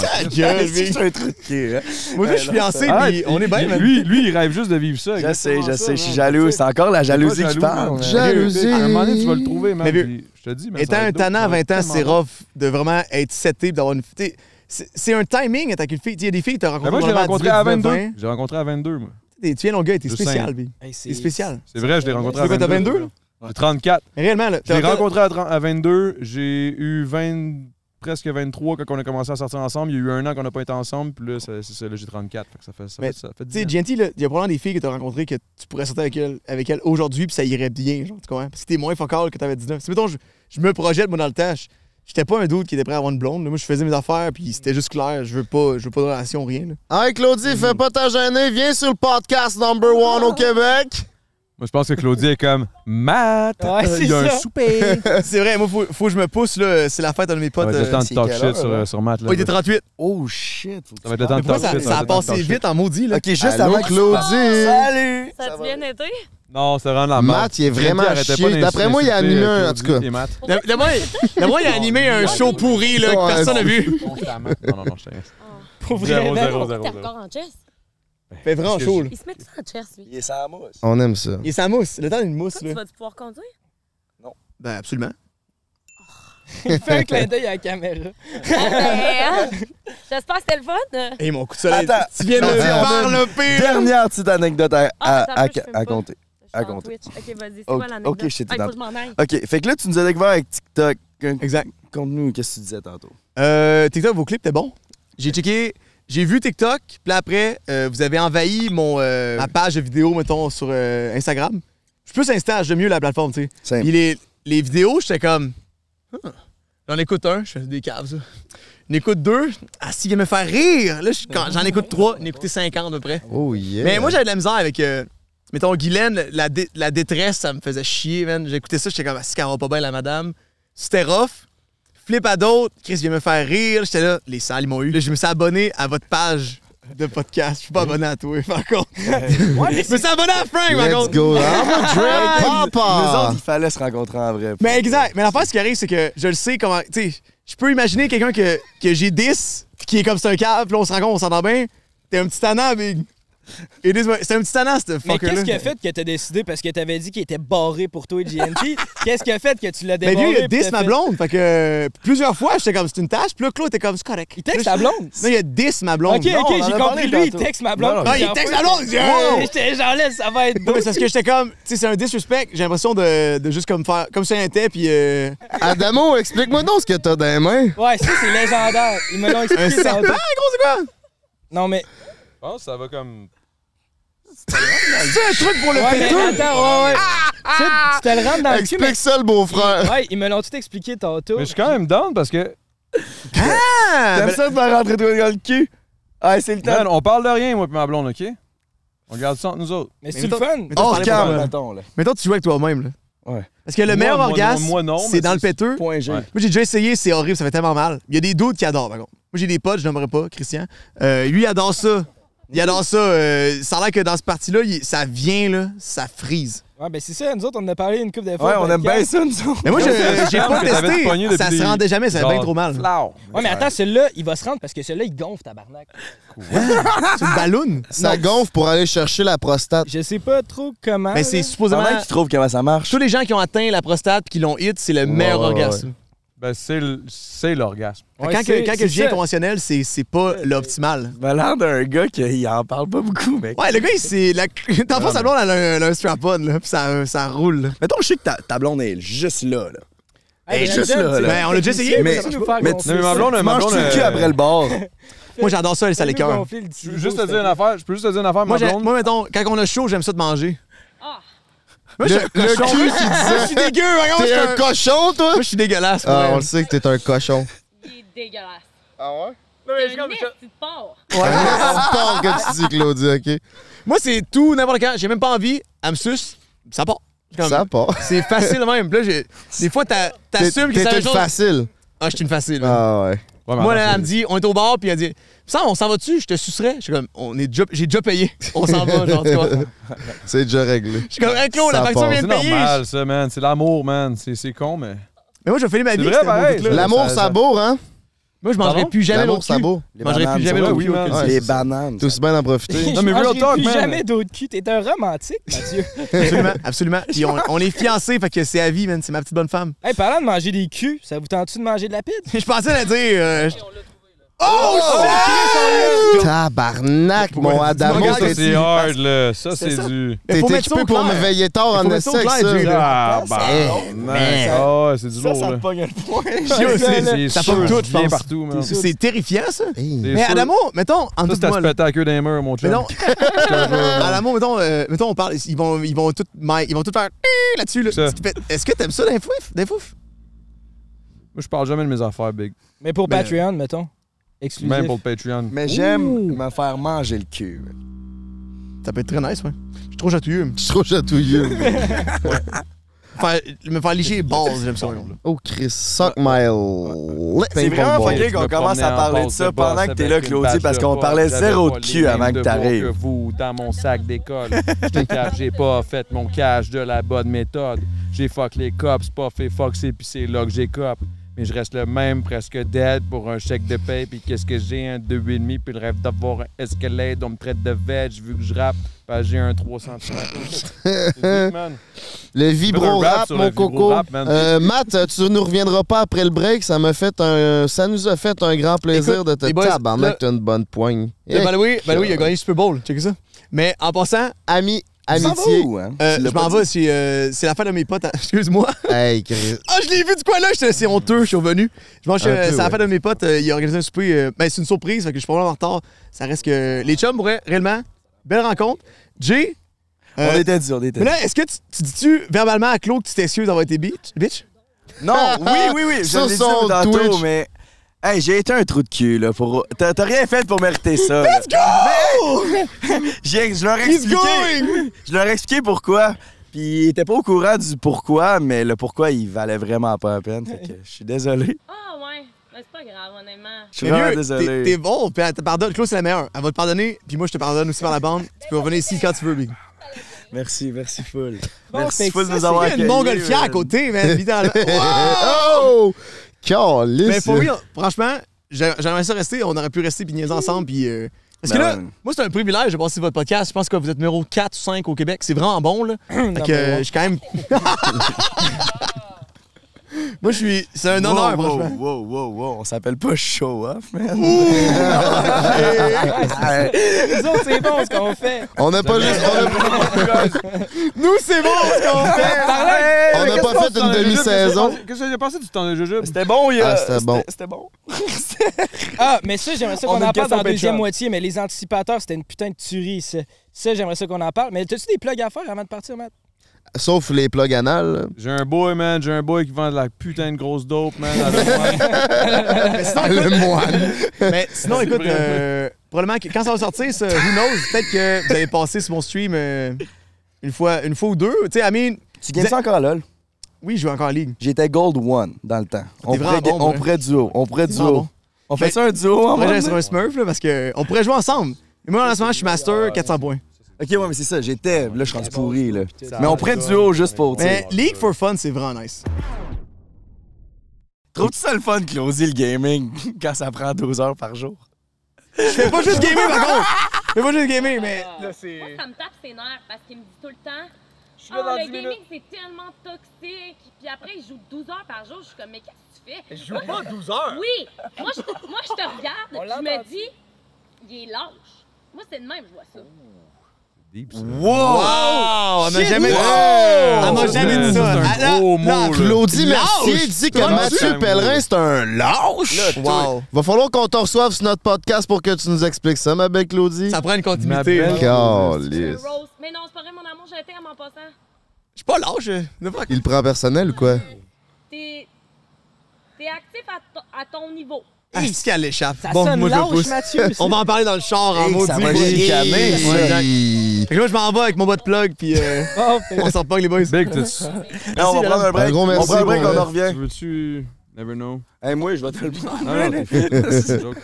Speaker 2: Ta gueule, Vic. C'est un truc qui est. hein?
Speaker 3: Moi, je suis
Speaker 2: Euh,
Speaker 3: fiancé,
Speaker 1: Ah,
Speaker 3: puis on est bien, man.
Speaker 1: lui, lui, il rêve juste de vivre ça.
Speaker 2: Je sais, je
Speaker 1: exactement ça,
Speaker 2: sais, je suis
Speaker 1: man.
Speaker 2: jaloux.
Speaker 1: Tu sais,
Speaker 2: C'est encore la
Speaker 1: t'es pas
Speaker 2: jalousie qui
Speaker 1: jaloux,
Speaker 2: parle.
Speaker 1: man.
Speaker 4: Jalousie.
Speaker 1: À un moment donné, tu vas le trouver, man.
Speaker 3: Mais vieux,
Speaker 1: puis Je te dis, man. ça
Speaker 3: Étant
Speaker 1: va
Speaker 3: un
Speaker 1: être dope, ça
Speaker 3: tannant à
Speaker 1: va
Speaker 3: 20
Speaker 1: être
Speaker 3: ans, c'est
Speaker 1: tellement
Speaker 3: rough de vraiment être seté, d'avoir une. tu sais, C'est c'est un timing avec une fille. Tu sais, Il y a des filles que tu as
Speaker 1: Ben
Speaker 3: rencontrées
Speaker 1: moi, je l'ai
Speaker 3: probablement
Speaker 1: rencontré à
Speaker 3: 18,
Speaker 1: 22.
Speaker 3: 20.
Speaker 1: J'ai rencontré à 22, moi.
Speaker 3: Tu sais, Tu viens, mon gars, il était
Speaker 1: De
Speaker 3: spécial.
Speaker 1: cinq.
Speaker 3: Big.
Speaker 8: Hey,
Speaker 3: Il est spécial.
Speaker 1: C'est vrai, je l'ai rencontré à
Speaker 3: C'est quoi, t'as
Speaker 1: 22.
Speaker 3: 22? là?
Speaker 1: J'ai 34.
Speaker 3: Mais Réellement, là.
Speaker 1: Je
Speaker 3: t'as-
Speaker 1: l'ai
Speaker 3: t'as-
Speaker 1: rencontré à, 30 à 22. J'ai eu 20, presque 23 quand on a commencé à sortir ensemble. Il y a eu un an qu'on n'a pas été ensemble. Puis là, ça- c'est ça, là, j'ai 34. Fait que ça fait, ça
Speaker 3: Mais,
Speaker 1: fait, ça fait
Speaker 3: Tu
Speaker 1: 10
Speaker 3: sais,
Speaker 1: ans.
Speaker 3: Genty, là, il y a probablement des filles que tu as rencontrées que tu pourrais sortir avec elles, avec elles aujourd'hui, puis ça irait bien, genre, tu comprends? Parce que t'es moins focal que t'avais 19. Si, mettons, je, je me projette, moi, dans le temps, je- j'étais pas un doute qui était prêt à avoir une blonde. là. Moi, je faisais mes affaires, puis c'était juste clair, je veux pas, je veux pas de relation, rien. là.
Speaker 4: Hey, Claudie, fais pas ta gênée. Viens sur le podcast number one au Québec.
Speaker 1: Moi, je pense que Claudie est comme Matt.
Speaker 8: Ouais, c'est
Speaker 1: il y a un
Speaker 8: ça.
Speaker 1: souper.
Speaker 3: c'est vrai, moi, faut, faut que je me pousse, là. C'est la fête d'un de mes
Speaker 1: Ça
Speaker 3: potes.
Speaker 1: va être le
Speaker 3: euh,
Speaker 1: temps de
Speaker 2: c'est
Speaker 1: talk
Speaker 2: quelle
Speaker 1: shit
Speaker 2: heure,
Speaker 1: sur,
Speaker 2: là?
Speaker 1: euh, sur Matt. Là,
Speaker 3: oh, il est 38.
Speaker 2: Oh shit. faut
Speaker 1: Ça
Speaker 2: que tu
Speaker 1: va être le temps de
Speaker 3: Pourquoi
Speaker 1: talk
Speaker 3: ça,
Speaker 1: shit.
Speaker 3: ça
Speaker 1: va être
Speaker 3: a
Speaker 1: le temps de
Speaker 3: passé
Speaker 1: talk shit.
Speaker 3: vite en maudit, là?
Speaker 2: Ok, juste
Speaker 4: Allô,
Speaker 2: avant que tu parles.
Speaker 4: Claudie.
Speaker 2: Salut!
Speaker 9: Ça a-tu bien été?
Speaker 1: Non, c'est vraiment la merde.
Speaker 4: Matt, il est vraiment
Speaker 1: Matt, arrêtait pas
Speaker 4: chier. D'après moi, il a
Speaker 1: d'insulter,
Speaker 4: animé
Speaker 1: euh,
Speaker 4: un, en tout cas.
Speaker 1: Claudie et Matt.
Speaker 3: D'abord, il- d'abord, il a animé un show pourri, là, que
Speaker 4: Ouais,
Speaker 3: personne n'a vu.
Speaker 1: Non, non, non, je t'inquiète.
Speaker 8: Pour vrai,
Speaker 1: Zéro,
Speaker 8: man.
Speaker 1: zéro,
Speaker 9: T'es
Speaker 1: zéro, zéro.
Speaker 9: encore en chess?
Speaker 3: Fait vraiment chaud, là.
Speaker 9: Il se met tout ça en chess, lui.
Speaker 2: Il est sans mousse.
Speaker 4: On aime ça.
Speaker 3: Il est sans mousse. Le temps d'une mousse,
Speaker 9: Toi,
Speaker 3: là.
Speaker 9: tu vas pouvoir conduire?
Speaker 3: Ben, absolument.
Speaker 8: Fais un clin d'œil à la caméra.
Speaker 9: Ah, ben, hein? J'espère que c'était le fun.
Speaker 3: Et mon coup de soleil.
Speaker 2: Attends.
Speaker 3: Tu viens de me
Speaker 2: Attends.
Speaker 3: faire le pire.
Speaker 2: Dernière petite anecdote à, à,
Speaker 9: Ah, attends un
Speaker 2: à-
Speaker 9: peu, je fume
Speaker 2: à
Speaker 9: pas.
Speaker 2: compter.
Speaker 9: Je suis
Speaker 2: À
Speaker 9: en
Speaker 2: compter.
Speaker 9: Twitch. Ok, vas-y, c'est
Speaker 2: Oh,
Speaker 9: quoi l'anecdote?
Speaker 2: ok, je sais tout
Speaker 9: Ah, il faut
Speaker 2: dans-
Speaker 9: que je m'en aille.
Speaker 2: OK, fait que là, tu nous as découvert avec TikTok.
Speaker 3: Exact.
Speaker 2: Conte-nous, qu'est-ce que tu disais tantôt?
Speaker 3: Euh, TikTok, vos clips, t'es bon? J'ai checké, j'ai vu TikTok, puis là, après, euh, vous avez envahi mon, euh, ma page de vidéos, mettons, sur euh, Instagram. Je suis plus Insta, j'aime mieux la plateforme, tu sais.
Speaker 2: Simple.
Speaker 3: Puis les, les vidéos, j'étais comme. Ah. J'en écoute un, je fais des caves, ça. J'en écoute deux, ah, s'il vient me faire rire. Là, je- quand- j'en écoute trois, j'en ai écouté 50 à peu près.
Speaker 4: Oh yeah.
Speaker 3: Mais moi, j'avais de la misère avec. euh, mettons, Guylaine, la, dé- la détresse, ça me faisait chier, man. J'écoutais ça, j'étais comme, ah, si qu'elle va pas bien, la madame. C'était rough. Flip à d'autres. Chris vient me faire rire. J'étais là, les salles, ils m'ont eu. Là, je me suis abonné à votre page de podcast. Je suis pas abonné à toi, par contre. je me suis abonné à Frank, par
Speaker 4: Let's
Speaker 3: contre.
Speaker 4: go. I'm a drink
Speaker 2: Nous
Speaker 4: papa.
Speaker 2: autres, il fallait se rencontrer en vrai.
Speaker 3: Ah. Mais exact. Mais l'affaire, ce qui arrive, c'est que je le sais comment. Tu sais, je peux imaginer quelqu'un que, que j'ai 10, qui est comme c'est un cave, puis là, on se rencontre, on s'entend bien. T'es un petit tannant, big. Et dis-moi, C'est un petit tannant, ce
Speaker 8: Mais
Speaker 3: fucker-là.
Speaker 8: qu'est-ce qui a fait que t'as décidé parce que t'avais dit qu'il était barré pour toi, GNT? qu'est-ce qui a fait que tu l'as
Speaker 3: Mais
Speaker 8: débarré?
Speaker 3: vieux, il a
Speaker 8: puis t'as
Speaker 3: 10 ma
Speaker 8: fait-
Speaker 3: blonde. Fait que euh, plusieurs fois, j'étais comme, c'est une tâche. Puis là, Claude était comme, c'est correct.
Speaker 8: Il texte ta blonde?
Speaker 3: Non, il a 10 ma blonde.
Speaker 8: Ok,
Speaker 3: Non,
Speaker 8: ok,
Speaker 2: on en
Speaker 8: j'ai
Speaker 2: a
Speaker 8: compris.
Speaker 2: parlé
Speaker 8: Lui, il
Speaker 2: tantôt.
Speaker 8: texte ma blonde.
Speaker 2: Non,
Speaker 3: non, il texte ma blonde. je dis,
Speaker 8: Ouais,
Speaker 3: Wow!
Speaker 8: J'étais genre là, ça va être
Speaker 3: Non,
Speaker 8: beau.
Speaker 3: mais c'est parce que j'étais comme, tu sais, c'est un disrespect. J'ai l'impression de, de juste comme faire, comme si rien n'était, puis euh,
Speaker 4: Adamo, explique-moi donc ce que t'as dans les mains.
Speaker 8: Ouais, ça, c'est légendaire. Ils me l'ont
Speaker 3: un
Speaker 8: expliqué
Speaker 3: serpent,
Speaker 8: tantôt.
Speaker 3: gros, c'est quoi?
Speaker 8: Non, mais.
Speaker 1: Je pense que ça va comme.
Speaker 3: C'est un truc pour le
Speaker 8: Ouais, mais
Speaker 3: pétou.
Speaker 8: attends, ouais, ouais.
Speaker 3: Ah!
Speaker 8: Tu sais, tu te le rentres dans le cul, mais.
Speaker 4: Explique ça, le beau-frère.
Speaker 8: Ouais, ils me l'ont tout expliqué tantôt.
Speaker 1: Mais je suis quand même down parce que.
Speaker 3: Ah,
Speaker 2: T'aimes
Speaker 3: ben-
Speaker 2: ça de me rentrer toi dans le cul? Ah, c'est le temps.
Speaker 1: Man, on parle de rien, moi et ma blonde, OK? On garde ça entre nous autres.
Speaker 8: Mais
Speaker 3: Mais
Speaker 8: c'est le
Speaker 3: mettons-
Speaker 8: fun.
Speaker 3: mettons,
Speaker 4: Oh,
Speaker 3: tu parlais
Speaker 4: calme.
Speaker 3: pour-
Speaker 2: Parle, mettons, là.
Speaker 3: Mettons, tu joues avec toi-même, là.
Speaker 2: Ouais.
Speaker 3: Parce que le
Speaker 1: Moi,
Speaker 3: meilleur
Speaker 1: moi, non,
Speaker 3: orgasme,
Speaker 1: moi, non, mais
Speaker 3: c'est dans le
Speaker 1: c'est-
Speaker 3: péteux.
Speaker 2: Point G.
Speaker 1: Ouais.
Speaker 3: Moi, j'ai déjà essayé, c'est horrible, ça fait tellement mal. Il y a des doutes qui adorent, par contre. Moi, j'ai des potes, je nommerai pas, Christian. Euh, lui, il adore ça. Il adore ça. euh, ça a l'air que dans ce parti-là, il- ça vient, là, ça frise.
Speaker 8: Ouais, ben c'est ça, nous autres, on en a parlé une couple de
Speaker 2: Ouais,
Speaker 8: fois. au
Speaker 2: on aime bien
Speaker 8: podcast.
Speaker 2: ça, nous autres.
Speaker 3: Mais moi, je-
Speaker 1: c'est
Speaker 3: j'ai
Speaker 1: un terme
Speaker 3: pas
Speaker 1: que t'avais pogné
Speaker 3: testé.
Speaker 1: depuis
Speaker 3: Ça se
Speaker 1: des-
Speaker 3: rendait jamais, ça fait
Speaker 1: genre-
Speaker 3: bien trop mal.
Speaker 8: Ouais, mais attends, celui-là, il va se rendre parce que celui-là, il gonfle, tabarnak.
Speaker 3: C'est une balloune.
Speaker 4: Ça
Speaker 3: Non.
Speaker 4: gonfle pour aller chercher la prostate.
Speaker 8: Je sais pas trop comment.
Speaker 3: Mais Ben, c'est
Speaker 8: là.
Speaker 3: supposément.
Speaker 2: Pendant que tu trouves comment ça marche.
Speaker 3: Tous les gens qui ont atteint la prostate et qui l'ont hit, c'est le meilleur
Speaker 4: ouais,
Speaker 3: orgasme.
Speaker 1: Ben, c'est le- c'est l'orgasme.
Speaker 8: Ouais,
Speaker 3: quand
Speaker 8: c'est-
Speaker 3: que, quand que
Speaker 8: c'est
Speaker 3: je viens
Speaker 8: ça.
Speaker 3: conventionnel, c'est c'est pas l'optimal.
Speaker 2: Je me l'air d'un gars qui en parle pas beaucoup, mec.
Speaker 3: Ouais, le gars, il c'est. La... T'en
Speaker 4: Ah,
Speaker 3: penses, sa blonde, elle a un- elle a un, strap-on, là, puis ça, ça roule. là.
Speaker 2: Mettons, je sais que ta, ta blonde est juste là, là.
Speaker 8: Hey,
Speaker 2: Hey, juste
Speaker 8: Brandon,
Speaker 2: là,
Speaker 8: tu-
Speaker 2: là.
Speaker 3: Ben, on l'a déjà essayé,
Speaker 8: tu
Speaker 2: mais-
Speaker 8: veux nous faire
Speaker 2: mais-
Speaker 8: gonfler
Speaker 1: Non, mais ma
Speaker 8: ça?
Speaker 1: blonde,
Speaker 2: Tu
Speaker 1: ma blonde.
Speaker 2: manges-tu le cul
Speaker 1: euh,
Speaker 2: après le bord?
Speaker 3: Moi, j'adore ça, les
Speaker 8: Fais-nous
Speaker 3: salé-cœur.
Speaker 8: gonfler le petit
Speaker 1: Je veux
Speaker 8: bout,
Speaker 1: juste te
Speaker 8: ça
Speaker 1: dire
Speaker 8: fait-
Speaker 1: une affaire. Je peux juste te dire une affaire,
Speaker 3: Moi,
Speaker 1: ma
Speaker 3: j'ai-
Speaker 1: blonde.
Speaker 3: moi, mettons, quand on a chaud, j'aime ça de manger.
Speaker 9: Ah.
Speaker 3: Moi,
Speaker 4: Le,
Speaker 3: je,
Speaker 4: le cul qui
Speaker 3: je
Speaker 4: disait
Speaker 3: suis dégueu, regarde,
Speaker 4: T'es
Speaker 3: je
Speaker 4: un
Speaker 3: suis un-
Speaker 4: cochon, toi?
Speaker 3: Moi, je suis dégueulasse. pour
Speaker 4: Ah, on
Speaker 3: vrai.
Speaker 4: le sait que t'es un cochon.
Speaker 9: Il est dégueulasse.
Speaker 4: Ah ouais?
Speaker 9: C'est un esti de porc.
Speaker 4: Encore que tu dis, Claudie, OK?
Speaker 3: Moi, c'est tout, n'importe quand. J'ai même pas envie. Elle me suce, ça part. Je suis comme-
Speaker 4: Ça part.
Speaker 3: C'est facile même. Puis Là, j'ai- des fois, t'as-
Speaker 4: T'es
Speaker 3: t'assumes que
Speaker 4: t'es
Speaker 3: c'est la
Speaker 4: une
Speaker 3: chose.
Speaker 4: facile.
Speaker 3: Ah, je suis une facile. man.
Speaker 4: Ah ouais.
Speaker 1: Ouais, mais
Speaker 3: Moi,
Speaker 1: attends,
Speaker 3: là, elle me
Speaker 1: c'est-
Speaker 3: dit, on est au bar, puis elle dit, ça, on s'en va dessus, je te sucerai. Je suis comme, on est déjà- j'ai déjà payé. On s'en va, genre, tu vois.
Speaker 4: C'est déjà réglé.
Speaker 3: Je suis comme, hey, Claude,
Speaker 4: Ça
Speaker 3: la facture
Speaker 4: part.
Speaker 3: vient
Speaker 1: C'est
Speaker 3: de payer.
Speaker 1: normal, ça, man. C'est l'amour, man. C'est c'est con, mais.
Speaker 3: Mais moi, je vais finir ma vie.
Speaker 1: C'est vrai,
Speaker 3: avec cette
Speaker 1: pareil.
Speaker 3: maudite-là.
Speaker 1: ça-
Speaker 4: L'amour,
Speaker 1: ça-
Speaker 4: ça bourre, hein?
Speaker 3: Moi, je mangerai
Speaker 1: Pardon?
Speaker 3: plus jamais
Speaker 4: L'amour,
Speaker 3: l'autre
Speaker 4: ça
Speaker 3: cul.
Speaker 4: beau.
Speaker 3: Je mangerai plus
Speaker 2: bananes,
Speaker 3: jamais
Speaker 2: ça,
Speaker 3: l'autre
Speaker 1: oui,
Speaker 3: cul. autre
Speaker 1: man.
Speaker 3: que le
Speaker 1: Ouais,
Speaker 2: les
Speaker 3: cul.
Speaker 2: bananes.
Speaker 4: T'es aussi bien en profiter.
Speaker 1: Non, mais
Speaker 8: Je
Speaker 1: real
Speaker 8: mangerai
Speaker 1: talk,
Speaker 8: plus
Speaker 1: man.
Speaker 8: jamais d'autres cul. T'es un romantique, Mathieu.
Speaker 3: Absolument, absolument. Puis on, on est fiancés, fait que c'est à vie, man. C'est ma petite bonne femme.
Speaker 8: hey, parlant de manger des culs, ça vous tente-tu de manger de la pide?
Speaker 3: Je pensais la dire. euh, je- Oh, shit!
Speaker 4: Tabarnak, mon Adamo,
Speaker 1: Regarde,
Speaker 4: t'es
Speaker 1: ça, c'est
Speaker 4: t'es
Speaker 1: hard, là. Ça,
Speaker 3: C'est ça.
Speaker 1: c'est du.
Speaker 3: Mais faut mettre ça
Speaker 4: équipé
Speaker 3: au
Speaker 4: pour me
Speaker 3: clair.
Speaker 4: veiller tard
Speaker 3: Faut
Speaker 4: en
Speaker 3: mettre ça hein. au
Speaker 4: essai,
Speaker 3: clair, Dieu,
Speaker 4: ça.
Speaker 3: là.
Speaker 1: Ah, bah.
Speaker 4: Eh, man.
Speaker 1: Ah, ouais, c'est du
Speaker 8: Ça,
Speaker 1: lourd,
Speaker 8: ça me
Speaker 1: là.
Speaker 8: pogne le point.
Speaker 3: Yo, c'est-
Speaker 1: C'est
Speaker 3: ça
Speaker 1: sûr,
Speaker 3: pogne tout,
Speaker 1: je
Speaker 3: je
Speaker 1: viens
Speaker 3: pense.
Speaker 1: partout, man. Ça,
Speaker 3: C'est terrifiant, ça.
Speaker 4: Hey.
Speaker 1: C'est
Speaker 3: Mais
Speaker 1: sûr.
Speaker 3: Adamo, mettons, en tout
Speaker 1: c'est Ah. à
Speaker 3: cas.
Speaker 1: se péter la queue d'un mur, mon
Speaker 3: Mais
Speaker 1: chum.
Speaker 3: non, Adamo, mettons, euh, mettons, on parle, ils vont, ils vont tout, ma- ils vont tout faire eh, là-dessus. Là.
Speaker 1: Ça.
Speaker 3: Tu te fais- Est-ce que t'aimes ça d'un fouf? D'un fouf?
Speaker 1: Moi, je parle jamais de mes affaires, Big.
Speaker 8: Mais pour
Speaker 3: Mais-
Speaker 8: Patreon, mettons. Exclusif.
Speaker 1: Même Ben, pour le Patreon.
Speaker 2: Mais j'aime me faire manger le cul.
Speaker 3: Ça peut être très nice, ouais. Je suis trop chatouilleux.
Speaker 4: Je suis trop chatouilleux.
Speaker 3: Faire- me faire lécher les bases, j'aime ça. ouais.
Speaker 4: Oh, Chris, suck my lip.
Speaker 2: C'est vraiment fucké qu'on
Speaker 1: me
Speaker 2: commence
Speaker 1: promenais en
Speaker 2: à parler de
Speaker 1: passe
Speaker 2: ça
Speaker 1: de
Speaker 2: pendant
Speaker 1: boss
Speaker 2: que t'es là,
Speaker 1: avec une
Speaker 2: Claudie,
Speaker 1: bâche
Speaker 2: parce
Speaker 1: de
Speaker 2: qu'on
Speaker 1: boss.
Speaker 2: parlait
Speaker 1: J'avais
Speaker 2: zéro
Speaker 1: pas
Speaker 2: de
Speaker 1: les
Speaker 2: cul
Speaker 1: mêmes
Speaker 2: avant que
Speaker 1: devoirs
Speaker 2: t'arrives.
Speaker 1: vous, dans mon sac d'école. J'étais cap, j'ai pas fait mon cash de la bonne méthode. J'ai fuck les cops, pas fait fuck c'est puis c'est là que j'ai cop. Mais je reste le même, presque dead, pour un chèque de paie. Puis qu'est-ce que j'ai, un 2,5, puis le rêve d'avoir un escalade. On me traite de veg, vu que je rappe, parce que j'ai un 300. C'est big, man.
Speaker 4: Le
Speaker 1: Fais un
Speaker 4: vibro
Speaker 1: rap
Speaker 4: rap,
Speaker 1: sur
Speaker 4: mon
Speaker 1: le vibro
Speaker 4: coco.
Speaker 1: rap, man.
Speaker 4: Euh, Matt, euh, tu nous reviendras pas après le break. Ça me fait un, ça nous a fait un grand plaisir
Speaker 3: Écoute,
Speaker 4: de te
Speaker 3: les boys, là-
Speaker 4: tabarnak. T'as une bonne poigne.
Speaker 3: Ben
Speaker 4: Eh,
Speaker 3: bah oui, ben oui, il a gagné le Super Bowl, check ça. Mais en passant,
Speaker 4: ami,
Speaker 2: S'en
Speaker 4: amitié.
Speaker 2: va où, hein?
Speaker 3: euh,
Speaker 2: Tu l'as
Speaker 3: je m'en
Speaker 2: pas
Speaker 3: vais, c'est euh, c'est la fin de mes potes. à- Excuse-moi.
Speaker 4: Hey, Chris.
Speaker 3: Ah, je l'ai vu du coin là, j'étais- c'est honteux, je suis revenu. Je mange,
Speaker 4: Un
Speaker 3: euh,
Speaker 4: peu,
Speaker 3: c'est la
Speaker 4: ouais.
Speaker 3: fête de mes potes, euh, il a organisé un souper. euh, ben, c'est une surprise, fait que je suis probablement en retard. Ça reste que. Les chums, pourraient, réellement, belle rencontre. Jay,
Speaker 2: On
Speaker 3: euh,
Speaker 2: était dit, on était
Speaker 3: mais
Speaker 2: dit.
Speaker 3: là, est-ce que tu, tu dis-tu verbalement à Claude que tu t'excuses d'avoir été bitch? bitch?
Speaker 2: Non, oui, oui, oui, je
Speaker 4: Sur
Speaker 2: l'ai dit
Speaker 4: son
Speaker 2: tantôt,
Speaker 4: Twitch.
Speaker 2: mais... Hey, j'ai été un trou de cul, là, pour... T'as t'as rien fait pour mériter ça. Let's Je leur ai expliqué... Je leur ai expliqué pourquoi. Puis ils étaient pas au courant du pourquoi, mais le pourquoi, il valait vraiment pas la peine. Fait que je suis désolé.
Speaker 9: Ah, ouais. Mais c'est pas grave, honnêtement.
Speaker 2: Je suis
Speaker 3: Mais
Speaker 2: vraiment
Speaker 3: vieux, T'es t'es
Speaker 2: désolé.
Speaker 3: bon, puis elle te pardonne. Claude, c'est la meilleure. Elle va te pardonner, puis moi, je te pardonne aussi par la bande. Tu peux revenir ici quand tu veux, Big.
Speaker 2: Merci, merci full.
Speaker 8: Bon, fait
Speaker 2: merci
Speaker 8: que
Speaker 2: full de
Speaker 8: ça,
Speaker 2: nous
Speaker 8: c'est
Speaker 2: avoir
Speaker 3: Il y a une
Speaker 2: accueillis. euh,
Speaker 3: montgolfière à
Speaker 2: man.
Speaker 3: côté, man, littéralement.
Speaker 4: Oh! Calisse.
Speaker 3: Mais pour real, franchement, j'a- j'aimerais ça rester. On aurait pu rester puis niaiser ensemble. Puis, euh, Parce que
Speaker 2: Ben
Speaker 3: là,
Speaker 2: ouais.
Speaker 3: moi, c'est un privilège de passer votre podcast. Je pense que vous êtes numéro 4 ou 5 au Québec. C'est vraiment bon, là. fait que euh, je suis quand même. moi, je suis. C'est un honneur,
Speaker 2: wow,
Speaker 3: franchement.
Speaker 2: wow, wow, wow, on s'appelle pas show off, man.
Speaker 8: Nous autres, c'est bon ce qu'on fait.
Speaker 4: On n'a pas juste. on a-
Speaker 3: Nous, c'est bon ce qu'on fait.
Speaker 4: On n'a pas fait une demi-saison.
Speaker 1: Qu'est-ce que j'ai pensé du temps de jujube?
Speaker 2: C'était bon, il y a-
Speaker 4: Ah, c'était bon.
Speaker 2: C'était bon.
Speaker 8: Ah, mais ça, j'aimerais ça
Speaker 2: On
Speaker 8: qu'on
Speaker 2: a
Speaker 8: en
Speaker 2: une
Speaker 8: parle
Speaker 2: question
Speaker 8: dans la deuxième
Speaker 2: Patreon.
Speaker 8: moitié, mais les anticipateurs, c'était une putain de tuerie, ça. Ça, j'aimerais ça qu'on en parle. Mais t'as-tu des plugs à faire avant de partir, Matt?
Speaker 4: Sauf les plugs anales. là.
Speaker 1: J'ai un boy, man. J'ai un boy qui vend de la putain de grosse dope, man. à Lausanne.
Speaker 3: Mais sinon,
Speaker 4: Le
Speaker 3: écoute,
Speaker 4: moine.
Speaker 3: mais sinon, écoute
Speaker 1: vrai.
Speaker 3: euh, probablement que quand ça va sortir, ça, who knows, peut-être que vous allez passer sur mon stream euh, une, fois, une fois ou deux. Tu sais, I mean,
Speaker 2: Tu gagnes ça encore, lol?
Speaker 3: oui, je joue encore en ligue.
Speaker 2: J'étais Gold One dans le temps. On
Speaker 3: vraiment
Speaker 2: pourrait,
Speaker 3: bon,
Speaker 2: on
Speaker 3: vrai.
Speaker 2: pourrait duo. On pourrait duo.
Speaker 3: vraiment bon.
Speaker 2: On fait
Speaker 3: Mais-
Speaker 2: ça un duo
Speaker 3: On
Speaker 2: en
Speaker 3: pourrait
Speaker 2: vrai?
Speaker 3: jouer sur un Smurf, là, parce qu'on pourrait jouer ensemble. Mais moi, en ce moment, je suis master 400 points.
Speaker 2: Ok, ouais, mais c'est ça. J'étais. Là, je suis rendu pourri, là. Mais on pourrait duo juste pour. tu sais.
Speaker 3: Mais League for Fun, c'est vraiment nice.
Speaker 2: Trouves-tu ça le fun, Claudie, le gaming, quand ça prend 12 heures par jour?
Speaker 3: Je fais pas juste gamer, par contre. Je fais pas juste gamer, mais là, c'est.
Speaker 9: Moi, ça me tape ses nerfs parce qu'il me dit tout le temps. Ah, le gaming, c'est tellement toxique. Puis après, il joue 12 heures par jour. Je suis comme, mais qu'est-ce que tu fais? Je joue pas 12 heures. Oui. Moi, je, moi, je te regarde. puis je me dis, il est lâche. Moi, c'est de même, je vois ça.
Speaker 3: Wow! On n'a jamais dit
Speaker 1: Wow!
Speaker 3: On n'a jamais dit ça.
Speaker 1: C'est un gros mot, là.
Speaker 4: Claudie Mercier
Speaker 3: Lâche.
Speaker 4: dit que
Speaker 3: Toi,
Speaker 4: Mathieu
Speaker 1: tu-
Speaker 4: Pellerin, c'est un lâche.
Speaker 3: Wow!
Speaker 4: Va falloir qu'on te reçoive sur notre podcast pour que tu nous expliques ça, ma belle Claudie.
Speaker 3: Ça prend une
Speaker 1: Ma
Speaker 3: continuité.
Speaker 1: belle-
Speaker 3: là.
Speaker 9: Le
Speaker 4: Calisse.
Speaker 9: Rose. Mais non, c'est pas vrai, mon amour, j'étais à mon passant.
Speaker 3: Je suis pas lâche. euh, de fuck.
Speaker 4: Il le prend personnel ou quoi?
Speaker 9: T'es. T'es actif à, to- à ton niveau.
Speaker 3: Ah, c'est qu'elle l'échappe.
Speaker 8: Ça
Speaker 3: Bon,
Speaker 8: sonne
Speaker 3: moi, je le
Speaker 8: lâche,
Speaker 3: pousse.
Speaker 8: Mathieu. ça.
Speaker 3: On va en parler dans le char en
Speaker 2: Hey,
Speaker 3: mode.
Speaker 2: ça va chicaner, ça.
Speaker 3: Fait que là, je m'en vais avec mon bot de plug, puis euh,
Speaker 8: Bon, fait-
Speaker 3: on s'en reparle, les boys.
Speaker 1: Big, tu
Speaker 2: Non, on va prendre un break.
Speaker 4: Un gros merci
Speaker 2: on prend un break,
Speaker 4: pour euh,
Speaker 2: on
Speaker 4: vrai.
Speaker 2: en
Speaker 1: tu
Speaker 2: revient.
Speaker 1: veux-tu. Never know.
Speaker 2: Hey, moi, je vais te le prendre.
Speaker 1: Non, non, c'est une joke.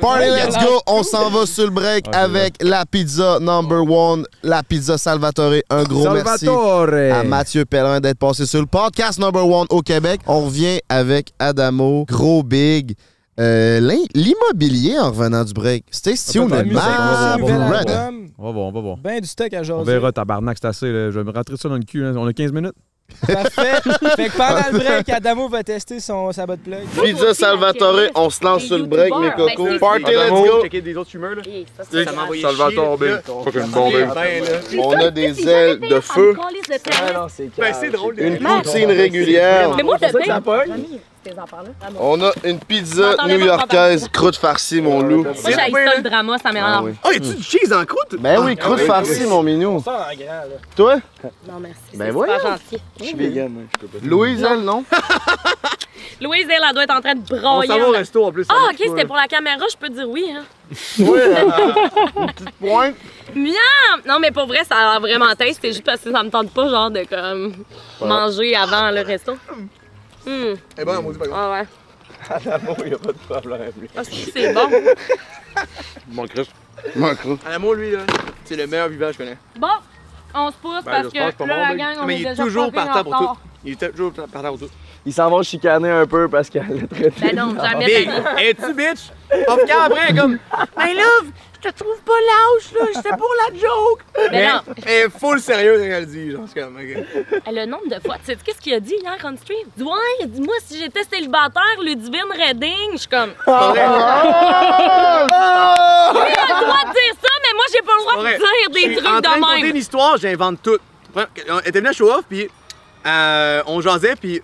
Speaker 4: Party, let's go! On s'en va sur le break
Speaker 1: Ok.
Speaker 4: avec la pizza number one, la pizza Salvatore. Un gros merci à Mathieu Pellerin d'être passé sur le podcast number one au Québec. On revient avec Adamo, gros big. Euh, l'im- L'immobilier en revenant du break. C'était si on est
Speaker 8: Pas de musique,
Speaker 4: mal.
Speaker 8: aussi, nouvel
Speaker 1: bon,
Speaker 4: raide,
Speaker 1: bon.
Speaker 4: hein?
Speaker 8: album,
Speaker 1: On va voir, on va voir.
Speaker 8: ben du stock à
Speaker 1: On
Speaker 8: jaser.
Speaker 1: verra, tabarnak, c'est assez. là. Je vais me rentrer ça dans le cul. hein. On a 15 minutes.
Speaker 8: Parfait. fait que pendant le break, Adamo va tester son, sa botte plug.
Speaker 4: Pizza Salvatore, on se lance sur le break, mes cocos. Party, let's go!
Speaker 9: Et ça, c'est vraiment-
Speaker 6: Ça le va tomber. Fucking bombe.
Speaker 4: On a des
Speaker 9: Si j'avais
Speaker 4: ailes
Speaker 9: fait
Speaker 4: de
Speaker 9: un
Speaker 4: feu.
Speaker 9: calice de terrain,
Speaker 4: Une poutine régulière.
Speaker 9: Mais moi, je paye. Ami, ces affaires-là. vraiment.
Speaker 4: On a une pizza
Speaker 9: J'entendais
Speaker 4: new-yorkaise, croûte farcie, mon loup.
Speaker 9: Moi, j'aille ça le drama, ça
Speaker 4: Ah
Speaker 9: m'énerve.
Speaker 4: Ben oui, croûte farcie, mon minou. Toi?
Speaker 9: Non, merci.
Speaker 4: Ben
Speaker 9: c'est
Speaker 4: voyons.
Speaker 9: super gentil.
Speaker 4: Louise, elle, non?
Speaker 9: Louise, elle, elle doit être en train de broyer. On s'en va au resto en plus. Ah, ok, c'était pour la caméra, je peux dire oui. Hein.
Speaker 4: Pointe.
Speaker 9: Miam! Non, mais pour vrai, ça a l'air vraiment taste. C'est juste parce que ça me tente pas, genre, de comme manger avant le resto. Hum,
Speaker 3: Eh ben, on dit pas
Speaker 9: ah ouais. Ah, c'est bon.
Speaker 3: Adamo, lui, là, c'est le meilleur vivant que je connais.
Speaker 9: Bon, on se pousse parce que là, la gang, on
Speaker 3: Mais
Speaker 9: est
Speaker 3: il est
Speaker 9: déjà
Speaker 3: toujours
Speaker 9: fucking
Speaker 3: partant
Speaker 9: en
Speaker 3: pour tout.
Speaker 9: retard.
Speaker 3: Il était toujours partant au tout.
Speaker 2: Ils s'en vont chicaner un peu parce qu'elle est très
Speaker 9: Ben non, jamais
Speaker 3: Big!
Speaker 9: ça.
Speaker 3: Es-tu bitch? En tout cas, après, comme. Mais love, je te trouve pas lâche, là, j'étais pour la joke!
Speaker 9: Ben non,
Speaker 3: Elle est Eh, full sérieuse quand elle dit, genre, c'est comme. ok.
Speaker 9: Eh, Le nombre de fois, tu sais, qu'est-ce qu'il a dit hier on stream? Il dit, ouais, dis-moi si j'étais célibataire, Ludivine Redding. Je suis comme, tu
Speaker 2: Ah,
Speaker 9: as le droit de dire ça, mais moi, j'ai pas le droit
Speaker 3: vrai.
Speaker 9: de dire des
Speaker 3: Je suis en
Speaker 9: trucs
Speaker 3: train de
Speaker 9: de
Speaker 3: compter
Speaker 9: même.
Speaker 3: une histoire, j'invente tout. Elle était venue à show off, puis euh, on jasait, puis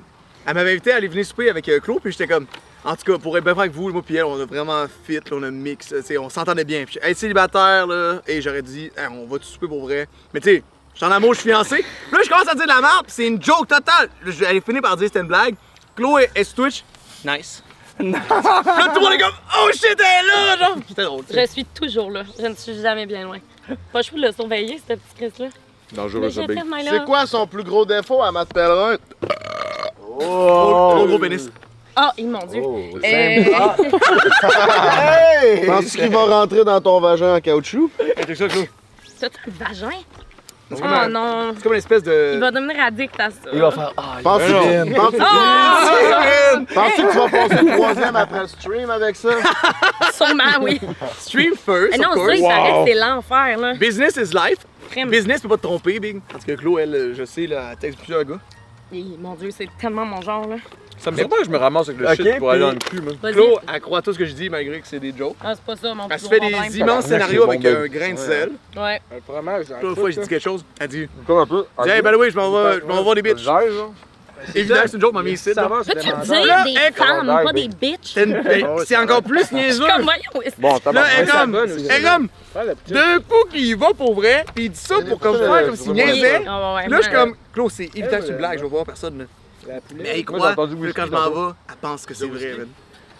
Speaker 3: elle m'avait invité à aller venir souper avec euh, Claude, puis j'étais comme. En tout cas, pour être bien franc avec vous, moi puis elle, on a vraiment fit, là, on a mix, là, tu sais, on s'entendait bien. Puis, elle est célibataire, là, et j'aurais dit, Hey, on va tout souper pour vrai. Mais tu sais, je suis en amour, je suis fiancé. Puis là, je commence à dire de la merde, puis c'est une joke totale. Là, je- Elle est finie par dire c'était une blague. Chloé est sur Twitch. Nice. Puis là, tout le monde est comme, oh shit, elle est là, genre. C'était drôle, tu sais.
Speaker 9: Je suis toujours là. Je ne suis jamais bien loin. Pas chou de le surveiller, ce petit Chris-là.
Speaker 6: Dangereux,
Speaker 9: Mais
Speaker 6: ça,
Speaker 9: je
Speaker 6: Big.
Speaker 9: ferme, my
Speaker 4: C'est
Speaker 9: love.
Speaker 4: quoi Ah, son plus gros défaut à Matt Pellerin?
Speaker 3: Gros, gros, gros pénis.
Speaker 9: Ah, il mon
Speaker 3: Oh,
Speaker 9: Dieu. Euh,
Speaker 4: Penses-tu qu'il va rentrer dans ton vagin en caoutchouc?
Speaker 9: T'as un vagin? Oh non.
Speaker 3: C'est comme une espèce de.
Speaker 9: Il va devenir addict à ça. Oh!
Speaker 4: Penses-tu penses-tu-
Speaker 9: Ah!
Speaker 4: penses-tu que tu vas passer le troisième après le stream avec ça?
Speaker 9: Sûrement, oui.
Speaker 3: Stream first,
Speaker 9: Eh non,
Speaker 3: of
Speaker 9: ça,
Speaker 3: course.
Speaker 9: il paraît que c'est l'enfer, là.
Speaker 3: Business is life.
Speaker 9: Crème.
Speaker 3: Business peut pas te tromper, Big. Parce que Chlo, elle, euh, je sais, là, elle texte plusieurs gars.
Speaker 9: Eh, Mon Dieu, c'est tellement mon genre, là.
Speaker 6: Ça me semble que je me ramasse avec le
Speaker 3: Ok,
Speaker 6: shit pour aller
Speaker 3: puis-
Speaker 6: dans le cul, man.
Speaker 9: Vas-y.
Speaker 3: Chlo, elle croit à tout ce que je dis, malgré que c'est des jokes.
Speaker 9: Ah, c'est pas ça, mon
Speaker 3: Elle
Speaker 9: plus
Speaker 3: se
Speaker 9: gros
Speaker 3: fait
Speaker 9: problème.
Speaker 3: des immenses scénarios avec un grain de sel.
Speaker 9: Ouais.
Speaker 3: Plusieurs fois, j'ai dit quelque chose. Elle dit
Speaker 6: Comme un peu.
Speaker 3: Elle dit, Hey, by the way, je m'en vais je m'en vais voir des bitches. Évidemment, Ah, c'est une joke, mamie, ici. là.
Speaker 9: Toi, tu veux
Speaker 3: Là,
Speaker 9: dire
Speaker 3: hey,
Speaker 9: des femmes, pas des bitches.
Speaker 3: C'est une- hey, c'est encore plus niaiseux.
Speaker 9: Comme voyons.
Speaker 6: Bon,
Speaker 3: Là, elle est
Speaker 6: tabarnak.
Speaker 3: comme, elle est comme, d'un coup qu'il y va pour vrai, pis il dit ça pour comme faire comme s'il
Speaker 9: Oui.
Speaker 3: niaisait.
Speaker 9: Ah, ouais, ouais,
Speaker 3: Là, je suis
Speaker 9: ouais.
Speaker 3: comme, Claude, c'est évident que c'est une blague, je vais voir personne. là. Mais elle
Speaker 6: Moi,
Speaker 3: croit,
Speaker 6: j'ai entendu
Speaker 3: puis
Speaker 6: whisky
Speaker 3: quand je m'en
Speaker 6: tantôt.
Speaker 3: vais, elle pense que c'est vrai, man.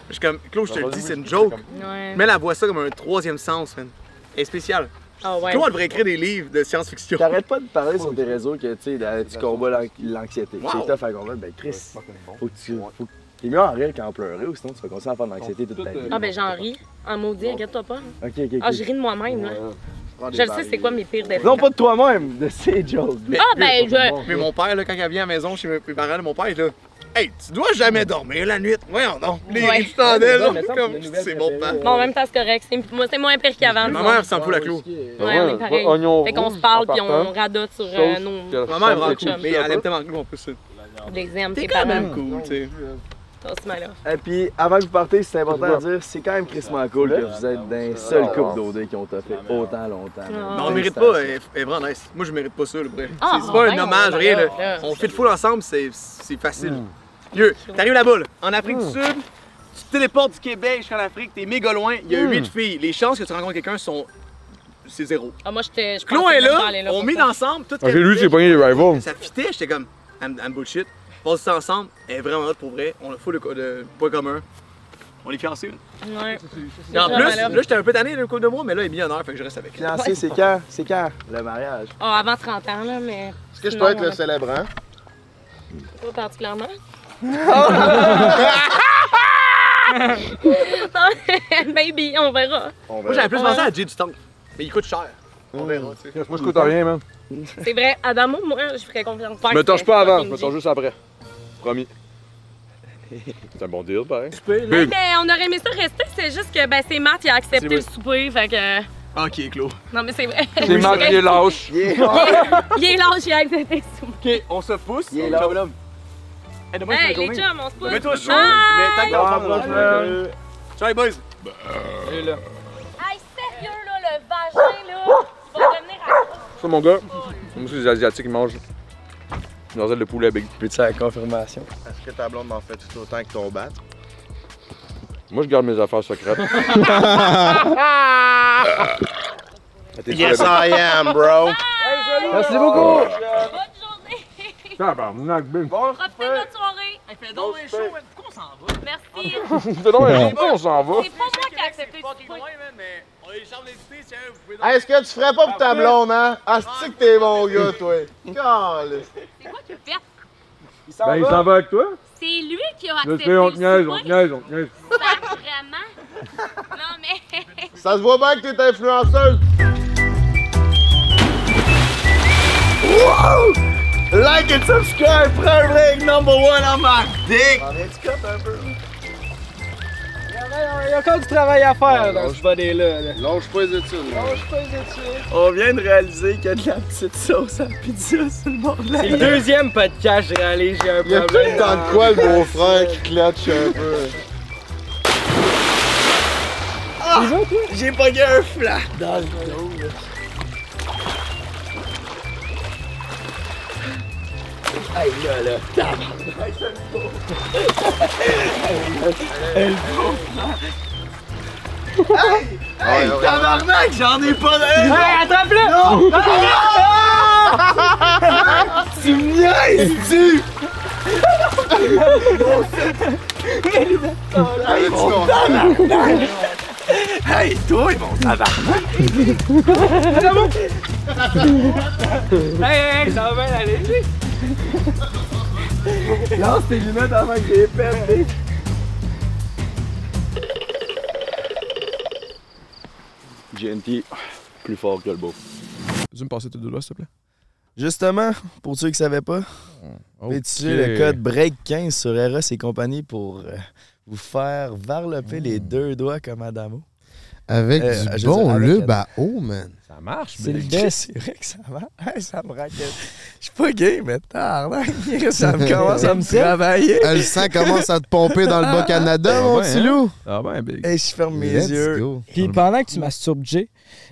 Speaker 3: Je suis comme, Claude, je te le dis, c'est une joke.
Speaker 9: Ouais.
Speaker 3: Mais elle elle voit ça comme un troisième sens, man. Elle est spéciale.
Speaker 9: Ah, ouais.
Speaker 3: Claude, elle devrait écrire des livres de science-fiction.
Speaker 2: T'arrêtes pas de parler sur tes réseaux que tu sais, là, tu combats l'an- l'anxiété.
Speaker 3: Wow.
Speaker 2: C'est tough à combattre. Ben Chris, faut que tu. Faut... que- T'es mieux en rire qu'en pleurer ou sinon tu vas continuer à faire de l'anxiété toute ta vie.
Speaker 9: Ah, ben, j'en ris. En maudit, inquiète-toi pas.
Speaker 2: Ok, ok, ok.
Speaker 9: Ah, je ris de moi-même, là. Je le sais, c'est quoi mes pires défauts.
Speaker 2: Non, pas de toi-même, de ces jokes.
Speaker 9: Ah, ben, je.
Speaker 3: Mais mon père, là, quand elle vient à la maison chez mes mes parents, là, mon père, il est là, Hey, tu dois jamais dormir la nuit. Voyons donc. Les
Speaker 9: Ouais.
Speaker 3: rives tendaient, là, comme, c'est mon père.
Speaker 9: Bon, en même temps, c'est correct. C'est moi, c'est moins pire qu'avant.
Speaker 3: Ma
Speaker 9: disons.
Speaker 3: mère s'en fout la Claude.
Speaker 9: Ouais, on est pareil.
Speaker 6: Oignon
Speaker 9: Fait qu'on
Speaker 6: rouge
Speaker 9: se parle
Speaker 6: en
Speaker 9: puis on
Speaker 6: partant.
Speaker 9: radote sur euh,
Speaker 6: Sauce
Speaker 9: nos.
Speaker 6: que-
Speaker 3: Ma mère, elle est
Speaker 9: Chum.
Speaker 3: cool, mais elle aime tellement Claude en plus. ça.
Speaker 9: Je les aime,
Speaker 3: C'est
Speaker 9: tes
Speaker 3: quand
Speaker 9: parents. Ah,
Speaker 3: même cool, tu sais.
Speaker 9: T'as aussi, ma love.
Speaker 2: Et puis, avant que vous partez, c'est important à dire, c'est quand même crissement cool que vous êtes d'un seul couple d'OD qui ont tapé autant longtemps.
Speaker 9: Ah.
Speaker 3: Non, on mérite pas, elle est- elle est vraiment nice. Moi, je mérite pas ça, le vrai.
Speaker 9: Ah,
Speaker 3: c'est pas
Speaker 9: ben,
Speaker 3: un hommage,
Speaker 9: ben,
Speaker 3: rien.
Speaker 9: ben,
Speaker 3: là.
Speaker 9: ben.
Speaker 3: On fait de full ensemble, c'est c'est facile.
Speaker 1: Hmm.
Speaker 3: Lieu, t'arrives là-bas, là, en Afrique du Sud, tu te téléportes du Québec jusqu'en Afrique, t'es méga loin, il y a
Speaker 1: Hmm.
Speaker 3: huit filles. Les chances que tu rencontres quelqu'un sont. C'est zéro.
Speaker 9: Ah, moi, j'étais. je
Speaker 3: Clon
Speaker 9: pensais
Speaker 3: est
Speaker 9: même pas
Speaker 3: là,
Speaker 9: aller
Speaker 3: on
Speaker 9: pour
Speaker 3: met
Speaker 9: ça.
Speaker 3: ensemble, tout
Speaker 1: Ok, lui, c'est pogné les rivals.
Speaker 3: Ça fitait, j'étais comme, I'm, I'm bullshit. On passe ça ensemble, elle est vraiment hot pour vrai, on a full de, co- de points communs. On est fiancés. là.
Speaker 9: Ouais.
Speaker 3: Et en
Speaker 9: vraiment
Speaker 3: plus, là,
Speaker 9: Ah, ben, là.
Speaker 3: j'étais un peu tanné d'un coup de mois, mais là, elle est millionnaire, fait que je reste avec elle.
Speaker 2: Fiancé, c'est quand? C'est quand? Le mariage.
Speaker 9: Ah, avant 30 ans, là, mais.
Speaker 4: Est-ce que je
Speaker 9: Non,
Speaker 4: peux être le hein?
Speaker 9: ouais.
Speaker 4: célébrant?
Speaker 9: Pas particulièrement. Maybe, on verra.
Speaker 3: Moi, j'avais plus pensé à Jay du temps. Mais il coûte cher. On verra, tu sais.
Speaker 1: Moi, je coûte rien, man.
Speaker 9: C'est vrai, Adamo, moi, je ferais confiance.
Speaker 6: Je me torche pas avant, je me torche juste après. Promis.
Speaker 10: C'est un bon deal, pareil.
Speaker 9: Ouais, ben, on aurait aimé ça rester, c'est juste que ben, c'est Matt qui a accepté
Speaker 10: C'est
Speaker 9: le souper, fait que.
Speaker 3: Ok, Claude.
Speaker 9: Non, mais c'est vrai.
Speaker 10: C'est Marc qui est lâche.
Speaker 9: Il est lâche, il a accepté le souper.
Speaker 3: Ok, on se pousse.
Speaker 2: Il est là.
Speaker 3: Ciao, l'homme. Hey, demain,
Speaker 9: Hey,
Speaker 3: je vais
Speaker 9: les
Speaker 3: tourner.
Speaker 9: chums, on se pousse.
Speaker 3: Mets-toi chaud.
Speaker 9: Ah!
Speaker 3: Mais tant que t'en parles,
Speaker 10: bonne
Speaker 3: là, je-
Speaker 10: journée.
Speaker 3: Ciao, les boys.
Speaker 9: Hey, sérieux, là, le vagin, là, il va devenir à
Speaker 10: Ça, mon gars, moi, c'est les Asiatiques qui mangent une rosette de poulet avec
Speaker 2: Peux-tu la confirmation?
Speaker 4: Est-ce que ta blonde m'en fait tout autant que ton bat?
Speaker 10: Moi, je garde mes affaires secrètes. T'es
Speaker 4: Yes, I am, bro!
Speaker 10: Merci beaucoup!
Speaker 9: Bonne journée.
Speaker 10: Tabarnak, bim!
Speaker 9: Profitez de notre soirée. Il fait donc un show, pourquoi on s'en va? Merci.
Speaker 10: Fais donc un repas, on s'en va!
Speaker 9: C'est pas moi qui ai accepté le souper.
Speaker 4: Est-ce que tu ferais
Speaker 9: Ah,
Speaker 4: pas pour ta blonde, hein? Asti que t'es bon gars, toi! Caliste.
Speaker 9: C'est quoi qui est verte?
Speaker 10: Ben, il s'en va avec toi?
Speaker 9: C'est lui qui a
Speaker 10: Je
Speaker 9: accepté
Speaker 10: sais, on
Speaker 9: le
Speaker 10: te niaise, on te
Speaker 9: souper.
Speaker 10: niaise, on te niaise.
Speaker 9: Ben, vraiment? Non, mais...
Speaker 4: Ça se voit bien que t'es influenceuse!
Speaker 2: Like and subscribe, frère break number one on my dick!
Speaker 8: Il y a encore du travail à faire dans ce bonnet-là.
Speaker 4: Lâche pas les études, moi.
Speaker 2: On vient de réaliser qu'il y a de la petite sauce à la pizza sur le bord de la
Speaker 8: C'est le deuxième podcast, j'ai réalisé, j'ai un
Speaker 4: Il y a tout
Speaker 8: problème.
Speaker 4: le temps de quoi, le beau-frère qui clutche un peu?
Speaker 2: J'ai pogné un flat dans le dos. là. Hey là là, tabarnak. Hey, le pauvre. Hey, hey, tabarnak, j'en ai pas d'un!
Speaker 8: Hey, attrape-le!
Speaker 2: Tu me niaises, tu!
Speaker 4: Allez, tu comprends?
Speaker 2: Hey, toi, mon tabarnak!
Speaker 8: Hey, hey, hey, ça va bien aller.
Speaker 2: Lance tes lunettes avant que j'ai perdu. GNT, plus fort que le beau.
Speaker 1: Peux-tu me passer tes deux doigts, s'il te plaît?
Speaker 2: Justement, pour ceux qui ne savaient pas, Oh,
Speaker 1: Ok.
Speaker 2: utilisez le code BREAK15 sur RS et compagnie pour euh, vous faire varloper les deux doigts comme Adamo.
Speaker 4: Eh, Avec
Speaker 2: Euh, je
Speaker 4: du
Speaker 2: veux dire,
Speaker 4: bon
Speaker 2: avec-
Speaker 4: lub à eau, man.
Speaker 1: Ça marche,
Speaker 2: C'est le best. C'est vrai que ça va. Hey, ça me raquette. Je suis pas gay, mais tabarnak. Ça me commence à me travailler.
Speaker 4: Ah, Le sang commence à te pomper dans le Bas-Canada, mon
Speaker 1: ouais,
Speaker 4: petit
Speaker 1: hein?
Speaker 4: loup.
Speaker 1: Ah ben, big.
Speaker 2: Et je ferme mes
Speaker 4: Let's
Speaker 2: yeux.
Speaker 4: go.
Speaker 8: Puis pendant que tu masturbes, Jay,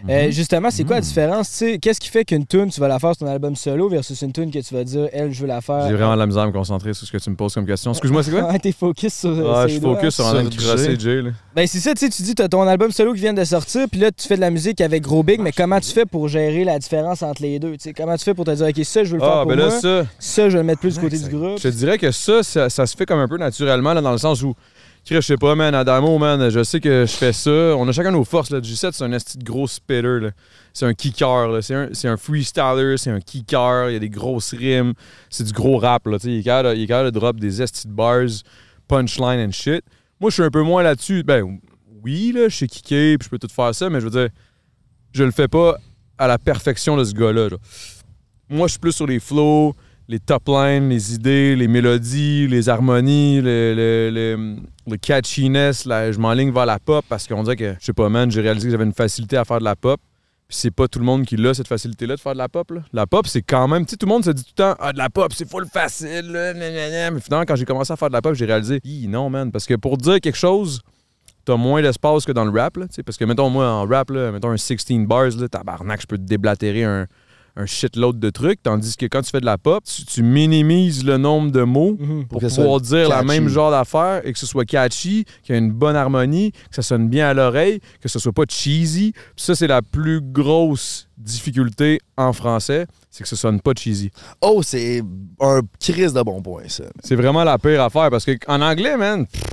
Speaker 8: euh, justement, c'est quoi la différence? Tu sais, Qu'est-ce qui fait qu'une tune tu vas la faire sur ton album solo versus une tune que tu vas dire, elle, je veux la faire.
Speaker 1: J'ai vraiment de la misère à me concentrer sur ce que tu me poses comme question. Excuse-moi, c'est quoi?
Speaker 8: Ah, t'es focus sur. euh,
Speaker 1: Ah,
Speaker 8: ses
Speaker 1: je suis
Speaker 8: doigts.
Speaker 1: focus sur en train de
Speaker 4: Sur
Speaker 1: crosser
Speaker 4: Jay.
Speaker 1: Jay, là.
Speaker 8: Ben, c'est ça, tu sais, tu dis, t'as ton album solo qui vient de sortir, puis là, tu fais de la musique avec Gros Big, mais comment tu fais pour gérer la différence entre les deux? Tu sais, comment tu fais pour te dire, OK, ça, je veux le faire
Speaker 1: Ah,
Speaker 8: pour
Speaker 1: ben là,
Speaker 8: moi,
Speaker 1: ça,
Speaker 8: ça, je vais le mettre plus du côté du groupe.
Speaker 1: je te dirais que ça, ça, ça se fait comme un peu naturellement, là, dans le sens où, Chris, je sais pas, man, Adamo, man, je sais que je fais ça. On a chacun nos forces, là. G7, c'est un esti de gros spitter, là. C'est un kicker, là. C'est un, c'est un freestyler, c'est un kicker. Il y a des grosses rimes. C'est du gros rap, là. Tu sais, il est capable de- il est capable de drop des esti de bars, punchline and shit. Moi, je suis un peu moins là-dessus. Ben, oui, là, je sais kicker, puis je peux tout faire ça, mais je veux dire, je le fais pas à la perfection de ce gars-là. genre. Moi, je suis plus sur les flows, les top lines, les idées, les mélodies, les harmonies, le, le, le- le catchiness. là, je m'enligne vers la pop parce qu'on dirait que, je sais pas, man, j'ai réalisé que j'avais une facilité à faire de la pop. Puis c'est pas tout le monde qui l'a, cette facilité-là, de faire de la pop. là. La pop, c'est quand même. Tu sais, tout le monde se dit tout le temps, ah, de la pop, c'est full facile. là, gna, gna, gna. Mais finalement, quand j'ai commencé à faire de la pop, j'ai réalisé, Hi, non, man. Parce que pour dire quelque chose, t'as moins d'espace que dans le rap. Là, tu sais, parce que, mettons, moi, en rap, là, mettons un 16 bars, là, tabarnak, je peux te déblatérer un, un shitload de trucs. Tandis que quand tu fais de la pop, tu, tu minimises le nombre de mots pour
Speaker 4: Mhm, que ça
Speaker 1: pouvoir dire la
Speaker 4: catchy.
Speaker 1: même genre d'affaires et que ce soit catchy, qu'il y ait une bonne harmonie, que ça sonne bien à l'oreille, que ce soit pas cheesy. Puis ça, c'est la plus grosse difficulté en français, c'est que ça sonne pas cheesy.
Speaker 2: Oh, c'est un crise de bon point, ça.
Speaker 1: C'est vraiment la pire affaire parce que en anglais, man, pff,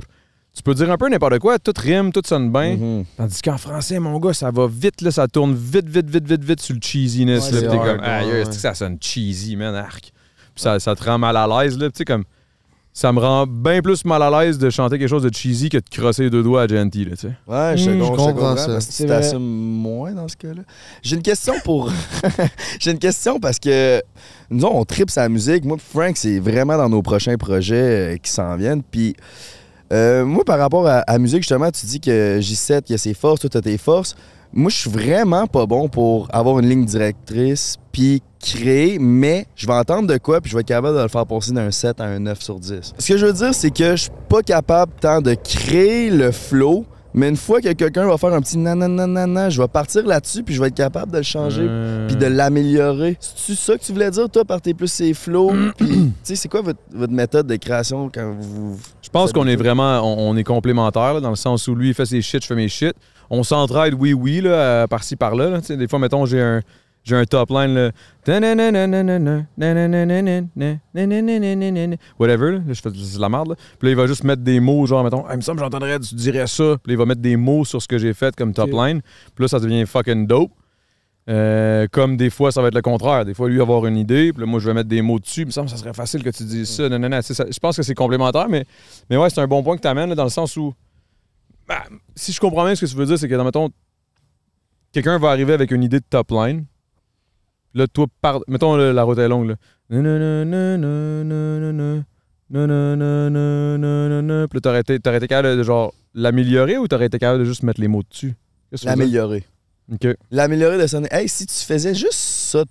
Speaker 1: tu peux dire un peu n'importe quoi, tout rime, tout sonne bien.
Speaker 4: Mm-hmm.
Speaker 1: Tandis qu'en français, mon gars, ça va vite, là, ça tourne vite, vite, vite, vite, vite sur le cheesiness.
Speaker 4: Ouais,
Speaker 1: là,
Speaker 4: c'est
Speaker 1: pis t'es
Speaker 4: hard,
Speaker 1: comme, aïe,
Speaker 4: ouais,
Speaker 1: est-ce que ça sonne cheesy, man, arc. Puis ça, ça te rend mal à l'aise, là, pis tu sais, comme. ça me rend bien plus mal à l'aise de chanter quelque chose de cheesy que de crosser les deux doigts à Genty, là, tu sais.
Speaker 3: Ouais,
Speaker 2: Hmm.
Speaker 3: je,
Speaker 8: Mm,
Speaker 3: te con-
Speaker 8: je
Speaker 3: je te
Speaker 4: comprends
Speaker 3: comprends
Speaker 4: ça.
Speaker 3: parce que
Speaker 8: C'est
Speaker 3: tu
Speaker 8: vrai.
Speaker 3: t'assumes moins dans ce cas-là. J'ai une question pour. J'ai une question parce que nous, on tripe sa musique. Moi, pis Frank, c'est vraiment dans nos prochains projets euh, qui s'en viennent. Puis. euh, moi, par rapport à la musique, justement, tu dis que J7, il y a ses forces, toi, t'as tes forces. Moi, je suis vraiment pas bon pour avoir une ligne directrice puis créer, mais je vais entendre de quoi puis je vais être capable de le faire passer d'un 7 à un 9 sur 10. Ce que je veux dire, c'est que je suis pas capable tant de créer le flow, mais une fois que quelqu'un va faire un petit nananana, je vais partir là-dessus puis je vais être capable de le changer
Speaker 2: Hmm.
Speaker 3: puis de l'améliorer. C'est-tu ça que tu voulais dire, toi, par tes plus ces flows? Puis, tu sais, c'est quoi votre, votre méthode de création quand vous...
Speaker 1: Je pense qu'on est vraiment, on, on est complémentaires, là, dans le sens où lui, il fait ses shit, je fais mes shit. On s'entraide, oui, oui, là, à- par-ci, par-là. là. Tu sais, Des fois, mettons, j'ai un, j'ai un top line, là. Ta-na-na-na-na-na-na, na-na-na-na-na-na, na-na-na-na-na-na. Whatever, là. Là, je fais de la merde, là. Puis là, il va juste mettre des mots, genre, mettons, ah, il me semble que j'entendrais, tu dirais ça. Puis là, il va mettre des mots sur ce que j'ai fait comme top
Speaker 8: Ok.
Speaker 1: line. Puis là, ça devient fucking dope. Euh, comme des fois, ça va être le contraire. Des fois, lui avoir une idée, puis là, moi, je vais mettre des mots dessus. Il me semble que ça serait facile que tu dises ça. Non, non, non. Tu sais, ça- Je pense que c'est complémentaire, mais, mais ouais, c'est un bon point que tu amènes dans le sens où, bah, si je comprends bien ce que tu veux dire, c'est que, dans, mettons, quelqu'un va arriver avec une idée de top line. Là, toi, par... mettons, là, la route est longue. Là. Non, non, non, non, non, non, non, non. Non, non, non, non, non, non, non. Puis là, t'aurais été, t'aurais été capable de genre l'améliorer ou t'aurais été capable de juste mettre les mots dessus? Qu'est-ce que tu veux dire?
Speaker 3: L'améliorer.
Speaker 1: Ok.
Speaker 3: l'améliorer de sonner. Hey, si tu faisais juste ça,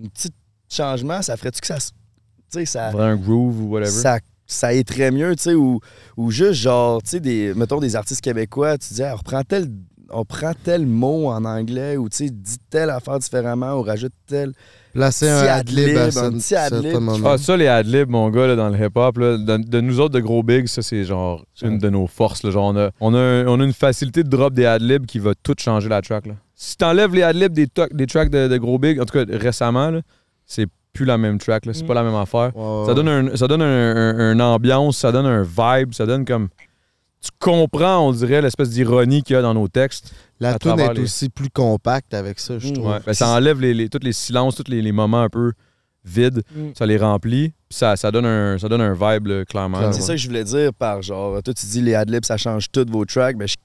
Speaker 3: un petit changement, ça ferait-tu que ça. se- Tu sais, ça,
Speaker 1: Faudrait un groove ou whatever.
Speaker 3: ça, ça très mieux, tu sais, ou, ou juste genre, tu sais, des, mettons des artistes québécois, tu dis, Ah, on reprend tel. On prend tel mot en anglais ou tu sais, dis telle affaire différemment ou rajoute tel.
Speaker 4: Placer un
Speaker 3: Petit
Speaker 4: ad-lib à
Speaker 3: ad-lib,
Speaker 4: ce-
Speaker 3: un petit
Speaker 4: certain
Speaker 3: ad-lib.
Speaker 4: moment.
Speaker 1: Ah, ça, les adlibs, mon gars, là, dans le hip-hop, là, de, de nous autres, de gros bigs, ça, c'est genre une de nos forces. là. Genre, on, a, on, a un- on a une facilité de drop des adlibs qui va tout changer la track. Là. Si t'enlèves les adlibs des, to- des tracks de, de gros bigs, en tout cas récemment, là, c'est plus la même track, là, c'est
Speaker 8: Mm.
Speaker 1: pas la même affaire.
Speaker 4: Ouais, ouais.
Speaker 1: Ça donne, un, ça donne un, un- un ambiance, ça donne un vibe, ça donne comme. Tu comprends, on dirait, l'espèce d'ironie qu'il y a dans nos textes.
Speaker 4: La
Speaker 1: à
Speaker 4: tune
Speaker 1: travers
Speaker 4: est
Speaker 1: les-
Speaker 4: aussi plus compacte avec ça, je
Speaker 3: Mm.
Speaker 4: trouve.
Speaker 1: Ouais. Ben, ça enlève les, les- tous les silences, tous les, les moments un peu vides,
Speaker 8: Mm.
Speaker 1: ça les remplit, puis ça, ça, donne un, ça donne un vibe, là, clairement.
Speaker 4: Clairement.
Speaker 1: Ouais.
Speaker 3: C'est ça que je voulais dire par genre, toi tu dis les adlibs, ça change toutes vos tracks, mais je-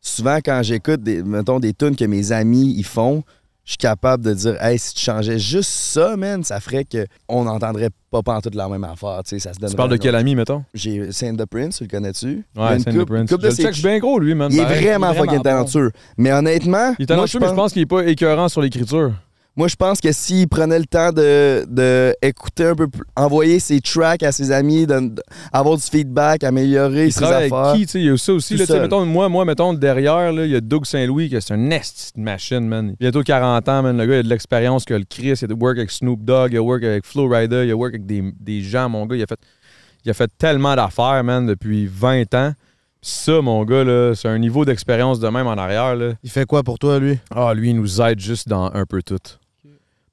Speaker 3: souvent quand j'écoute des, mettons, des tunes que mes amis ils font, je suis capable de dire, hey, si tu changeais juste ça, man, ça ferait que on n'entendrait pas en toute la même affaire, tu sais, ça se donne.
Speaker 1: Tu parles de quel ami, mettons?
Speaker 3: J'ai Saint the Prince, tu le connais-tu? Il y a
Speaker 1: Ouais,
Speaker 3: une
Speaker 1: Saint the
Speaker 3: coupe-
Speaker 1: Prince.
Speaker 3: coupe
Speaker 1: Je
Speaker 3: de
Speaker 1: le
Speaker 3: ses-
Speaker 1: check bien gros, lui, man.
Speaker 3: Il est
Speaker 1: pareil.
Speaker 3: vraiment
Speaker 8: il est vraiment
Speaker 3: fucking
Speaker 8: bon.
Speaker 3: talentueux. Mais honnêtement,
Speaker 1: Il est
Speaker 3: moi,
Speaker 1: talentueux, mais je pense qu'il est pas écœurant sur l'écriture.
Speaker 3: moi, je pense que s'il prenait le temps de, de écouter un peu plus, envoyer ses tracks à ses amis, de- de- avoir du feedback, améliorer
Speaker 1: Il
Speaker 3: ses
Speaker 1: travaille
Speaker 3: affaires.
Speaker 1: avec qui, tu sais, il y a ça aussi.
Speaker 3: Tout
Speaker 1: Là, tu sais,
Speaker 3: seul.
Speaker 1: mettons, moi, moi, mettons, derrière, là, il y a Doug Saint-Louis, qui c'est un nest de machine, man. Bientôt 40 ans, man. Le gars, il a de l'expérience que le Chris, il a de work avec Snoop Dogg, il a work avec Flow Rider, il a work avec des, des gens, mon gars. Il a fait, il a fait tellement d'affaires, man, depuis 20 ans. Pis ça, mon gars, là, c'est un niveau d'expérience de même en arrière, là.
Speaker 4: Il fait quoi pour toi, lui?
Speaker 1: Ah, lui, il nous aide juste dans un peu tout.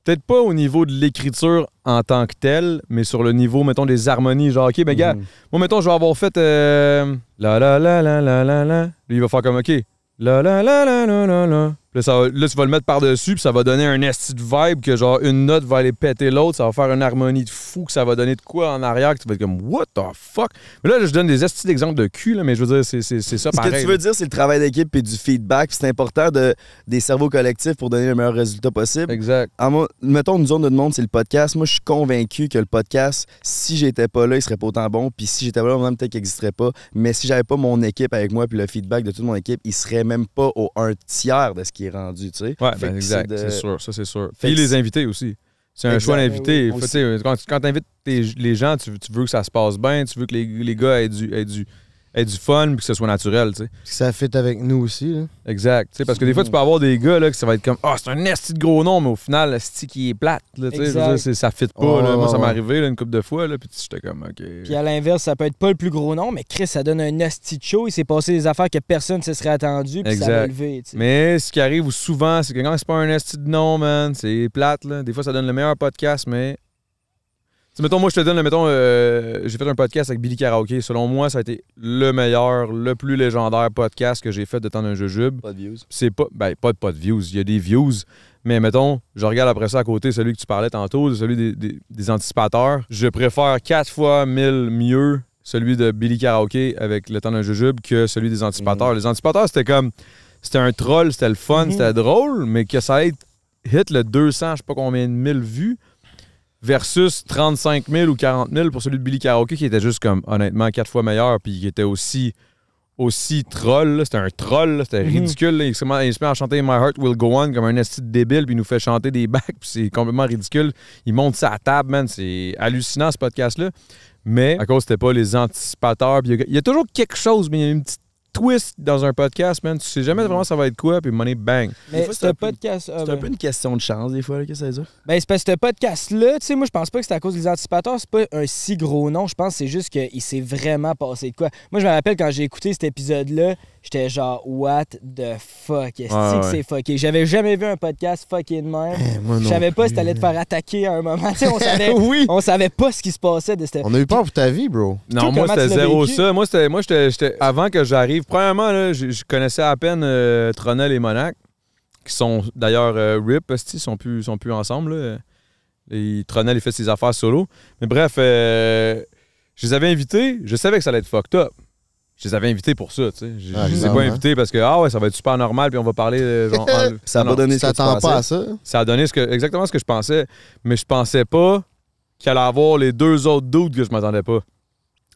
Speaker 1: Peut-être pas au niveau de l'écriture en tant que telle, mais sur le niveau, mettons, des harmonies. Genre, OK, ben, gars,
Speaker 3: Mhm.
Speaker 1: moi, mettons, je vais avoir fait. euh, la la la la la la la. Lui, il va faire comme OK. La la la la la la la. Puis Là, ça va- là, tu vas le mettre par-dessus, puis ça va donner un esti de vibe que, genre, une note va aller péter l'autre, ça va faire une harmonie de fou, que ça va donner de quoi en arrière, que tu vas être comme What the fuck? Mais là, je donne des estis d'exemples de cul, là, mais je veux dire, c'est, c'est, c'est ça
Speaker 3: Ce
Speaker 1: pareil.
Speaker 3: que tu veux dire, c'est le travail d'équipe et du feedback. puis C'est important de, des cerveaux collectifs pour donner le meilleur résultat possible.
Speaker 1: Exact.
Speaker 3: En mo- mettons, nous autres, notre monde, c'est le podcast. Moi, je suis convaincu que le podcast, si j'étais pas là, il serait pas autant bon. Puis si j'étais pas là, même peut-être qu'il n'existerait pas. Mais si j'avais pas mon équipe avec moi, puis le feedback de toute mon équipe, il serait même pas au un tiers de ce qui est rendu, tu sais.
Speaker 1: Ouais,
Speaker 3: Fait
Speaker 1: ben,
Speaker 3: que
Speaker 1: exact,
Speaker 3: de-
Speaker 1: c'est sûr, ça c'est sûr.
Speaker 3: Fait
Speaker 1: Puis
Speaker 3: que
Speaker 1: les
Speaker 3: c'est-
Speaker 1: invités aussi. C'est un
Speaker 3: Exact,
Speaker 1: choix
Speaker 3: ben
Speaker 1: d'invité.
Speaker 3: oui,
Speaker 1: Faut-
Speaker 3: aussi.
Speaker 1: tu sais, Quand, quand tu invites les gens, tu, veux- tu veux que ça se passe bien, tu veux que les, les gars aient du, aient du, aient du fun puis que ce soit naturel. tu sais.
Speaker 4: Parce que Ça fit avec nous aussi. là.
Speaker 1: Exact. tu sais, parce que des fois, tu peux avoir des gars là, que ça va être comme Ah, c'est un esti de gros nom, mais au final, l'esti qui est plate. Là, tu sais, je veux
Speaker 8: Exact.
Speaker 1: dire, c'est- ça fit pas.
Speaker 4: Ouais,
Speaker 1: là. Moi,
Speaker 4: ouais,
Speaker 1: ça m'est
Speaker 4: ouais.
Speaker 1: arrivé là, une couple de fois, là, puis j'étais comme OK.
Speaker 8: Puis à l'inverse, ça peut être pas le plus gros nom, mais Chris, ça donne un asti de show. Il s'est passé des affaires que personne ne se serait attendu, puis ça
Speaker 1: Exact.
Speaker 8: a levé. tu sais.
Speaker 1: Mais ce qui arrive souvent, c'est que quand c'est pas un esti de nom, man, c'est plate. Là. Des fois, ça donne le meilleur podcast, mais. Tu sais, mettons, moi, je te donne, le- mettons, euh, j'ai fait un podcast avec Billy Karaoke. Selon moi, ça a été le meilleur, le plus légendaire podcast que j'ai fait de temps d'un jujube.
Speaker 3: Pas de views.
Speaker 1: C'est pas, ben, pas, pas de views. Il y a des views. Mais mettons, je regarde après ça à côté, celui que tu parlais tantôt, celui des, des- des anticipateurs. Je préfère quatre fois mille mieux celui de Billy Karaoke avec Le temps d'un jujube que celui des Anticipateurs. Les Anticipateurs, c'était comme. C'était un troll, c'était le fun, c'était drôle, mais que ça ait hit le 200, je sais pas combien de mille vues, versus 35 000 ou 40 000 pour celui de Billy Karaoke qui était juste comme, honnêtement, quatre fois meilleur, puis qui était aussi aussi troll. là. C'était un troll, là. c'était ridicule. là. Il se met il se met à chanter My Heart Will Go On comme un esti de débile, puis il nous fait chanter des bacs, puis c'est complètement ridicule. Il monte ça à table, man. C'est hallucinant, ce podcast-là. Mais à cause, c'était pas les anticipateurs. puis Il y, a- il y a toujours quelque chose, mais il y a une petite twist dans un podcast, man. Tu sais jamais vraiment ça va être quoi, puis money bang.
Speaker 8: Mais
Speaker 2: fois, c'est
Speaker 8: ce
Speaker 2: un peu-
Speaker 8: podcast. ah,
Speaker 2: C'est un
Speaker 8: ben.
Speaker 2: peu une question de chance, des fois, là, que ça dure.
Speaker 8: Ben, c'est parce que ce podcast-là, tu sais, moi, je pense pas que c'est à cause des anticipateurs. C'est pas un si gros nom. Je pense que c'est juste qu'il s'est vraiment passé de quoi. Moi, je me rappelle quand j'ai écouté cet épisode-là, j'étais genre, what the fuck? Est-ce
Speaker 1: Ouais,
Speaker 8: que
Speaker 1: ouais. Eh,
Speaker 8: c'est fucké? J'avais jamais vu un podcast fucké de même.
Speaker 4: moi
Speaker 8: Je
Speaker 4: non
Speaker 8: savais pas si
Speaker 4: plus.
Speaker 8: t'allais te faire attaquer à un moment. Tu sais, on savait,
Speaker 4: oui.
Speaker 8: on savait pas ce qui se passait de cette.
Speaker 4: On a eu peur pour ta vie, bro.
Speaker 8: Toi,
Speaker 1: Non, moi,
Speaker 8: comment tu
Speaker 1: c'était
Speaker 8: l'as
Speaker 1: zéro
Speaker 8: vécu?
Speaker 1: ça. Moi, c'était, moi j'étais, j'étais- avant que j'arrive, premièrement, là, je, je connaissais à peine euh, Tronel et Monac, qui sont d'ailleurs euh, RIP, hostie, ils sont plus, sont plus ensemble. là. Et Tronel, il fait ses affaires solo. Mais bref, euh, je les avais invités, je savais que ça allait être fucked up. Je les avais invités pour ça, tu sais. Je, je les
Speaker 4: Ah,
Speaker 1: ai
Speaker 4: évidemment.
Speaker 1: pas invités parce que, ah ouais, ça va être super normal, puis on va parler. euh, genre, en-
Speaker 2: Ça
Speaker 1: Non,
Speaker 2: va
Speaker 1: non.
Speaker 2: donner
Speaker 4: Tu
Speaker 2: ce que tu
Speaker 4: t'attends
Speaker 2: pensais.
Speaker 4: pas à ça.
Speaker 1: Ça a donné ce que, exactement ce que je pensais, mais je pensais pas qu'il allait avoir les deux autres doutes que je m'attendais pas.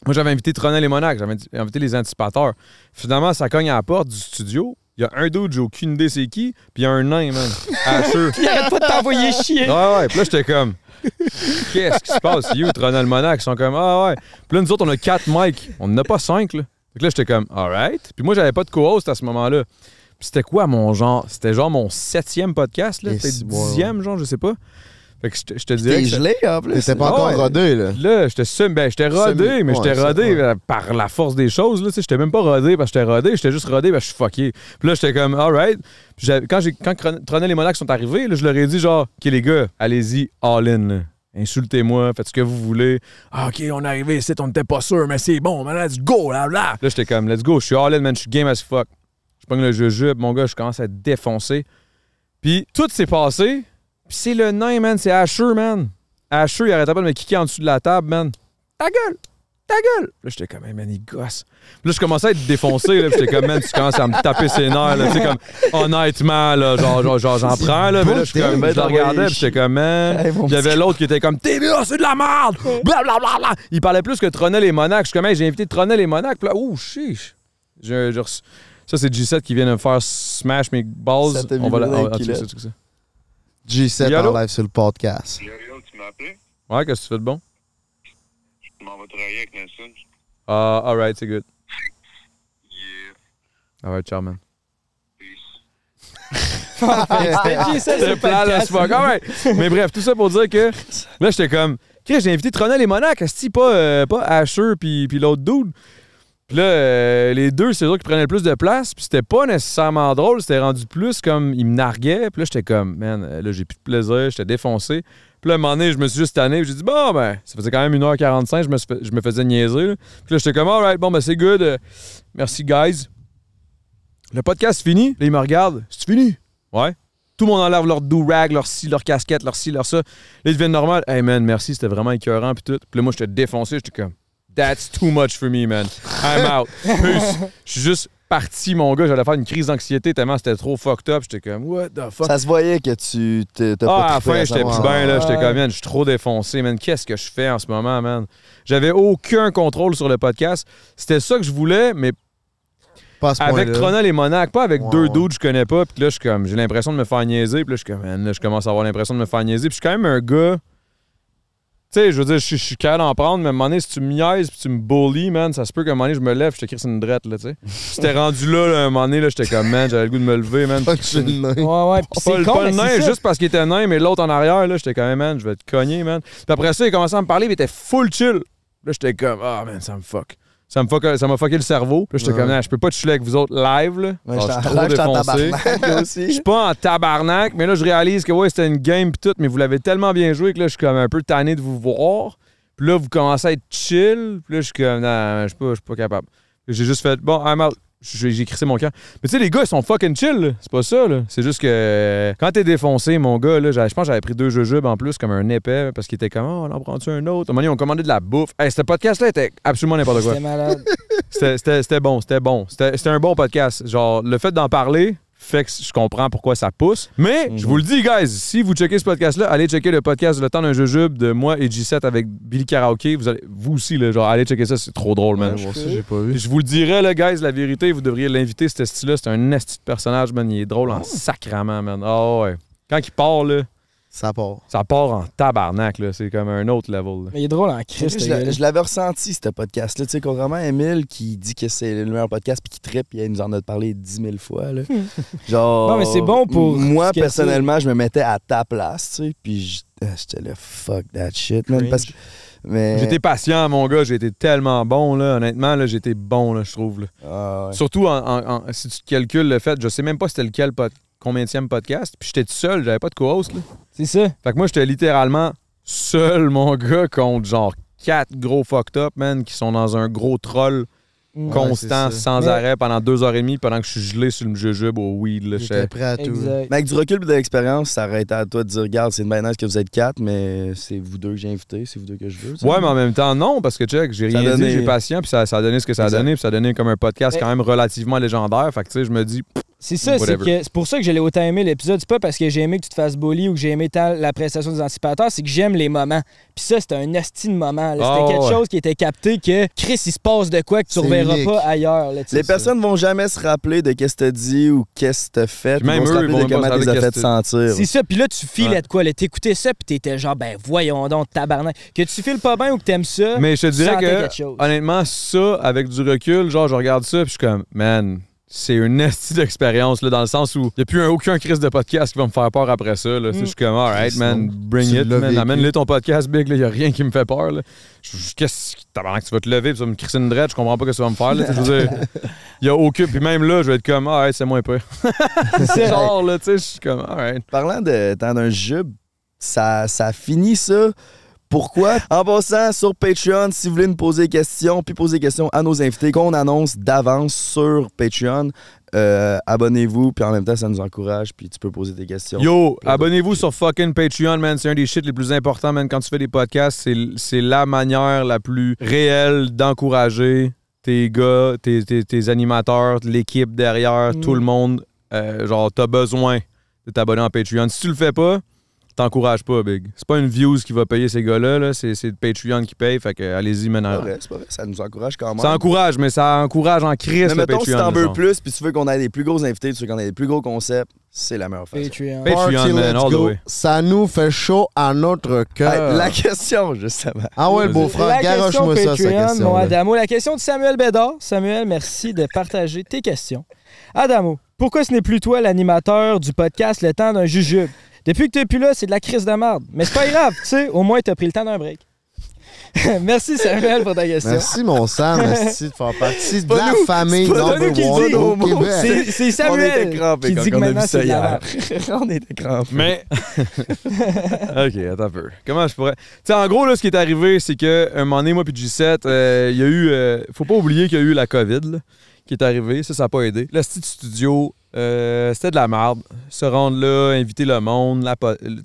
Speaker 1: Moi, j'avais invité Tronel et Monac, j'avais invi- invité les anticipateurs. Finalement, ça cogne à la porte du studio. Il y a un dude, j'ai aucune idée c'est qui, puis il y a un nain, man. Hacheux.
Speaker 8: Il arrête pas de t'envoyer chier.
Speaker 1: Ouais, ouais. Puis là, j'étais comme, qu'est-ce qui se passe? You, Tronel, Monac, ils sont comme, ah ouais. Puis là, nous autres, on a quatre mics. On n'en a pas cinq, là. Donc là, j'étais comme, alright. Puis moi, j'avais pas de co-host à ce moment-là. Puis c'était quoi mon genre? C'était genre mon septième podcast, là.
Speaker 4: Et
Speaker 1: Peut-être
Speaker 4: si- ouais, ouais.
Speaker 1: dixième, genre, je sais pas. Fait que je te- je te dirais.
Speaker 3: T'es
Speaker 1: que ça-
Speaker 3: gelé, en plus.
Speaker 4: T'étais pas encore
Speaker 1: Ouais.
Speaker 4: rodé, là.
Speaker 1: Là, j'étais sem- ben, j'étais rodé,
Speaker 4: Semi-
Speaker 1: mais
Speaker 4: ouais,
Speaker 1: j'étais
Speaker 4: ça,
Speaker 1: rodé
Speaker 4: ouais.
Speaker 1: euh, par la force des choses. là, tu sais, J'étais même pas rodé parce que j'étais rodé, j'étais juste rodé parce que je suis fucké. Puis là, j'étais comme, alright. Puis j'avais- Quand, j'ai- quand Cron- Tronel et Monac sont arrivés, là, je leur ai dit, genre, OK, les gars, allez-y, all-in. là. Insultez-moi, faites ce que vous voulez. Ah, OK, on est arrivé ici, on n'était pas sûr, mais c'est bon, man, let's go, là, là. Là, j'étais comme, let's go, je suis all-in, man, je suis game as fuck. Je pogne le jujube, mon gars, je commence à défoncer. Puis tout s'est passé. Puis c'est le nain, man, c'est Asher, man. Asher, il arrêtait pas de me kicker en dessous de la table, man. Ta gueule! Ta gueule! Là, j'étais comme, Hey, man, il gosse. Puis là, je commençais à être défoncé, là. puis j'étais comme, man, tu commences à me taper ses nerfs, là. Tu sais, comme, honnêtement, là, genre, genre, genre, j'en prends, là. Mais là, je suis comme, je le regardais, puis j'étais comme, man.
Speaker 3: Hey, mon
Speaker 1: Il y avait l'autre qui était comme, t'es là, c'est de la merde! Blablabla! Il parlait plus que Tronel et Monac. Je suis comme, Hey, j'ai invité Tronel et Monac, puis là, ouh, chiche. J'ai- j'ai reçu- Ça, c'est G7 qui vient de me faire smash mes balls.
Speaker 2: Ça t'a
Speaker 1: On va la.
Speaker 2: vibré dans les
Speaker 1: ah, check ça,
Speaker 2: culottes.
Speaker 1: check ça.
Speaker 4: G7
Speaker 1: Yallo?
Speaker 4: en live sur le podcast.
Speaker 1: Ouais, qu'est-ce que tu fais de bon? Je m'en vais travailler avec Nelson. Ah, alright, c'est good. Yeah. Alright, ciao, man. C'est plat, là, c'est fuck. Alright. Mais bref, tout ça pour dire que là, j'étais comme, Chris, j'ai invité Tronel et Monac, esti, pas, euh, pas Asher puis puis l'autre dude. Puis là, euh, les deux, c'est eux qui prenaient le plus de place. Puis c'était pas nécessairement drôle. C'était rendu plus comme, ils me narguaient. Puis là, j'étais comme, man, euh, là, j'ai plus de plaisir. J'étais défoncé. Puis là, un moment donné, je me suis juste tanné. puis J'ai dit, bon, ben, ça faisait quand même 1h45. Je me, suis fait- je me faisais niaiser. là. Puis là, j'étais comme, alright, bon, ben, c'est good. euh, merci, guys. Le podcast fini. Là, ils me regardent. C'est fini? Ouais. Tout le monde enlève leur do-rag, leur ci, leur casquette, leur ci, leur ça. Là, ils deviennent normal. Hey, man, merci, c'était vraiment écœurant. Puis tout. Puis là, moi, j'étais défoncé. J'étais comme, that's too much for me, man. I'm out. Peace. Je suis juste parti, mon gars. J'allais faire une crise d'anxiété tellement c'était trop fucked up. J'étais comme, what the fuck?
Speaker 2: Ça se voyait que tu t'es- t'as
Speaker 1: Ah, à
Speaker 2: pas
Speaker 1: la
Speaker 2: trippé
Speaker 1: fin, j'étais
Speaker 2: savoir.
Speaker 1: plus bien, là. J'étais comme, man, je suis trop défoncé, man. Qu'est-ce que je fais en ce moment, man? J'avais aucun contrôle sur le podcast. C'était ça que je voulais, mais
Speaker 4: Pas à ce
Speaker 1: avec
Speaker 4: point-là.
Speaker 1: Tronel et Monac, pas avec
Speaker 4: Ouais,
Speaker 1: deux
Speaker 4: ouais.
Speaker 1: dudes que je connais pas. Puis là, je suis comme, j'ai l'impression de me faire niaiser. Puis là, je suis comme, man, là, je commence à avoir l'impression de me faire niaiser. Puis je suis quand même un gars. Tu sais, je veux dire, je suis- je suis calme à en prendre, mais à un moment donné, si tu me niaises puis tu me bullies, man, ça se peut qu'à un moment donné, je me lève, je te crisse une drette, là, tu sais. J'étais rendu là, là, à un moment donné, là, j'étais comme, man, j'avais le goût de me lever, man.
Speaker 4: Fuck, je suis le nain.
Speaker 8: Ouais, ouais. Puis
Speaker 1: Pas,
Speaker 8: c'est
Speaker 1: le-
Speaker 8: con,
Speaker 1: pas le
Speaker 8: mais c'est
Speaker 1: nain,
Speaker 8: ça.
Speaker 1: juste parce qu'il était nain, mais l'autre en arrière, là, j'étais quand même, man, je vais te cogner, man. Puis après ça, il commençait à me parler, mais il était full chill. Là, j'étais comme, ah, man, ça me fuck. Ça me fuck- ça m'a fucké le cerveau. Puis Là, j'étais
Speaker 4: Ouais.
Speaker 1: comme, non, je peux pas te chiller avec vous autres live, là.
Speaker 2: Ouais,
Speaker 1: Alors, je suis
Speaker 2: j'étais en
Speaker 1: trop
Speaker 2: live, j'étais en
Speaker 1: défoncé.
Speaker 2: tabarnak, moi aussi.
Speaker 1: Je suis pas en tabarnak, mais là, je réalise que, ouais, c'était une game pis tout, mais vous l'avez tellement bien joué que là, je suis comme un peu tanné de vous voir. Puis là, vous commencez à être chill. Puis là, je suis comme, non, je suis pas, je suis pas capable. J'ai juste fait, bon, I'm out. J'ai j'ai crissé mon camp. Mais tu sais, les gars, ils sont fucking chill. là. C'est pas ça, là. C'est juste que euh, quand t'es défoncé, mon gars, là, j'avais- je pense que j'avais pris deux jujubes en plus comme un épais parce qu'il était comme, oh, on en prend-tu un autre? À un moment donné, ils ont commandé de la bouffe. Hey, ce podcast-là était absolument n'importe quoi.
Speaker 8: C'était malade.
Speaker 1: C'était- C'était c'était bon, c'était bon. C'était c'était un bon podcast. Genre, le fait d'en parler fait que je comprends pourquoi ça pousse. Mais,
Speaker 4: Mhm.
Speaker 1: je vous le dis, guys, si vous checkez ce podcast-là, allez checker le podcast Le temps d'un jujube de moi et G7 avec Billy Karaoke. Vous, allez, vous aussi, là, genre, allez checker ça, c'est trop drôle, man.
Speaker 4: Moi aussi, j'ai pas vu.
Speaker 1: Je vous le dirais, là, guys, la vérité, vous devriez l'inviter, ce style-là. C'est un esti de personnage, man. Il est drôle
Speaker 4: Ah.
Speaker 1: en sacrament, man. Ah ouais. Quand il part, là,
Speaker 4: Ça part.
Speaker 1: ça part en tabarnak, là. C'est comme un autre level. là.
Speaker 8: Mais il est drôle hein, euh, en
Speaker 2: Je,
Speaker 8: Christ. ce
Speaker 2: l'a-
Speaker 8: gars-là.
Speaker 2: je l'avais ressenti, ce podcast-là. Tu sais, contrairement à Emile qui dit que c'est le meilleur podcast puis qui trippe, puis il nous en a parlé dix mille fois. Là.
Speaker 1: Hmm.
Speaker 2: Genre.
Speaker 8: Non, mais c'est bon pour
Speaker 2: Moi,
Speaker 8: ce que
Speaker 2: personnellement, je me mettais à ta place, tu sais, puis je- ah, j'étais là, fuck that shit, man. Parce que. Mais.
Speaker 1: J'étais patient, mon gars. J'ai été tellement bon, là. Honnêtement, là, j'étais bon, là, je trouve. là.
Speaker 2: Ah, ouais.
Speaker 1: Surtout en- en- en- si tu te calcules le fait, je sais même pas c'était lequel pod- combienième podcast. Puis j'étais tout seul, j'avais pas de co-host. là.
Speaker 8: C'est ça.
Speaker 1: Fait que moi, j'étais littéralement seul, mon gars, contre genre quatre gros fucked up, man, qui sont dans un gros troll
Speaker 8: Mm.
Speaker 1: constant,
Speaker 4: c'est ça.
Speaker 1: sans
Speaker 8: Mais-
Speaker 1: arrêt, pendant deux heures et demie, pendant que je suis gelé sur le jujube au weed. Là,
Speaker 4: J'étais
Speaker 1: J'étais-
Speaker 4: prêt à tout.
Speaker 8: Exact.
Speaker 2: Mais avec du recul et de l'expérience, ça aurait été à toi de dire, regarde, c'est une bien nice que vous êtes quatre, mais c'est vous deux que j'ai invités, c'est vous deux que je veux. tu sais.
Speaker 1: Ouais, mais en même temps, non, parce que check, j'ai
Speaker 2: Ça
Speaker 1: rien
Speaker 2: a
Speaker 1: dit,
Speaker 2: donné-
Speaker 1: j'ai patient, puis ça, ça a donné ce que ça a
Speaker 2: Exact.
Speaker 1: donné, puis ça a donné comme un podcast
Speaker 8: Mais-
Speaker 1: quand même relativement légendaire. Fait que tu sais, je me dis,
Speaker 8: C'est ça, c'est
Speaker 1: Whatever.
Speaker 8: que c'est pour ça que je l'ai autant aimé l'épisode. C'est pas parce que j'ai aimé que tu te fasses bully ou que j'ai aimé tant la prestation des anticipateurs, c'est que j'aime les moments. Puis ça, c'était un asti de moment. là. C'était
Speaker 1: Ah,
Speaker 8: quelque
Speaker 1: ouais.
Speaker 8: chose qui était capté que Chris, il se passe de quoi que tu
Speaker 4: C'est
Speaker 8: reverras
Speaker 4: unique.
Speaker 8: pas ailleurs. là, tu sais.
Speaker 2: Les personnes vont jamais se rappeler de qu'est-ce que t'as dit ou qu'est-ce que t'as fait.
Speaker 1: Puis même
Speaker 2: ils vont
Speaker 1: eux,
Speaker 2: se
Speaker 1: ils vont
Speaker 2: rappeler de
Speaker 1: même pas
Speaker 2: comment
Speaker 1: se
Speaker 2: t'es
Speaker 1: rappeler
Speaker 2: as fait
Speaker 1: qu'est-ce que
Speaker 2: sentir.
Speaker 8: C'est ça, puis là, tu filais
Speaker 1: Ouais.
Speaker 8: de quoi? là. T'écoutais ça, puis t'étais genre, ben voyons donc, tabarnak. Que tu files pas bien ou que t'aimes ça,
Speaker 1: Mais je te
Speaker 8: tu
Speaker 1: dirais
Speaker 8: sentais
Speaker 1: que,
Speaker 8: quelque chose.
Speaker 1: honnêtement, ça, avec du recul, genre, je regarde ça, puis je suis comme, man, c'est une esti d'expérience, là, dans le sens où il n'y a plus un, aucun crise de podcast qui va me faire peur après ça, là. Tu
Speaker 8: Mm.
Speaker 1: sais, Je suis comme, alright, man, bring
Speaker 4: tu
Speaker 1: it,
Speaker 4: l'as
Speaker 1: man,
Speaker 4: vécu.
Speaker 1: amène-le ton podcast, big, là, il n'y a rien qui me fait peur, là. Je- je- Qu'est-ce que tabarnak, tu vas te lever, puis tu vas me crisser une drette, je comprends pas ce que ça va me faire, là. Tu sais, Je veux dire, il n'y a aucun, puis même là, je vais être comme, alright, c'est moins peur. genre, là, tu sais, je suis comme, alright.
Speaker 2: Parlant de temps d'un jube, ça, ça finit ça. Pourquoi? En passant sur Patreon, si vous voulez nous poser des questions, puis poser des questions à nos invités qu'on annonce d'avance sur Patreon, euh, abonnez-vous, puis en même temps, ça nous encourage, puis tu peux poser tes questions.
Speaker 1: Yo, abonnez-vous sur fucking Patreon, man. C'est un des shit les plus importants, man. Quand tu fais des podcasts, c'est- c'est la manière la plus réelle d'encourager tes gars, tes, tes- tes animateurs, l'équipe derrière, tout le monde. Euh, genre, t'as besoin de t'abonner en Patreon. Si tu le fais pas, t'encourages pas, big. C'est pas une views qui va payer ces gars-là, là. c'est c'est Patreon qui paye. Fait que euh, allez-y
Speaker 2: C'est
Speaker 1: maintenant.
Speaker 2: pas vrai, c'est pas vrai, ça nous encourage quand même.
Speaker 1: Ça encourage, mais ça encourage en crise
Speaker 2: Mais
Speaker 1: le
Speaker 2: mettons, si
Speaker 1: Patreon.
Speaker 2: t'en veux
Speaker 1: genre.
Speaker 2: plus, puis tu veux qu'on ait des plus gros invités, tu veux qu'on ait des plus gros concepts, c'est la meilleure façon.
Speaker 8: Patreon.
Speaker 1: Patreon,
Speaker 4: Party,
Speaker 1: man,
Speaker 4: let's
Speaker 1: all the
Speaker 4: go.
Speaker 1: way.
Speaker 4: Ça nous fait chaud à notre cœur.
Speaker 1: Ah.
Speaker 2: Hey, la question, justement.
Speaker 4: Ah ouais, le
Speaker 1: La
Speaker 4: beau-frère,
Speaker 8: la question
Speaker 4: garoche-moi ça, sa
Speaker 8: Patreon,
Speaker 4: question.
Speaker 8: mon
Speaker 4: là.
Speaker 8: Adamo. La question de Samuel Bédard. Samuel, merci de partager tes questions. Adamo, pourquoi ce n'est plus toi l'animateur du podcast Le temps d'un jujube? Depuis que t'es plus là, c'est de la crise de merde. Mais c'est pas grave, tu sais, au moins t'as pris le temps d'un break. merci Samuel pour ta question.
Speaker 4: Merci, mon Sam, merci de faire partie de la famille
Speaker 2: pas
Speaker 4: number
Speaker 8: nous qui le
Speaker 4: one
Speaker 8: dit,
Speaker 4: au
Speaker 2: nous.
Speaker 4: Québec.
Speaker 8: C'est c'est
Speaker 2: On
Speaker 8: Samuel
Speaker 2: était crampés
Speaker 8: qui
Speaker 2: quand
Speaker 8: dit que
Speaker 2: on a vu
Speaker 8: maintenant
Speaker 2: ça
Speaker 8: c'est de la
Speaker 2: hier.
Speaker 8: merde.
Speaker 2: On était crampés.
Speaker 1: Mais. ok, attends un peu. Comment je pourrais. Tu sais, en gros, là, ce qui est arrivé, c'est que un moment donné, moi, puis G7, euh, il y a eu. euh, faut pas oublier qu'il y a eu la COVID, là, qui est arrivée. Ça, ça n'a pas aidé. Le style studio, euh, c'était de la merde. Se rendre là, inviter le monde, la. po- le-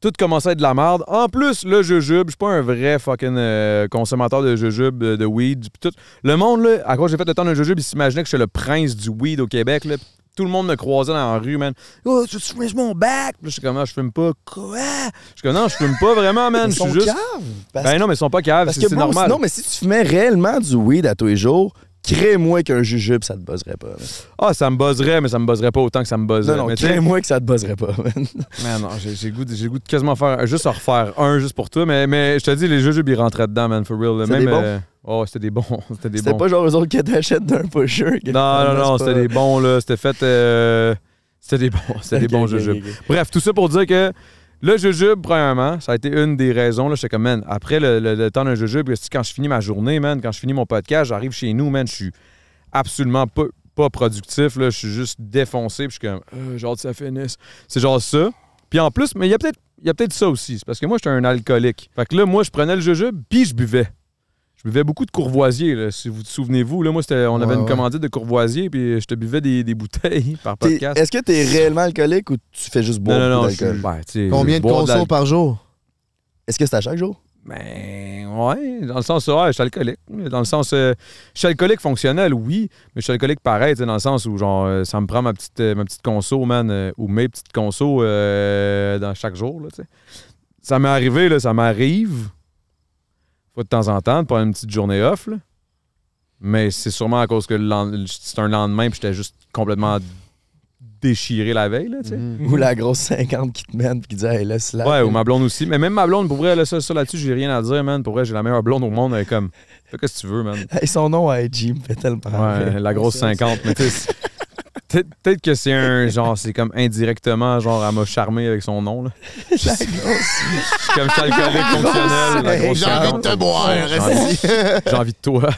Speaker 1: Tout commençait à être de la merde. En plus, le jujube, je suis pas un vrai fucking euh, consommateur de jujube, euh, de weed. pis tout. Le monde, là, à quoi j'ai fait le temps d'un jujube, il s'imaginait que je suis le prince du weed au Québec. Là. Tout le monde me croisait dans la rue, man. Oh, tu fumes mon bac? Puis là, je suis comme, ah, je fume pas. Quoi? Je suis comme, non, je fume pas vraiment, man. Je suis juste.
Speaker 2: parce
Speaker 1: Ben non, mais ils sont pas caves,
Speaker 2: Parce
Speaker 1: c'est
Speaker 2: que
Speaker 1: c'est
Speaker 2: bro,
Speaker 1: normal.
Speaker 2: sinon, mais si tu fumais réellement du weed à tous les jours, crée-moi qu'un jujube, ça te buzzerait pas. man.
Speaker 1: Ah, ça me buzzerait, mais ça me buzzerait pas autant que ça me buzzerait.
Speaker 2: Non, non,
Speaker 1: mais tu sais-
Speaker 2: crée-moi que ça te buzzerait pas. man.
Speaker 1: Man, non, j'ai j'ai le goût, de- j'ai le goût de quasiment faire juste en refaire un juste pour toi, mais, mais je te dis, les jujubes, ils rentraient dedans, man, for real. là.
Speaker 2: C'était
Speaker 1: Même,
Speaker 2: des bons?
Speaker 1: euh, Oh, c'était des bons. C'était des
Speaker 2: C'était
Speaker 1: bons.
Speaker 2: pas genre eux autres que t'achètes d'un pusher. que
Speaker 1: Non, non,
Speaker 2: finalement,
Speaker 1: non,
Speaker 2: c'est
Speaker 1: c'était
Speaker 2: pas-
Speaker 1: des bons, là. C'était fait. euh, C'était des bons. C'était des
Speaker 2: Ok,
Speaker 1: bons
Speaker 2: ok,
Speaker 1: jujubes.
Speaker 2: ok, ok.
Speaker 1: Bref, tout ça pour dire que le jujube, premièrement, ça a été une des raisons. Là, j'étais comme, man, après le, le- le temps d'un jujube, là, c'est quand je finis ma journée, man, quand je finis mon podcast, j'arrive chez nous, man, je suis absolument pas, pas productif. Là, je suis juste défoncé. Puis je suis comme, Euh, genre, ça finisse. C'est genre ça. Puis en plus, mais il y a peut-être. Il y a peut-être ça aussi. C'est parce que moi, j'étais un alcoolique. Fait que là, moi, je prenais le jujube, puis je buvais. Je Je buvais beaucoup de courvoisier, là, si vous vous souvenez-vous. Là, moi, c'était- on avait
Speaker 4: Ouais,
Speaker 1: une
Speaker 4: ouais.
Speaker 1: commandite de courvoisier, puis je te buvais des, des bouteilles par
Speaker 2: T'es-
Speaker 1: podcast.
Speaker 2: Est-ce que t'es réellement alcoolique ou tu fais juste boire
Speaker 1: non, non,
Speaker 2: beaucoup
Speaker 1: non. je-
Speaker 2: d'alcool?
Speaker 1: ben, tu sais,
Speaker 4: Combien
Speaker 1: je
Speaker 4: de
Speaker 1: bois
Speaker 4: consos
Speaker 1: l'al-
Speaker 4: par jour?
Speaker 2: Est-ce que c'est à chaque jour?
Speaker 1: Ben, ouais, dans le sens, ouais, je suis alcoolique. Dans le sens, euh, je suis alcoolique fonctionnel, oui, mais je suis alcoolique pareil, tu sais, dans le sens où, genre, euh, ça me prend ma petite, euh, ma petite conso, man, euh, ou mes petites consos euh, dans chaque jour, là, tu sais. Ça m'est arrivé, là, ça m'arrive, fois de temps en temps, de prendre une petite journée off, là. Mais c'est sûrement à cause que le lend- c'est un lendemain, puis j'étais juste complètement déchiré la veille, là, tu sais.
Speaker 2: Ou la grosse 50 qui te mène et qui dit Hey, laisse la.
Speaker 1: Ouais, ou ma blonde aussi. Mais même ma blonde, pour vrai, là, ça, ça là-dessus, j'ai rien à dire, man. Pour vrai, j'ai la meilleure blonde au monde. Elle est comme, fais que si tu veux, man.
Speaker 2: Hey, son nom à IG me fait tellement. rire.
Speaker 1: Ouais, la grosse 50. Mais tu sais, c'est- peut-être peut-être que c'est un genre, c'est comme indirectement, genre, elle m'a charmé avec son nom, là. Je suis comme je suis alcoolique fonctionnel. la grosse
Speaker 4: J'ai envie de
Speaker 1: 50.
Speaker 4: te boire,
Speaker 1: J'ai envie- J'ai envie de toi.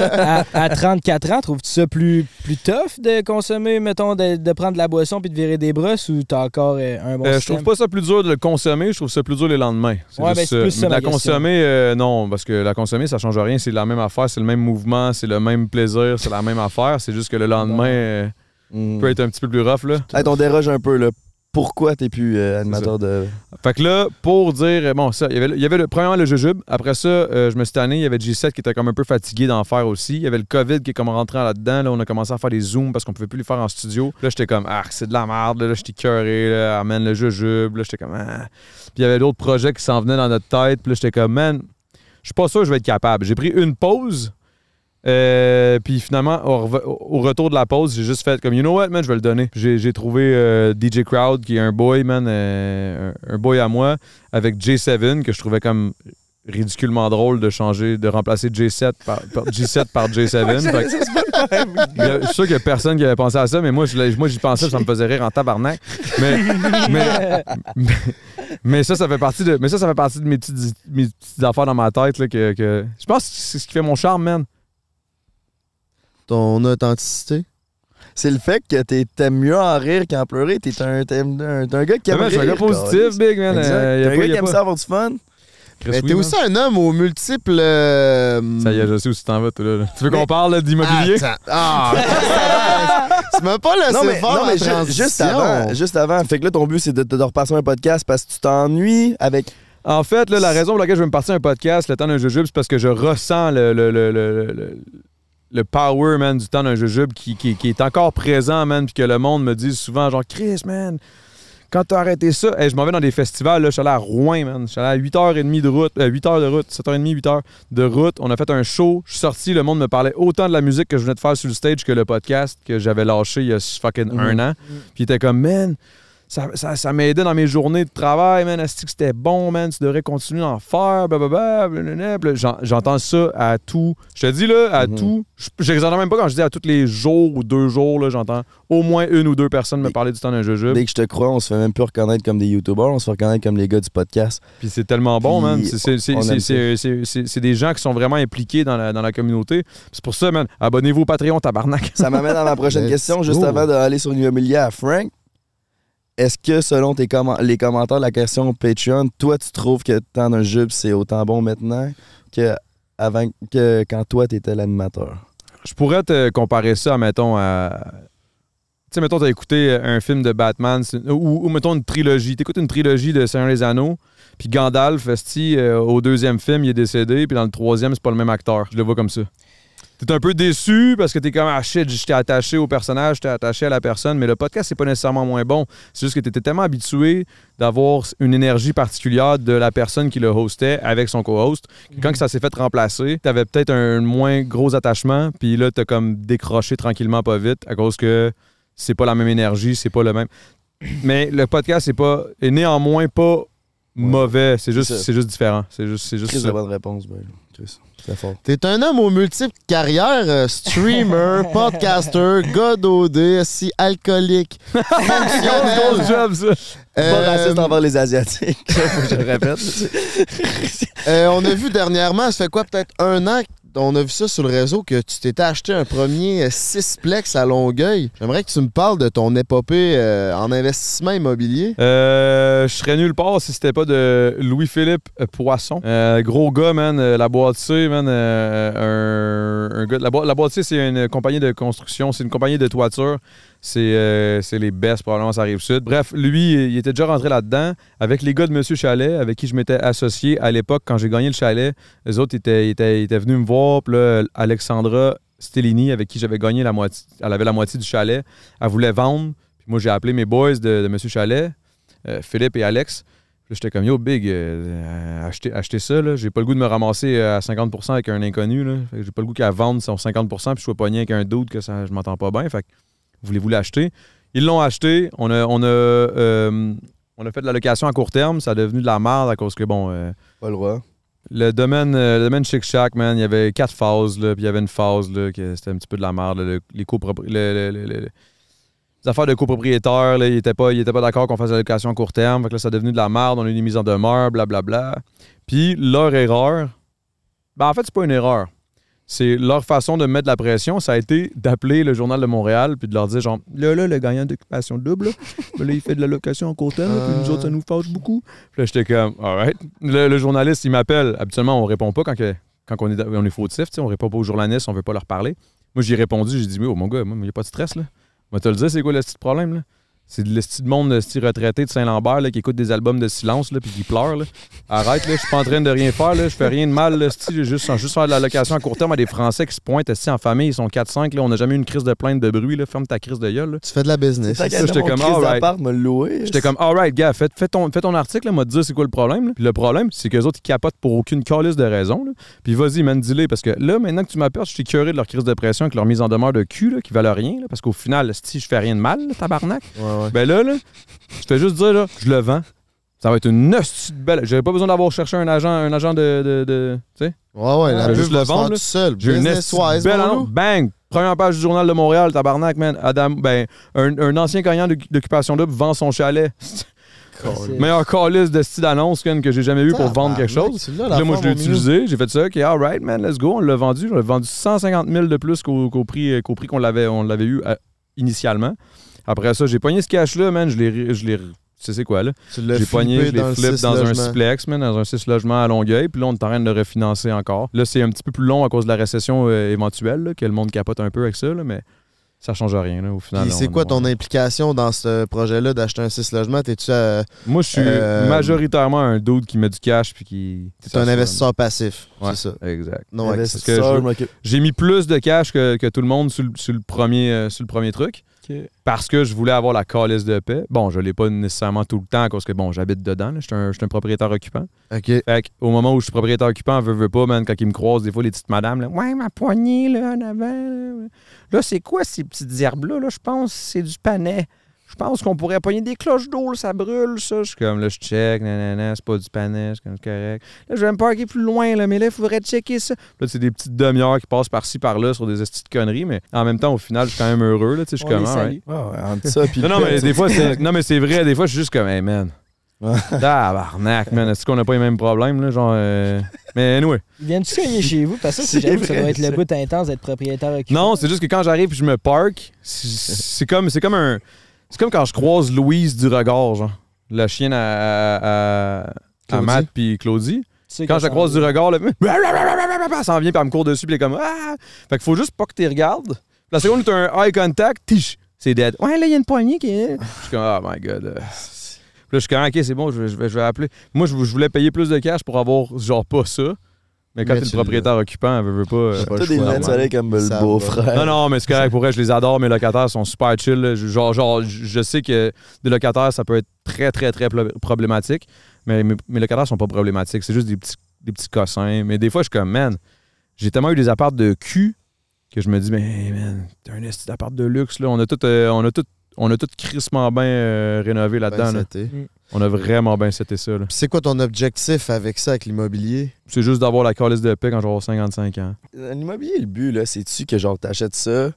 Speaker 8: à, à 34 ans, trouves-tu ça plus, plus tough de consommer, mettons, de, de prendre de la boisson puis de virer des brosses ou t'as encore euh, un bon
Speaker 1: Euh, je
Speaker 8: système?
Speaker 1: trouve pas ça plus dur de le consommer, je trouve ça plus dur les lendemains.
Speaker 8: Ouais,
Speaker 1: juste
Speaker 8: ben, c'est plus ça,
Speaker 1: Mais de
Speaker 8: ma
Speaker 1: la
Speaker 8: question.
Speaker 1: consommer, euh, non, parce que la consommer, ça change rien. C'est la même affaire, c'est le même mouvement, c'est le même plaisir, c'est la même affaire. C'est juste que le lendemain euh,
Speaker 2: Mm.
Speaker 1: peut être un petit peu plus rough. Là.
Speaker 2: Hey, on déroge un peu, là. Pourquoi t'es plus euh, animateur de.
Speaker 1: Fait que là, pour dire, euh, bon, ça, il y avait, le- il y avait le, premièrement le jujube. Après ça, euh, je me suis tanné. Il y avait G7 qui était comme un peu fatigué d'en faire aussi. Il y avait le COVID qui est comme rentré là-dedans. Là, on a commencé à faire des zooms parce qu'on pouvait plus les faire en studio. Là, j'étais comme, ah, c'est de la merde. Là, là j'étais curé. Là, amène le jujube. Là, j'étais comme, ah. Puis il y avait d'autres projets qui s'en venaient dans notre tête. Puis là, j'étais comme, man, je suis pas sûr que je vais être capable. J'ai pris une pause. euh, puis finalement, au, reve- au retour de la pause, j'ai juste fait comme, you know what, man, je vais le donner. J'ai j'ai trouvé euh, DJ Crowd, qui est un boy, man, euh, un un boy à moi, avec J7, que je trouvais comme ridiculement drôle de changer, de remplacer J7 par, par- J7 par J7. Fait que- Il y a- je suis sûr qu'il y a personne qui avait pensé à ça, mais moi, je l'ai- moi j'y pensais, ça me faisait rire en tabarnak. Mais, mais, mais- mais ça, ça fait partie de, mais ça, ça fait partie de mes petites, mes petites affaires dans ma tête. là, que, que- je pense que c'est ce qui fait mon charme, man.
Speaker 4: Ton authenticité?
Speaker 2: C'est le fait que t'es- t'aimes mieux en rire qu'en pleurer. T'es un, t'es un, t'es un gars qui aime
Speaker 1: Ouais,
Speaker 2: rire.
Speaker 1: je suis un gars positif, big, man.
Speaker 2: Exact.
Speaker 1: Euh, y
Speaker 2: T'es
Speaker 1: a
Speaker 2: un
Speaker 1: pas-
Speaker 2: gars
Speaker 1: y
Speaker 2: qui
Speaker 1: a
Speaker 2: aime
Speaker 1: pas-
Speaker 2: ça avoir du fun.
Speaker 1: Chris,
Speaker 4: Mais
Speaker 1: oui,
Speaker 4: t'es
Speaker 1: man.
Speaker 4: aussi un homme aux multiples. euh,
Speaker 1: Ça y est, je sais où tu t'en vas, toi, là, là. Tu veux qu'on
Speaker 4: Mais-
Speaker 1: parle là, d'immobilier?
Speaker 4: Attends. Ah, c'est même pas laissé
Speaker 2: Non, mais,
Speaker 4: faire
Speaker 2: non, mais
Speaker 4: la
Speaker 2: ju-
Speaker 4: transition.
Speaker 2: juste avant. Juste avant. Fait que là, ton but, c'est de, de, de repasser un podcast parce que tu t'ennuies avec.
Speaker 1: En fait, là, la raison pour laquelle je vais me partir un podcast, le temps d'un jujube, c'est parce que je ressens le, le, le, le, le- le power, man, du temps d'un jujube qui, qui, qui est encore présent, man, puis que le monde me dit souvent, genre, Chris, man, quand t'as arrêté ça, Hey, je m'en vais dans des festivals, là, je suis allé à Rouen, man, je suis allé à 8h30 de route, euh, 8h de route, 7h30, 8h de route, on a fait un show, je suis sorti, le monde me parlait autant de la musique que je venais de faire sur le stage que le podcast que j'avais lâché il y a fucking un an, puis il était comme, man, ça, ça, ça m'aidait dans mes journées de travail, man. Asti que c'était bon, man. Tu devrais continuer d'en faire, blablabla, blablabla. Puis là, j'en- J'entends ça à tout. Je te dis, là, à
Speaker 2: Mhm.
Speaker 1: tout. je- J'exagère même pas quand je dis à tous les jours ou deux jours, là, j'entends au moins une ou deux personnes me parler du temps d'un jujube.
Speaker 2: Dès que je te crois, on se fait même plus reconnaître comme des YouTubers. On se fait reconnaître comme les gars du podcast.
Speaker 1: Puis c'est tellement bon,
Speaker 2: Puis
Speaker 1: man. C'est- c'est-
Speaker 2: on
Speaker 1: c'est- C'est
Speaker 2: aime ça.
Speaker 1: c'est- c'est- c'est- c'est des gens qui sont vraiment impliqués dans la, dans la communauté. C'est pour ça, man. Abonnez-vous au Patreon, tabarnak.
Speaker 2: Ça m'amène à ma prochaine
Speaker 4: Let's
Speaker 2: question, juste
Speaker 4: go.
Speaker 2: avant d'aller sur l'immobilier à Frank. Est-ce que, selon tes commen- les commentaires de la question Patreon, toi, tu trouves que tant d'un jub, c'est autant bon maintenant que, avant, que quand toi, t'étais l'animateur?
Speaker 1: Je pourrais te comparer ça, mettons, à. Tu sais, mettons, t'as écouté un film de Batman c'est- ou, ou, mettons une trilogie. T'écoutes une trilogie de Seigneur des Anneaux, puis Gandalf, esti, euh, au deuxième film, il est décédé, puis dans le troisième, c'est pas le même acteur. Je le vois comme ça. T'es un peu déçu parce que t'es comme ah shit, j'étais attaché au personnage, j'étais attaché à la personne, mais le podcast, c'est pas nécessairement moins bon. C'est juste que t'étais tellement habitué d'avoir une énergie particulière de la personne qui le hostait avec son co-host. que
Speaker 2: Mhm.
Speaker 1: Quand ça s'est fait remplacer, t'avais peut-être un moins gros attachement, puis là, t'as comme décroché tranquillement pas vite à cause que c'est pas la même énergie, c'est pas le même. Mais le podcast, c'est pas. est néanmoins pas mauvais. C'est juste,
Speaker 2: C'est ça.
Speaker 1: c'est juste différent. C'est juste, c'est juste
Speaker 2: Chris,
Speaker 1: ça.
Speaker 2: de bonne réponse, ben, Chris. C'est fort.
Speaker 4: T'es un homme aux multiples carrières, euh, streamer, podcaster, gars d'OD, si alcoolique,
Speaker 1: Gros
Speaker 4: fonctionnel.
Speaker 1: job, ça.
Speaker 2: Pas
Speaker 4: Euh,
Speaker 2: raciste envers les Asiatiques, ça, faut que je le répète.
Speaker 4: euh, on a vu dernièrement, ça fait quoi, peut-être un an, on a vu ça sur le réseau que tu t'étais acheté un premier euh, sixplex à Longueuil. J'aimerais que tu me parles de ton épopée euh, en investissement immobilier.
Speaker 1: Euh, je serais nulle part si c'était pas de Louis-Philippe Poisson. Euh, gros gars, man. euh, La boîte C, man. euh, un, un gars de la, boîte- la boîte C, c'est une compagnie de construction. C'est une compagnie de toiture. C'est euh, c'est les best, probablement, ça arrive sud. Bref, lui, il était déjà rentré là-dedans avec les gars de Monsieur Chalet, avec qui je m'étais associé à l'époque quand j'ai gagné le chalet. Les autres étaient, étaient, étaient venus me voir. Puis là, Alexandra Stellini, avec qui j'avais gagné la moitié, elle avait la moitié du chalet. Elle voulait vendre. Puis moi, j'ai appelé mes boys de, de Monsieur Chalet, euh, Philippe et Alex. Puis là, j'étais comme, yo, big, euh, euh, achetez, achetez ça, là. J'ai pas le goût de me ramasser euh, à 50 avec un inconnu, là. Fait que J'ai pas le goût qu'elle vende son 50 puis je sois pogné avec un doute que ça, je m'entends pas bien. Fait que, voulez-vous l'acheter? Ils l'ont acheté. On a, on a, euh, on a fait de la location à court terme. Ça a devenu de la merde à cause que, bon, euh,
Speaker 2: Pas le droit.
Speaker 1: le domaine, euh, le domaine Chic Shack, man, il y avait quatre phases, là, puis il y avait une phase, là, que c'était un petit peu de la merde, là, le- les copropri- le- le- le- le- les affaires de copropriétaires, là, ils étaient pas, ils étaient pas d'accord qu'on fasse la location à court terme, fait que là, ça a devenu de la merde, on a eu des mises en demeure, blablabla. Puis leur erreur, ben, en fait, c'est pas une erreur. C'est leur façon de mettre de la pression, ça a été d'appeler le journal de Montréal puis de leur dire genre là là le gagnant d'occupation double, là, ben là, il fait de la location en court terme, puis nous autres ça nous fâche beaucoup. Puis là, j'étais comme, alright. Le, le journaliste, il m'appelle. Habituellement, on répond pas quand, que- quand on, est, da- on est fautif. tu sais, On répond pas aux journalistes, on veut pas leur parler. Moi, j'ai répondu, j'ai dit, oh mon gars, moi, il n'y a pas de stress. là. Moi, te le dire, c'est quoi le petit problème? là? C'est le petit monde de petit retraité de Saint-Lambert là, qui écoute des albums de silence là, puis qui pleure. là. Arrête, là, je suis pas en train de rien faire. Là, je fais rien de mal. Là, esti, j'ai juste, sans juste faire de la location à court terme à des Français qui se pointent esti, en famille. Ils sont 4-5. là, On n'a jamais eu une crise de plainte de bruit. Là, ferme ta crise de gueule. là.
Speaker 4: Tu fais de la business.
Speaker 1: ça, j'étais comme, alright.
Speaker 2: me le louer.
Speaker 1: J'étais comme, alright, gars, fais, fais ton, fais ton article, là, moi, te dire c'est quoi le problème. là. Puis le problème, c'est qu'eux autres, ils capotent pour aucune calice de raison. là. Puis vas-y, man, dis-les, parce que là, maintenant que tu m'appelles, je suis curé de leur crise de pression avec leur mise en demeure de cul, là, qui valent rien, là, parce qu'au final, si je fais rien de mal, là, tabarnak,
Speaker 4: Ouais, ouais.
Speaker 1: ben là, là, je fais juste dire, là, je le vends. Ça va être une hostie de belle. J'avais pas besoin d'avoir cherché un agent, un agent de. de- de- tu sais,
Speaker 4: Ouais, ouais, la
Speaker 1: Je veux
Speaker 4: pub
Speaker 1: le
Speaker 4: va se faire
Speaker 1: vendre,
Speaker 4: tout
Speaker 1: là.
Speaker 4: seul.
Speaker 1: j'ai une
Speaker 4: Business
Speaker 1: hostie de
Speaker 4: wise,
Speaker 1: belle
Speaker 4: mon
Speaker 1: annonce.
Speaker 4: loup.
Speaker 1: Bang! Première page du Journal de Montréal, tabarnak, man. Adam, ben, un, un ancien gagnant d'oc- d'occupation double vend son chalet. Meilleur calice de style d'annonce qu'une que j'ai jamais eu pour vendre quelque
Speaker 4: Tabarnak,
Speaker 1: chose.
Speaker 4: tu l'as,
Speaker 1: Puis Là, moi,
Speaker 4: l'affaire,
Speaker 1: je l'ai
Speaker 4: mon
Speaker 1: utilisé. J'ai fait ça. OK, all right, man, let's go. On l'a vendu. On l'a vendu 150 000 de plus qu'au qu'au prix euh, qu'au prix qu'on l'avait on l'avait eu euh, initialement. Après ça, j'ai pogné ce cash-là, man. Je l'ai... re- Je l'ai re- tu sais c'est quoi, là?
Speaker 4: Tu l'as
Speaker 1: J'ai pogné,
Speaker 4: flippé
Speaker 1: je l'ai
Speaker 4: dans le
Speaker 1: flippé
Speaker 4: six
Speaker 1: dans un
Speaker 4: logements.
Speaker 1: siplex, man, dans un 6 logements à Longueuil. Puis là, on est en train de le refinancer encore. Là, c'est un petit peu plus long à cause de la récession euh, éventuelle, là, que le monde capote un peu avec ça, là, mais ça change rien, là, au final.
Speaker 4: Puis
Speaker 1: là,
Speaker 4: c'est
Speaker 1: on-
Speaker 4: quoi
Speaker 1: on-
Speaker 4: ton implication dans ce projet-là d'acheter un 6 logements? T'es-tu euh,
Speaker 1: Moi, je suis
Speaker 4: Euh,
Speaker 1: majoritairement un dude qui met du cash puis qui...
Speaker 4: t'es un investisseur passif?
Speaker 1: Ouais.
Speaker 4: C'est ça.
Speaker 1: Exact.
Speaker 4: Non, ouais,
Speaker 1: Parce que je- J'ai mis plus de cash que, que tout le monde sur, le- sur le, premier, euh, sur le premier truc. Parce que je voulais avoir la calice de paix. Bon, je l'ai pas nécessairement tout le temps parce que bon, j'habite dedans. là. Je suis un, je suis un propriétaire occupant.
Speaker 4: OK.
Speaker 1: Fait que, au moment où je suis propriétaire occupant, veux, veux pas, man, quand ils me croisent, des fois, les petites madames, là, ouais, ma poignée, là, en avant. Là, ouais. Là, c'est quoi ces petites herbes-là? Là, je pense que c'est du panais. Je pense qu'on pourrait pogner des cloches d'eau, là, ça brûle, ça. Je suis comme, là, je check, nanana, c'est pas du panais, c'est comme, c'est correct. Là, je vais me parquer plus loin, là, mais là, il faudrait checker ça. Là, c'est des petites demi-heures qui passent par-ci, par-là sur des estis de conneries, mais en même temps, au final, je suis quand même heureux, là, tu sais, je suis
Speaker 8: On
Speaker 1: comme,
Speaker 8: les
Speaker 1: ah,
Speaker 8: salue.
Speaker 1: ouais.
Speaker 2: entre ça, puis
Speaker 1: Non, non,
Speaker 2: le-
Speaker 1: mais des fois, c'est... Non, mais c'est vrai, des fois, je suis juste comme, hey, man. Tabarnak, man. Est-ce qu'on n'a pas les mêmes problèmes, là? Genre. euh, Mais anyway.
Speaker 8: Ils viennent-tu cogner chez vous? Parce que ça, c'est j'avoue que ça doit être le bout intense d'être propriétaire occupé.
Speaker 1: Non, c'est juste que quand j'arrive et je me parque, c'est- c'est comme, c'est comme un. C'est comme quand je croise Louise du regard, genre. La chienne à, à, à- à
Speaker 4: Claudie.
Speaker 1: Matt puis Claudie.
Speaker 8: Tu sais
Speaker 1: Quand
Speaker 8: que
Speaker 1: je la
Speaker 8: ça-
Speaker 1: croise du regard, là, elle s'en vient puis elle me court dessus puis elle est comme ah! Fait qu'il faut juste pas que tu regardes. La seconde, t'as un eye contact, tiche, c'est dead. Ouais, là, il y a une poignée qui est. Je suis comme oh my god. là. Puis là, je suis comme, ok, c'est bon, je vais, je vais- je vais appeler. Moi, je, vou- je voulais payer plus de cash pour avoir, genre, pas ça. Mais quand
Speaker 4: Mais
Speaker 1: t'es le
Speaker 4: tu l'as.
Speaker 1: propriétaire occupant, elle veut, veut pas. euh,
Speaker 4: pas
Speaker 2: T'as
Speaker 4: le
Speaker 2: des
Speaker 4: choix,
Speaker 2: lunettes de
Speaker 4: man.
Speaker 2: soleil comme
Speaker 4: Ça
Speaker 2: le
Speaker 4: va.
Speaker 2: beau-frère.
Speaker 1: non, non, mais c'est correct. Pour vrai, je les adore. Mes locataires sont super chill. là. Je- Genre, genre, je je sais que des locataires, ça peut être très, très, très plo- problématique. Mais mes, mes locataires sont pas problématiques. C'est juste des petits, des petits cossins. Mais des fois, je suis comme, man, j'ai tellement eu des apparts de cul que je me dis, mais man, t'as un esti d'appart de luxe. Là. On a tout, euh, on a tout, on a tout crissement bien euh, rénové là-dedans.
Speaker 4: Ben,
Speaker 1: là.
Speaker 4: c'était. Puis
Speaker 1: On a vraiment bien seté ça. là.
Speaker 4: c'est quoi ton objectif avec ça, avec l'immobilier?
Speaker 1: C'est juste d'avoir la calice de paix quand j'aurai 55 ans.
Speaker 2: L'immobilier, le but, là, c'est-tu que genre t'achètes ça,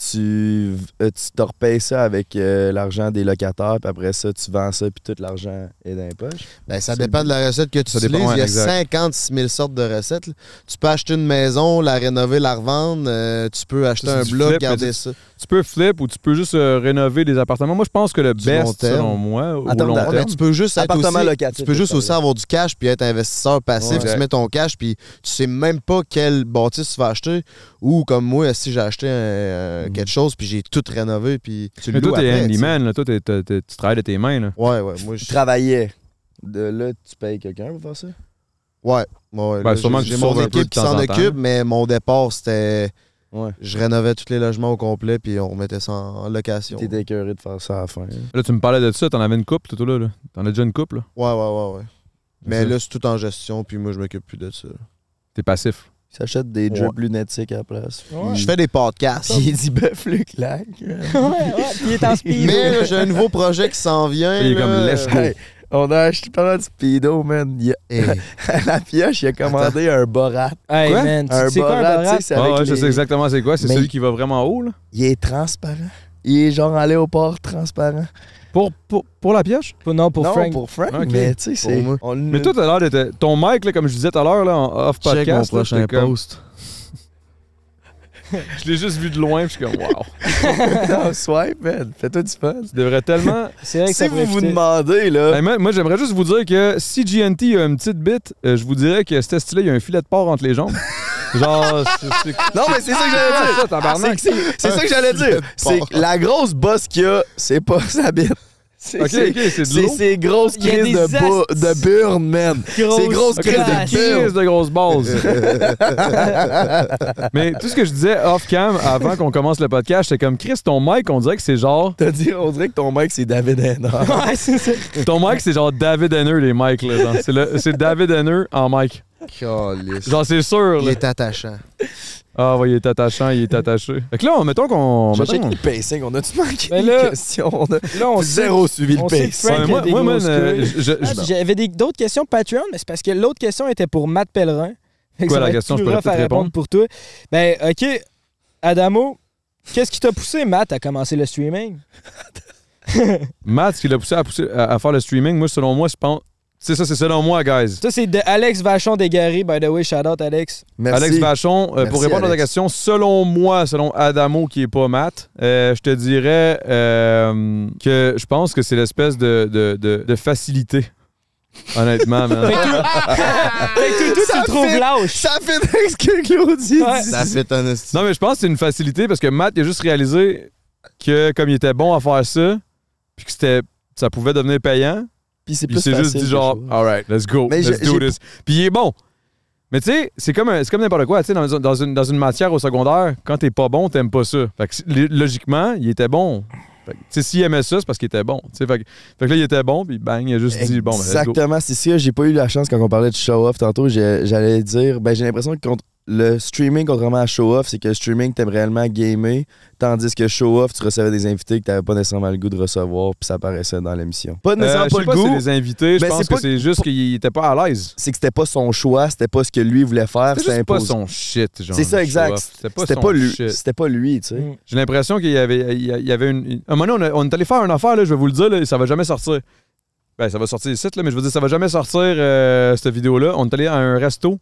Speaker 2: tu, euh, tu te repayes ça avec euh, l'argent des locataires, puis après ça, tu vends ça, puis tout l'argent est dans les poches.
Speaker 4: Ben, ça dépend de la recette que tu
Speaker 2: Ça dépend,
Speaker 4: utilises.
Speaker 2: ouais,
Speaker 4: Il y a
Speaker 2: exact.
Speaker 4: 56 000 sortes de recettes. là. Tu peux acheter une maison, la rénover, la revendre. euh, tu peux acheter
Speaker 1: Ça, c'est
Speaker 4: un
Speaker 1: du
Speaker 4: bloc,
Speaker 1: flip, mais
Speaker 4: garder
Speaker 1: tu-
Speaker 4: ça.
Speaker 1: Tu peux flip ou tu peux juste euh, rénover des appartements. Moi, je pense que le
Speaker 4: Du long
Speaker 1: best,
Speaker 4: terme.
Speaker 1: selon moi, au
Speaker 2: Attends,
Speaker 1: long
Speaker 2: attends.
Speaker 1: terme.
Speaker 4: Ouais, mais tu peux juste être
Speaker 2: Appartement
Speaker 4: aussi-
Speaker 2: locatif,
Speaker 4: Tu peux juste
Speaker 2: par
Speaker 4: aussi
Speaker 2: exemple.
Speaker 4: avoir du cash puis être investisseur passif.
Speaker 2: Ouais.
Speaker 4: Tu mets ton cash puis tu sais même pas quelle bâtisse tu vas acheter. Ou comme moi, si j'ai acheté euh, quelque chose puis j'ai tout rénové puis tu le
Speaker 1: Mais
Speaker 4: loues
Speaker 1: toi, t'es
Speaker 4: après, tu sais.
Speaker 1: handyman, là. Toi, t'es- t'es- t'es- tu travailles de tes mains, là.
Speaker 4: Ouais, ouais. Moi, je...
Speaker 2: Tu travaillais. De là, tu payes quelqu'un pour faire ça?
Speaker 4: Ouais. ouais,
Speaker 1: Ben,
Speaker 4: là,
Speaker 1: sûrement
Speaker 4: j'ai-
Speaker 1: que
Speaker 4: j'ai
Speaker 1: tu
Speaker 4: mon
Speaker 1: sauves un peu de
Speaker 4: équipe qui
Speaker 1: temps
Speaker 4: s'en
Speaker 1: en temps.
Speaker 4: occupe, mais mon départ, c'était.
Speaker 2: Ouais.
Speaker 4: Je rénovais tous les logements au complet, puis on mettait ça en location.
Speaker 2: T'es écœuré de faire ça à la fin.
Speaker 1: Là, tu me parlais de ça, t'en avais une coupe, tout là. là. T'en as déjà une coupe, là.
Speaker 4: Ouais, ouais, ouais, ouais. Mais
Speaker 1: ça.
Speaker 4: là, c'est tout en gestion, puis moi, je m'occupe plus de ça.
Speaker 1: T'es passif.
Speaker 2: Il s'achète des
Speaker 4: Ouais.
Speaker 2: jeux lunatiques à la place.
Speaker 4: Je fais des podcasts.
Speaker 2: Il dit bœuf, le claque.
Speaker 8: ouais, ouais, puis il est en speed.
Speaker 4: Mais là, j'ai un nouveau projet qui s'en vient.
Speaker 1: Il est comme,
Speaker 4: là.
Speaker 1: let's go.
Speaker 2: Hey, on a acheté pendant du speedo, man. Il a-
Speaker 4: Hey.
Speaker 2: à la pioche, il a commandé un borat.
Speaker 8: Hey,
Speaker 1: Quoi?
Speaker 8: man, tu
Speaker 2: Un
Speaker 8: sais quoi, un
Speaker 2: borat, tu
Speaker 8: Borat?
Speaker 2: sais, c'est
Speaker 1: Ah,
Speaker 2: avec
Speaker 1: ouais, je
Speaker 2: les-
Speaker 1: sais exactement c'est quoi. C'est
Speaker 2: Mais-
Speaker 1: celui qui va vraiment haut, là.
Speaker 2: Il est transparent. Il est genre en léopard transparent.
Speaker 1: Pour, pour, pour la pioche?
Speaker 8: Pour- Non, pour
Speaker 2: non,
Speaker 8: Frank.
Speaker 2: pour Frank,
Speaker 1: Ok.
Speaker 2: mais tu sais, c'est...
Speaker 4: moi.
Speaker 2: on-
Speaker 1: Mais toi, tout à l'heure, d'être- euh, ton mic, là, comme je disais tout à l'heure, là, en off podcast.
Speaker 4: Check mon
Speaker 1: là,
Speaker 4: prochain
Speaker 1: j'étais comme-
Speaker 4: post.
Speaker 1: Je l'ai juste vu de loin, puis je suis comme, wow.
Speaker 2: Non, swipe, man. Fais-toi du fun.
Speaker 1: Tu devrais tellement.
Speaker 8: C'est vrai que
Speaker 2: Si
Speaker 8: ça
Speaker 2: vous
Speaker 8: pourrait
Speaker 2: vous
Speaker 8: fitter.
Speaker 2: demandez, là...
Speaker 1: Ben, moi, moi, j'aimerais juste vous dire que si GNT a une petite bite, euh, je vous dirais que cet style-là, il y a un filet de porc entre les jambes. Genre, c'est- c'est.
Speaker 2: Non, mais c'est ça que
Speaker 1: Ah,
Speaker 2: j'allais dire.
Speaker 1: ça, tabarnak.
Speaker 2: C'est que- C'est ça que j'allais dire. C'est que la grosse bosse qu'il y a, c'est pas sa bite. C'est
Speaker 1: Ok, ok,
Speaker 2: c'est-
Speaker 1: c'est de
Speaker 2: c'est
Speaker 1: l'eau.
Speaker 2: ses grosses
Speaker 8: Il y a
Speaker 2: crises de,
Speaker 8: des
Speaker 2: bo-
Speaker 8: astis.
Speaker 2: de burn, man. C'est grosse
Speaker 1: Ok, des
Speaker 8: crasse.
Speaker 1: crises de grosses bases. Mais tout ce que je disais off-cam avant qu'on commence le podcast, c'est comme Chris, ton mic, on dirait que c'est genre.
Speaker 2: T'as dit, on dirait que ton mec, c'est David Haynor.
Speaker 8: Ouais, c'est ça.
Speaker 1: Ton mic, c'est genre David Henner, les mics. là, genre. C'est le- C'est David Henner en mic.
Speaker 4: Calisse.
Speaker 1: Genre, c'est sûr.
Speaker 4: Il
Speaker 1: là.
Speaker 4: est attachant.
Speaker 1: Ah, ouais, il est attachant, il est attaché. Fait que là, on- mettons qu'on.
Speaker 2: J'achète
Speaker 1: mettons qu'on-
Speaker 2: le pacing, on a-tu manqué
Speaker 8: Mais
Speaker 2: une
Speaker 8: Ben là-
Speaker 2: question? On a
Speaker 8: Là, on sait.
Speaker 2: zéro suivi
Speaker 8: on
Speaker 2: le
Speaker 8: sait que
Speaker 2: pacing.
Speaker 8: Frank
Speaker 1: Ouais,
Speaker 8: a
Speaker 1: moi,
Speaker 8: des
Speaker 1: moi,
Speaker 8: grosses
Speaker 1: man, euh,
Speaker 8: queues.
Speaker 1: je- je-
Speaker 8: Ah, puis J'avais des- d'autres questions Patreon, mais c'est parce que l'autre question était pour Matt Pellerin. Fait que
Speaker 1: Quoi,
Speaker 8: ça
Speaker 1: la
Speaker 8: va être
Speaker 1: question,
Speaker 8: plus
Speaker 1: je pourrais
Speaker 8: rough à
Speaker 1: peut-être répondre.
Speaker 8: pour toi. Ben, OK, Adamo, qu'est-ce qui t'a poussé, Matt, à commencer le streaming?
Speaker 1: Matt, ce qui l'a poussé, à, pousser- à- à faire le streaming, moi, selon moi, je pense. C'est ça, c'est selon moi, guys.
Speaker 8: Ça, c'est de Alex Vachon dégaré, by the way. Shout out, Alex.
Speaker 2: Merci.
Speaker 1: Alex Vachon, euh, pour
Speaker 2: Merci,
Speaker 1: répondre à ta
Speaker 2: Alex.
Speaker 1: question, selon moi, selon Adamo, qui est pas Matt, euh, je te dirais euh, que je pense que c'est l'espèce de, de, de- de facilité. Honnêtement, man.
Speaker 8: Fait que toi, toi, tu le trouves lâche.
Speaker 2: Ça fait avec ce que Claudie
Speaker 8: Ouais.
Speaker 2: dit.
Speaker 4: Ça fait un esti.
Speaker 1: Non, mais je pense que c'est une facilité parce que Matt, il a juste réalisé que comme il était bon à faire ça, puis que c'était, ça pouvait devenir payant,
Speaker 2: Puis c'est
Speaker 1: Puis il s'est juste dit genre, alright, let's go,
Speaker 2: Mais
Speaker 1: let's
Speaker 2: je-
Speaker 1: do
Speaker 2: j'ai-
Speaker 1: this. Puis il est bon. Mais tu sais, c'est comme, un- c'est comme n'importe quoi. Tu sais, dans, dans une, dans une matière au secondaire, quand t'es pas bon, t'aimes pas ça. Fait que si- li- logiquement, il était bon. Fait que, tu sais, s'il aimait ça, c'est parce qu'il était bon. Tu sais, fait, que, fait que là, il était bon, puis bang, il a juste dit, bon, ben, let's go.
Speaker 2: Exactement, c'est ça. J'ai pas eu la chance quand on parlait de show-off tantôt. j'ai- J'allais dire, ben j'ai l'impression que contre- le streaming, contrairement à show-off, c'est que le streaming, t'aimes réellement gamer, tandis que show-off, tu recevais des invités que t'avais pas nécessairement le goût de recevoir, puis ça apparaissait dans l'émission. Pas
Speaker 1: Euh,
Speaker 2: nécessairement
Speaker 1: je
Speaker 2: pas
Speaker 1: sais
Speaker 2: le
Speaker 1: pas si c'est
Speaker 2: goût,
Speaker 1: les invités, je
Speaker 2: Ben,
Speaker 1: pense
Speaker 2: c'est
Speaker 1: que
Speaker 2: pas-
Speaker 1: c'est juste qu'il était pas à l'aise.
Speaker 2: c'est que c'était pas son choix, c'était pas ce que lui voulait faire,
Speaker 1: C'était
Speaker 2: c'était
Speaker 1: juste pas
Speaker 2: imposé.
Speaker 1: son shit, genre.
Speaker 2: C'est ça,
Speaker 1: le
Speaker 2: exact.
Speaker 1: show-off. C'était pas
Speaker 2: C'était
Speaker 1: son
Speaker 2: pas, lui,
Speaker 1: shit.
Speaker 2: c'était pas lui, tu sais.
Speaker 8: Mm.
Speaker 1: J'ai l'impression qu'il y avait, il y a- il y avait une, une- À un moment donné, on, a- on est allé faire une affaire, là, je vais vous le dire, là, ça va jamais sortir. Ben, ça va sortir ici, là, mais je veux dire, ça va jamais sortir, euh, cette vidéo-là. On est allé à un resto.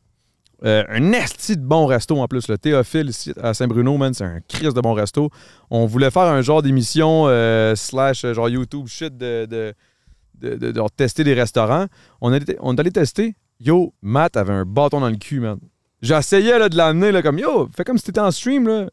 Speaker 1: euh, un esti de bon resto en plus, le Théophile ici à Saint-Bruno, man, c'est un crise de bon resto. On voulait faire un genre d'émission euh, slash euh, genre YouTube shit de, de, de- de- de- genre tester des restaurants. On, était- on est allé tester. Yo, Matt avait un bâton dans le cul, man. J'essayais là, de l'amener là, comme yo, fais comme si t'étais en stream là.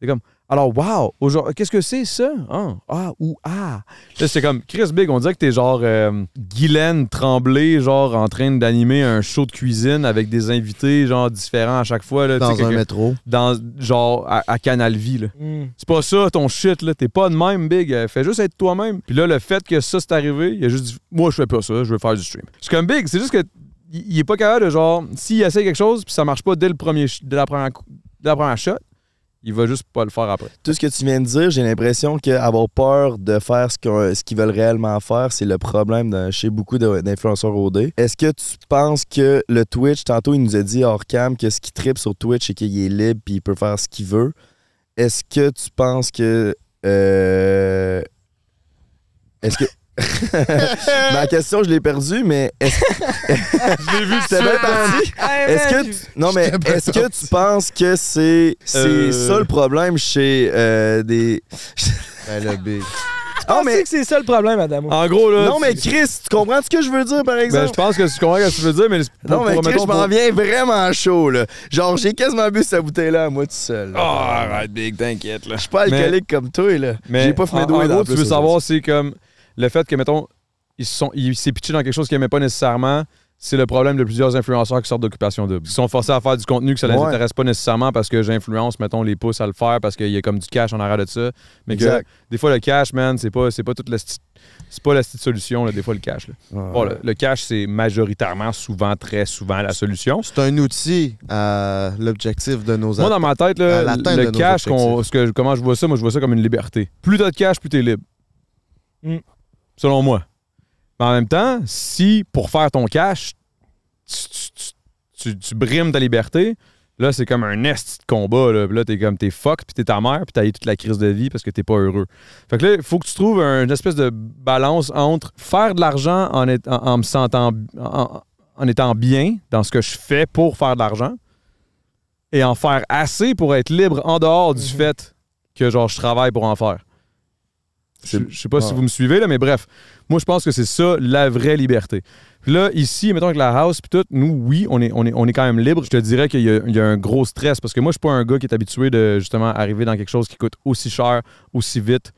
Speaker 1: C'est comme alors wow, aujourd'hui, qu'est-ce que c'est ça? Ah, ah ou ah. Là, c'est comme Chris Big, on dirait que t'es genre euh, Guylaine Tremblay, genre en train d'animer un show de cuisine avec des invités genre différents à chaque fois. Là, tu sais,
Speaker 4: Dans un
Speaker 1: quelqu'un-
Speaker 4: métro.
Speaker 1: dans genre à, à Canal Vie. là.
Speaker 8: Hmm.
Speaker 1: C'est pas ça ton shit, là. T'es pas de même, Big. Euh, Fais juste être toi-même. Puis là, le fait que ça c'est arrivé, il a juste dit Moi, je fais pas ça, je veux faire du stream. C'est comme Big, c'est juste que il il est pas capable de genre, s'il essaie quelque chose, puis ça marche pas dès le premier, ch- dès la première, cou- dès la première shot, il va juste pas le faire après.
Speaker 2: Tout ce que tu viens de dire, j'ai l'impression qu'avoir peur de faire ce qu'on- ce qu'ils veulent réellement faire, c'est le problème de- chez beaucoup de- d'influenceurs OD. Est-ce que tu penses que le Twitch, tantôt il nous a dit hors cam que ce qui tripe sur Twitch, c'est qu'il est libre puis il peut faire ce qu'il veut. Est-ce que tu penses que. euh, est-ce que. Ma question, je l'ai perdue, mais est-ce
Speaker 1: Je l'ai vu
Speaker 2: C'était bien parti.
Speaker 8: Ah,
Speaker 2: Est-ce que tu- non mais est-ce que tu penses que c'est c'est
Speaker 1: Euh.
Speaker 2: ça le problème chez euh, des
Speaker 4: Ben là, big.
Speaker 2: Ah
Speaker 8: mais... Ah,
Speaker 2: mais
Speaker 8: que c'est ça le problème, Adamo.
Speaker 1: En gros, là.
Speaker 2: non mais
Speaker 1: tu-
Speaker 2: Chris, tu comprends ce que je veux dire par
Speaker 1: Ben,
Speaker 2: exemple
Speaker 1: je pense que tu comprends ce que tu veux dire, mais. pour-
Speaker 2: Non mais
Speaker 1: pour-
Speaker 2: Chris,
Speaker 1: mettons,
Speaker 2: je m'en
Speaker 1: pour-
Speaker 2: viens vraiment chaud là. Genre j'ai quasiment bu cette bouteille là moi tout seul.
Speaker 1: Ah, arrête, Big, t'inquiète, là.
Speaker 2: Je suis pas
Speaker 1: Mais-
Speaker 2: alcoolique comme toi là.
Speaker 1: Mais
Speaker 2: J'ai pas fumé
Speaker 1: en-
Speaker 2: de weed,
Speaker 1: En
Speaker 2: en
Speaker 1: gros,
Speaker 2: plus,
Speaker 1: tu veux
Speaker 2: aujourd'hui.
Speaker 1: savoir, c'est comme le fait que, mettons, ils se sont, il s'est pitché dans quelque chose qu'il n'aimait pas nécessairement. C'est le problème de plusieurs influenceurs qui sortent d'occupation double. Ils sont forcés à faire du contenu que ça ne les
Speaker 2: Ouais.
Speaker 1: intéresse pas nécessairement parce que j'influence, mettons, les pouces à le faire parce qu'il y a comme du cash en arrière de ça. Mais que
Speaker 2: Exact.
Speaker 1: des fois, le cash, man, c'est pas, c'est pas toute la sti- c'est pas la petite solution, là, des fois, le cash. là. Bon, le, le cash, c'est majoritairement, souvent, très souvent la solution.
Speaker 4: C'est un outil à l'objectif de nos
Speaker 1: Moi, dans ma tête, là,
Speaker 4: à l'atteinte de
Speaker 1: le
Speaker 4: nos
Speaker 1: cash, qu'on-
Speaker 4: objectifs.
Speaker 1: ce que, comment je vois ça, moi, je vois ça comme une liberté. Plus t'as de cash, plus t'es libre.
Speaker 8: Mm.
Speaker 1: Selon moi. Mais en même temps, si pour faire ton cash, tu, tu- tu- tu- tu brimes ta liberté, là, c'est comme un est de combat. Là, Puis là t'es comme t'es fuck, puis t'es ta mère, puis t'as eu toute la crise de vie parce que t'es pas heureux. Fait que là, il faut que tu trouves un- une espèce de balance entre faire de l'argent en, est- en- en me sentant. en- en étant bien dans ce que je fais pour faire de l'argent et en faire assez pour être libre en dehors du fait que genre je travaille pour en faire. Je, je sais pas si vous me suivez là, mais bref, moi je pense que c'est ça la vraie liberté. Puis là ici, mettons avec la house puis tout, nous oui, on est on est on est quand même libre. Je te dirais qu'il y, a- il y a un gros stress parce que moi je suis pas un gars qui est habitué de justement arriver dans quelque chose qui coûte aussi cher, aussi vite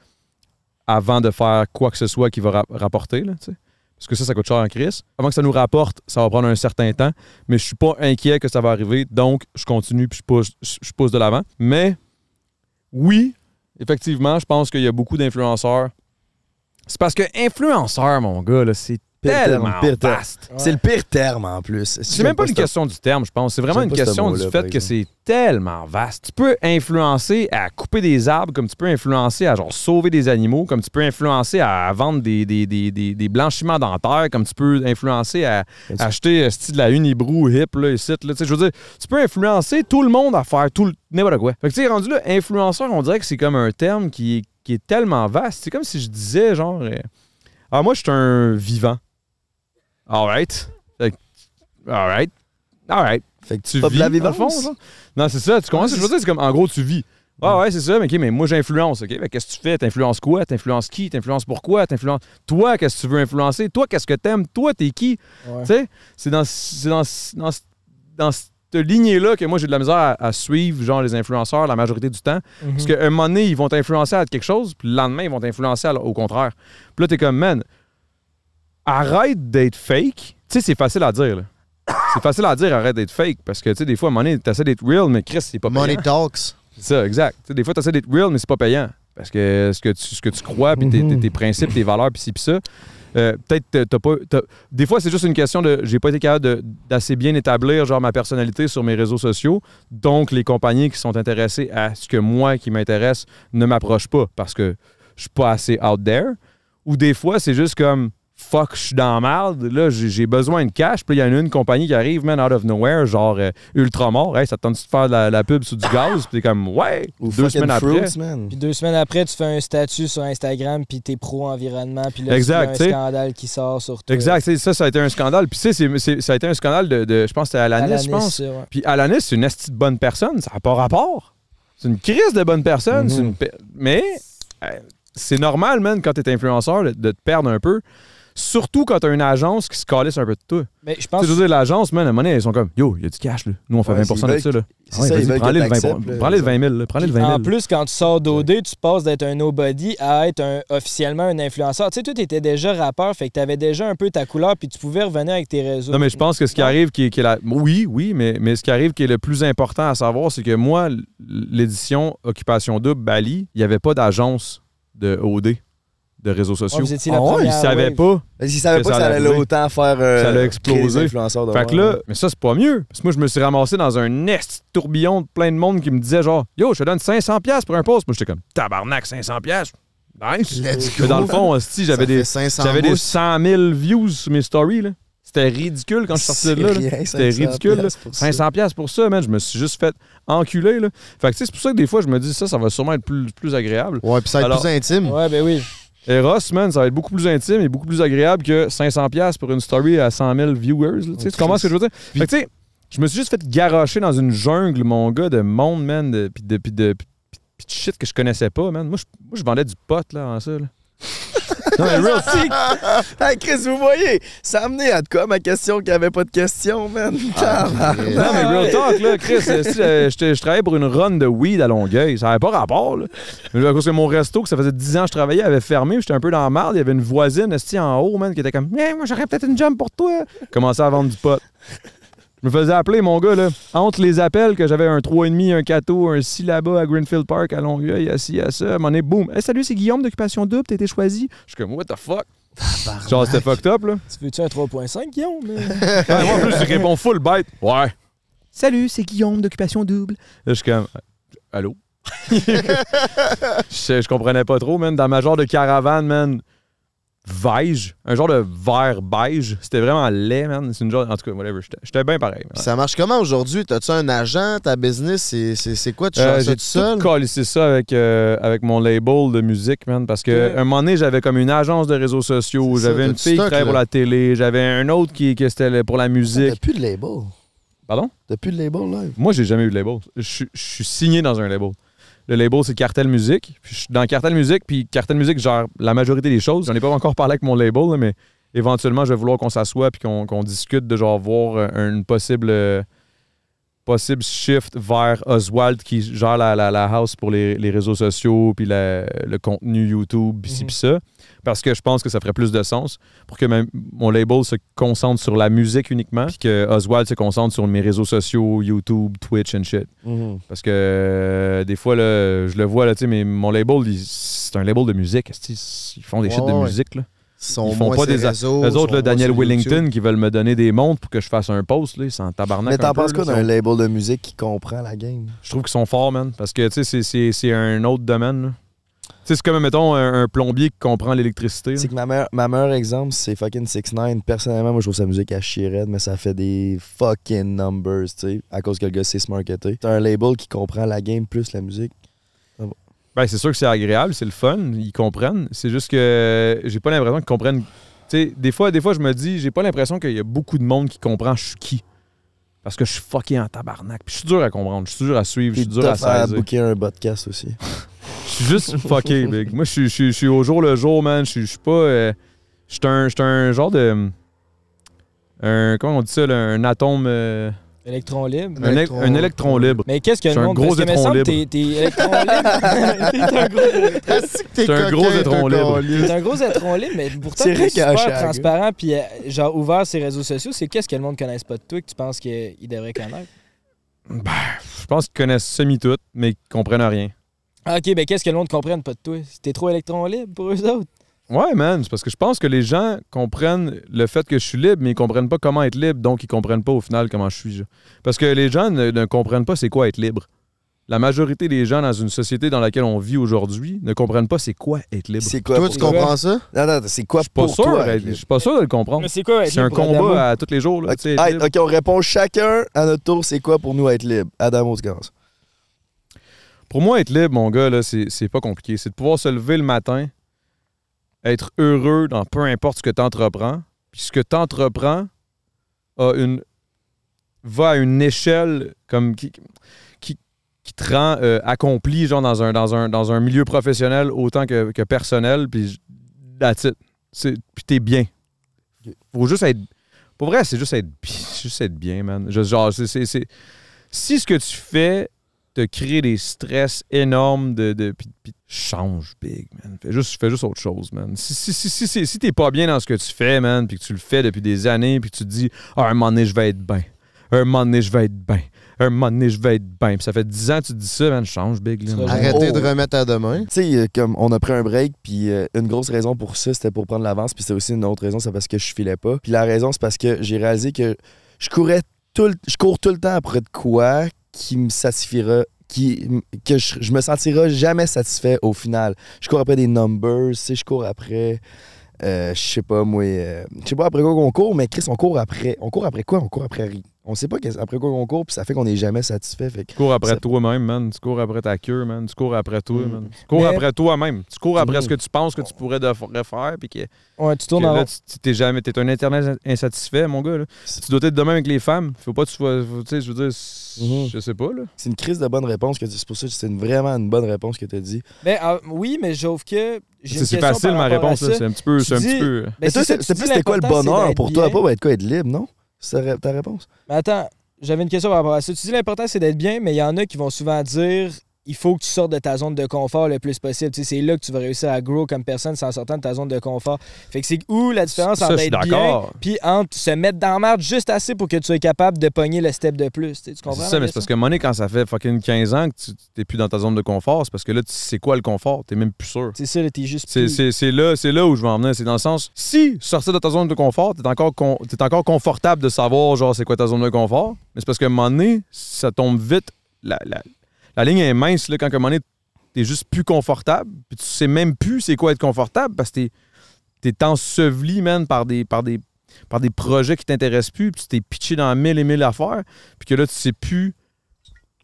Speaker 1: avant de faire quoi que ce soit qui va ra- rapporter là, tu sais. Parce que ça, ça coûte cher en crise. Avant que ça nous rapporte, ça va prendre un certain temps mais je suis pas inquiet que ça va arriver. Donc, je continue puis je pousse, je pousse de l'avant. Mais oui, effectivement, je pense qu'il y a beaucoup d'influenceurs. C'est parce que influenceur, mon gars, là, c'est
Speaker 2: Pire terme,
Speaker 1: tellement
Speaker 2: pire terme.
Speaker 1: vaste.
Speaker 2: C'est le pire terme en plus.
Speaker 1: C'est même pas une question du terme, je pense. C'est vraiment une
Speaker 2: J'aime pas ce
Speaker 1: question du
Speaker 2: mot-là,
Speaker 1: fait
Speaker 2: par
Speaker 1: que c'est tellement vaste. Tu peux influencer à couper des arbres, comme tu peux influencer à genre sauver des animaux, comme tu peux influencer à vendre des, des, des, des, des blanchiments dentaires, comme tu peux influencer à acheter euh, style de la Unibrou hip là, ici, là. Tu sais, je veux dire, tu peux influencer tout le monde à faire tout le n'importe quoi. Fait que tu sais, rendu là, influenceur, on dirait que c'est comme un terme qui est, qui est tellement vaste. C'est comme si je disais genre euh, Ah moi je suis un vivant. Alright. Fait que- Alright. Alright. Fait que tu
Speaker 2: Pas de
Speaker 1: vis,
Speaker 2: la
Speaker 1: dans le fond,
Speaker 2: vivance? Ah,
Speaker 1: genre. Non, c'est ça. Tu comprends ce que je veux dire? C'est comme, en gros, tu vis. Ah ouais, c'est ça, mais, ok, mais moi j'influence, ok? Fait que qu'est-ce que tu fais? T'influences quoi? T'influences qui? T'influences pourquoi? T'influences. Toi, qu'est-ce que tu veux influencer? Toi, qu'est-ce que t'aimes? Toi, t'es qui?
Speaker 8: Ouais.
Speaker 1: Tu sais? C'est dans, c'est dans, dans, dans cette lignée-là que moi j'ai de la misère à, à suivre, genre les influenceurs, la majorité du temps.
Speaker 8: Mhm.
Speaker 1: Parce qu'à un moment donné, ils vont t'influencer à quelque chose, puis le lendemain, ils vont t'influencer à l- au contraire. Puis là, t'es comme, man, arrête d'être fake. Tu sais, c'est facile à dire, là. C'est facile à dire, arrête d'être fake, parce que, tu sais, des fois, à un moment donné, t'essaies d'être real, mais Chris, c'est pas
Speaker 4: Money
Speaker 1: payant.
Speaker 4: talks.
Speaker 1: C'est ça, exact. Tu sais, des fois, t'essaies d'être real, mais c'est pas payant. Parce que ce que tu, ce que tu crois, puis tes, tes- tes principes, tes valeurs, puis ci, puis ça, euh, peut-être t'as- t'as pas. t'as- Des fois, c'est juste une question de. J'ai pas été capable de- d'assez bien établir, genre, ma personnalité sur mes réseaux sociaux. Donc, les compagnies qui sont intéressées à ce que moi qui m'intéresse ne m'approchent pas parce que je suis pas assez out there. Ou des fois, c'est juste comme fuck, je suis dans la merde, là, j'ai j'ai besoin de cash. Puis là, il y en a une compagnie qui arrive, man, out of nowhere, genre euh, Ultramar. Hey, ça te tente de faire de la, la pub sur du gaz? Puis t'es comme, ouais, deux semaines après.
Speaker 8: Puis deux semaines après, tu fais un statut sur Instagram, puis t'es pro-environnement, puis là,
Speaker 1: Exact, tu
Speaker 8: tu fais un
Speaker 1: sais.
Speaker 8: scandale qui sort sur toi.
Speaker 1: Exact, c'est- ça, ça a été un scandale. Puis, tu sais, c'est- c'est- ça a été un scandale de, de- je pense, que c'était
Speaker 8: À
Speaker 1: Alanis,
Speaker 8: l'année,
Speaker 1: je pense.
Speaker 8: c'est ça, ouais.
Speaker 1: Puis Alanis, c'est une esti de bonne personne, ça n'a pas rapport. C'est une crise de bonne personne. c'est
Speaker 2: Mhm.
Speaker 1: une pe- Mais euh, c'est normal, man, quand t'es influenceur, de, de te perdre un peu. Surtout quand t'as une agence qui se calisse un peu de toi.
Speaker 8: Mais je
Speaker 1: Tu
Speaker 8: pense
Speaker 1: sais, je veux dire, l'agence, man, à un moment donné, ils sont comme, yo, il y a du cash, là. Nous, on fait
Speaker 2: Ouais,
Speaker 1: 20 de
Speaker 2: ils
Speaker 1: ça,
Speaker 2: veulent-
Speaker 1: là. Ah
Speaker 2: c'est
Speaker 1: Ouais,
Speaker 2: ça, ils
Speaker 1: vas-y,
Speaker 2: veulent
Speaker 1: prends-les
Speaker 2: que
Speaker 1: le 20
Speaker 2: t'acceptes, là.
Speaker 1: Prends-les le 20 000, là. Prends-les le 20 000.
Speaker 8: En plus, quand tu sors d'OD, tu passes d'être un nobody à être un- officiellement un influenceur. Tu sais, toi, t'étais déjà rappeur, fait que t'avais déjà un peu ta couleur, puis tu pouvais revenir avec tes réseaux.
Speaker 1: Non, mais je pense que ce qui
Speaker 8: Non.
Speaker 1: arrive, qui est, qui est la... Oui, oui, mais, mais ce qui arrive qui est le plus important à savoir, c'est que moi, l- l'édition Occupation Double Bali, il n'y avait pas d'agence de OD, de réseaux
Speaker 8: Ouais,
Speaker 1: sociaux.
Speaker 8: vous étiez la
Speaker 2: Ah ouais,
Speaker 1: ils
Speaker 8: première
Speaker 1: savaient
Speaker 8: wave.
Speaker 1: pas.
Speaker 2: Parce qu'ils savaient
Speaker 1: Que
Speaker 2: pas que
Speaker 1: ça
Speaker 2: ça
Speaker 1: allait
Speaker 2: allait autant faire euh,
Speaker 1: Ça allait
Speaker 2: créer des
Speaker 1: exploser.
Speaker 2: influenceurs de
Speaker 3: Bah
Speaker 1: Fait que
Speaker 2: même.
Speaker 1: là, mais ça, c'est pas mieux. Parce que moi, je me suis ramassé dans un est tourbillon de plein de monde qui me disait genre, yo, je te donne 500$ piastres pour un poste. Moi, j'étais comme, tabarnak, 500$. piastres? Nice.
Speaker 4: Let's
Speaker 1: Mais
Speaker 4: go.
Speaker 1: dans le fond, si
Speaker 4: Ça
Speaker 1: j'avais des.
Speaker 4: fait 500
Speaker 1: J'avais des
Speaker 4: mousses.
Speaker 1: 100 000 views sur mes stories. Là. C'était ridicule quand je suis sorti de là. là.
Speaker 4: rien,
Speaker 1: C'était
Speaker 4: 500
Speaker 1: ridicule. là.
Speaker 4: piastres pour ça.
Speaker 1: 500 pièces pour ça, man. Je me suis juste fait enculer. Là. Fait que tu sais, c'est pour ça que des fois, je me dis ça, ça va sûrement être plus, plus agréable.
Speaker 4: Ouais, puis ça va être
Speaker 1: Alors-
Speaker 4: plus intime.
Speaker 8: Ouais, ben oui.
Speaker 1: Eros, man, ça va être beaucoup plus intime et beaucoup plus agréable que 500 pièces pour une story à 100 000 viewers. là. Tu sais, tu comprends ce que je veux dire? Fait que tu sais, je me suis juste fait garocher dans une jungle, mon gars, de monde, man, de, pis de, pis de, pis- pis de shit que je connaissais pas, man. Moi, je, moi, je vendais du pot, là, en ça, là. non, mais real,
Speaker 3: Hey, Chris, vous voyez, ça a amené à de quoi ma question qui avait pas de question, man?
Speaker 1: Non, mais real talk, là, Chris, euh, si, euh, j'étais- je travaillais pour une run de weed à Longueuil. Ça n'avait pas rapport, là. Mais à cause que mon resto, que ça faisait 10 ans que je travaillais, avait fermé, puis j'étais un peu dans la marde. Il y avait une voisine, esti, en haut, man, qui était comme, Eh, moi, j'aurais peut-être une jambe pour toi. Commençait à vendre du pot. Je me faisais appeler, mon gars, là. Entre les appels que j'avais un 3,5, un cateau, un 6 là-bas à Greenfield Park, à Longueuil, à ci, à ça, à un moment donné, boum. Hey, salut, c'est Guillaume d'Occupation Double, t'as été choisi. Je suis comme, what the fuck? Genre, c'était fucked up, là.
Speaker 8: Tu veux-tu un 3.5, Guillaume? Euh,
Speaker 1: Ouais, moi, en plus, je réponds full bête. Ouais. Salut, c'est Guillaume d'Occupation Double. Là, je suis comme. Allô? je, je comprenais pas trop, man. Dans ma genre de caravane, man, beige, un genre de vert beige, c'était vraiment laid, man. C'est une genre. En tout cas, whatever. j'étais- J'étais bien pareil. man.
Speaker 4: Puis ça marche comment aujourd'hui? T'as-tu un agent? Ta business, c'est- c'est c'est quoi? Tu
Speaker 1: Euh,
Speaker 4: changes ça
Speaker 1: j'ai
Speaker 4: tout seul?
Speaker 1: tout collissé ça avec, euh, avec mon label de musique, man. Parce que
Speaker 8: Ok.
Speaker 1: un moment donné, j'avais comme une agence de réseaux sociaux,
Speaker 4: C'est ça,
Speaker 1: j'avais
Speaker 4: t'as
Speaker 1: une
Speaker 4: du
Speaker 1: fille qui
Speaker 4: stock,
Speaker 1: travaillait pour
Speaker 4: là.
Speaker 1: la télé, j'avais un autre qui, qui était pour la
Speaker 4: T'as
Speaker 1: musique.
Speaker 4: plus de label.
Speaker 1: Pardon?
Speaker 4: T'as plus de label live.
Speaker 1: Moi, j'ai jamais eu de label. Je suis- je suis signé dans un label. Le label, c'est Cartel Musique. Puis je suis dans Cartel Musique, puis Cartel Musique gère la majorité des choses. J'en ai pas encore parlé avec mon label, là, mais éventuellement, je vais vouloir qu'on s'assoie puis qu'on qu'on discute de genre voir euh, une possible, euh, possible shift vers Oswald qui gère la, la- la house pour les, les réseaux sociaux puis la- le contenu YouTube, puis ci,
Speaker 8: Mhm.
Speaker 1: puis ça. Parce que je pense que ça ferait plus de sens pour que ma- mon label se concentre sur la musique uniquement, puis que Oswald se concentre sur mes réseaux sociaux, YouTube, Twitch and shit. Parce que euh, des fois, là, je le vois, là, tu sais, mais mon label, il- c'est un label de musique. esti. Ils font des shit
Speaker 4: Ouais,
Speaker 1: de
Speaker 4: ouais.
Speaker 1: musique. Là.
Speaker 4: Ils, sont
Speaker 1: Ils font
Speaker 4: moins
Speaker 1: pas
Speaker 4: sur les
Speaker 1: des a-
Speaker 2: Oh,
Speaker 4: réseaux,
Speaker 1: Eux autres,
Speaker 4: sont
Speaker 1: là,
Speaker 4: moins
Speaker 1: Daniel
Speaker 4: sur
Speaker 1: Wellington,
Speaker 4: YouTube.
Speaker 1: qui veulent me donner des montres pour que je fasse un post, là, c'est en tabarnak.
Speaker 2: Mais
Speaker 1: un
Speaker 2: t'en
Speaker 1: peu,
Speaker 2: penses
Speaker 1: là.
Speaker 2: quoi
Speaker 1: Ils
Speaker 2: d'un
Speaker 1: sont-
Speaker 2: label de musique qui comprend la game?
Speaker 1: Je trouve qu'ils sont forts, man. Parce que, tu sais, c'est- c'est- c'est un autre domaine. là. Tu sais, c'est comme, mettons, un, un plombier qui comprend l'électricité. là.
Speaker 2: C'est que ma meilleure, ma meilleure exemple, c'est fucking 6 9 Personnellement, moi, je trouve sa musique à chier raide, mais ça fait des fucking numbers, tu sais, à cause que le gars sait se marketer. T'as un label qui comprend la game plus la musique.
Speaker 1: Ben, c'est sûr que c'est agréable, c'est le fun, ils comprennent. C'est juste que euh, j'ai pas l'impression qu'ils comprennent. Tu sais, des fois, des fois, je me dis, j'ai pas l'impression qu'il y a beaucoup de monde qui comprend je suis qui. Parce que je suis fucké en tabarnak. Puis je suis dur à comprendre, je suis dur à suivre, je
Speaker 2: Puis
Speaker 1: suis dur à
Speaker 2: tough à
Speaker 1: saisir.
Speaker 2: booker un podcast aussi.
Speaker 1: Je suis juste fucké, big. Moi, je suis- je suis- je suis au jour le jour, man. Je suis- je suis pas. euh, je suis un, je suis un genre de. Un, comment on dit ça, là, un atome. euh,
Speaker 8: Électron libre.
Speaker 1: un, é- un électron, libre.
Speaker 8: Mais qu'est-ce que
Speaker 1: Je suis
Speaker 8: le
Speaker 1: un
Speaker 8: monde...
Speaker 1: gros
Speaker 8: parce que, me
Speaker 1: électron
Speaker 8: semble,
Speaker 1: libre.
Speaker 8: T'es t'es électron libre. T'es un gros
Speaker 4: Est-ce que t'es
Speaker 1: C'est un gros
Speaker 4: coquin,
Speaker 1: étron
Speaker 4: t'es
Speaker 1: libre.
Speaker 4: colis?
Speaker 8: T'es un gros étron libre, mais pourtant,
Speaker 2: C'est
Speaker 8: t'es super
Speaker 2: ricaché, gars.
Speaker 8: transparent puis euh, genre ouvert sur les réseaux sociaux. C'est qu'est-ce que le monde connaisse pas de toi que tu penses qu'il devrait connaître?
Speaker 1: Je pense qu'ils connaissent semi-tout, mais qu'ils comprennent rien.
Speaker 8: Ah, OK, ben qu'est-ce que le monde comprenne pas de toi? T'es trop électron libre pour eux autres?
Speaker 1: Ouais, man, c'est parce que je pense que les gens comprennent le fait que je suis libre, mais ils comprennent pas comment être libre, donc ils comprennent pas au final comment je suis. genre. Parce que les gens ne, ne comprennent pas c'est quoi être libre. La majorité des gens dans une société dans laquelle on vit aujourd'hui ne comprennent pas c'est quoi être libre.
Speaker 2: C'est quoi
Speaker 4: Toi,
Speaker 2: pour
Speaker 4: tu
Speaker 2: toi?
Speaker 4: comprends ça?
Speaker 2: Non, non, c'est quoi
Speaker 1: Je suis pas
Speaker 2: pour
Speaker 1: sûr,
Speaker 2: toi?
Speaker 1: être- je suis pas sûr de le comprendre.
Speaker 8: Mais c'est quoi être
Speaker 1: C'est un
Speaker 8: libre, Adamo?
Speaker 1: combat à tous les jours. là,
Speaker 2: Ok,
Speaker 1: tu sais, être
Speaker 2: hey,
Speaker 1: libre.
Speaker 2: ok, on répond chacun à notre tour. C'est quoi pour nous être libre? Adamo, tu commences.
Speaker 1: Pour moi, être libre, mon gars, là, c'est c'est pas compliqué. C'est de pouvoir se lever le matin, être heureux dans peu importe ce que tu entreprends. Puis ce que tu entreprends a une, va à une échelle comme qui, qui, qui te rend euh, accompli genre dans un, dans, un, dans un milieu professionnel autant que, que personnel. Puis j- that's it. C'est- Puis t'es bien. Faut juste être. Pour vrai, c'est juste être, bi- c'est juste être bien, man. Juste genre, c'est- c'est- c'est- si ce que tu fais te crée des stress énormes de. de puis- puis change, big, man. Fais juste, fais juste autre chose, man. Si, si, si, si, si, si t'es pas bien dans ce que tu fais, man, puis que tu le fais depuis des années, puis tu te dis, ah, un moment donné, je vais être bien. Un moment donné, je vais être bien. Un moment donné, je vais être bien. Puis ça fait 10 ans que tu te dis ça, man, change, big, là,
Speaker 8: Tu
Speaker 1: man.
Speaker 8: seras
Speaker 4: Arrêtez
Speaker 2: Oh.
Speaker 4: de remettre à demain.
Speaker 2: Tu sais, euh, comme on a pris un break, puis euh, une grosse raison pour ça, c'était pour prendre l'avance, puis c'est aussi une autre raison, c'est parce que je filais pas. Puis la raison, c'est parce que j'ai réalisé que je courais tout le- je cours tout le temps après de quoi qui me satisfira, qui, que je, je me sentirai jamais satisfait au final. Je cours après des numbers, tu sais, je cours après euh, je sais pas, moi, euh, je sais pas après quoi qu'on court, mais Chris, on court après. On court après quoi? On court après rien. On sait pas qu'est- après quoi qu'on court, puis ça fait qu'on est jamais satisfait. Fait que
Speaker 1: Tu cours après
Speaker 2: Ça-
Speaker 1: toi-même, man. Tu cours après ta queue, man. Tu cours après toi,
Speaker 2: Mm.
Speaker 1: man. Tu cours
Speaker 8: Mais-
Speaker 1: après toi-même. Tu cours après
Speaker 2: Mm.
Speaker 1: ce que tu penses que tu pourrais de- refaire, puis que,
Speaker 8: Ouais, tu
Speaker 1: que
Speaker 8: tournes en
Speaker 1: là,
Speaker 8: rond.
Speaker 1: tu tu- t'es jamais. T'es un éternel insatisfait, mon gars. là.
Speaker 2: C'est-
Speaker 1: Tu dois être de même avec les femmes. Faut pas que tu sois. faut- Tu sais, je veux dire, c'est-
Speaker 2: Mhm.
Speaker 8: Mm-hmm.
Speaker 1: je sais pas, là.
Speaker 2: c'est une crise de bonne réponse que tu- c'est pour ça que c'est une- vraiment une bonne réponse que tu as dit.
Speaker 8: Ben, ah, oui, mais j'ouvre que. j'ai
Speaker 1: C'est
Speaker 8: une
Speaker 1: c'est
Speaker 8: question
Speaker 1: facile,
Speaker 8: par
Speaker 1: ma
Speaker 8: rapport à
Speaker 1: réponse,
Speaker 8: ça.
Speaker 1: là. C'est un petit peu.
Speaker 8: Tu
Speaker 1: C'est un
Speaker 8: dis-
Speaker 1: petit peu.
Speaker 8: Ben,
Speaker 2: mais toi,
Speaker 8: ça,
Speaker 2: c'est
Speaker 8: tu
Speaker 2: c'est
Speaker 8: dis
Speaker 2: plus c'était quoi le
Speaker 8: l'important, c'est
Speaker 2: bonheur
Speaker 8: d'être
Speaker 2: pour toi,
Speaker 8: bien.
Speaker 2: pas être quoi être libre, non? C'est ta- ta réponse?
Speaker 8: Mais attends, j'avais une question par rapport à ça. Tu dis l'important c'est d'être bien, mais il y en a qui vont souvent dire il faut que tu sortes de ta zone de confort le plus possible. Tu sais, c'est là que tu vas réussir à grow comme personne c'est en sortant de ta zone de confort. Fait que c'est où la différence
Speaker 1: Ça,
Speaker 8: entre
Speaker 1: je suis
Speaker 8: être bien
Speaker 1: d'accord.
Speaker 8: puis entre se mettre dans la merde juste assez pour que tu sois capable de pogner le step de plus. Tu sais, tu comprends?
Speaker 1: C'est ça, mais c'est parce que monnaie, quand ça fait fucking 15 ans que tu t'es plus dans ta zone de confort, c'est parce que là, tu sais quoi le confort? T'es même plus sûr.
Speaker 8: C'est ça, là, t'es juste.
Speaker 1: C'est-
Speaker 8: plus-
Speaker 1: C'est c'est là, c'est là où je vais en venir. C'est dans le sens, si sortir de ta zone de confort, t'es encore, con- t'es encore confortable de savoir, genre, c'est quoi ta zone de confort. Mais c'est parce qu'à un moment donné, ça tombe vite. La, la- la ligne est mince, là, quand à un moment donné, t'es juste plus confortable. Puis tu sais même plus c'est quoi être confortable parce que t'es- t'es enseveli, man, par des, par des, par des projets qui t'intéressent plus. Puis tu t'es pitché dans mille et mille affaires. Puis que là, tu sais plus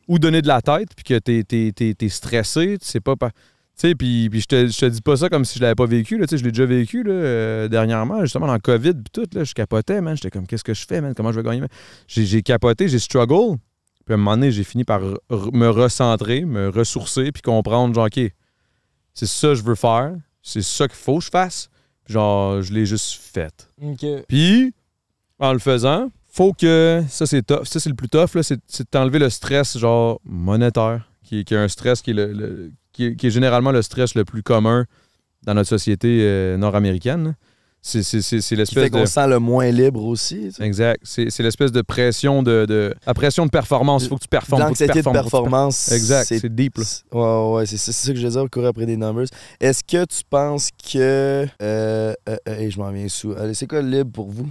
Speaker 1: où donner de la tête. Puis que t'es- t'es t'es- t'es stressé. Tu sais pas. par- tu sais, puis, puis je, te, je te dis pas ça comme si je l'avais pas vécu, là, tu sais, je l'ai déjà vécu, là, euh, dernièrement, justement, dans le COVID, puis tout, là, je capotais, man, j'étais comme, qu'est-ce que je fais, man, comment je vais gagner, ma- j'ai, j'ai capoté, j'ai struggle, puis à un moment donné, j'ai fini par re- re- me recentrer, me ressourcer, puis comprendre, genre, OK, c'est ça que je veux faire, c'est ça qu'il faut que je fasse, Puis genre, je l'ai juste fait.
Speaker 8: Ok.
Speaker 1: Puis, en le faisant, faut que. Ça, c'est tough. Ça, c'est le plus tough, là. C'est c'est de t'enlever le stress, genre, monétaire, qui, est- qui est un stress qui est, le, le- qui, est, qui est généralement le stress le plus commun dans notre société euh, nord-américaine. C'est c'est- c'est- c'est
Speaker 2: Qui fait
Speaker 1: l'espèce de.
Speaker 2: qu'on se sent le moins libre aussi. tu sais.
Speaker 1: Exact. C'est c'est l'espèce de pression de, de. La pression de performance. Faut que tu performes. faut que tu
Speaker 2: L'anxiété de
Speaker 1: performes, faut que tu performes.
Speaker 2: performance.
Speaker 1: Exact.
Speaker 2: c'est-
Speaker 1: C'est deep, là.
Speaker 2: Ouais, ouais, ouais, c'est ça c'est ça que je veux dire, courir après des numbers. Est-ce que tu penses que. Euh, euh, euh, hey, je m'en viens sous. Allez, c'est quoi le libre pour vous?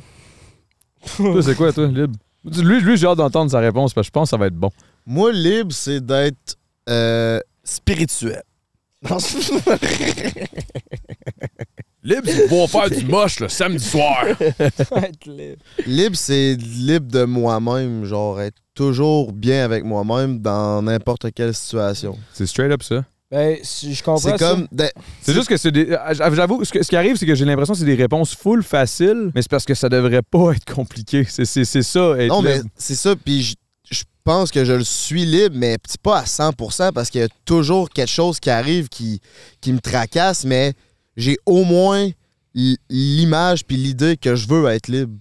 Speaker 1: Toi, c'est quoi, toi, Lib? Lui, lui j'ai hâte d'entendre sa réponse parce que je pense que ça va être bon.
Speaker 4: Moi, libre, c'est d'être. euh,
Speaker 2: Spirituel. Non, c'est-
Speaker 1: Libre, c'est vont faire du moche le samedi soir.
Speaker 8: Être libre.
Speaker 4: libre, c'est libre de moi-même, genre être toujours bien avec moi-même dans n'importe quelle situation.
Speaker 1: C'est straight up ça.
Speaker 8: Ben, si- je comprends.
Speaker 4: C'est
Speaker 8: ça.
Speaker 4: comme. d'être-
Speaker 1: C'est juste que c'est des. ah, J'avoue, ce, que- ce qui arrive, c'est que j'ai l'impression que c'est des réponses full faciles, mais c'est parce que ça devrait pas être compliqué. C'est, c'est, c'est ça. être
Speaker 4: Non, mais
Speaker 1: libre.
Speaker 4: c'est ça, puis je, je pense que je le suis libre, mais c'est pas à 100% parce qu'il y a toujours quelque chose qui arrive qui, qui me tracasse, mais j'ai au moins l- l'image puis l'idée que je veux être libre.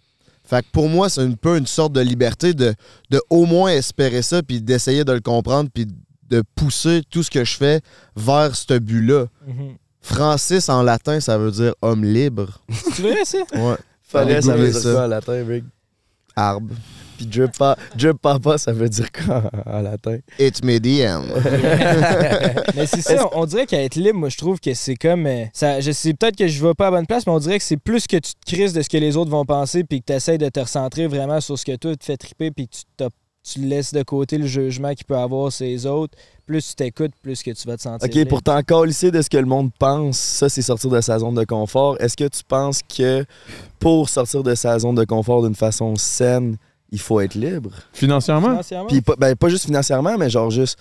Speaker 4: Fait que pour moi, c'est un peu une sorte de liberté de, de au moins espérer ça puis d'essayer de le comprendre puis de pousser tout ce que je fais vers ce but-là.
Speaker 8: Mhm.
Speaker 4: Francis en latin, ça veut dire homme libre.
Speaker 8: Tu verrais ça?
Speaker 4: Ouais.
Speaker 2: Fallait, ça veut
Speaker 4: Googlez
Speaker 2: dire
Speaker 4: ça.
Speaker 2: quoi en latin, Rick?
Speaker 4: Arbre.
Speaker 2: Puis drip, pa- drip papa, ça veut dire quoi en- en latin?
Speaker 4: It's medium.
Speaker 8: Mais c'est ça, on dirait qu'à être libre, moi, je trouve que c'est comme. euh, ça, je sais peut-être que je vais pas à la bonne place, mais on dirait que c'est plus que tu te crises de ce que les autres vont penser, puis que tu essaies de te recentrer vraiment sur ce que toi te fait triper, puis que tu, t'as- tu laisses de côté le jugement qu'il peut avoir sur les autres. Plus tu t'écoutes, plus que tu vas te sentir.
Speaker 2: Ok,
Speaker 8: libre.
Speaker 2: pour t'en calisser de ce que le monde pense, ça c'est sortir de sa zone de confort. Est-ce que tu penses que pour sortir de sa zone de confort d'une façon saine, il faut être libre?
Speaker 1: Financièrement,
Speaker 8: Financièrement?
Speaker 2: Puis pas, ben, pas juste financièrement, mais genre juste,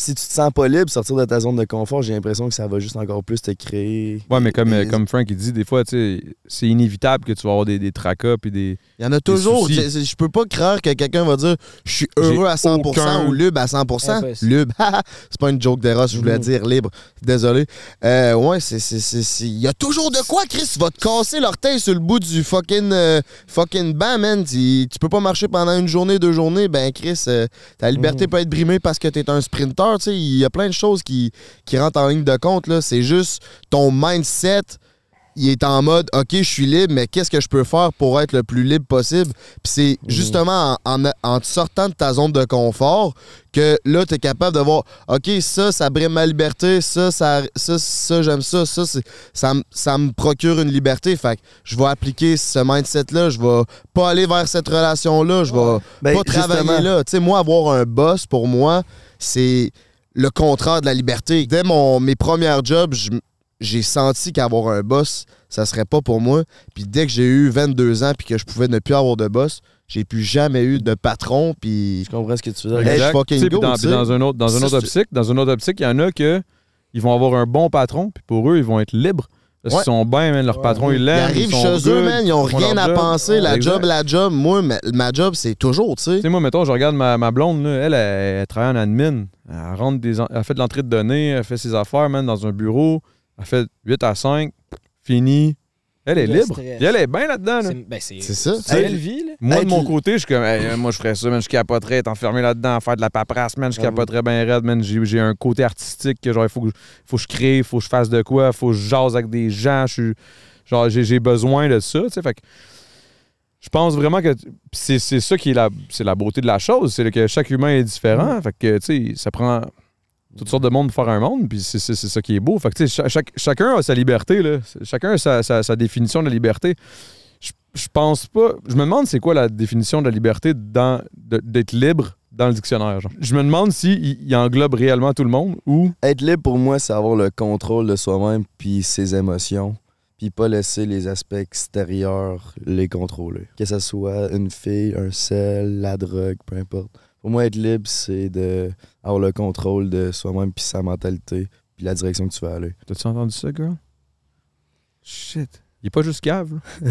Speaker 2: si tu te sens pas libre, sortir de ta zone de confort, j'ai l'impression que ça va juste encore plus te créer.
Speaker 1: ouais, mais comme, euh,
Speaker 2: des-
Speaker 1: comme Frank il dit, des fois, tu sais, c'est inévitable que tu vas avoir des, des tracas puis des.
Speaker 4: Il y en a toujours.
Speaker 1: soucis.
Speaker 4: Je, je peux pas croire que quelqu'un va dire je suis heureux à 100%
Speaker 1: aucun-
Speaker 4: ou libre à 100%.
Speaker 8: Impossible.
Speaker 4: Libre, haha, c'est pas une joke d'Eros, je voulais
Speaker 2: Mhm.
Speaker 4: dire libre. Désolé. Euh, ouais, c'est. c'est- c'est- c'est- Il y a toujours de quoi, Chris. Tu vas te casser l'orteil sur le bout du fucking, euh, fucking banc, man. Tu, tu peux pas marcher pendant une journée, deux journées. Ben, Chris, euh, ta liberté peut être brimée parce que t'es un sprinter. Tu sais, il y a plein de choses qui, qui rentrent en ligne de compte. là. C'est juste ton mindset il est en mode OK, je suis libre, mais qu'est-ce que je peux faire pour être le plus libre possible? Puis c'est justement en, en- en te sortant de ta zone de confort que là, tu es capable de voir OK, ça, ça brime ma liberté, ça, ça, ça, ça j'aime ça, ça, c'est- ça, me- ça me procure une liberté. Fait que je vais appliquer ce mindset-là, je vais pas aller vers cette relation-là, je vais
Speaker 2: Ben,
Speaker 4: pas travailler
Speaker 2: justement.
Speaker 4: là. Tu sais, moi, avoir un boss, pour moi, c'est le contraire de la liberté. Dès mon, mes premières jobs, je, j'ai senti qu'avoir un boss, ça serait pas pour moi. Puis dès que j'ai eu 22 ans puis que je pouvais ne plus avoir de boss, j'ai plus jamais eu de patron. Puis
Speaker 2: Je comprends ce que tu veux dire.
Speaker 4: Hey,
Speaker 1: Exact.
Speaker 4: fucking
Speaker 1: Tu sais,
Speaker 4: go,
Speaker 1: puis dans,
Speaker 4: tu sais.
Speaker 1: puis dans un autre, dans un
Speaker 4: Ça,
Speaker 1: autre
Speaker 4: c'est-
Speaker 1: optique, dans une autre optique, il y en a que ils vont avoir un bon patron, puis pour eux, ils vont être libres. Parce
Speaker 4: Ouais.
Speaker 1: qu'ils sont bien, man, leur patron, il
Speaker 4: Ils
Speaker 1: l'aime.
Speaker 4: arrivent
Speaker 1: sont
Speaker 4: chez eux,
Speaker 1: good,
Speaker 4: man, ils ont
Speaker 1: ils font leur
Speaker 4: rien à
Speaker 1: job.
Speaker 4: penser. La
Speaker 1: Exact.
Speaker 4: job, la job. Moi, ma, ma job, c'est toujours, tu sais.
Speaker 1: Tu sais, moi, mettons, je regarde ma, ma blonde, là, elle, elle, elle travaille en admin. Elle, rentre des, en- elle fait de l'entrée de données, elle fait ses affaires, man, dans un bureau. Elle fait 8 à 5, fini. Elle est
Speaker 8: Le
Speaker 1: libre.
Speaker 8: stress.
Speaker 1: Puis elle est bien là-dedans. là.
Speaker 8: C'est- Ben, c'est.
Speaker 4: C'est ça.
Speaker 8: C'est belle vie, là.
Speaker 1: Moi, de
Speaker 4: Hey,
Speaker 1: mon
Speaker 4: tu-
Speaker 1: côté, je suis comme, Hey, euh, moi, je ferais ça, man, je capoterais, être enfermé là-dedans, faire de la paperasse, man, je
Speaker 4: Ah
Speaker 2: J'avoue.
Speaker 1: capoterais bien raide, man. J'ai j'ai un côté artistique que, genre, il faut que, je- faut que je crée, faut que je fasse de quoi, faut que je jase avec des gens, je suis, genre, j'ai j'ai besoin de ça, tu sais, fait que je pense vraiment que pis c'est c'est ça qui est la, c'est la beauté de la chose, c'est que chaque humain est différent,
Speaker 4: Mm.
Speaker 1: fait que, tu sais, ça prend toutes sortes de monde pour faire un monde, puis c'est c'est- c'est ça qui est beau. Fait que, tu sais, cha- chaque- chacun a sa liberté, là. Chacun a sa, sa- sa définition de la liberté. Je, je pense pas... Je me demande c'est quoi la définition de la liberté dans- de- d'être libre dans le dictionnaire, genre. Je me demande si il, il englobe réellement tout le monde ou...
Speaker 2: Être libre pour moi, c'est avoir le contrôle de soi-même puis ses émotions, puis pas laisser les aspects extérieurs les contrôler. Que ça soit une fille, un sel, la drogue, peu importe. Pour moi, être libre, c'est de avoir le contrôle de soi-même puis sa mentalité puis la direction que tu vas aller.
Speaker 1: T'as-tu entendu ça, girl? Shit. Il est pas juste cave, là.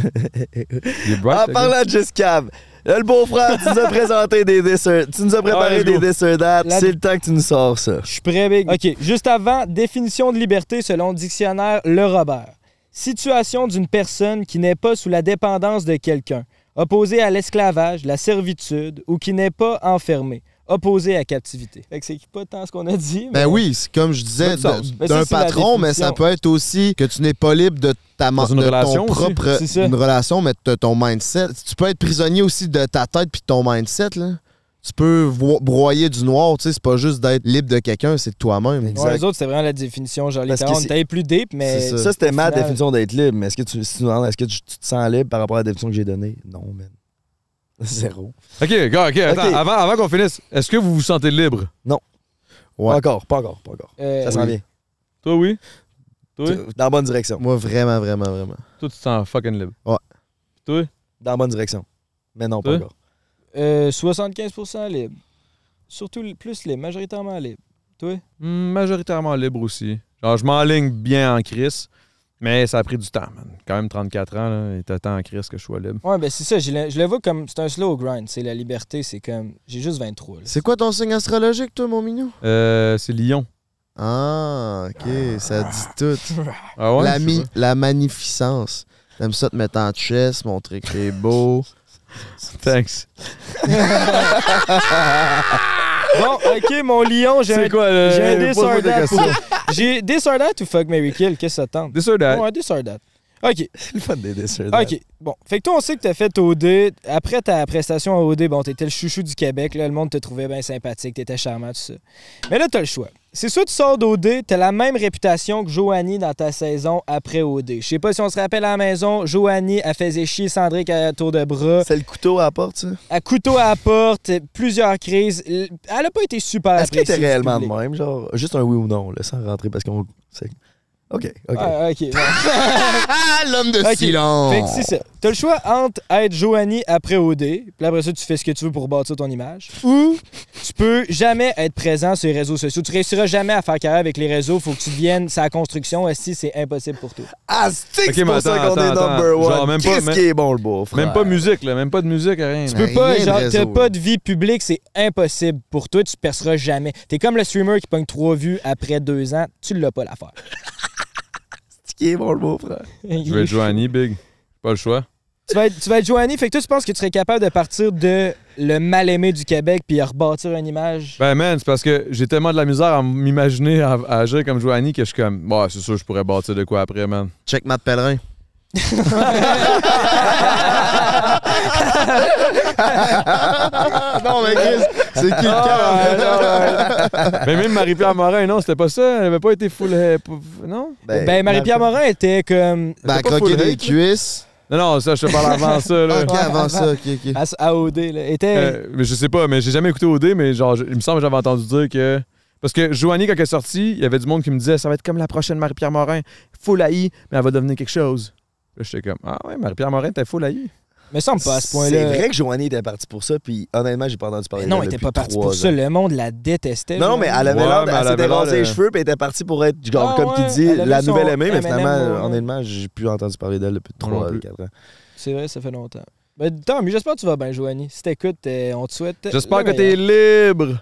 Speaker 1: Il est bright,
Speaker 2: En
Speaker 1: le gars.
Speaker 2: parlant de Just Cab, là, le beau-frère, tu nous as présenté des desserts. Tu nous as préparé
Speaker 1: let's
Speaker 2: des
Speaker 1: go.
Speaker 2: desserts dates.
Speaker 8: La-
Speaker 2: C'est le temps que tu nous sors ça.
Speaker 8: Je suis prêt, big. OK, juste avant, définition de liberté selon le dictionnaire Le Robert. Situation d'une personne qui n'est pas sous la dépendance de quelqu'un, opposée à l'esclavage, la servitude ou qui n'est pas enfermée, opposée à captivité. Fait que c'est pas tant ce qu'on a dit. mais-
Speaker 4: Ben oui, c'est comme je disais,
Speaker 1: Bonne sauce.
Speaker 4: d-
Speaker 8: Mais
Speaker 4: d'un
Speaker 8: ça, c'est la
Speaker 4: patron, mais ça
Speaker 8: définition.
Speaker 4: peut être aussi que tu n'es pas libre de ta man-
Speaker 1: Dans une
Speaker 4: de
Speaker 1: relation
Speaker 4: ton
Speaker 1: aussi.
Speaker 4: propre
Speaker 8: C'est ça.
Speaker 4: une relation, mais de ton mindset. Tu peux être prisonnier aussi de ta tête puis de ton mindset. Là. Tu peux vo- broyer du noir, tu sais, c'est pas juste d'être libre de quelqu'un, c'est de toi-même.
Speaker 8: Ouais, les autres, c'est vraiment la définition. Genre, les
Speaker 2: Parce que
Speaker 8: talents,
Speaker 2: c'est-
Speaker 8: t'es plus deep, mais.
Speaker 4: C'est
Speaker 2: Ça, c'était
Speaker 8: au
Speaker 2: ma
Speaker 8: final-
Speaker 2: définition d'être libre, mais est-ce que, tu, si tu, me demandes, est-ce que tu, tu te sens libre par rapport à la définition que j'ai donnée? Non, man. Zéro.
Speaker 1: OK, gars, OK, attends.
Speaker 2: Ok.
Speaker 1: Avant, avant qu'on finisse, est-ce que vous vous sentez libre?
Speaker 4: Ouais.
Speaker 2: Pas encore, pas encore, pas encore.
Speaker 8: Euh,
Speaker 2: Ça s'en
Speaker 8: oui.
Speaker 2: vient.
Speaker 1: Toi, oui? Toi?
Speaker 2: Tu- Dans la bonne direction.
Speaker 4: Moi, vraiment, vraiment, vraiment.
Speaker 1: Toi, tu te sens fucking libre.
Speaker 2: Dans la bonne direction. Mais non, pas
Speaker 1: Toi?
Speaker 2: encore.
Speaker 8: Euh, 75 libre. Surtout li- plus libre, majoritairement libre.
Speaker 1: Hmm, Majoritairement libre aussi. Genre, je m'enligne bien en crise, mais ça a pris du temps, man. Quand même 34 ans, là, il était temps en crise que je sois libre.
Speaker 8: Ouais, ben c'est ça, je le, je le vois comme. C'est un slow grind. C'est la liberté, c'est comme. J'ai juste 23. là.
Speaker 4: C'est quoi ton signe astrologique, toi, mon mignon?
Speaker 1: Euh, c'est Lyon.
Speaker 4: Ah, ok, ça dit tout.
Speaker 1: Ah ouais?
Speaker 4: la,
Speaker 1: je sais
Speaker 4: mi-
Speaker 1: pas.
Speaker 4: la magnificence. J'aime ça te mettre en chess, montrer que t'es beau.
Speaker 1: Thanks.
Speaker 8: Bon, ok, mon lion, j'ai un.
Speaker 1: quoi le.
Speaker 8: J'ai un dessert
Speaker 1: de
Speaker 8: date. pour- J'ai dessert date ou fuck Mary Kill, qu'est-ce que ça tente?
Speaker 1: Dessert date.
Speaker 8: Bon, un dessert date. Ok,
Speaker 2: C'est le fun des desserts.
Speaker 8: ok. Bon, fait que toi, on sait que t'as fait OD. Après ta prestation à OD, bon, t'étais le chouchou du Québec, là, le monde te trouvait bien sympathique, t'étais charmant, tout ça. Mais là, t'as le choix. C'est soit tu sors d'OD, t'as la même réputation que Joanie dans ta saison après OD. Je sais pas si on se rappelle à la maison, Joanie, elle faisait chier Sandrick à tour de bras,
Speaker 2: C'est le couteau à la porte, ça?
Speaker 8: à couteau à la porte, plusieurs crises. Elle a pas été super
Speaker 2: Est-ce que t'es
Speaker 8: appréciée du
Speaker 2: réellement de
Speaker 8: public.
Speaker 2: même? Genre, juste un oui ou non, là, sans rentrer parce qu'on. c'est- Ok, ok.
Speaker 8: Ah, ok. bon.
Speaker 4: Ah, l'homme de
Speaker 8: Ok.
Speaker 4: silence!
Speaker 8: Fait que c'est ça. T'as le choix entre être Joanie après OD, puis après ça, tu fais ce que tu veux pour bâtir ton image, ou tu peux jamais être présent sur les réseaux sociaux. Tu réussiras jamais à faire carrière avec les réseaux. Faut que tu deviennes sa construction. Si c'est impossible pour toi.
Speaker 2: Ah, c'est
Speaker 1: Ok,
Speaker 2: c'est
Speaker 1: mais
Speaker 2: pour ça
Speaker 1: attends,
Speaker 2: qu'on est
Speaker 1: attends,
Speaker 2: number
Speaker 1: attends. Genre,
Speaker 2: one.
Speaker 1: même pas-
Speaker 2: Qu'est-ce
Speaker 1: même-
Speaker 2: qui est bon, le beau, frère?
Speaker 1: Même pas musique, là. Même pas de musique, rien.
Speaker 4: Tu
Speaker 1: man.
Speaker 8: Tu peux pas,
Speaker 4: Ben, Rien de
Speaker 8: genre,
Speaker 4: réseau,
Speaker 8: t'as
Speaker 4: là.
Speaker 8: pas de vie publique, c'est impossible pour toi, tu perceras jamais. T'es comme le streamer qui pogne trois vues après deux ans, tu l'as pas l'affaire.
Speaker 2: Qu'est-ce qui est bon, le beau, frère?
Speaker 1: Je vais être Joanie, big. Pas le choix.
Speaker 8: tu vas être, tu vas être Joanie, fait que toi, tu penses que tu serais capable de partir de le mal-aimé du Québec puis rebâtir une image.
Speaker 1: Ben, man, c'est parce que j'ai tellement de la misère à m'imaginer à, à agir comme Joanie que je suis comme, bah, c'est sûr, je pourrais bâtir de quoi après, man.
Speaker 4: Check Matt Pellerin. non, mais Chris, c'est qui le
Speaker 1: Mais même Marie-Pierre Morin, non, c'était pas ça. Elle avait pas été full. euh, pou- Non?
Speaker 8: Ben, Marie-Pierre Morin était comme
Speaker 4: Ben,
Speaker 1: T'as pas full
Speaker 4: croquer des
Speaker 1: hate,
Speaker 4: cuisses.
Speaker 1: Non, non, ça, je te parle avant ça, là.
Speaker 4: Ok, avant ça, ok, ok.
Speaker 8: à, à OD, là. Était,
Speaker 1: Euh, mais je sais pas, mais j'ai jamais écouté OD, mais genre, je- il me semble que j'avais entendu dire que Parce que Joanie, quand elle est sortie, il y avait du monde qui me disait ça va être comme la prochaine Marie-Pierre Morin, full haï, mais elle va devenir quelque chose. Là, j'étais comme Ah ouais, Marie-Pierre Morin, t'es full haï.
Speaker 8: Mais ça me semble pas à ce point-là.
Speaker 2: C'est vrai que Joanie était partie pour ça, puis honnêtement, j'ai pas entendu parler
Speaker 8: Mais
Speaker 2: de
Speaker 8: Non,
Speaker 2: elle
Speaker 8: elle était
Speaker 2: depuis
Speaker 8: pas partie
Speaker 2: trois
Speaker 8: pour ça.
Speaker 2: ans.
Speaker 8: Le monde la détestait.
Speaker 2: Non, non, mais elle avait
Speaker 1: Ouais,
Speaker 2: l'air,
Speaker 1: mais
Speaker 2: elle
Speaker 1: elle
Speaker 2: s'était
Speaker 1: avait
Speaker 2: rasée
Speaker 1: l'air
Speaker 2: les
Speaker 1: de-
Speaker 2: cheveux, puis elle était partie pour être, genre,
Speaker 8: Ah
Speaker 2: comme tu
Speaker 8: ouais,
Speaker 2: dis,
Speaker 8: elle avait
Speaker 2: la
Speaker 8: son
Speaker 2: nouvelle aimée, mais
Speaker 8: M&M,
Speaker 2: finalement,
Speaker 8: ouais.
Speaker 2: honnêtement, j'ai plus entendu parler d'elle depuis
Speaker 1: Moi non
Speaker 2: trois,
Speaker 1: plus.
Speaker 2: quatre ans.
Speaker 8: C'est vrai, ça fait longtemps. Mais tant mieux, j'espère que tu vas bien, Joanie. Si t'écoutes, euh, on te souhaite.
Speaker 1: J'espère
Speaker 8: le
Speaker 1: que
Speaker 8: meilleur.
Speaker 1: t'es libre.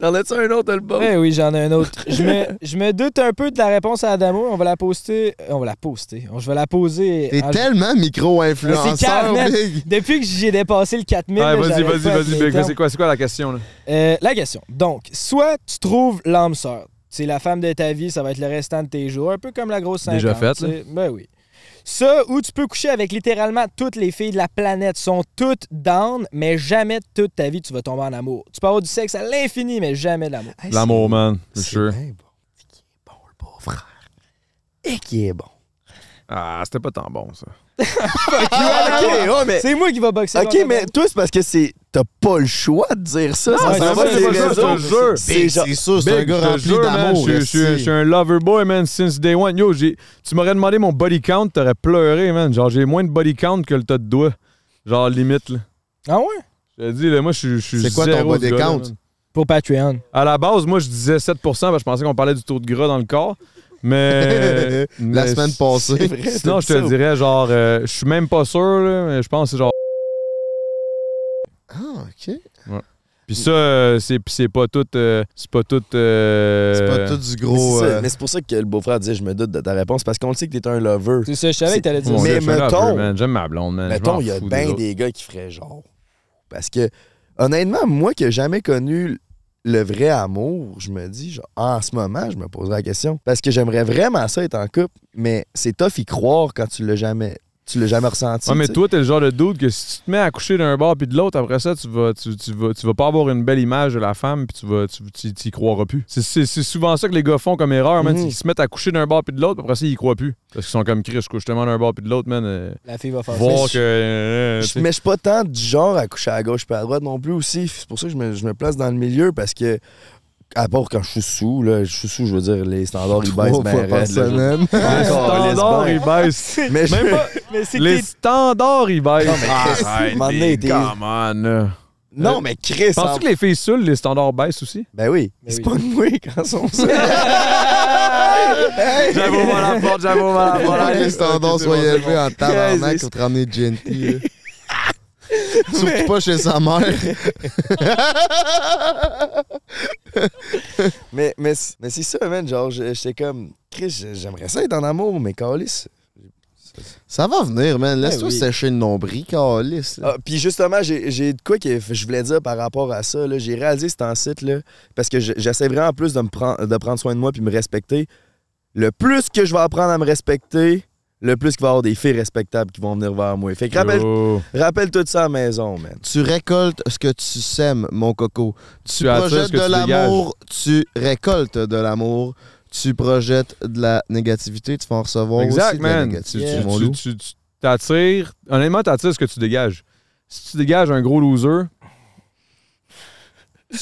Speaker 2: T'en as-tu un autre album?
Speaker 8: Ouais, oui, j'en ai un autre. Je me, je me doute un peu de la réponse à Adamo. On va la poster. euh, On va la poster. On- Je vais la poser.
Speaker 4: T'es
Speaker 8: en-
Speaker 4: tellement
Speaker 8: Mais Ah, c'est calme,
Speaker 4: micro-influenceur,
Speaker 8: man.
Speaker 4: Big.
Speaker 8: Depuis que j'ai dépassé le 4000.
Speaker 1: Ouais,
Speaker 8: là,
Speaker 1: vas-y,
Speaker 8: j'arrête
Speaker 1: vas-y,
Speaker 8: pas avec
Speaker 1: vas-y,
Speaker 8: mes
Speaker 1: Big.
Speaker 8: termes.
Speaker 1: C'est quoi, c'est quoi la question? Là?
Speaker 8: Euh, la question. Donc, soit tu trouves l'âme sœur. C'est la femme de ta vie, ça va être le restant de tes jours. Un peu comme la grosse 50.
Speaker 1: Déjà faite,
Speaker 8: tu sais. Ben oui. Ça, où tu peux coucher avec littéralement toutes les filles de la planète, sont toutes down, mais jamais toute ta vie tu vas tomber en amour. Tu peux avoir du sexe à l'infini, mais jamais de l'amour.
Speaker 1: L'amour, man. C'est sûr.
Speaker 2: bien bon. C'est qui est bon, le pauvre frère. Et qui est bon.
Speaker 1: Ah, c'était pas tant bon, ça.
Speaker 2: ok, ouais, mais.
Speaker 8: C'est moi qui va boxer.
Speaker 2: Ok,
Speaker 8: contre
Speaker 2: mais
Speaker 8: toi.
Speaker 2: toi, c'est parce que c'est. T'as pas le choix de dire ça. ça
Speaker 1: ouais, c'est
Speaker 2: s'en va
Speaker 1: vrai,
Speaker 2: sur
Speaker 1: c'est
Speaker 2: les
Speaker 1: pas ça,
Speaker 2: réseaux.
Speaker 1: je te jure.
Speaker 2: C'est
Speaker 4: Big,
Speaker 2: genre.
Speaker 4: C'est sûr, c'est un
Speaker 1: Big, je
Speaker 4: gars
Speaker 1: te
Speaker 4: rempli
Speaker 1: jure, man,
Speaker 4: d'amour.
Speaker 1: Je, je- je- je
Speaker 4: esti.
Speaker 1: suis un lover boy, man, since day one. Yo, j'ai- tu m'aurais demandé mon body count, t'aurais pleuré, man. Genre, j'ai moins de body count que le tas de doigts. Genre, limite, là.
Speaker 8: Ah ouais?
Speaker 1: Je te dis, là, moi, je suis- je suis.
Speaker 4: C'est quoi ton
Speaker 1: zéro ce
Speaker 4: body
Speaker 1: gars-là,
Speaker 4: count?
Speaker 1: man.
Speaker 8: Pour Patreon.
Speaker 1: À la base, moi, je disais 7 parce que je pensais qu'on parlait du taux de gras dans le corps. Mais.
Speaker 4: La
Speaker 1: mais
Speaker 4: semaine passée.
Speaker 1: Sinon, je te dirais, genre, euh, je suis même pas sûr, là, mais je pense que c'est genre.
Speaker 4: Ah, ok.
Speaker 1: Puis ça, euh, c'est puis c'est pas tout. euh, c'est pas tout. euh,
Speaker 4: C'est pas tout du
Speaker 2: Mais
Speaker 4: gros.
Speaker 1: Oh,
Speaker 2: c'est ça,
Speaker 4: euh,
Speaker 2: Mais c'est pour ça que le beau-frère disait Je me doute de ta réponse, parce qu'on le sait que t'es un lover.
Speaker 8: C'est ça, je savais que t'allais dire
Speaker 1: mon
Speaker 8: ça.
Speaker 1: Dieu,
Speaker 2: Mais
Speaker 1: je suis un
Speaker 2: mettons-
Speaker 1: lover, man. J'aime ma blonde, man. Je
Speaker 2: Mettons,
Speaker 1: m'en
Speaker 2: il y a
Speaker 1: fous des
Speaker 2: bien
Speaker 1: autres.
Speaker 2: des gars qui feraient genre. Parce que, honnêtement, moi qui n'ai jamais connu le vrai amour, je me dis, genre, en ce moment, je me poserais la question. Parce que j'aimerais vraiment ça être en couple, mais c'est tough y croire quand tu l'as jamais. Tu l'as jamais ressenti.
Speaker 1: Ouais, mais
Speaker 2: tu sais.
Speaker 1: toi, t'es le genre de doute que si tu te mets à coucher d'un bord puis de l'autre, après ça, tu vas, tu, tu vas, tu vas pas avoir une belle image de la femme puis tu vas, tu, tu- tu y croiras plus. C'est- C'est c'est souvent ça que les gars font comme erreur, man.
Speaker 2: Mhm.
Speaker 1: c'est qu'ils se mettent à coucher d'un bord puis de l'autre, puis après ça, ils y croient plus. Parce qu'ils sont comme Chris, je couche tellement d'un bord puis de l'autre, man. euh,
Speaker 8: La fille va faire ça.
Speaker 1: voir que. euh, euh,
Speaker 2: Je-
Speaker 1: tu sais.
Speaker 2: mais je suis pas tant du genre à coucher à gauche puis à droite non plus aussi. C'est pour ça que je me, je me place dans le milieu parce que, à part quand je suis sous, là, je suis sous, je veux dire, les standards, ils
Speaker 4: Trois
Speaker 2: baissent ben
Speaker 4: fois
Speaker 2: raide,
Speaker 4: par
Speaker 2: là, je-
Speaker 4: semaine.
Speaker 1: Les
Speaker 2: Encore, laisse
Speaker 1: standards,
Speaker 2: bien.
Speaker 1: ils baissent.
Speaker 2: Mais je-
Speaker 1: Même pas-
Speaker 8: Mais c'est
Speaker 1: Les standards, ils baissent.
Speaker 2: Non, mais Chris, à un moment donné,
Speaker 1: Arrête,
Speaker 2: t'es-
Speaker 1: come on, là.
Speaker 2: Non, mais Chris, en-
Speaker 1: Penses-tu euh, que les filles saoules, les standards baissent aussi?
Speaker 2: Ben oui,
Speaker 8: Ben
Speaker 2: c'est
Speaker 8: oui.
Speaker 2: pas de moi quand ils sont seuls.
Speaker 1: J'avoue, la porte, j'avoue,
Speaker 2: Ah,
Speaker 1: la
Speaker 4: Voilà, les standards soient élevés en tabarnak pour te ramener gentil. là. Surtout pas chez sa mère.
Speaker 2: Mais, mais, c- mais c'est ça, man. Genre, je- j'étais comme, Chris, je- j'aimerais ça être en amour, mais Calis.
Speaker 4: Ça va venir, man. Laisse-toi
Speaker 8: Eh oui.
Speaker 4: sécher le nombril, calice. là.
Speaker 2: Ah, puis justement, j'ai j'ai de quoi que je voulais dire par rapport à ça. là. J'ai réalisé cet site là parce que je- j'essaie vraiment plus de, me prendre, de prendre soin de moi puis me respecter. Le plus que je vais apprendre à me respecter, le plus qu'il va y avoir des filles respectables qui vont venir vers moi. Fait que rappelle, rappelle tout ça à la maison, man.
Speaker 4: Tu récoltes ce que tu sèmes, mon coco. Tu,
Speaker 1: Tu attires
Speaker 4: projettes
Speaker 1: ce que
Speaker 4: de
Speaker 1: tu
Speaker 4: l'amour, tu récoltes de l'amour, tu projettes de la négativité, tu vas en recevoir aussi
Speaker 1: Exact,
Speaker 4: de la
Speaker 1: man. Tu-
Speaker 4: négativité,
Speaker 1: tu-
Speaker 4: mon
Speaker 1: tu-
Speaker 4: loup.
Speaker 1: tu- tu t'attires. Honnêtement, t'attires ce que tu dégages. Si tu dégages un gros loser,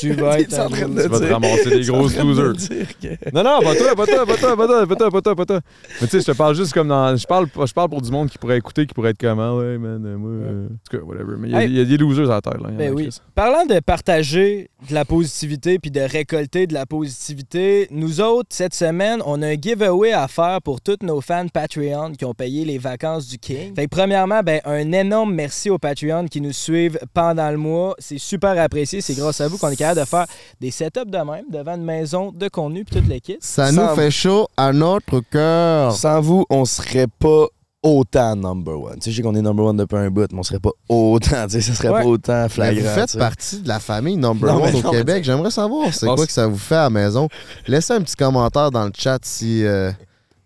Speaker 8: Tu vas être.
Speaker 2: T'es en
Speaker 8: un
Speaker 2: train
Speaker 8: gros-
Speaker 2: de
Speaker 1: tu vas te
Speaker 2: dire-
Speaker 1: ramasser des
Speaker 2: t'es en
Speaker 1: grosses
Speaker 2: train de me
Speaker 1: losers.
Speaker 2: dire que-
Speaker 1: Non, non, pas toi, pas toi, pas toi, pas toi, pas toi, pas toi, pas toi. Mais tu sais, je te parle juste comme dans. Je parle, je parle pour du monde qui pourrait écouter, qui pourrait être comme, ah ouais, man, euh, moi. euh, En tout cas, whatever. Mais il y a-
Speaker 8: Hey.
Speaker 1: il y, a des losers à la terre, là. il y en
Speaker 8: Ben
Speaker 1: a,
Speaker 8: oui.
Speaker 1: Chris.
Speaker 8: Parlant de partager de la positivité puis de récolter de la positivité, nous autres, cette semaine, on a un giveaway à faire pour tous nos fans Patreon qui ont payé les vacances du King. Fait que premièrement, ben, un énorme merci aux Patreon qui nous suivent pendant le mois. C'est super apprécié. C'est grâce à vous qu'on est capable de faire des setups de même devant une maison de contenu puis toute l'équipe.
Speaker 2: Sans-
Speaker 4: Ça nous fait chaud à notre cœur.
Speaker 2: Sans vous, on serait pas autant number one. Tu sais, je sais qu'on est number one depuis un bout, mais on serait pas autant. Tu sais, ça serait
Speaker 8: Ouais.
Speaker 2: pas autant
Speaker 4: Mais
Speaker 2: flagrant.
Speaker 4: Vous
Speaker 2: tu
Speaker 4: faites
Speaker 2: sais.
Speaker 4: partie de la famille Number
Speaker 2: Non, mais
Speaker 4: One au
Speaker 2: non,
Speaker 4: Québec. J'aimerais savoir c'est
Speaker 2: On
Speaker 4: quoi
Speaker 2: s-
Speaker 4: que ça vous fait à la maison. Laissez un petit commentaire dans le chat si euh,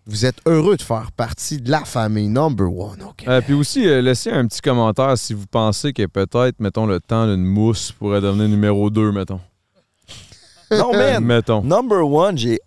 Speaker 4: vous êtes heureux de faire partie de la famille Number One au Québec.
Speaker 1: Euh, puis aussi, euh, laissez un petit commentaire si vous pensez que peut-être, mettons, le temps d'une mousse pourrait devenir numéro 2, mettons.
Speaker 2: Ben, Non, man.
Speaker 1: Euh, Mettons.
Speaker 2: Number one, j'ai.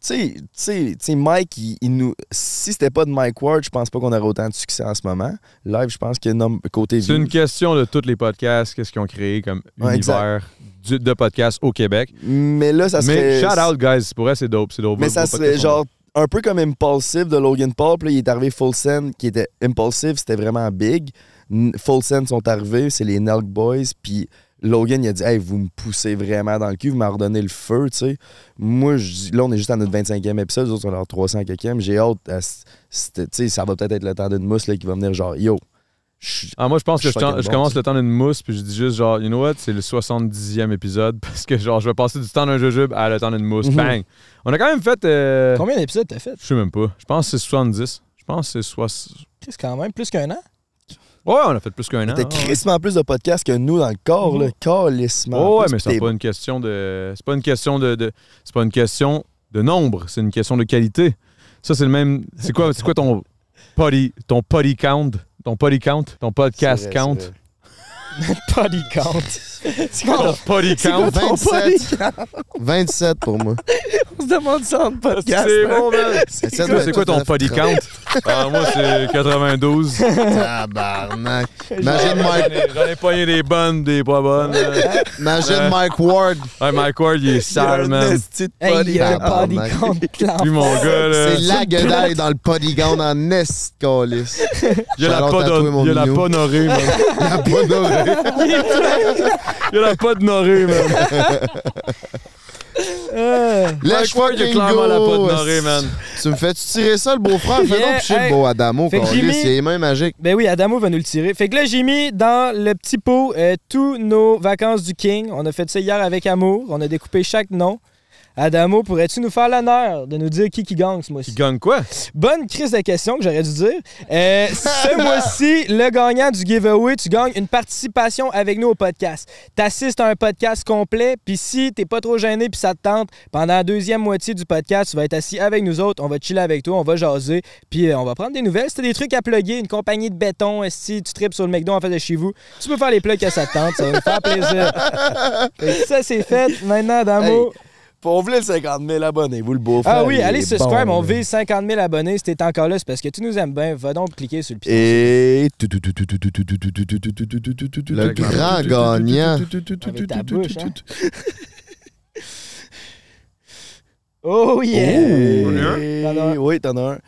Speaker 2: sais, tu sais, tu sais, Mike, il, il nous. Si c'était pas de Mike Ward, je pense pas qu'on aurait autant de succès en ce moment. Live, je pense que nom- côté
Speaker 1: C'est
Speaker 2: view-
Speaker 1: une question de tous les podcasts, qu'est-ce qu'ils ont créé comme
Speaker 2: Ouais, exact.
Speaker 1: univers du- de podcasts au Québec.
Speaker 2: Mais là, ça
Speaker 1: Mais
Speaker 2: serait.
Speaker 1: shout out, guys, pour vrai, c'est dope. C'est dope.
Speaker 2: Mais
Speaker 1: Vos-
Speaker 2: ça
Speaker 1: vos
Speaker 2: serait
Speaker 1: podcasts sont
Speaker 2: genre un peu comme Impulsive de Logan Paul. Puis là, il est arrivé Full Send, qui était Impulsive, c'était vraiment big. N- Full Send sont arrivés, c'est les Nelk Boys. Puis Logan, il a dit Hey, vous me poussez vraiment dans le cul, vous m'avez redonné le feu, tu sais. Moi, je dis- là, on est juste à notre 25e épisode, les autres sont à leur 300 quelqu'un. J'ai hâte, à s- c'était- tu sais, ça va peut-être être le temps d'une mousse là, qui va venir genre Yo, je suis-
Speaker 1: Ah, moi, je pense que
Speaker 2: Je
Speaker 1: je,
Speaker 2: suis
Speaker 1: ten-
Speaker 2: fucking
Speaker 1: je
Speaker 2: bon,
Speaker 1: commence
Speaker 2: ça.
Speaker 1: le temps d'une mousse, puis je dis juste, genre, you know what, c'est le 70e épisode, parce que, genre, je vais passer du temps d'un jujube à le temps d'une mousse.
Speaker 2: Mhm.
Speaker 1: Bang! On a quand même fait. euh,
Speaker 8: Combien d'épisodes t'as fait?
Speaker 1: Je sais même pas. Je pense que c'est 70. Je pense que c'est 60.
Speaker 8: C'est quand même plus qu'un an.
Speaker 1: Ouais, on a fait plus qu'un an.
Speaker 2: t'as
Speaker 1: ouais, Ah, ouais.
Speaker 2: crissement plus de podcasts que nous dans le corps,
Speaker 4: Mm.
Speaker 2: là. Calissement.
Speaker 1: Oh, ouais,
Speaker 2: plus,
Speaker 1: mais
Speaker 2: puis
Speaker 1: c'est
Speaker 2: t'es-
Speaker 1: pas une question de. C'est pas une question de. de- C'est pas une question de nombre, c'est une question de qualité. Ça, c'est le même. C'est quoi, c'est quoi ton potty, ton potty count? Ton potty count? Ton podcast
Speaker 2: C'est vrai,
Speaker 1: count?
Speaker 2: c'est vrai.
Speaker 8: Body count. C'est quoi
Speaker 1: Ton potty count?
Speaker 4: 27. 27 pour moi.
Speaker 8: on se demande ça en podcast?
Speaker 1: C'est bon, man!
Speaker 4: C'est
Speaker 1: Toi, c'est quoi ton body count? Ah, moi, c'est 92.
Speaker 4: Tabarnak. Imagine
Speaker 1: J'en
Speaker 4: Mike,
Speaker 1: ai- j'en ai pogné des bonnes, des pas bonnes. là. Euh,
Speaker 4: imagine Mike Ward.
Speaker 1: Hey, Mike Ward, il est sale, man.
Speaker 8: Hey, il y a un body
Speaker 4: Tabarnak.
Speaker 8: count. là.
Speaker 1: Lui, mon gars, là.
Speaker 4: C'est la gueule dans le polygone en est, câlisse.
Speaker 1: Il a la
Speaker 4: Shout-out
Speaker 1: pas
Speaker 4: à toi,
Speaker 1: d'hon-
Speaker 4: mon
Speaker 1: il a la
Speaker 4: minou.
Speaker 1: pas d'honoré, man.
Speaker 4: La bonne oreille.
Speaker 1: Il a la pas d'honoré, man.
Speaker 8: Euh,
Speaker 4: Lèche
Speaker 1: Mike Ward, il a
Speaker 4: fucking
Speaker 1: clairement la
Speaker 4: go.
Speaker 1: pas d'honoré, man.
Speaker 4: Tu me fais-tu tirer ça, le beau-frère? Fais
Speaker 8: Yeah,
Speaker 4: donc picher
Speaker 8: hey.
Speaker 4: le beau Adamo,
Speaker 8: Fait que
Speaker 4: câlisse.
Speaker 8: Jimmy-
Speaker 4: Il a les mains magiques.
Speaker 8: Ben oui, Adamo va nous le tirer. Fait que là, j'ai mis dans le petit pot euh, tous nos vacances du King. On a fait ça hier avec amour. On a découpé chaque nom. Adamo, pourrais-tu nous faire l'honneur de nous dire qui qui gagne ce
Speaker 1: Il
Speaker 8: mois-ci?
Speaker 1: gagne quoi?
Speaker 8: Bonne crise de question que j'aurais dû dire. Euh, ce mois-ci, le gagnant du giveaway, tu gagnes une participation avec nous au podcast. T'assistes à un podcast complet, puis si t'es pas trop gêné puis ça te tente, pendant la deuxième moitié du podcast, tu vas être assis avec nous autres, on va chiller avec toi, on va jaser, puis euh, on va prendre des nouvelles. Si t'as des trucs à plugger, une compagnie de béton, euh, si tu tripes sur le McDo en face de chez vous, tu peux faire les plugs que ça te tente, ça va nous faire plaisir. Fait que ça, c'est fait. Maintenant, Damo...
Speaker 2: Hey, Pour vous, le 50 000 abonnés, vous le beau-frère.
Speaker 8: Ah oui,
Speaker 2: il est
Speaker 8: allez subscribe,
Speaker 2: bon,
Speaker 8: on
Speaker 2: là.
Speaker 8: vise 50 000 abonnés. Si t'es encore là, c'est parce que tu nous aimes bien. Va donc cliquer sur le pied.
Speaker 2: Et.
Speaker 4: Le grand gagnant.
Speaker 8: Avec ta bouche, hein? Oh yeah!
Speaker 2: Yeah. Oui, t'en as un.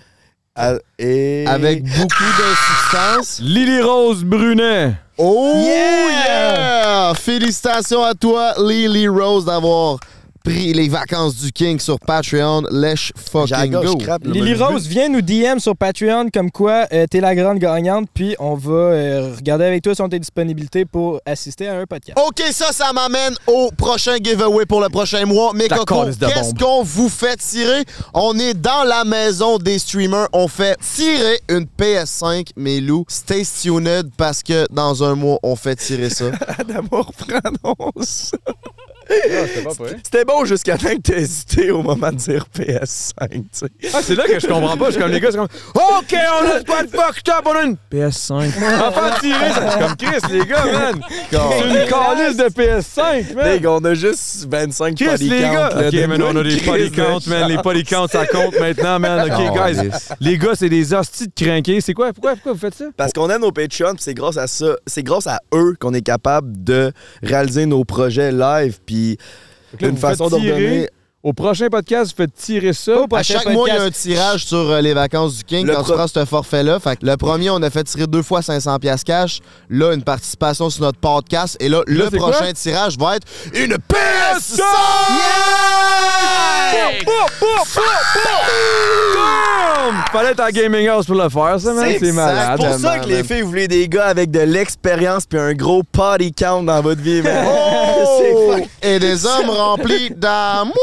Speaker 2: Ah, Et.
Speaker 4: Avec beaucoup de substance.
Speaker 1: Lily Rose Brunet.
Speaker 4: Oh
Speaker 8: Yeah!
Speaker 4: yeah! Félicitations à toi, Lily Rose, d'avoir pris les vacances du King sur Patreon. Lèche
Speaker 2: J'ai la
Speaker 4: fucking
Speaker 2: gorge
Speaker 4: go.
Speaker 2: crappe, là.
Speaker 8: Lily
Speaker 2: ben.
Speaker 8: Rose, viens nous DM sur Patreon comme quoi euh, t'es la grande gagnante, puis on va euh, regarder avec toi si on tes disponibilités pour assister à un podcast.
Speaker 4: OK, ça, ça m'amène au prochain giveaway pour le prochain mois. Mais
Speaker 1: Ta
Speaker 4: Coco,
Speaker 1: calice de
Speaker 4: qu'est-ce
Speaker 1: bombe.
Speaker 4: qu'on vous fait tirer? On est dans la maison des streamers. On fait tirer une PS5, mes loups. Stay tuned parce que dans un mois, on fait tirer ça.
Speaker 2: D'amour, prononce.
Speaker 1: pas prêt.
Speaker 2: C'était bon jusqu'à temps que t'aies hésité au moment de dire PS5, tu sais.
Speaker 1: Ah, c'est là que je comprends pas. Je suis comme les gars, c'est comme OK, on a pas de fucked up, on a une PS5. Enfin, tiré, ça c'est comme Chris, les gars, man. C'est une calice de PS5, man.
Speaker 2: Nigga, on a juste 25
Speaker 1: Chris, les gars!
Speaker 2: bodycounts, là,
Speaker 1: Ok,
Speaker 2: de
Speaker 1: man, on a des
Speaker 2: Chris de
Speaker 1: bodycounts, man. Les bodycounts, ça compte maintenant, man. Ok, guys. Les gars, c'est des hosties de crinqués. C'est quoi? Pourquoi, pourquoi vous faites ça?
Speaker 2: Parce qu'on a nos Patreons, puis c'est grâce à ça, c'est grâce à eux qu'on est capable de réaliser nos projets live, puis
Speaker 1: là, vous
Speaker 2: une
Speaker 1: faites
Speaker 2: façon
Speaker 1: tirer.
Speaker 2: d'ordonner.
Speaker 1: Au prochain podcast, vous faites tirer ça.
Speaker 8: Au
Speaker 4: À
Speaker 8: prochain
Speaker 4: chaque mois, il y a un
Speaker 8: podcast.
Speaker 4: tirage sur euh, les vacances du King
Speaker 2: Le
Speaker 4: quand tu
Speaker 2: pro-
Speaker 4: prends ce forfait-là. Fait que le premier, on a fait tirer deux fois 500 pièces cash. Là, une participation sur notre podcast. Et là,
Speaker 1: Là,
Speaker 4: le
Speaker 1: c'est
Speaker 4: prochain
Speaker 1: quoi?
Speaker 4: tirage va être une PS5!
Speaker 1: Boum, boum, boum, boum. Boum! Fallait être à Gaming House pour le faire, ça, man. C'est malade.
Speaker 2: C'est pour ça que les filles voulaient des gars avec de l'expérience puis un gros party count dans votre vie, man.
Speaker 4: Oh! Et des hommes remplis d'amour!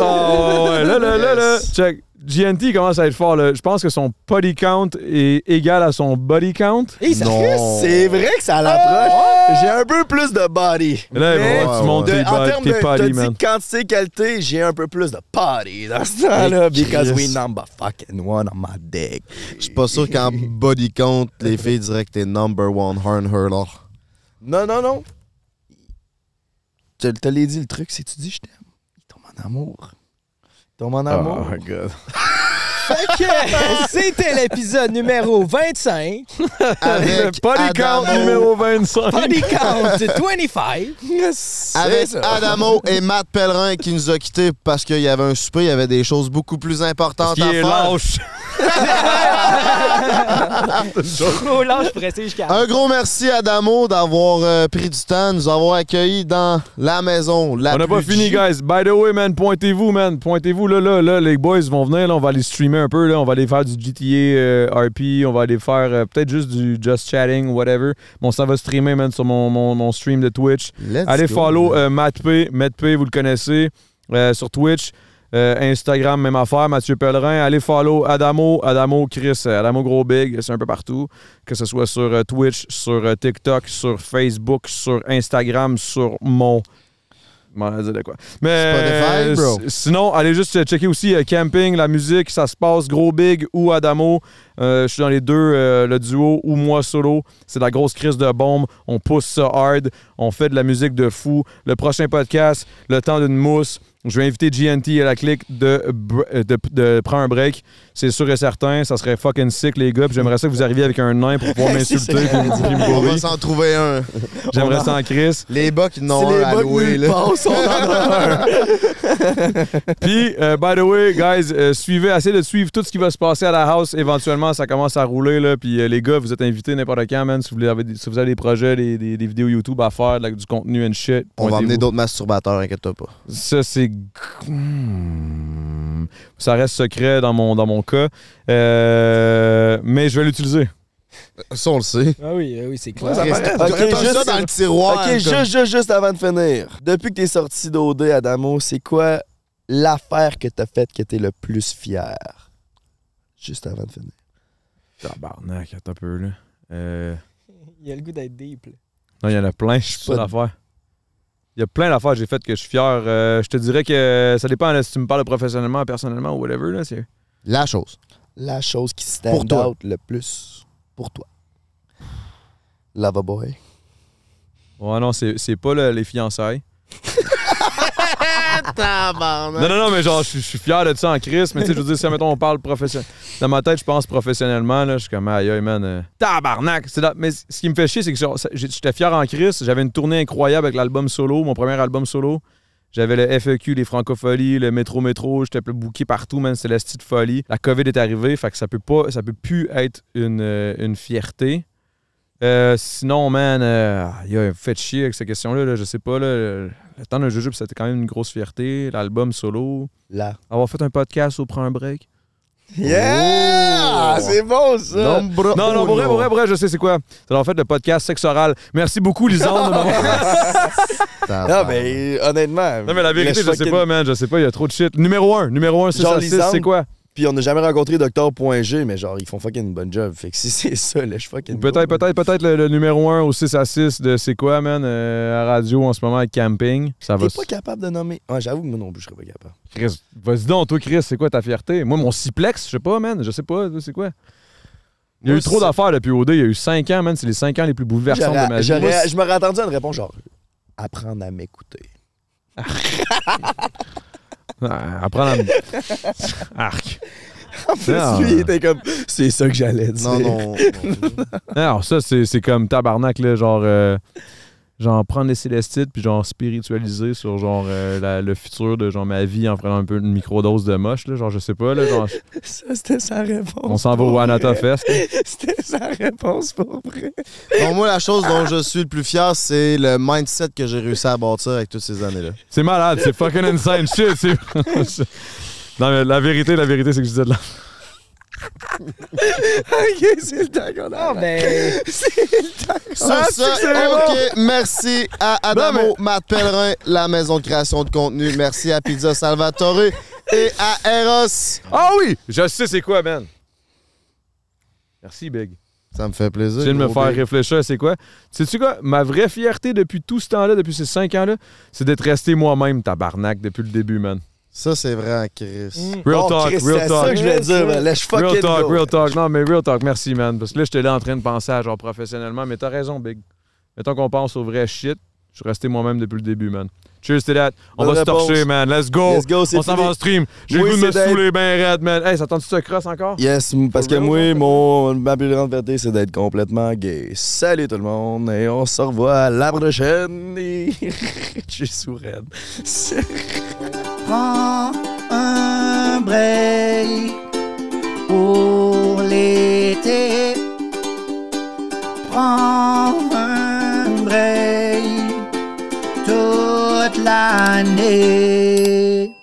Speaker 1: Oh, ouais, là, là, là, là.
Speaker 4: Yes.
Speaker 1: Check. GNT commence à être fort, là. Je pense que son body count est égal à son body count.
Speaker 8: Hey, ça
Speaker 4: Non.
Speaker 2: C'est vrai que ça l'approche. J'ai un peu plus de body.
Speaker 1: Là, ils vont voir,
Speaker 4: Ouais,
Speaker 1: tu montes
Speaker 2: De-
Speaker 1: tes
Speaker 2: en
Speaker 1: bo-
Speaker 2: termes de
Speaker 1: tes
Speaker 2: t'as
Speaker 1: body,
Speaker 2: dit
Speaker 1: man.
Speaker 2: quantité, qualité, j'ai un peu plus de party dans ce temps-là.
Speaker 4: Mais
Speaker 2: Because we
Speaker 4: Christ.
Speaker 2: number fucking one on my dick.
Speaker 4: Je suis pas sûr qu'en body count, les filles diraient que t'es number one horn hurler.
Speaker 2: Non, non, non. Tu te l'ai dit, le truc, c'est que tu dis je t'aime. Il tombe en amour.
Speaker 4: Tombe
Speaker 1: Ah,
Speaker 4: en amour.
Speaker 1: oh
Speaker 2: my God.
Speaker 8: Fait que c'était l'épisode numéro 25.
Speaker 4: Avec
Speaker 1: Body
Speaker 4: Adamo,
Speaker 1: count numéro 25.
Speaker 8: Body count 25.
Speaker 4: Avec Adamo et Matt Pellerin qui nous a quittés parce qu'il y avait un souper, il y avait des choses beaucoup plus importantes
Speaker 1: Qui
Speaker 4: à
Speaker 1: est
Speaker 4: faire.
Speaker 1: lâche.
Speaker 8: Trop Oh, lâche prestige
Speaker 2: Ah.
Speaker 8: jusqu'à.
Speaker 4: Un gros merci à Damo d'avoir euh, pris du temps, de nous avoir accueillis dans la maison. La
Speaker 1: On n'a pas
Speaker 4: plus
Speaker 1: fini,
Speaker 4: chic.
Speaker 1: guys. By the way, man, pointez-vous, man. Pointez-vous, là, là, là. Les boys vont venir, là. On va aller streamer un peu, là. On va aller faire du GTA euh, RP. On va aller faire euh, peut-être juste du Just Chatting, whatever. Bon, ça va streamer, man, sur mon, mon, mon stream de Twitch.
Speaker 4: Let's
Speaker 1: Allez
Speaker 4: go,
Speaker 1: follow
Speaker 4: man.
Speaker 1: euh, Matt P. Matt P, vous le connaissez, euh, sur Twitch. Euh, Instagram, même affaire. Mathieu Pellerin. Allez follow Adamo, Adamo Chris, euh, Adamo Gros Big. C'est un peu partout. Que ce soit sur euh, Twitch, sur euh, TikTok, sur Facebook, sur Instagram, sur mon. M'en allais dire de quoi. Mais
Speaker 4: Spotify,
Speaker 1: euh,
Speaker 4: bro.
Speaker 1: s- sinon, allez juste euh, checker aussi euh, Camping, la musique, ça se passe Gros Big ou Adamo. Euh, je suis dans les deux, euh, le duo ou moi solo. C'est de la grosse crise de bombe. On pousse ça hard. On fait de la musique de fou. Le prochain podcast, le temps d'une mousse. Je vais inviter GNT à la clique de, br- euh, de, de prendre un break. C'est sûr et certain. Ça serait fucking sick, les gars. Puis J'aimerais ça que vous arriviez avec un nain pour pouvoir m'insulter puis me- puis me
Speaker 4: On va
Speaker 1: bourrer.
Speaker 4: s'en trouver un.
Speaker 1: J'aimerais ça en crise.
Speaker 4: Les bocs, ils n'ont
Speaker 3: les
Speaker 4: un à
Speaker 3: bocs
Speaker 4: louer.
Speaker 3: nulle
Speaker 4: là.
Speaker 3: part, sont dans leur-
Speaker 1: Puis, euh, by the way, guys, euh, suivez, essayez de suivre tout ce qui va se passer à la house. Éventuellement, ça commence à rouler. Là, puis, euh, les gars, vous êtes invités n'importe quand, man. Si vous, voulez, avez des- si vous avez des projets, des, des- des vidéos YouTube à faire, de la- du contenu and shit.
Speaker 4: On va
Speaker 1: pointez-vous.
Speaker 4: emmener d'autres masturbateurs, inquiète-toi pas.
Speaker 1: Ça, c'est. Hmm. Ça reste secret dans mon, dans mon cas. Euh, Mais je vais l'utiliser.
Speaker 4: Ça, on le sait.
Speaker 8: Ah oui, ah oui, c'est clair.
Speaker 4: Reste-
Speaker 2: paraît.
Speaker 4: T'as-
Speaker 2: Ok,
Speaker 4: t'as
Speaker 2: juste-
Speaker 4: ça dans le tiroir.
Speaker 2: Ok,
Speaker 4: comme-
Speaker 2: juste, juste, juste avant de finir. Depuis que t'es sorti d'OD, Adamo, c'est quoi l'affaire que t'as faite que t'es le plus fier? Juste avant de finir.
Speaker 1: Tabarnak, attends un peu, là. Euh,
Speaker 8: Il a le goût d'être deep. là.
Speaker 1: Non, il y en a plein, je suis
Speaker 4: pas
Speaker 1: sûr d'affaires. Il y a plein d'affaires que j'ai faites que je suis fier. Euh, je te dirais que ça dépend là, si tu me parles professionnellement, personnellement ou whatever. Là, c'est...
Speaker 4: La chose.
Speaker 2: La chose qui stand
Speaker 4: Pour toi.
Speaker 2: out le plus pour toi. Lava Boy.
Speaker 1: Ouais, non, c'est, c'est pas le- les fiançailles. Non, non, non, mais genre, je suis- je suis fier de ça en crise, mais tu sais, je veux dire, si, mettons, on parle professionnel. Dans ma tête, je pense professionnellement, là, je suis comme, aïe, aïe, man, euh, tabarnak! C'est la- Mais c- ce qui me fait chier, c'est que genre, ça- j'ai- j'étais fier en crise, j'avais une tournée incroyable avec l'album solo, mon premier album solo. J'avais le FEQ, les francopholies, le métro métro, j'étais bouqué partout, man, c'était la petite folie. La COVID est arrivée, fait que ça peut pas, ça peut plus être une, euh, une fierté. Euh, sinon, man, euh, aïe, aïe, faites chier avec cette question-là, là, je sais pas, là, le le temps d'un jujube, c'était quand même une grosse fierté, l'album solo,
Speaker 2: La.
Speaker 1: avoir fait un podcast au Prends un break.
Speaker 4: Oh.
Speaker 2: Yeah! C'est bon, ça!
Speaker 1: Non,
Speaker 2: oh,
Speaker 1: non, pour vrai, pour vrai, pour vrai, je sais c'est quoi. C'est en fait le podcast sexe oral. Merci beaucoup, Lisande. de m'avoir-
Speaker 2: Non, mais euh, honnêtement.
Speaker 1: Ah, ben, non, mais la vérité,
Speaker 2: le
Speaker 1: je sais
Speaker 2: fucking-
Speaker 1: pas, man, je sais pas, il y a trop de shit. Numéro 1, numéro 1, c'est
Speaker 2: Genre
Speaker 1: ça,
Speaker 2: Lisande.
Speaker 1: c'est quoi?
Speaker 2: Puis on n'a jamais rencontré Docteur.g, mais genre, ils font fucking une bonne job. Fait que si c'est ça, là, je fucking.
Speaker 1: Ou Peut-être, peut-être, peut-être le, le numéro 1 au 6 à 6 de c'est quoi, man, euh, à radio en ce moment avec Camping. Ça va.
Speaker 2: T'es pas capable de nommer. Ouais, j'avoue que moi non plus, je serais pas capable.
Speaker 1: Chris, vas-y donc, toi, Chris, c'est quoi ta fierté? Moi, mon siplex, je sais pas, man, je sais pas, toi, c'est quoi? Il y a
Speaker 4: Moi,
Speaker 1: eu trop
Speaker 4: c'est-
Speaker 1: d'affaires depuis OD, il y a eu 5 ans, man, c'est les 5 ans les plus bouleversants de ma
Speaker 2: J'aurais-
Speaker 1: vie.
Speaker 2: j'aurais- Je m'aurais attendu à une réponse genre apprendre à m'écouter.
Speaker 1: Ah, apprendre à me- Arc. Non.
Speaker 2: Lui, il était comme c'est ça que j'allais dire.
Speaker 4: Non, non.
Speaker 1: Alors, ça, c'est c'est comme tabarnak, là, genre. euh, genre prendre les célestites puis genre spiritualiser sur genre euh, la- le futur de genre ma vie en prenant un peu une microdose de moche là genre je sais pas là genre
Speaker 2: Ça, c'était sa réponse.
Speaker 1: on s'en va au
Speaker 2: pour
Speaker 1: Anata
Speaker 2: vrai.
Speaker 1: Fest
Speaker 2: C'était sa réponse pour vrai.
Speaker 4: Bon, moi, la chose dont je suis le plus fier, c'est le mindset que j'ai réussi à bâtir avec toutes ces années-là.
Speaker 1: c'est malade c'est fucking insane shit c'est- non mais la vérité la vérité c'est que je disais de la
Speaker 2: ok, c'est le temps qu'on a.
Speaker 8: Ah, ben.
Speaker 4: Sur
Speaker 1: Ah,
Speaker 4: ça, OK, merci à Adamo, Matt Pellerin, la maison de création de contenu. Merci à Pizza Salvatore et à Eros.
Speaker 1: ah oui je sais c'est quoi man merci Big
Speaker 4: Ça me fait plaisir.
Speaker 1: Tu viens de me
Speaker 4: gros
Speaker 1: faire
Speaker 4: big.
Speaker 1: réfléchir, c'est quoi? Sais-tu quoi? Ma vraie fierté depuis tout ce temps-là, depuis ces cinq ans-là, c'est d'être resté moi-même, tabarnak, depuis le début, man.
Speaker 4: Ça, c'est vrai, en Chris.
Speaker 8: hmm.
Speaker 1: Real
Speaker 2: Bon,
Speaker 1: talk,
Speaker 2: Chris,
Speaker 1: real
Speaker 2: C'est ça que
Speaker 1: talk.
Speaker 2: je voulais dire. man. Laisse fucking
Speaker 1: Real talk,
Speaker 2: go.
Speaker 1: real talk. Non, mais real talk, merci, man. Parce que là, j'étais là en train de penser à genre professionnellement, mais t'as raison, Big. Mettons qu'on pense au vrai shit, je suis resté moi-même depuis le début, man. Cheers to that. On
Speaker 2: Bonne
Speaker 1: va se
Speaker 2: réponse.
Speaker 1: torcher, man. Let's go.
Speaker 2: Let's go, c'est
Speaker 1: Oh, On s'en
Speaker 2: fini.
Speaker 1: va en stream. J'ai le
Speaker 2: Oui,
Speaker 1: goût de me
Speaker 2: c'est Dave.
Speaker 1: saouler ben raide, man. Hey, ça tente tu ce cross encore?
Speaker 2: Yes, m- parce
Speaker 1: For
Speaker 2: que
Speaker 1: real,
Speaker 2: moi,
Speaker 1: genre?
Speaker 2: mon, ma plus grande fierté, c'est d'être complètement gay. Salut tout le monde, et on se revoit à la prochaine. Et- Je suis sous raide.
Speaker 4: prends un break pour l'été. Prends un break toute l'année.